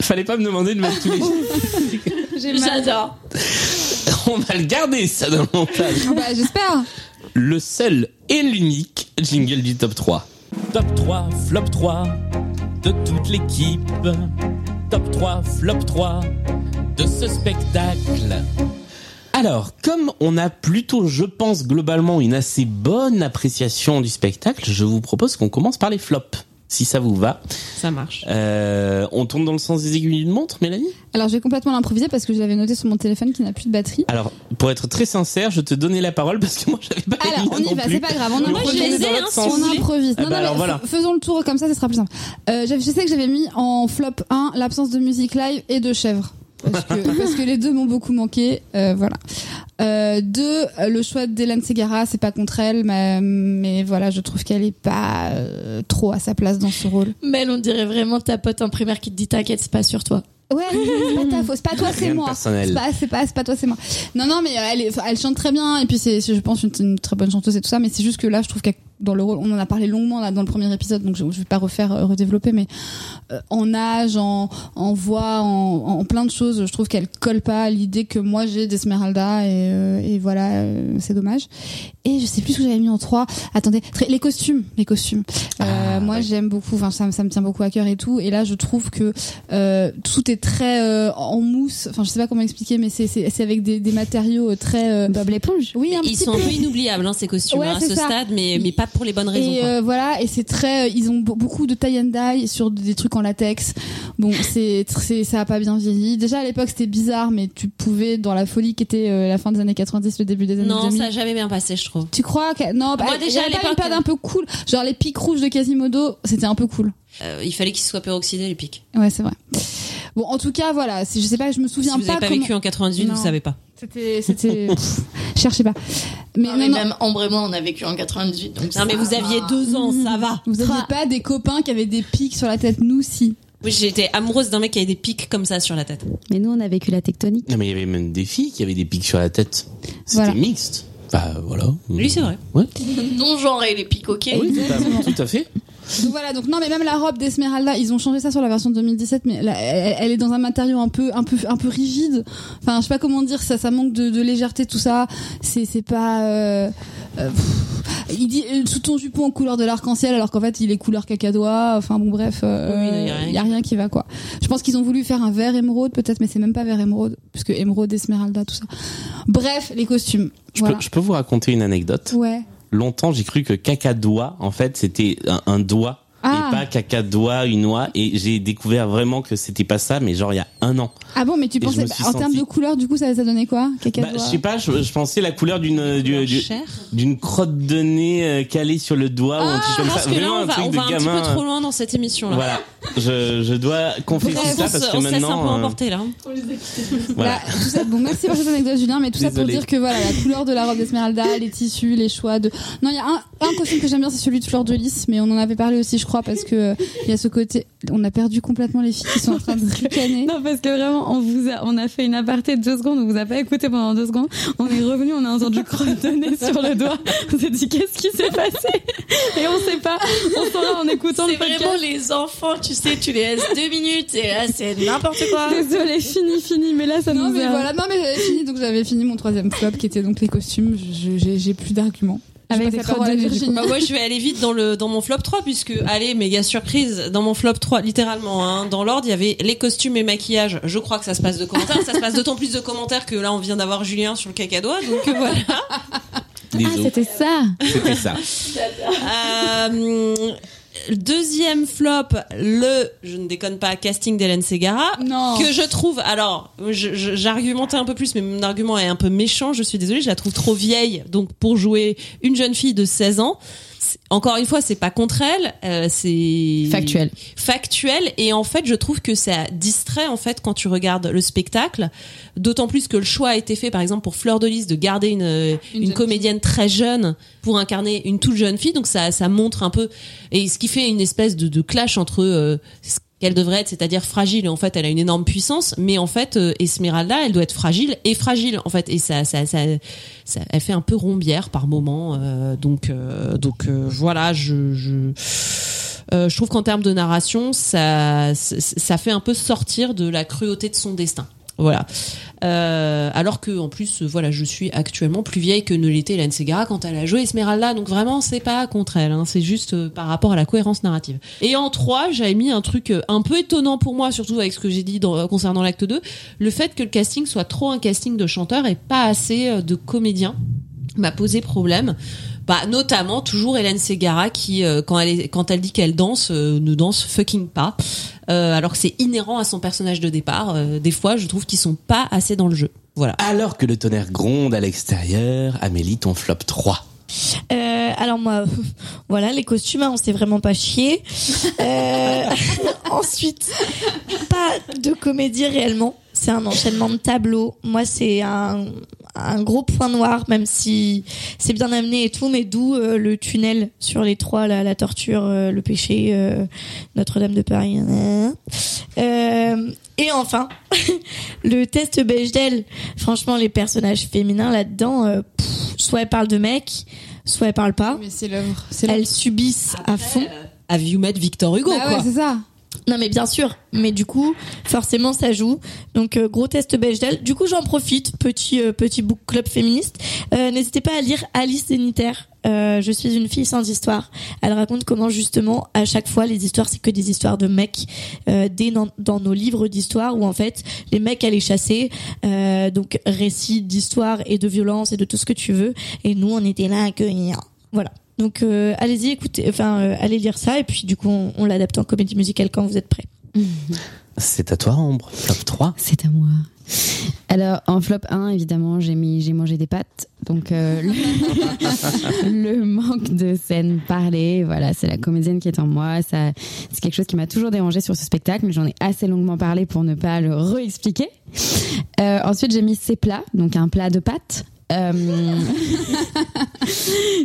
Speaker 3: Fallait pas me demander de mettre tous les
Speaker 1: J'adore.
Speaker 3: On va le garder ça dans le montage.
Speaker 5: Ah bah, J'espère.
Speaker 3: le seul et l'unique jingle du top 3. Top 3, flop 3 de toute l'équipe. Top 3, flop 3 de ce spectacle. Alors, comme on a plutôt, je pense, globalement une assez bonne appréciation du spectacle, je vous propose qu'on commence par les flops, si ça vous va.
Speaker 2: Ça marche.
Speaker 3: Euh, on tourne dans le sens des aiguilles d'une montre, Mélanie
Speaker 5: Alors, j'ai complètement l'improvisé parce que je l'avais noté sur mon téléphone qui n'a plus de batterie.
Speaker 3: Alors, pour être très sincère, je te donnais la parole parce que moi, j'avais pas les
Speaker 5: Alors,
Speaker 3: miens
Speaker 5: on y
Speaker 3: non
Speaker 5: va,
Speaker 3: plus.
Speaker 5: c'est pas grave. On
Speaker 3: Le
Speaker 1: Moi, je
Speaker 5: improvise.
Speaker 3: premier
Speaker 1: les ai,
Speaker 3: dans l'autre
Speaker 1: hein, si
Speaker 3: sens.
Speaker 1: on
Speaker 5: On improvise.
Speaker 3: Ah
Speaker 5: Non,
Speaker 3: bah
Speaker 5: non,
Speaker 3: alors
Speaker 5: mais
Speaker 3: voilà.
Speaker 5: f- faisons le tour comme ça, ce sera plus simple. Euh, j'avais- je sais que j'avais mis en flop 1 l'absence de musique live et de chèvres. Parce que, parce que les deux m'ont beaucoup manqué. euh, voilà. Euh, deux, euh, le choix d'Hélène Segara, c'est pas contre elle, mais, mais voilà, je trouve qu'elle est pas euh, trop à sa place dans ce rôle.
Speaker 1: Mel, on dirait vraiment ta pote en primaire qui te dit t'inquiète, c'est pas sur toi.
Speaker 5: Ouais, c'est pas ta faute, c'est pas toi,
Speaker 3: Rien
Speaker 5: c'est
Speaker 3: de
Speaker 5: moi.
Speaker 3: personnel.
Speaker 5: C'est pas, c'est pas, c'est pas toi, c'est moi. Non, non, mais euh, elle, est- elle chante très bien, et puis c'est, je pense, une, une très bonne chanteuse et tout ça, mais c'est juste que là, je trouve que dans le rôle, on en a parlé longuement là, dans le premier épisode, donc je, je vais pas refaire, euh, redévelopper, mais euh, en âge, en, en voix, en, en plein de choses, je trouve qu'elle colle pas à l'idée que moi j'ai d'Esmeralda, et, euh, et voilà, euh, c'est dommage. Et je sais plus ce que j'avais mis en trois. Attendez, très- les costumes, les costumes.
Speaker 2: Ah,
Speaker 5: Euh, moi, j'aime beaucoup, enfin, ça, me- ça me tient beaucoup à cœur et tout, et là, je trouve que euh, tout est très euh, en mousse. Enfin, je sais pas comment expliquer, mais c'est c'est c'est avec des, des matériaux euh, très. euh,
Speaker 7: Bob l'éponge.
Speaker 5: Oui, un
Speaker 2: Ils
Speaker 5: petit
Speaker 2: sont un peu inoubliables, hein, ces costumes
Speaker 5: Ouais,
Speaker 2: à
Speaker 5: c'est
Speaker 2: ce
Speaker 5: ça.
Speaker 2: stade, mais, mais pas pour les bonnes raisons.
Speaker 5: Et
Speaker 2: quoi.
Speaker 5: euh, voilà, et c'est très. euh, Ils ont be- beaucoup de tie and dye sur des trucs en latex. Bon, c'est c'est- ça a pas bien vieilli. Déjà à l'époque c'était bizarre, mais tu pouvais dans la folie qui était euh, la fin des années 90, le début des années
Speaker 2: non,
Speaker 5: 2000.
Speaker 2: ça a jamais bien passé, je trouve.
Speaker 5: Tu crois que non
Speaker 2: Moi,
Speaker 5: bah,
Speaker 2: déjà,
Speaker 5: j'avais
Speaker 2: à
Speaker 5: pas une
Speaker 2: l'époque, hein.
Speaker 5: période un peu cool, genre les pics rouges de Quasimodo, c'était un peu cool.
Speaker 2: Euh, il fallait qu'ils soient peroxydés, les pics.
Speaker 5: Ouais, c'est vrai. Bon, en tout cas, voilà. c'est- Je sais pas, je me
Speaker 2: Si
Speaker 5: souviens
Speaker 2: vous n'avez
Speaker 5: pas,
Speaker 2: pas
Speaker 5: comment-
Speaker 2: vécu en 98, vous
Speaker 5: Non.
Speaker 2: savez pas.
Speaker 5: C'était, c'était, pff, cherchez pas. Mais non,
Speaker 1: mais
Speaker 5: non,
Speaker 1: Ah même Ambre et moi, on a vécu en 98. Donc
Speaker 2: Non, mais vous aviez deux ans, ça va.
Speaker 5: vous aviez pas des copains qui avaient des pics sur la tête, nous si.
Speaker 2: Oui, j'étais amoureuse d'un mec qui avait des pics comme ça sur la tête.
Speaker 7: Mais nous, on a vécu la tectonique.
Speaker 3: Non, mais il y avait même des filles qui avaient des pics sur la tête. C'était
Speaker 5: Voilà.
Speaker 3: mixte. Bah voilà.
Speaker 2: Lui, c'est vrai.
Speaker 3: Ouais.
Speaker 1: non-genré les pics, ok
Speaker 3: Oui, tout à, tout à fait.
Speaker 5: Donc voilà, donc non, mais même la robe d'Esmeralda, ils ont changé ça sur la version 2017, mais là, elle, elle est dans un matériau un peu, un peu, un peu rigide. Enfin, je sais pas comment dire, ça, ça manque de, de légèreté, tout ça. C'est, c'est pas. euh, euh, pff. il dit euh, sous ton jupon en couleur de l'arc-en-ciel, alors qu'en fait, il est couleur cacadois. Enfin bon, bref,
Speaker 2: Oui,
Speaker 5: euh,
Speaker 2: il y a rien
Speaker 5: il y a rien qui va quoi. Je pense qu'ils ont voulu faire un vert émeraude, peut-être, mais c'est même pas vert émeraude, puisque émeraude, Esmeralda, tout ça. Bref, les costumes.
Speaker 3: Je,
Speaker 5: voilà.
Speaker 3: peux, je peux vous raconter une anecdote.
Speaker 5: Ouais.
Speaker 3: Longtemps, j'ai cru que cacadois, en fait, c'était un, un doigt.
Speaker 5: Ah.
Speaker 3: Et pas cacadois, une oie. Et j'ai découvert vraiment que c'était pas ça, mais genre il y a un an.
Speaker 5: Ah bon, mais tu
Speaker 3: je
Speaker 5: pensais
Speaker 3: me suis
Speaker 5: en
Speaker 3: senti-
Speaker 5: termes de couleur, du coup, ça, ça donnait quoi
Speaker 3: Bah,
Speaker 5: Cacadois.
Speaker 3: je sais pas, je, je pensais la couleur d'une du- du-
Speaker 2: Cher.
Speaker 3: d'une crotte de nez euh, calée sur le doigt ou un truc
Speaker 2: Ah, Je
Speaker 3: comme
Speaker 2: pense
Speaker 3: ça.
Speaker 2: que là,
Speaker 3: Vraiment
Speaker 2: on
Speaker 3: un
Speaker 2: va,
Speaker 3: truc
Speaker 2: on
Speaker 3: de
Speaker 2: va un
Speaker 3: gamin. euh,
Speaker 2: petit peu trop loin dans cette émission-là.
Speaker 3: Voilà, je, je dois confesser
Speaker 2: Bref,
Speaker 3: ça
Speaker 2: on se-
Speaker 3: parce que
Speaker 2: on se laisse un peu
Speaker 3: maintenant. euh,
Speaker 2: emporter là.
Speaker 3: voilà.
Speaker 5: Là, tout ça, bon, merci pour cette anecdote, Julien, mais tout ça pour
Speaker 3: Désolé.
Speaker 5: dire que voilà, la couleur de la robe d'Esmeralda, les tissus, les choix de. Non, il y a un, un costume que j'aime bien, c'est celui de Fleur de Lys, mais on en avait parlé aussi, je crois, parce que euh, il y a ce côté. On a perdu complètement les filles qui sont en train de ricaner.
Speaker 7: Non, parce que vraiment, on vous a, on a fait une aparté de deux secondes, on vous a pas écouté pendant deux secondes. On est revenu, on a entendu crotte de nez sur le doigt. On s'est dit, qu'est-ce qui s'est passé? Et on sait pas. On saura en écoutant
Speaker 1: C'est
Speaker 7: le podcast.
Speaker 1: vraiment les enfants, tu sais, tu les laisses deux minutes et là, c'est n'importe quoi.
Speaker 7: Désolée, fini, fini, mais là, ça
Speaker 5: Non,
Speaker 7: nous
Speaker 5: mais
Speaker 7: a-
Speaker 5: voilà, non, mais j'avais fini, donc j'avais fini mon troisième flop qui était donc les costumes. Je- je- J'ai j'ai plus d'arguments.
Speaker 7: Avec
Speaker 5: Je
Speaker 7: cette
Speaker 5: passe la
Speaker 7: robe de
Speaker 5: parole
Speaker 7: nuit,
Speaker 5: à
Speaker 7: du coup.
Speaker 5: Virginie.
Speaker 2: Bah moi je vais aller vite dans le dans mon flop 3 puisque allez méga surprise dans mon flop 3 littéralement hein, dans l'ordre il y avait les costumes et maquillage je crois que ça se passe de commentaires ça se passe d'autant plus de commentaires que là on vient d'avoir Julien sur le cacadois donc euh, voilà
Speaker 7: Ah,
Speaker 3: Des os.
Speaker 7: c'était ça.
Speaker 3: C'était ça.
Speaker 2: Euh, deuxième flop le je ne déconne pas casting d'Hélène Segara
Speaker 5: Non.
Speaker 2: que je trouve alors je- je- j'argumentais un peu plus mais mon argument est un peu méchant je suis désolée je la trouve trop vieille donc pour jouer une jeune fille de 16 ans c'est- encore une fois c'est pas contre elle euh, c'est
Speaker 7: Factuel.
Speaker 2: factuel et en fait je trouve que ça distrait en fait quand tu regardes le spectacle d'autant plus que le choix a été fait par exemple pour Fleur de Lys de garder une, euh,
Speaker 5: Une
Speaker 2: une,
Speaker 5: jeune
Speaker 2: comédienne très jeune pour incarner une toute jeune fille donc ça ça montre un peu et ce qui fait une espèce de, de clash entre euh, ce qu'elle devrait être c'est-à-dire fragile et en fait elle a une énorme puissance mais en fait euh, Esmeralda elle doit être fragile et fragile en fait et ça ça, ça, ça- elle fait un peu rombière par moment euh, donc euh, donc euh, voilà je, je... Euh, je trouve qu'en termes de narration, ça, ça- ça fait un peu sortir de la cruauté de son destin. Voilà. Euh, alors que, en plus, euh, voilà, je suis actuellement plus vieille que ne l'était Hélène Segara quand elle a joué Esmeralda. Donc vraiment, c'est pas contre elle. hein. c'est juste euh, par rapport à la cohérence narrative. Et en 3, j'avais mis un truc euh, un peu étonnant pour moi, surtout avec ce que j'ai dit dans- concernant l'acte 2. Le fait que le casting soit trop un casting de chanteurs et pas assez euh, de comédiens m'a posé problème bah notamment toujours Hélène Segara qui euh, quand elle est, quand elle dit qu'elle danse euh, ne danse fucking pas Euh, alors que c'est inhérent à son personnage de départ Euh, des fois je trouve qu'ils sont pas assez dans le jeu voilà
Speaker 3: Alors que le tonnerre gronde à l'extérieur, Amélie, ton flop 3.
Speaker 1: Euh, alors moi, voilà, les costumes, hein, on s'est vraiment pas chié. Euh, ensuite, pas de comédie réellement. C'est un enchaînement de tableaux. Moi, c'est un, un gros point noir, même si c'est bien amené et tout, mais d'où euh, le tunnel sur les trois, là, la torture, euh, le péché, euh, Notre-Dame de Paris. hein, Euh, et enfin, le test Bechdel. Franchement, les personnages féminins là-dedans, euh, pff, soit elles parlent de mecs, soit elles parlent pas.
Speaker 5: Mais c'est l'œuvre. C'est l'œuvre.
Speaker 1: Elles subissent à fond.
Speaker 2: Have you met Victor Hugo
Speaker 5: Bah
Speaker 2: quoi
Speaker 5: ouais, c'est ça.
Speaker 1: Non mais bien sûr, mais du coup, forcément ça joue. Donc euh, gros test Bechdel. Du coup, j'en profite, petit euh, petit book club féministe. Euh, N'hésitez pas à lire Alice Zénitaire. Euh, je suis une fille sans histoire. Elle raconte comment justement à chaque fois les histoires c'est que des histoires de mecs euh, dès dans, dans nos livres d'histoire où en fait les mecs allaient chasser euh, donc récits d'histoire et de violence et de tout ce que tu veux et nous on était là que voilà. Donc euh, allez-y, écoutez, enfin euh, allez lire ça et puis du coup on, on l'adapte en comédie musicale quand vous êtes prêts.
Speaker 3: C'est à toi, Ambre. Flop 3.
Speaker 7: C'est à moi. Alors, en flop 1, évidemment, j'ai mis, j'ai mangé des pâtes. Donc, euh, le, le manque de scène parlée, voilà, c'est la comédienne qui est en moi. Ça, c'est quelque chose qui m'a toujours dérangé sur ce spectacle, mais j'en ai assez longuement parlé pour ne pas le réexpliquer. Euh, ensuite, j'ai mis ces plats, donc un plat de pâtes. Euh,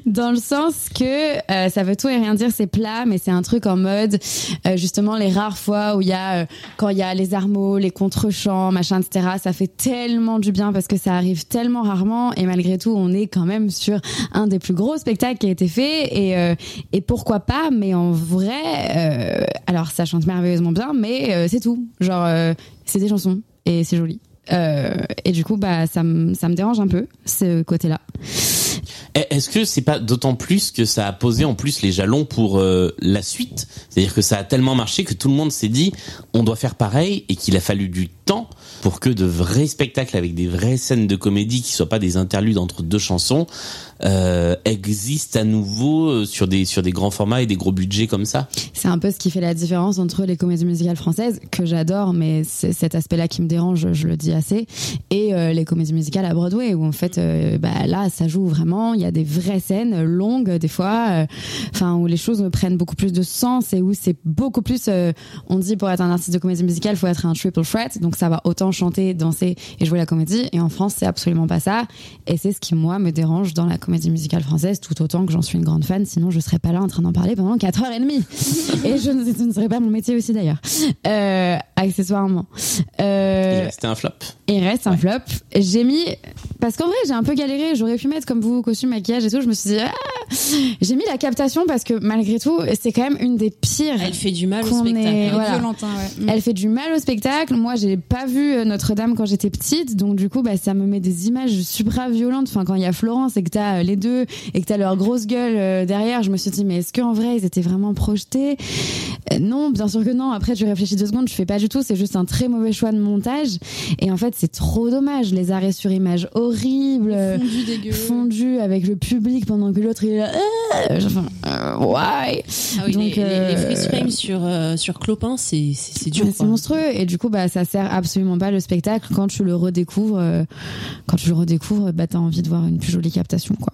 Speaker 7: dans le sens que euh, ça veut tout et rien dire ces plats, mais c'est un truc en mode euh, justement les rares fois où il y a euh, quand il y a les armeaux, les contre-champs, machin, etc. Ça fait tellement du bien parce que ça arrive tellement rarement et malgré tout on est quand même sur un des plus gros spectacles qui a été fait et euh, et pourquoi pas mais en vrai euh, alors ça chante merveilleusement bien mais euh, c'est tout genre euh, c'est des chansons et c'est joli Euh, et du coup bah ça me ça me dérange un peu ce côté là
Speaker 3: Eh, Est-ce que c'est pas d'autant plus que ça a posé en plus les jalons pour euh, la suite C'est-à-dire que ça a tellement marché que tout le monde s'est dit on doit faire pareil et qu'il a fallu du temps pour que de vrais spectacles avec des vraies scènes de comédie qui soient pas des interludes entre deux chansons euh, existent à nouveau euh, sur des sur des grands formats et des gros budgets comme ça.
Speaker 7: C'est un peu ce qui fait la différence entre les comédies musicales françaises, que j'adore, mais c'est cet aspect-là qui me dérange, je le dis assez, et euh, les comédies musicales à Broadway, où en fait, euh, bah, là, ça joue vraiment, il y a des vraies scènes longues, des fois, euh, enfin, où les choses prennent beaucoup plus de sens et où c'est beaucoup plus, euh, on dit pour être un artiste de comédie musicale, faut être un triple threat, donc ça va autant chanter, danser et jouer la comédie, et en France, c'est absolument pas ça, et c'est ce qui, moi, me dérange dans la comédie musicale française, tout autant que j'en suis une grande fan, sinon je serais pas là en train d'en parler pendant 4h30 et je ne, ce ne serait pas mon métier aussi d'ailleurs. Euh, accessoirement. Euh,
Speaker 3: C'était un flop.
Speaker 7: il reste un flop. J'ai mis parce qu'en vrai j'ai un peu galéré. J'aurais pu mettre comme vous costume
Speaker 4: maquillage et tout, je me suis dit, ah j'ai mis la captation parce que malgré tout, c'est quand même une des pires.
Speaker 2: Elle fait du mal au
Speaker 4: Qu'on est-
Speaker 2: spectacle. hein.
Speaker 4: voilà.
Speaker 5: Violente, hein, ouais.
Speaker 4: Elle fait du mal au spectacle. Moi, j'ai pas vu euh, Notre-Dame quand j'étais petite, donc du coup, bah, ça me met des images super violentes. Enfin, quand il y a Florence et que t'as euh, les deux et que t'as leur grosse gueule euh, derrière, je me suis dit, mais est-ce qu'en vrai, ils étaient vraiment projetés Euh, Non, bien sûr que non. Après, je réfléchis deux secondes, je fais pas du tout. C'est juste un très mauvais choix de montage. Et en fait, c'est trop dommage. Les arrêts sur image horribles. euh,
Speaker 5: Fondu dégueu.
Speaker 4: fondu avec le public pendant que l'autre il est là Euh, enfin, euh, why
Speaker 2: Ah oui,
Speaker 4: Donc,
Speaker 2: les, les-
Speaker 4: euh,
Speaker 2: les freeze frames sur, euh, sur Clopin, c'est c'est- c'est dur.
Speaker 4: Ouais, c'est
Speaker 2: quoi.
Speaker 4: monstrueux et du coup bah ça sert absolument pas le spectacle quand tu le redécouvres euh, quand tu le redécouvres bah t'as envie de voir une plus jolie captation quoi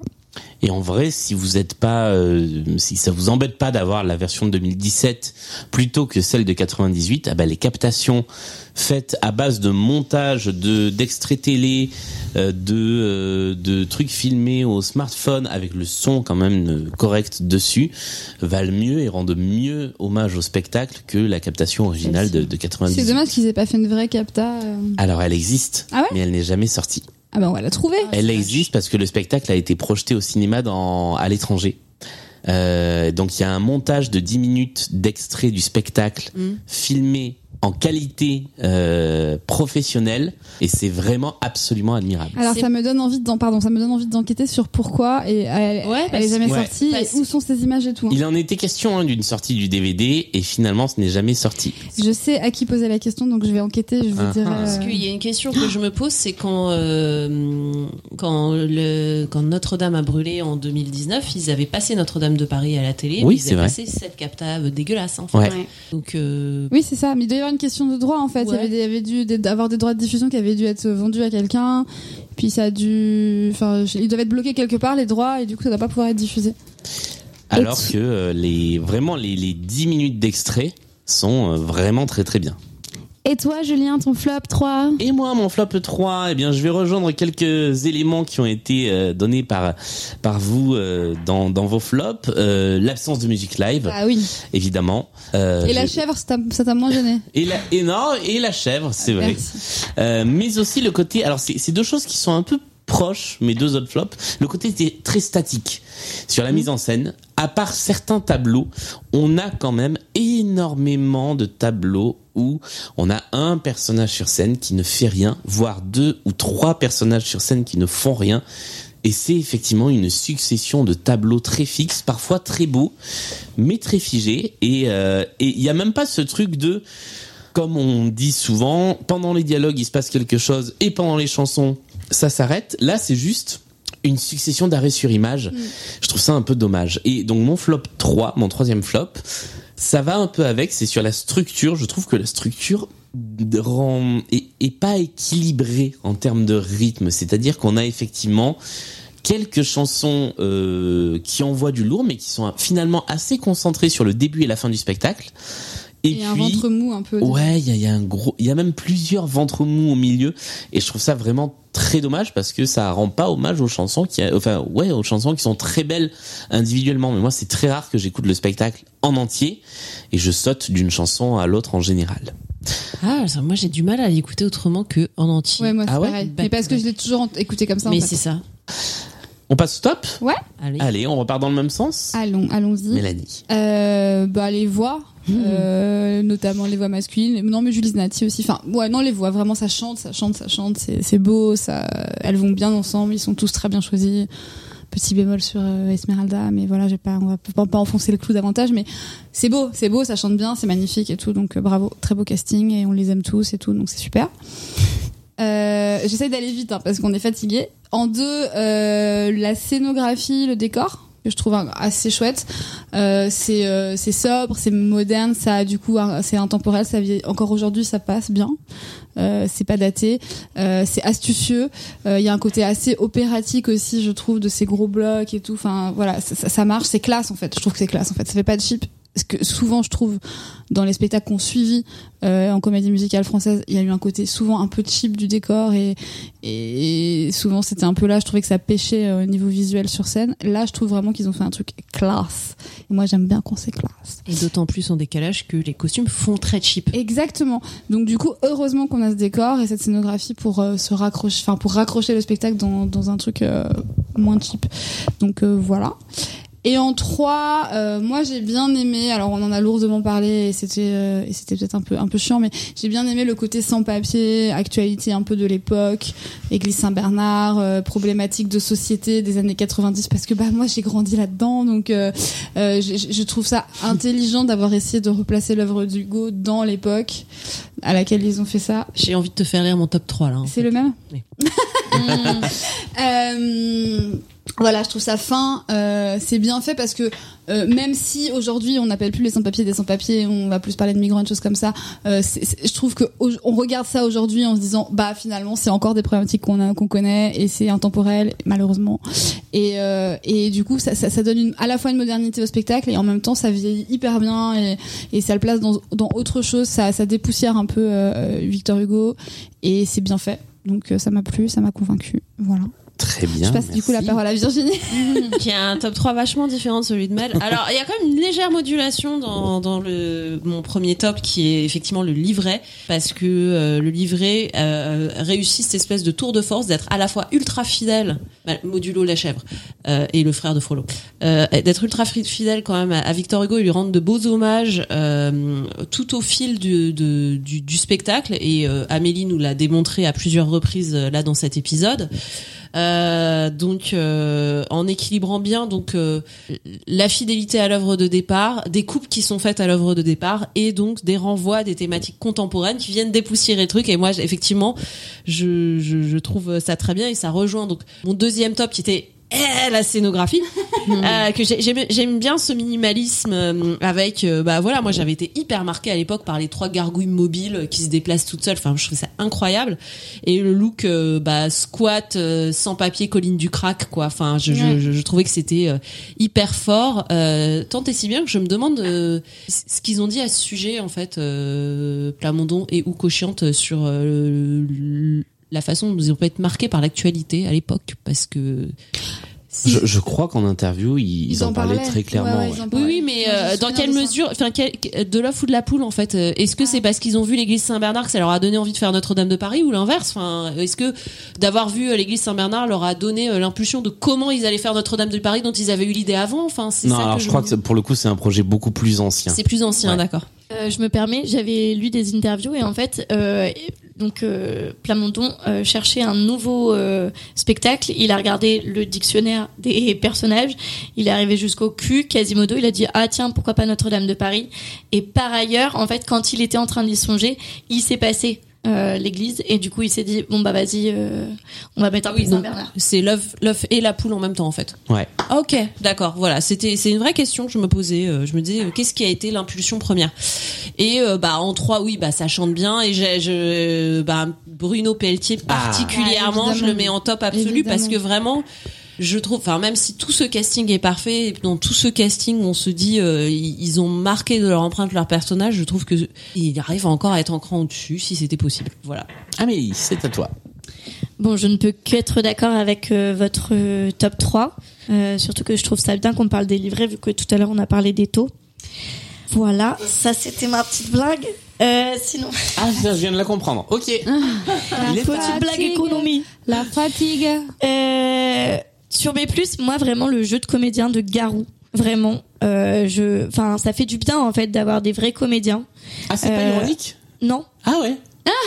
Speaker 3: Et en vrai, si vous êtes pas, euh, si ça vous embête pas d'avoir la version de 2017 plutôt que celle de 98, ah bah, les captations faites à base de montage, de d'extraits télé, euh, de euh, de trucs filmés au smartphone avec le son quand même euh, correct dessus valent mieux et rendent mieux hommage au spectacle que la captation originale de, de
Speaker 5: C'est
Speaker 3: 98.
Speaker 5: dommage qu'ils aient pas fait une vraie capta. euh.
Speaker 3: Alors elle existe,
Speaker 5: Ah ouais
Speaker 3: mais elle n'est jamais sortie.
Speaker 5: Ah bah on va la trouver.
Speaker 3: Elle existe parce que le spectacle a été projeté au cinéma dans, à l'étranger. Euh, donc il y a un montage de 10 minutes d'extrait du spectacle
Speaker 2: Mm.
Speaker 3: filmé en qualité euh, professionnelle et c'est vraiment absolument admirable.
Speaker 5: Alors
Speaker 2: C'est-
Speaker 5: ça me donne envie d'en pardon, ça me donne envie d'enquêter sur pourquoi et elle,
Speaker 2: Ouais,
Speaker 5: elle
Speaker 2: parce-
Speaker 5: est jamais
Speaker 3: ouais.
Speaker 5: sortie
Speaker 2: Parce-
Speaker 5: et où sont ces images et tout. hein.
Speaker 3: Il en était question hein, d'une sortie du DVD et finalement ce n'est jamais sorti.
Speaker 5: Je sais à qui poser la question donc je vais enquêter, je vous
Speaker 3: Ah,
Speaker 5: dirai.
Speaker 3: ah.
Speaker 2: Parce
Speaker 5: euh,
Speaker 2: qu'il y a une question que je me pose, c'est quand, euh, quand, le, quand Notre-Dame a brûlé en 2019, ils avaient passé Notre-Dame de Paris à la télé.
Speaker 3: Oui,
Speaker 2: mais
Speaker 3: c'est
Speaker 2: ils avaient
Speaker 3: vrai.
Speaker 2: passé cette capta euh, dégueulasse. Enfin.
Speaker 3: Ouais.
Speaker 2: Donc, euh,
Speaker 5: Oui, c'est ça, mais il doit y avoir une question de droit en fait. Il y
Speaker 2: Ouais.
Speaker 5: avait, des- il y avait dû des- avoir des droits de diffusion qui avaient dû être vendus à quelqu'un, puis ça a dû. Enfin, je- ils doivent être bloqués quelque part les droits et du coup ça doit pas pouvoir être diffusé.
Speaker 3: Alors que euh, les vraiment les, les 10 minutes d'extrait sont euh, vraiment très très bien.
Speaker 4: et toi Julien ton flop 3
Speaker 3: Et moi, mon flop 3, eh bien, je vais rejoindre quelques éléments qui ont été euh, donnés par, par vous euh, dans, dans vos flops. Euh, L'absence de musique live,
Speaker 5: Ah oui. évidemment.
Speaker 3: Euh,
Speaker 5: Et la
Speaker 3: je-
Speaker 5: chèvre, ça t'a- ça t'a moins gêné.
Speaker 3: et la, et non, et la chèvre, c'est vrai.
Speaker 5: Merci.
Speaker 3: Euh, mais aussi le côté... Alors, c'est c'est deux choses qui sont un peu proches, mes deux autres flops. Le côté était très statique sur la mise en scène. À part certains tableaux, on a quand même énormément de tableaux où on a un personnage sur scène qui ne fait rien, voire deux ou trois personnages sur scène qui ne font rien. Et c'est effectivement une succession de tableaux très fixes, parfois très beaux, mais très figés. Et euh, et il y a même pas ce truc de, comme on dit souvent, pendant les dialogues il se passe quelque chose et pendant les chansons ça s'arrête. Là c'est juste une succession d'arrêts sur image.
Speaker 5: Mm.
Speaker 3: Je trouve ça un peu dommage. Et donc mon flop 3, mon troisième flop, ça va un peu avec, c'est sur la structure. Je trouve que la structure de- rend, est, est pas équilibrée en termes de rythme. C'est-à-dire qu'on a effectivement quelques chansons euh, qui envoient du lourd, mais qui sont finalement assez concentrées sur le début et la fin du spectacle. Et,
Speaker 5: Et,
Speaker 3: puis,
Speaker 5: un ventre mou un peu.
Speaker 3: Ouais, il y a, il y a un gros, il y a même plusieurs ventres mous au milieu, et je trouve ça vraiment très dommage parce que ça rend pas hommage aux chansons qui, a- enfin ouais, aux chansons qui sont très belles individuellement. Mais moi, c'est très rare que j'écoute le spectacle en entier et je saute d'une chanson à l'autre en général.
Speaker 2: ah, ça, moi j'ai du mal à l'écouter autrement que en entier.
Speaker 5: Ouais, moi c'est
Speaker 3: Ah ouais
Speaker 5: pareil.
Speaker 2: Bah,
Speaker 5: Mais parce que
Speaker 2: ouais.
Speaker 5: je l'ai toujours ent- écouté comme ça. en
Speaker 2: Mais
Speaker 5: fait.
Speaker 2: c'est ça.
Speaker 3: On passe au top.
Speaker 2: Allez.
Speaker 3: Allez, on repart dans le même sens.
Speaker 5: Allons, allons-y.
Speaker 3: Mélanie.
Speaker 5: Euh, bah les voix, euh, notamment les voix masculines. Non mais Julie Znati aussi. Enfin ouais non les voix vraiment ça chante, ça chante, ça chante. C'est, c'est beau, ça. Elles vont bien ensemble. Ils sont tous très bien choisis. Petit bémol sur euh, Esmeralda, mais voilà, j'ai pas, on va pas, pas enfoncer le clou davantage, mais c'est beau, c'est beau, ça chante bien, c'est magnifique et tout, donc euh, bravo, très beau casting et on les aime tous et tout, donc c'est super. Euh, J'essaie d'aller vite hein, parce qu'on est fatigué. En deux, euh, la scénographie, le décor que je trouve euh, assez chouette. Euh, c'est euh, c'est sobre, c'est moderne, ça a du coup un- c'est intemporel, ça vieillit- encore aujourd'hui ça passe bien. Euh, c'est pas daté, euh, c'est astucieux. Euh, Il y a un côté assez opératique aussi, je trouve, de ces gros blocs et tout. Enfin voilà, ça, ça- ça marche, c'est classe en fait. Je trouve que c'est classe en fait. Ça fait pas de chip. ce que souvent je trouve dans les spectacles qu'on suivit euh, en comédie musicale française, il y a eu un côté souvent un peu cheap du décor et, et souvent c'était un peu là, je trouvais que ça pêchait euh, au niveau visuel sur scène. Là, je trouve vraiment qu'ils ont fait un truc classe. Et moi, j'aime bien quand c'est classe.
Speaker 2: Et d'autant plus en décalage que les costumes font très cheap.
Speaker 5: Exactement. Donc du coup, heureusement qu'on a ce décor et cette scénographie pour euh, se raccrocher, enfin pour raccrocher le spectacle dans, dans un truc euh, moins cheap. Donc euh, voilà. Et en trois, euh, moi j'ai bien aimé. Alors on en a lourdement parlé et c'était euh, et c'était peut-être un peu un peu chiant, mais j'ai bien aimé le côté sans papier, actualité un peu de l'époque, Église Saint-Bernard, euh, problématique de société des années 90 parce que bah moi j'ai grandi là-dedans, donc euh, euh, je, je- je trouve ça intelligent d'avoir essayé de replacer l'œuvre d'Hugo dans l'époque à laquelle ils ont fait ça.
Speaker 2: J'ai envie de te faire lire mon top 3 là. hein.
Speaker 5: C'est le même
Speaker 2: Oui.
Speaker 5: Mm. Euh, voilà, je trouve ça fin. euh, c'est bien fait parce que euh, même si aujourd'hui on n'appelle plus les sans-papiers des sans-papiers, on va plus parler de migrants et de choses comme ça, euh, c'est- c'est- je trouve que au- on regarde ça aujourd'hui en se disant bah finalement c'est encore des problématiques qu'on a- qu'on connaît et c'est intemporel malheureusement. Et, euh, et du coup ça, ça, ça donne une- à la fois une modernité au spectacle et en même temps ça vieillit hyper bien et, et ça le place dans, dans autre chose, ça, ça dépoussière un peu euh, Victor Hugo et c'est bien fait. Donc euh, ça m'a plu, ça m'a convaincu. Voilà.
Speaker 3: Très bien.
Speaker 5: Je passe du coup la
Speaker 3: merci.
Speaker 5: parole à Virginie.
Speaker 2: qui a un top 3 vachement différent de celui de Mel. Alors, il y a quand même une légère modulation dans, dans le, mon premier top qui est effectivement le livret, parce que euh, le livret euh, réussit cette espèce de tour de force d'être à la fois ultra fidèle, bah, modulo la chèvre, euh, et le frère de Frollo, euh, d'être ultra fri- fidèle quand même à, à Victor Hugo, il lui rend de beaux hommages euh, tout au fil du, de- du, du spectacle, et euh, Amélie nous l'a démontré à plusieurs reprises euh, là dans cet épisode. Euh, donc euh, en équilibrant bien donc euh, la fidélité à l'œuvre de départ, des coupes qui sont faites à l'œuvre de départ et donc des renvois des thématiques contemporaines qui viennent dépoussiérer le truc et moi j'- effectivement je, je, je trouve ça très bien et ça rejoint donc mon deuxième top qui était eh, la scénographie euh, que j'ai- j'aime j'aime bien ce minimalisme euh, avec euh, bah voilà moi j'avais été hyper marquée à l'époque par les trois gargouilles mobiles qui se déplacent toutes seules enfin je trouvais ça incroyable et le look euh, bah squat euh, sans papier colline du crack quoi enfin je, je-
Speaker 5: Ouais.
Speaker 2: je, je trouvais que c'était euh, hyper fort euh, tant et si bien que je me demande euh, c- ce qu'ils ont dit à ce sujet en fait euh, Plamondon et ou Cochiante sur euh, le- la façon dont ils ont pu être marqués par l'actualité à l'époque parce que
Speaker 3: Je, je crois qu'en interview, ils, ils en, parlaient, très clairement. ouais.
Speaker 2: oui, oui, mais euh, dans quelle mesure, enfin, quel- de l'œuf ou de la poule en fait euh, Est-ce que c'est parce qu'ils ont vu l'église Saint-Bernard que ça leur a donné envie de faire Notre-Dame de Paris ou l'inverse Enfin, est-ce que d'avoir vu euh, l'église Saint-Bernard leur a donné euh, l'impulsion de comment ils allaient faire Notre-Dame de Paris dont ils avaient eu l'idée avant Enfin, c'est
Speaker 3: Non,
Speaker 2: ça
Speaker 3: alors
Speaker 2: que
Speaker 3: je
Speaker 2: je
Speaker 3: crois
Speaker 2: me-
Speaker 3: que pour le coup, c'est un projet beaucoup plus ancien.
Speaker 2: c'est plus ancien,
Speaker 3: Ouais.
Speaker 2: d'accord.
Speaker 1: Euh, je me permets, j'avais lu des interviews et en fait, euh, donc euh, Plamondon euh, cherchait un nouveau euh, spectacle. Il a regardé le dictionnaire des personnages. Il est arrivé jusqu'au cul. Quasimodo, il a dit ah tiens pourquoi pas Notre-Dame de Paris. Et par ailleurs, en fait, quand il était en train d'y songer, il s'est passé euh, l'église et du coup il s'est dit bon bah vas-y, euh, on va mettre un
Speaker 2: Ah oui,
Speaker 1: peu
Speaker 2: donc,
Speaker 1: Saint-Bernard.
Speaker 2: C'est l'œuf, l'œuf et la poule en même temps en fait.
Speaker 3: Ouais.
Speaker 2: Ah, Ok, d'accord. Voilà, c'était c'est une vraie question que je me posais. euh, Je me disais euh, qu'est-ce qui a été l'impulsion première Et euh, bah en trois, oui, bah ça chante bien et j'ai je bah Bruno Pelletier particulièrement,
Speaker 5: Ah,
Speaker 2: je le
Speaker 5: évidemment.
Speaker 2: mets en top absolu
Speaker 5: Évidemment.
Speaker 2: parce que vraiment. Je trouve, enfin même si tout ce casting est parfait, dans tout ce casting, on se dit euh, ils ils ont marqué de leur empreinte leur personnage. Je trouve que il arrive encore à être en cran au-dessus, si c'était possible. Voilà.
Speaker 3: Amélie, c'est à toi.
Speaker 1: Bon, je ne peux qu'être d'accord avec euh, votre euh, top 3. Euh, surtout que je trouve ça bien qu'on parle des livrets, vu que tout à l'heure on a parlé des taux. Voilà, ça c'était ma petite blague. Euh, sinon,
Speaker 3: Ah, ça, je viens de la comprendre. Ok.
Speaker 1: petite
Speaker 5: fatigue.
Speaker 1: blague économie.
Speaker 5: La fatigue.
Speaker 1: Euh, sur mes plus, moi vraiment le jeu de comédien de Garou, vraiment. Euh, je, enfin, ça fait du bien en fait d'avoir des vrais comédiens.
Speaker 3: Ah, c'est pas
Speaker 1: Euh,
Speaker 3: ironique
Speaker 1: Non,
Speaker 3: Ah ouais.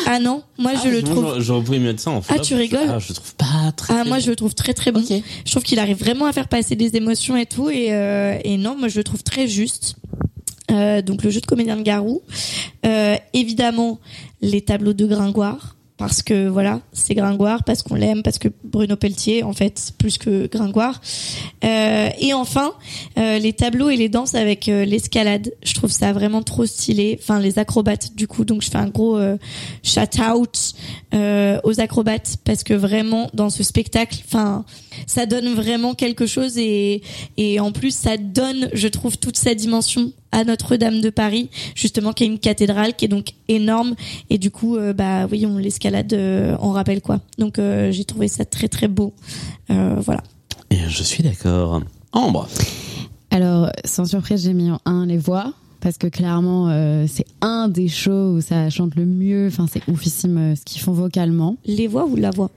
Speaker 1: ah non, moi je
Speaker 3: Ah,
Speaker 1: le
Speaker 3: sinon,
Speaker 1: trouve.
Speaker 3: j'aurais- J'aurais pu mettre ça en flop.
Speaker 1: tu rigoles
Speaker 3: Ah, je le trouve pas très.
Speaker 1: Ah, moi, je le trouve très très bon. Je trouve qu'il arrive vraiment à faire passer des émotions et tout. Et, euh, et non, moi, je le trouve très juste. Euh, donc, le jeu de comédien de Garou. Euh, évidemment, les tableaux de Gringoire. Parce que voilà, c'est Gringoire, parce qu'on l'aime, parce que Bruno Pelletier, en fait, plus que Gringoire. Euh, et enfin, euh, les tableaux et les danses avec euh, l'escalade. Je trouve ça vraiment trop stylé. Enfin, les acrobates, du coup. Donc, je fais un gros euh, shout-out euh, aux acrobates parce que vraiment, dans ce spectacle, enfin, ça donne vraiment quelque chose et, et en plus, ça donne, je trouve, toute sa dimension à Notre-Dame de Paris, justement, qui est une cathédrale qui est donc énorme. Et du coup, euh, bah oui, on l'escalade euh, en rappel, quoi. Donc, euh, j'ai trouvé ça très, très beau. Euh, voilà.
Speaker 3: Et je suis d'accord. Ambre.
Speaker 7: Alors, sans surprise, j'ai mis en un les voix. Parce que clairement, euh, c'est un des shows où ça chante le mieux. Enfin, c'est oufissime euh, ce qu'ils font vocalement.
Speaker 1: Les voix ou la voix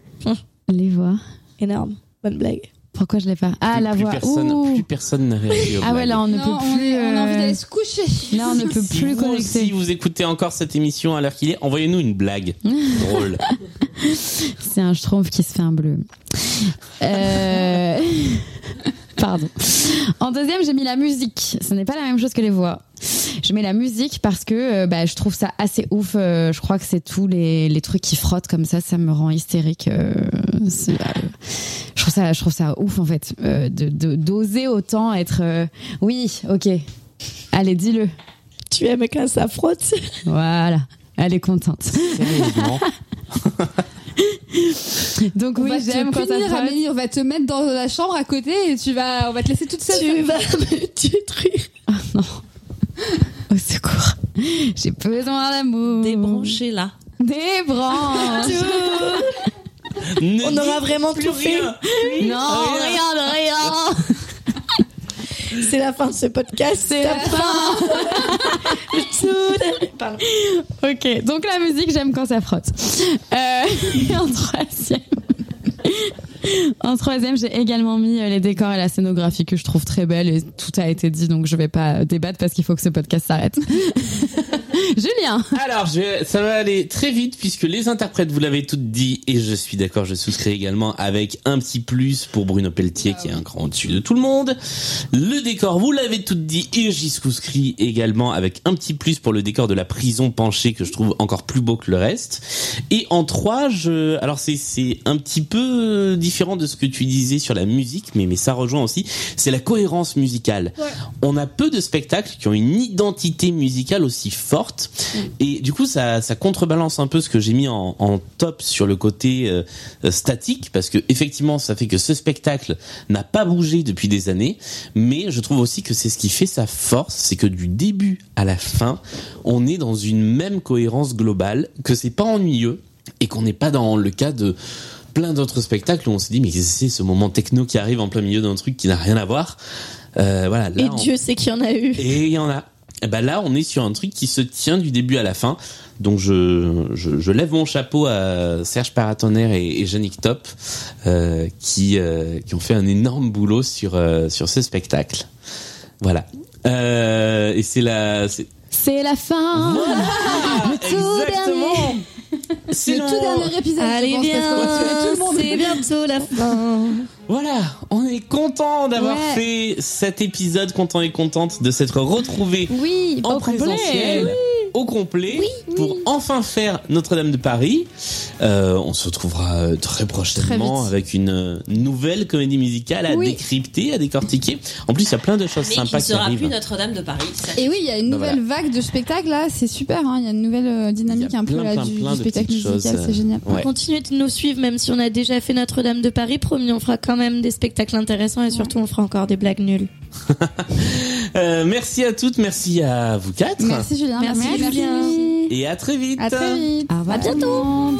Speaker 7: Les voix.
Speaker 1: Énorme. Bonne blague.
Speaker 7: Pourquoi je l'ai pas Ah,
Speaker 3: Plus-
Speaker 7: la
Speaker 3: plus
Speaker 7: voix.
Speaker 3: Personne,
Speaker 7: Ouh.
Speaker 3: plus personne n'a réagi. aux
Speaker 7: Ah ouais,
Speaker 3: blagues.
Speaker 7: là, on ne
Speaker 5: Non,
Speaker 7: peut plus.
Speaker 5: on, on a envie
Speaker 7: euh,
Speaker 5: d'aller se coucher.
Speaker 7: Là, on ne peut
Speaker 3: Si
Speaker 7: plus
Speaker 3: vous aussi
Speaker 7: connecter.
Speaker 3: vous écoutez encore cette émission à l'heure qu'il est, envoyez-nous une blague drôle.
Speaker 7: C'est un schtroumpf qui se fait un bleu. Euh, Pardon. En deuxième, j'ai mis la musique. Ce n'est pas la même chose que les voix. Je mets la musique parce que euh, bah, je trouve ça assez ouf. Euh, je crois que c'est tous les, les trucs qui frottent comme ça, ça me rend hystérique. Euh, c'est, euh, je trouve ça, je trouve ça ouf en fait, euh, de de- d'oser autant être. euh, Oui, ok. Allez, dis-le.
Speaker 1: Tu aimes quand ça frotte
Speaker 7: Voilà. Elle est contente.
Speaker 3: Sérieusement.
Speaker 7: Donc
Speaker 5: On
Speaker 7: oui,
Speaker 5: va te
Speaker 7: j'aime quand ça
Speaker 5: punir,
Speaker 7: frotte.
Speaker 5: Amélie, on va te mettre dans la chambre à côté et tu vas, on va te laisser toute seule.
Speaker 1: Tu vas me détruire.
Speaker 7: Non. Au secours. J'ai besoin d'amour. Ah,
Speaker 2: Débranchez là.
Speaker 7: Des branches.
Speaker 3: Ne
Speaker 1: On
Speaker 3: dites
Speaker 1: aura vraiment
Speaker 3: plus
Speaker 1: tout fait.
Speaker 3: rien.
Speaker 7: non,
Speaker 1: rien de rien. C'est la fin de ce podcast. C'est la fin. Tout- Pardon.
Speaker 7: Ok, donc la musique, j'aime quand ça frotte. Euh, et en troisième. En troisième, j'ai également mis euh, les décors et la scénographie que je trouve très belle et tout a été dit donc je vais pas débattre parce qu'il faut que ce podcast s'arrête. Julien,
Speaker 3: Alors, je- ça va aller très vite puisque les interprètes, vous l'avez toutes dit, et je suis d'accord, je souscris également avec un petit plus pour Bruno Pelletier qui est un cran au-dessus de tout le monde. Le décor, vous l'avez toutes dit, et j'y souscris également avec un petit plus pour le décor de la prison penchée que je trouve encore plus beau que le reste. Et en trois, je, alors c'est, c'est un petit peu différent de ce que tu disais sur la musique, mais, mais ça rejoint aussi, c'est la cohérence musicale. On a peu de spectacles qui ont une identité musicale aussi forte. Et du coup, ça, ça contrebalance un peu ce que j'ai mis en, en top sur le côté euh, euh, statique, parce que effectivement, ça fait que ce spectacle n'a pas bougé depuis des années. Mais je trouve aussi que c'est ce qui fait sa force, c'est que du début à la fin, on est dans une même cohérence globale, que c'est pas ennuyeux et qu'on n'est pas dans le cas de plein d'autres spectacles où on se dit mais c'est ce moment techno qui arrive en plein milieu d'un truc qui n'a rien à voir. Euh, voilà. Là,
Speaker 1: Et
Speaker 3: on-
Speaker 1: Dieu sait qu'il y en a eu.
Speaker 3: et il y en a. Et ben là, on est sur un truc qui se tient du début à la fin. Donc je, je, je lève mon chapeau à Serge Paratonnerre et, et Yannick Top euh, qui, euh, qui ont fait un énorme boulot sur, euh, sur ce spectacle. Voilà. Euh, et c'est la... c'est-
Speaker 7: c'est la
Speaker 5: Oh.
Speaker 7: fin.
Speaker 3: Voilà Exactement C'est
Speaker 5: C'est le tout dernier épisode. je
Speaker 1: Allez,
Speaker 5: pense, parce qu'on va tuer tout
Speaker 1: viens,
Speaker 5: le monde.
Speaker 1: c'est bientôt la fin.
Speaker 3: Voilà, on est content d'avoir fait cet épisode, content et contente de s'être retrouvés
Speaker 7: Oui,
Speaker 3: en
Speaker 7: au complet.
Speaker 3: présentiel au complet pour enfin faire Notre-Dame de Paris. Euh, on se retrouvera euh, très prochainement
Speaker 7: vite.
Speaker 3: avec une euh, nouvelle comédie musicale à
Speaker 5: Oui.
Speaker 3: décrypter, à décortiquer. En plus, il y a plein de choses
Speaker 2: Mais qui
Speaker 3: sympas
Speaker 2: ne
Speaker 3: qui
Speaker 2: sera plus
Speaker 3: arrivent.
Speaker 2: Notre-Dame de Paris. ça.
Speaker 5: Et oui, il y a une
Speaker 3: Bah,
Speaker 5: nouvelle vague de spectacles là, c'est super. hein, Il y a une nouvelle euh,
Speaker 3: Il
Speaker 5: dynamique
Speaker 3: y a
Speaker 5: un peu
Speaker 3: plein,
Speaker 5: là
Speaker 3: plein,
Speaker 5: du,
Speaker 3: plein
Speaker 5: du
Speaker 3: de
Speaker 5: spectacle
Speaker 3: petites
Speaker 5: musical,
Speaker 3: choses, euh,
Speaker 5: c'est génial.
Speaker 3: Ouais.
Speaker 1: Continuez de nous suivre, même si on a déjà fait Notre-Dame de Paris. Promis, on fera quand même des spectacles intéressants et surtout, on fera encore des blagues nulles.
Speaker 3: Euh, merci à toutes, merci à vous quatre.
Speaker 5: Merci Julien.
Speaker 1: Merci, Julien.
Speaker 3: Et à très vite.
Speaker 5: À très vite.
Speaker 7: Au revoir.
Speaker 1: À bientôt.
Speaker 7: tout le monde.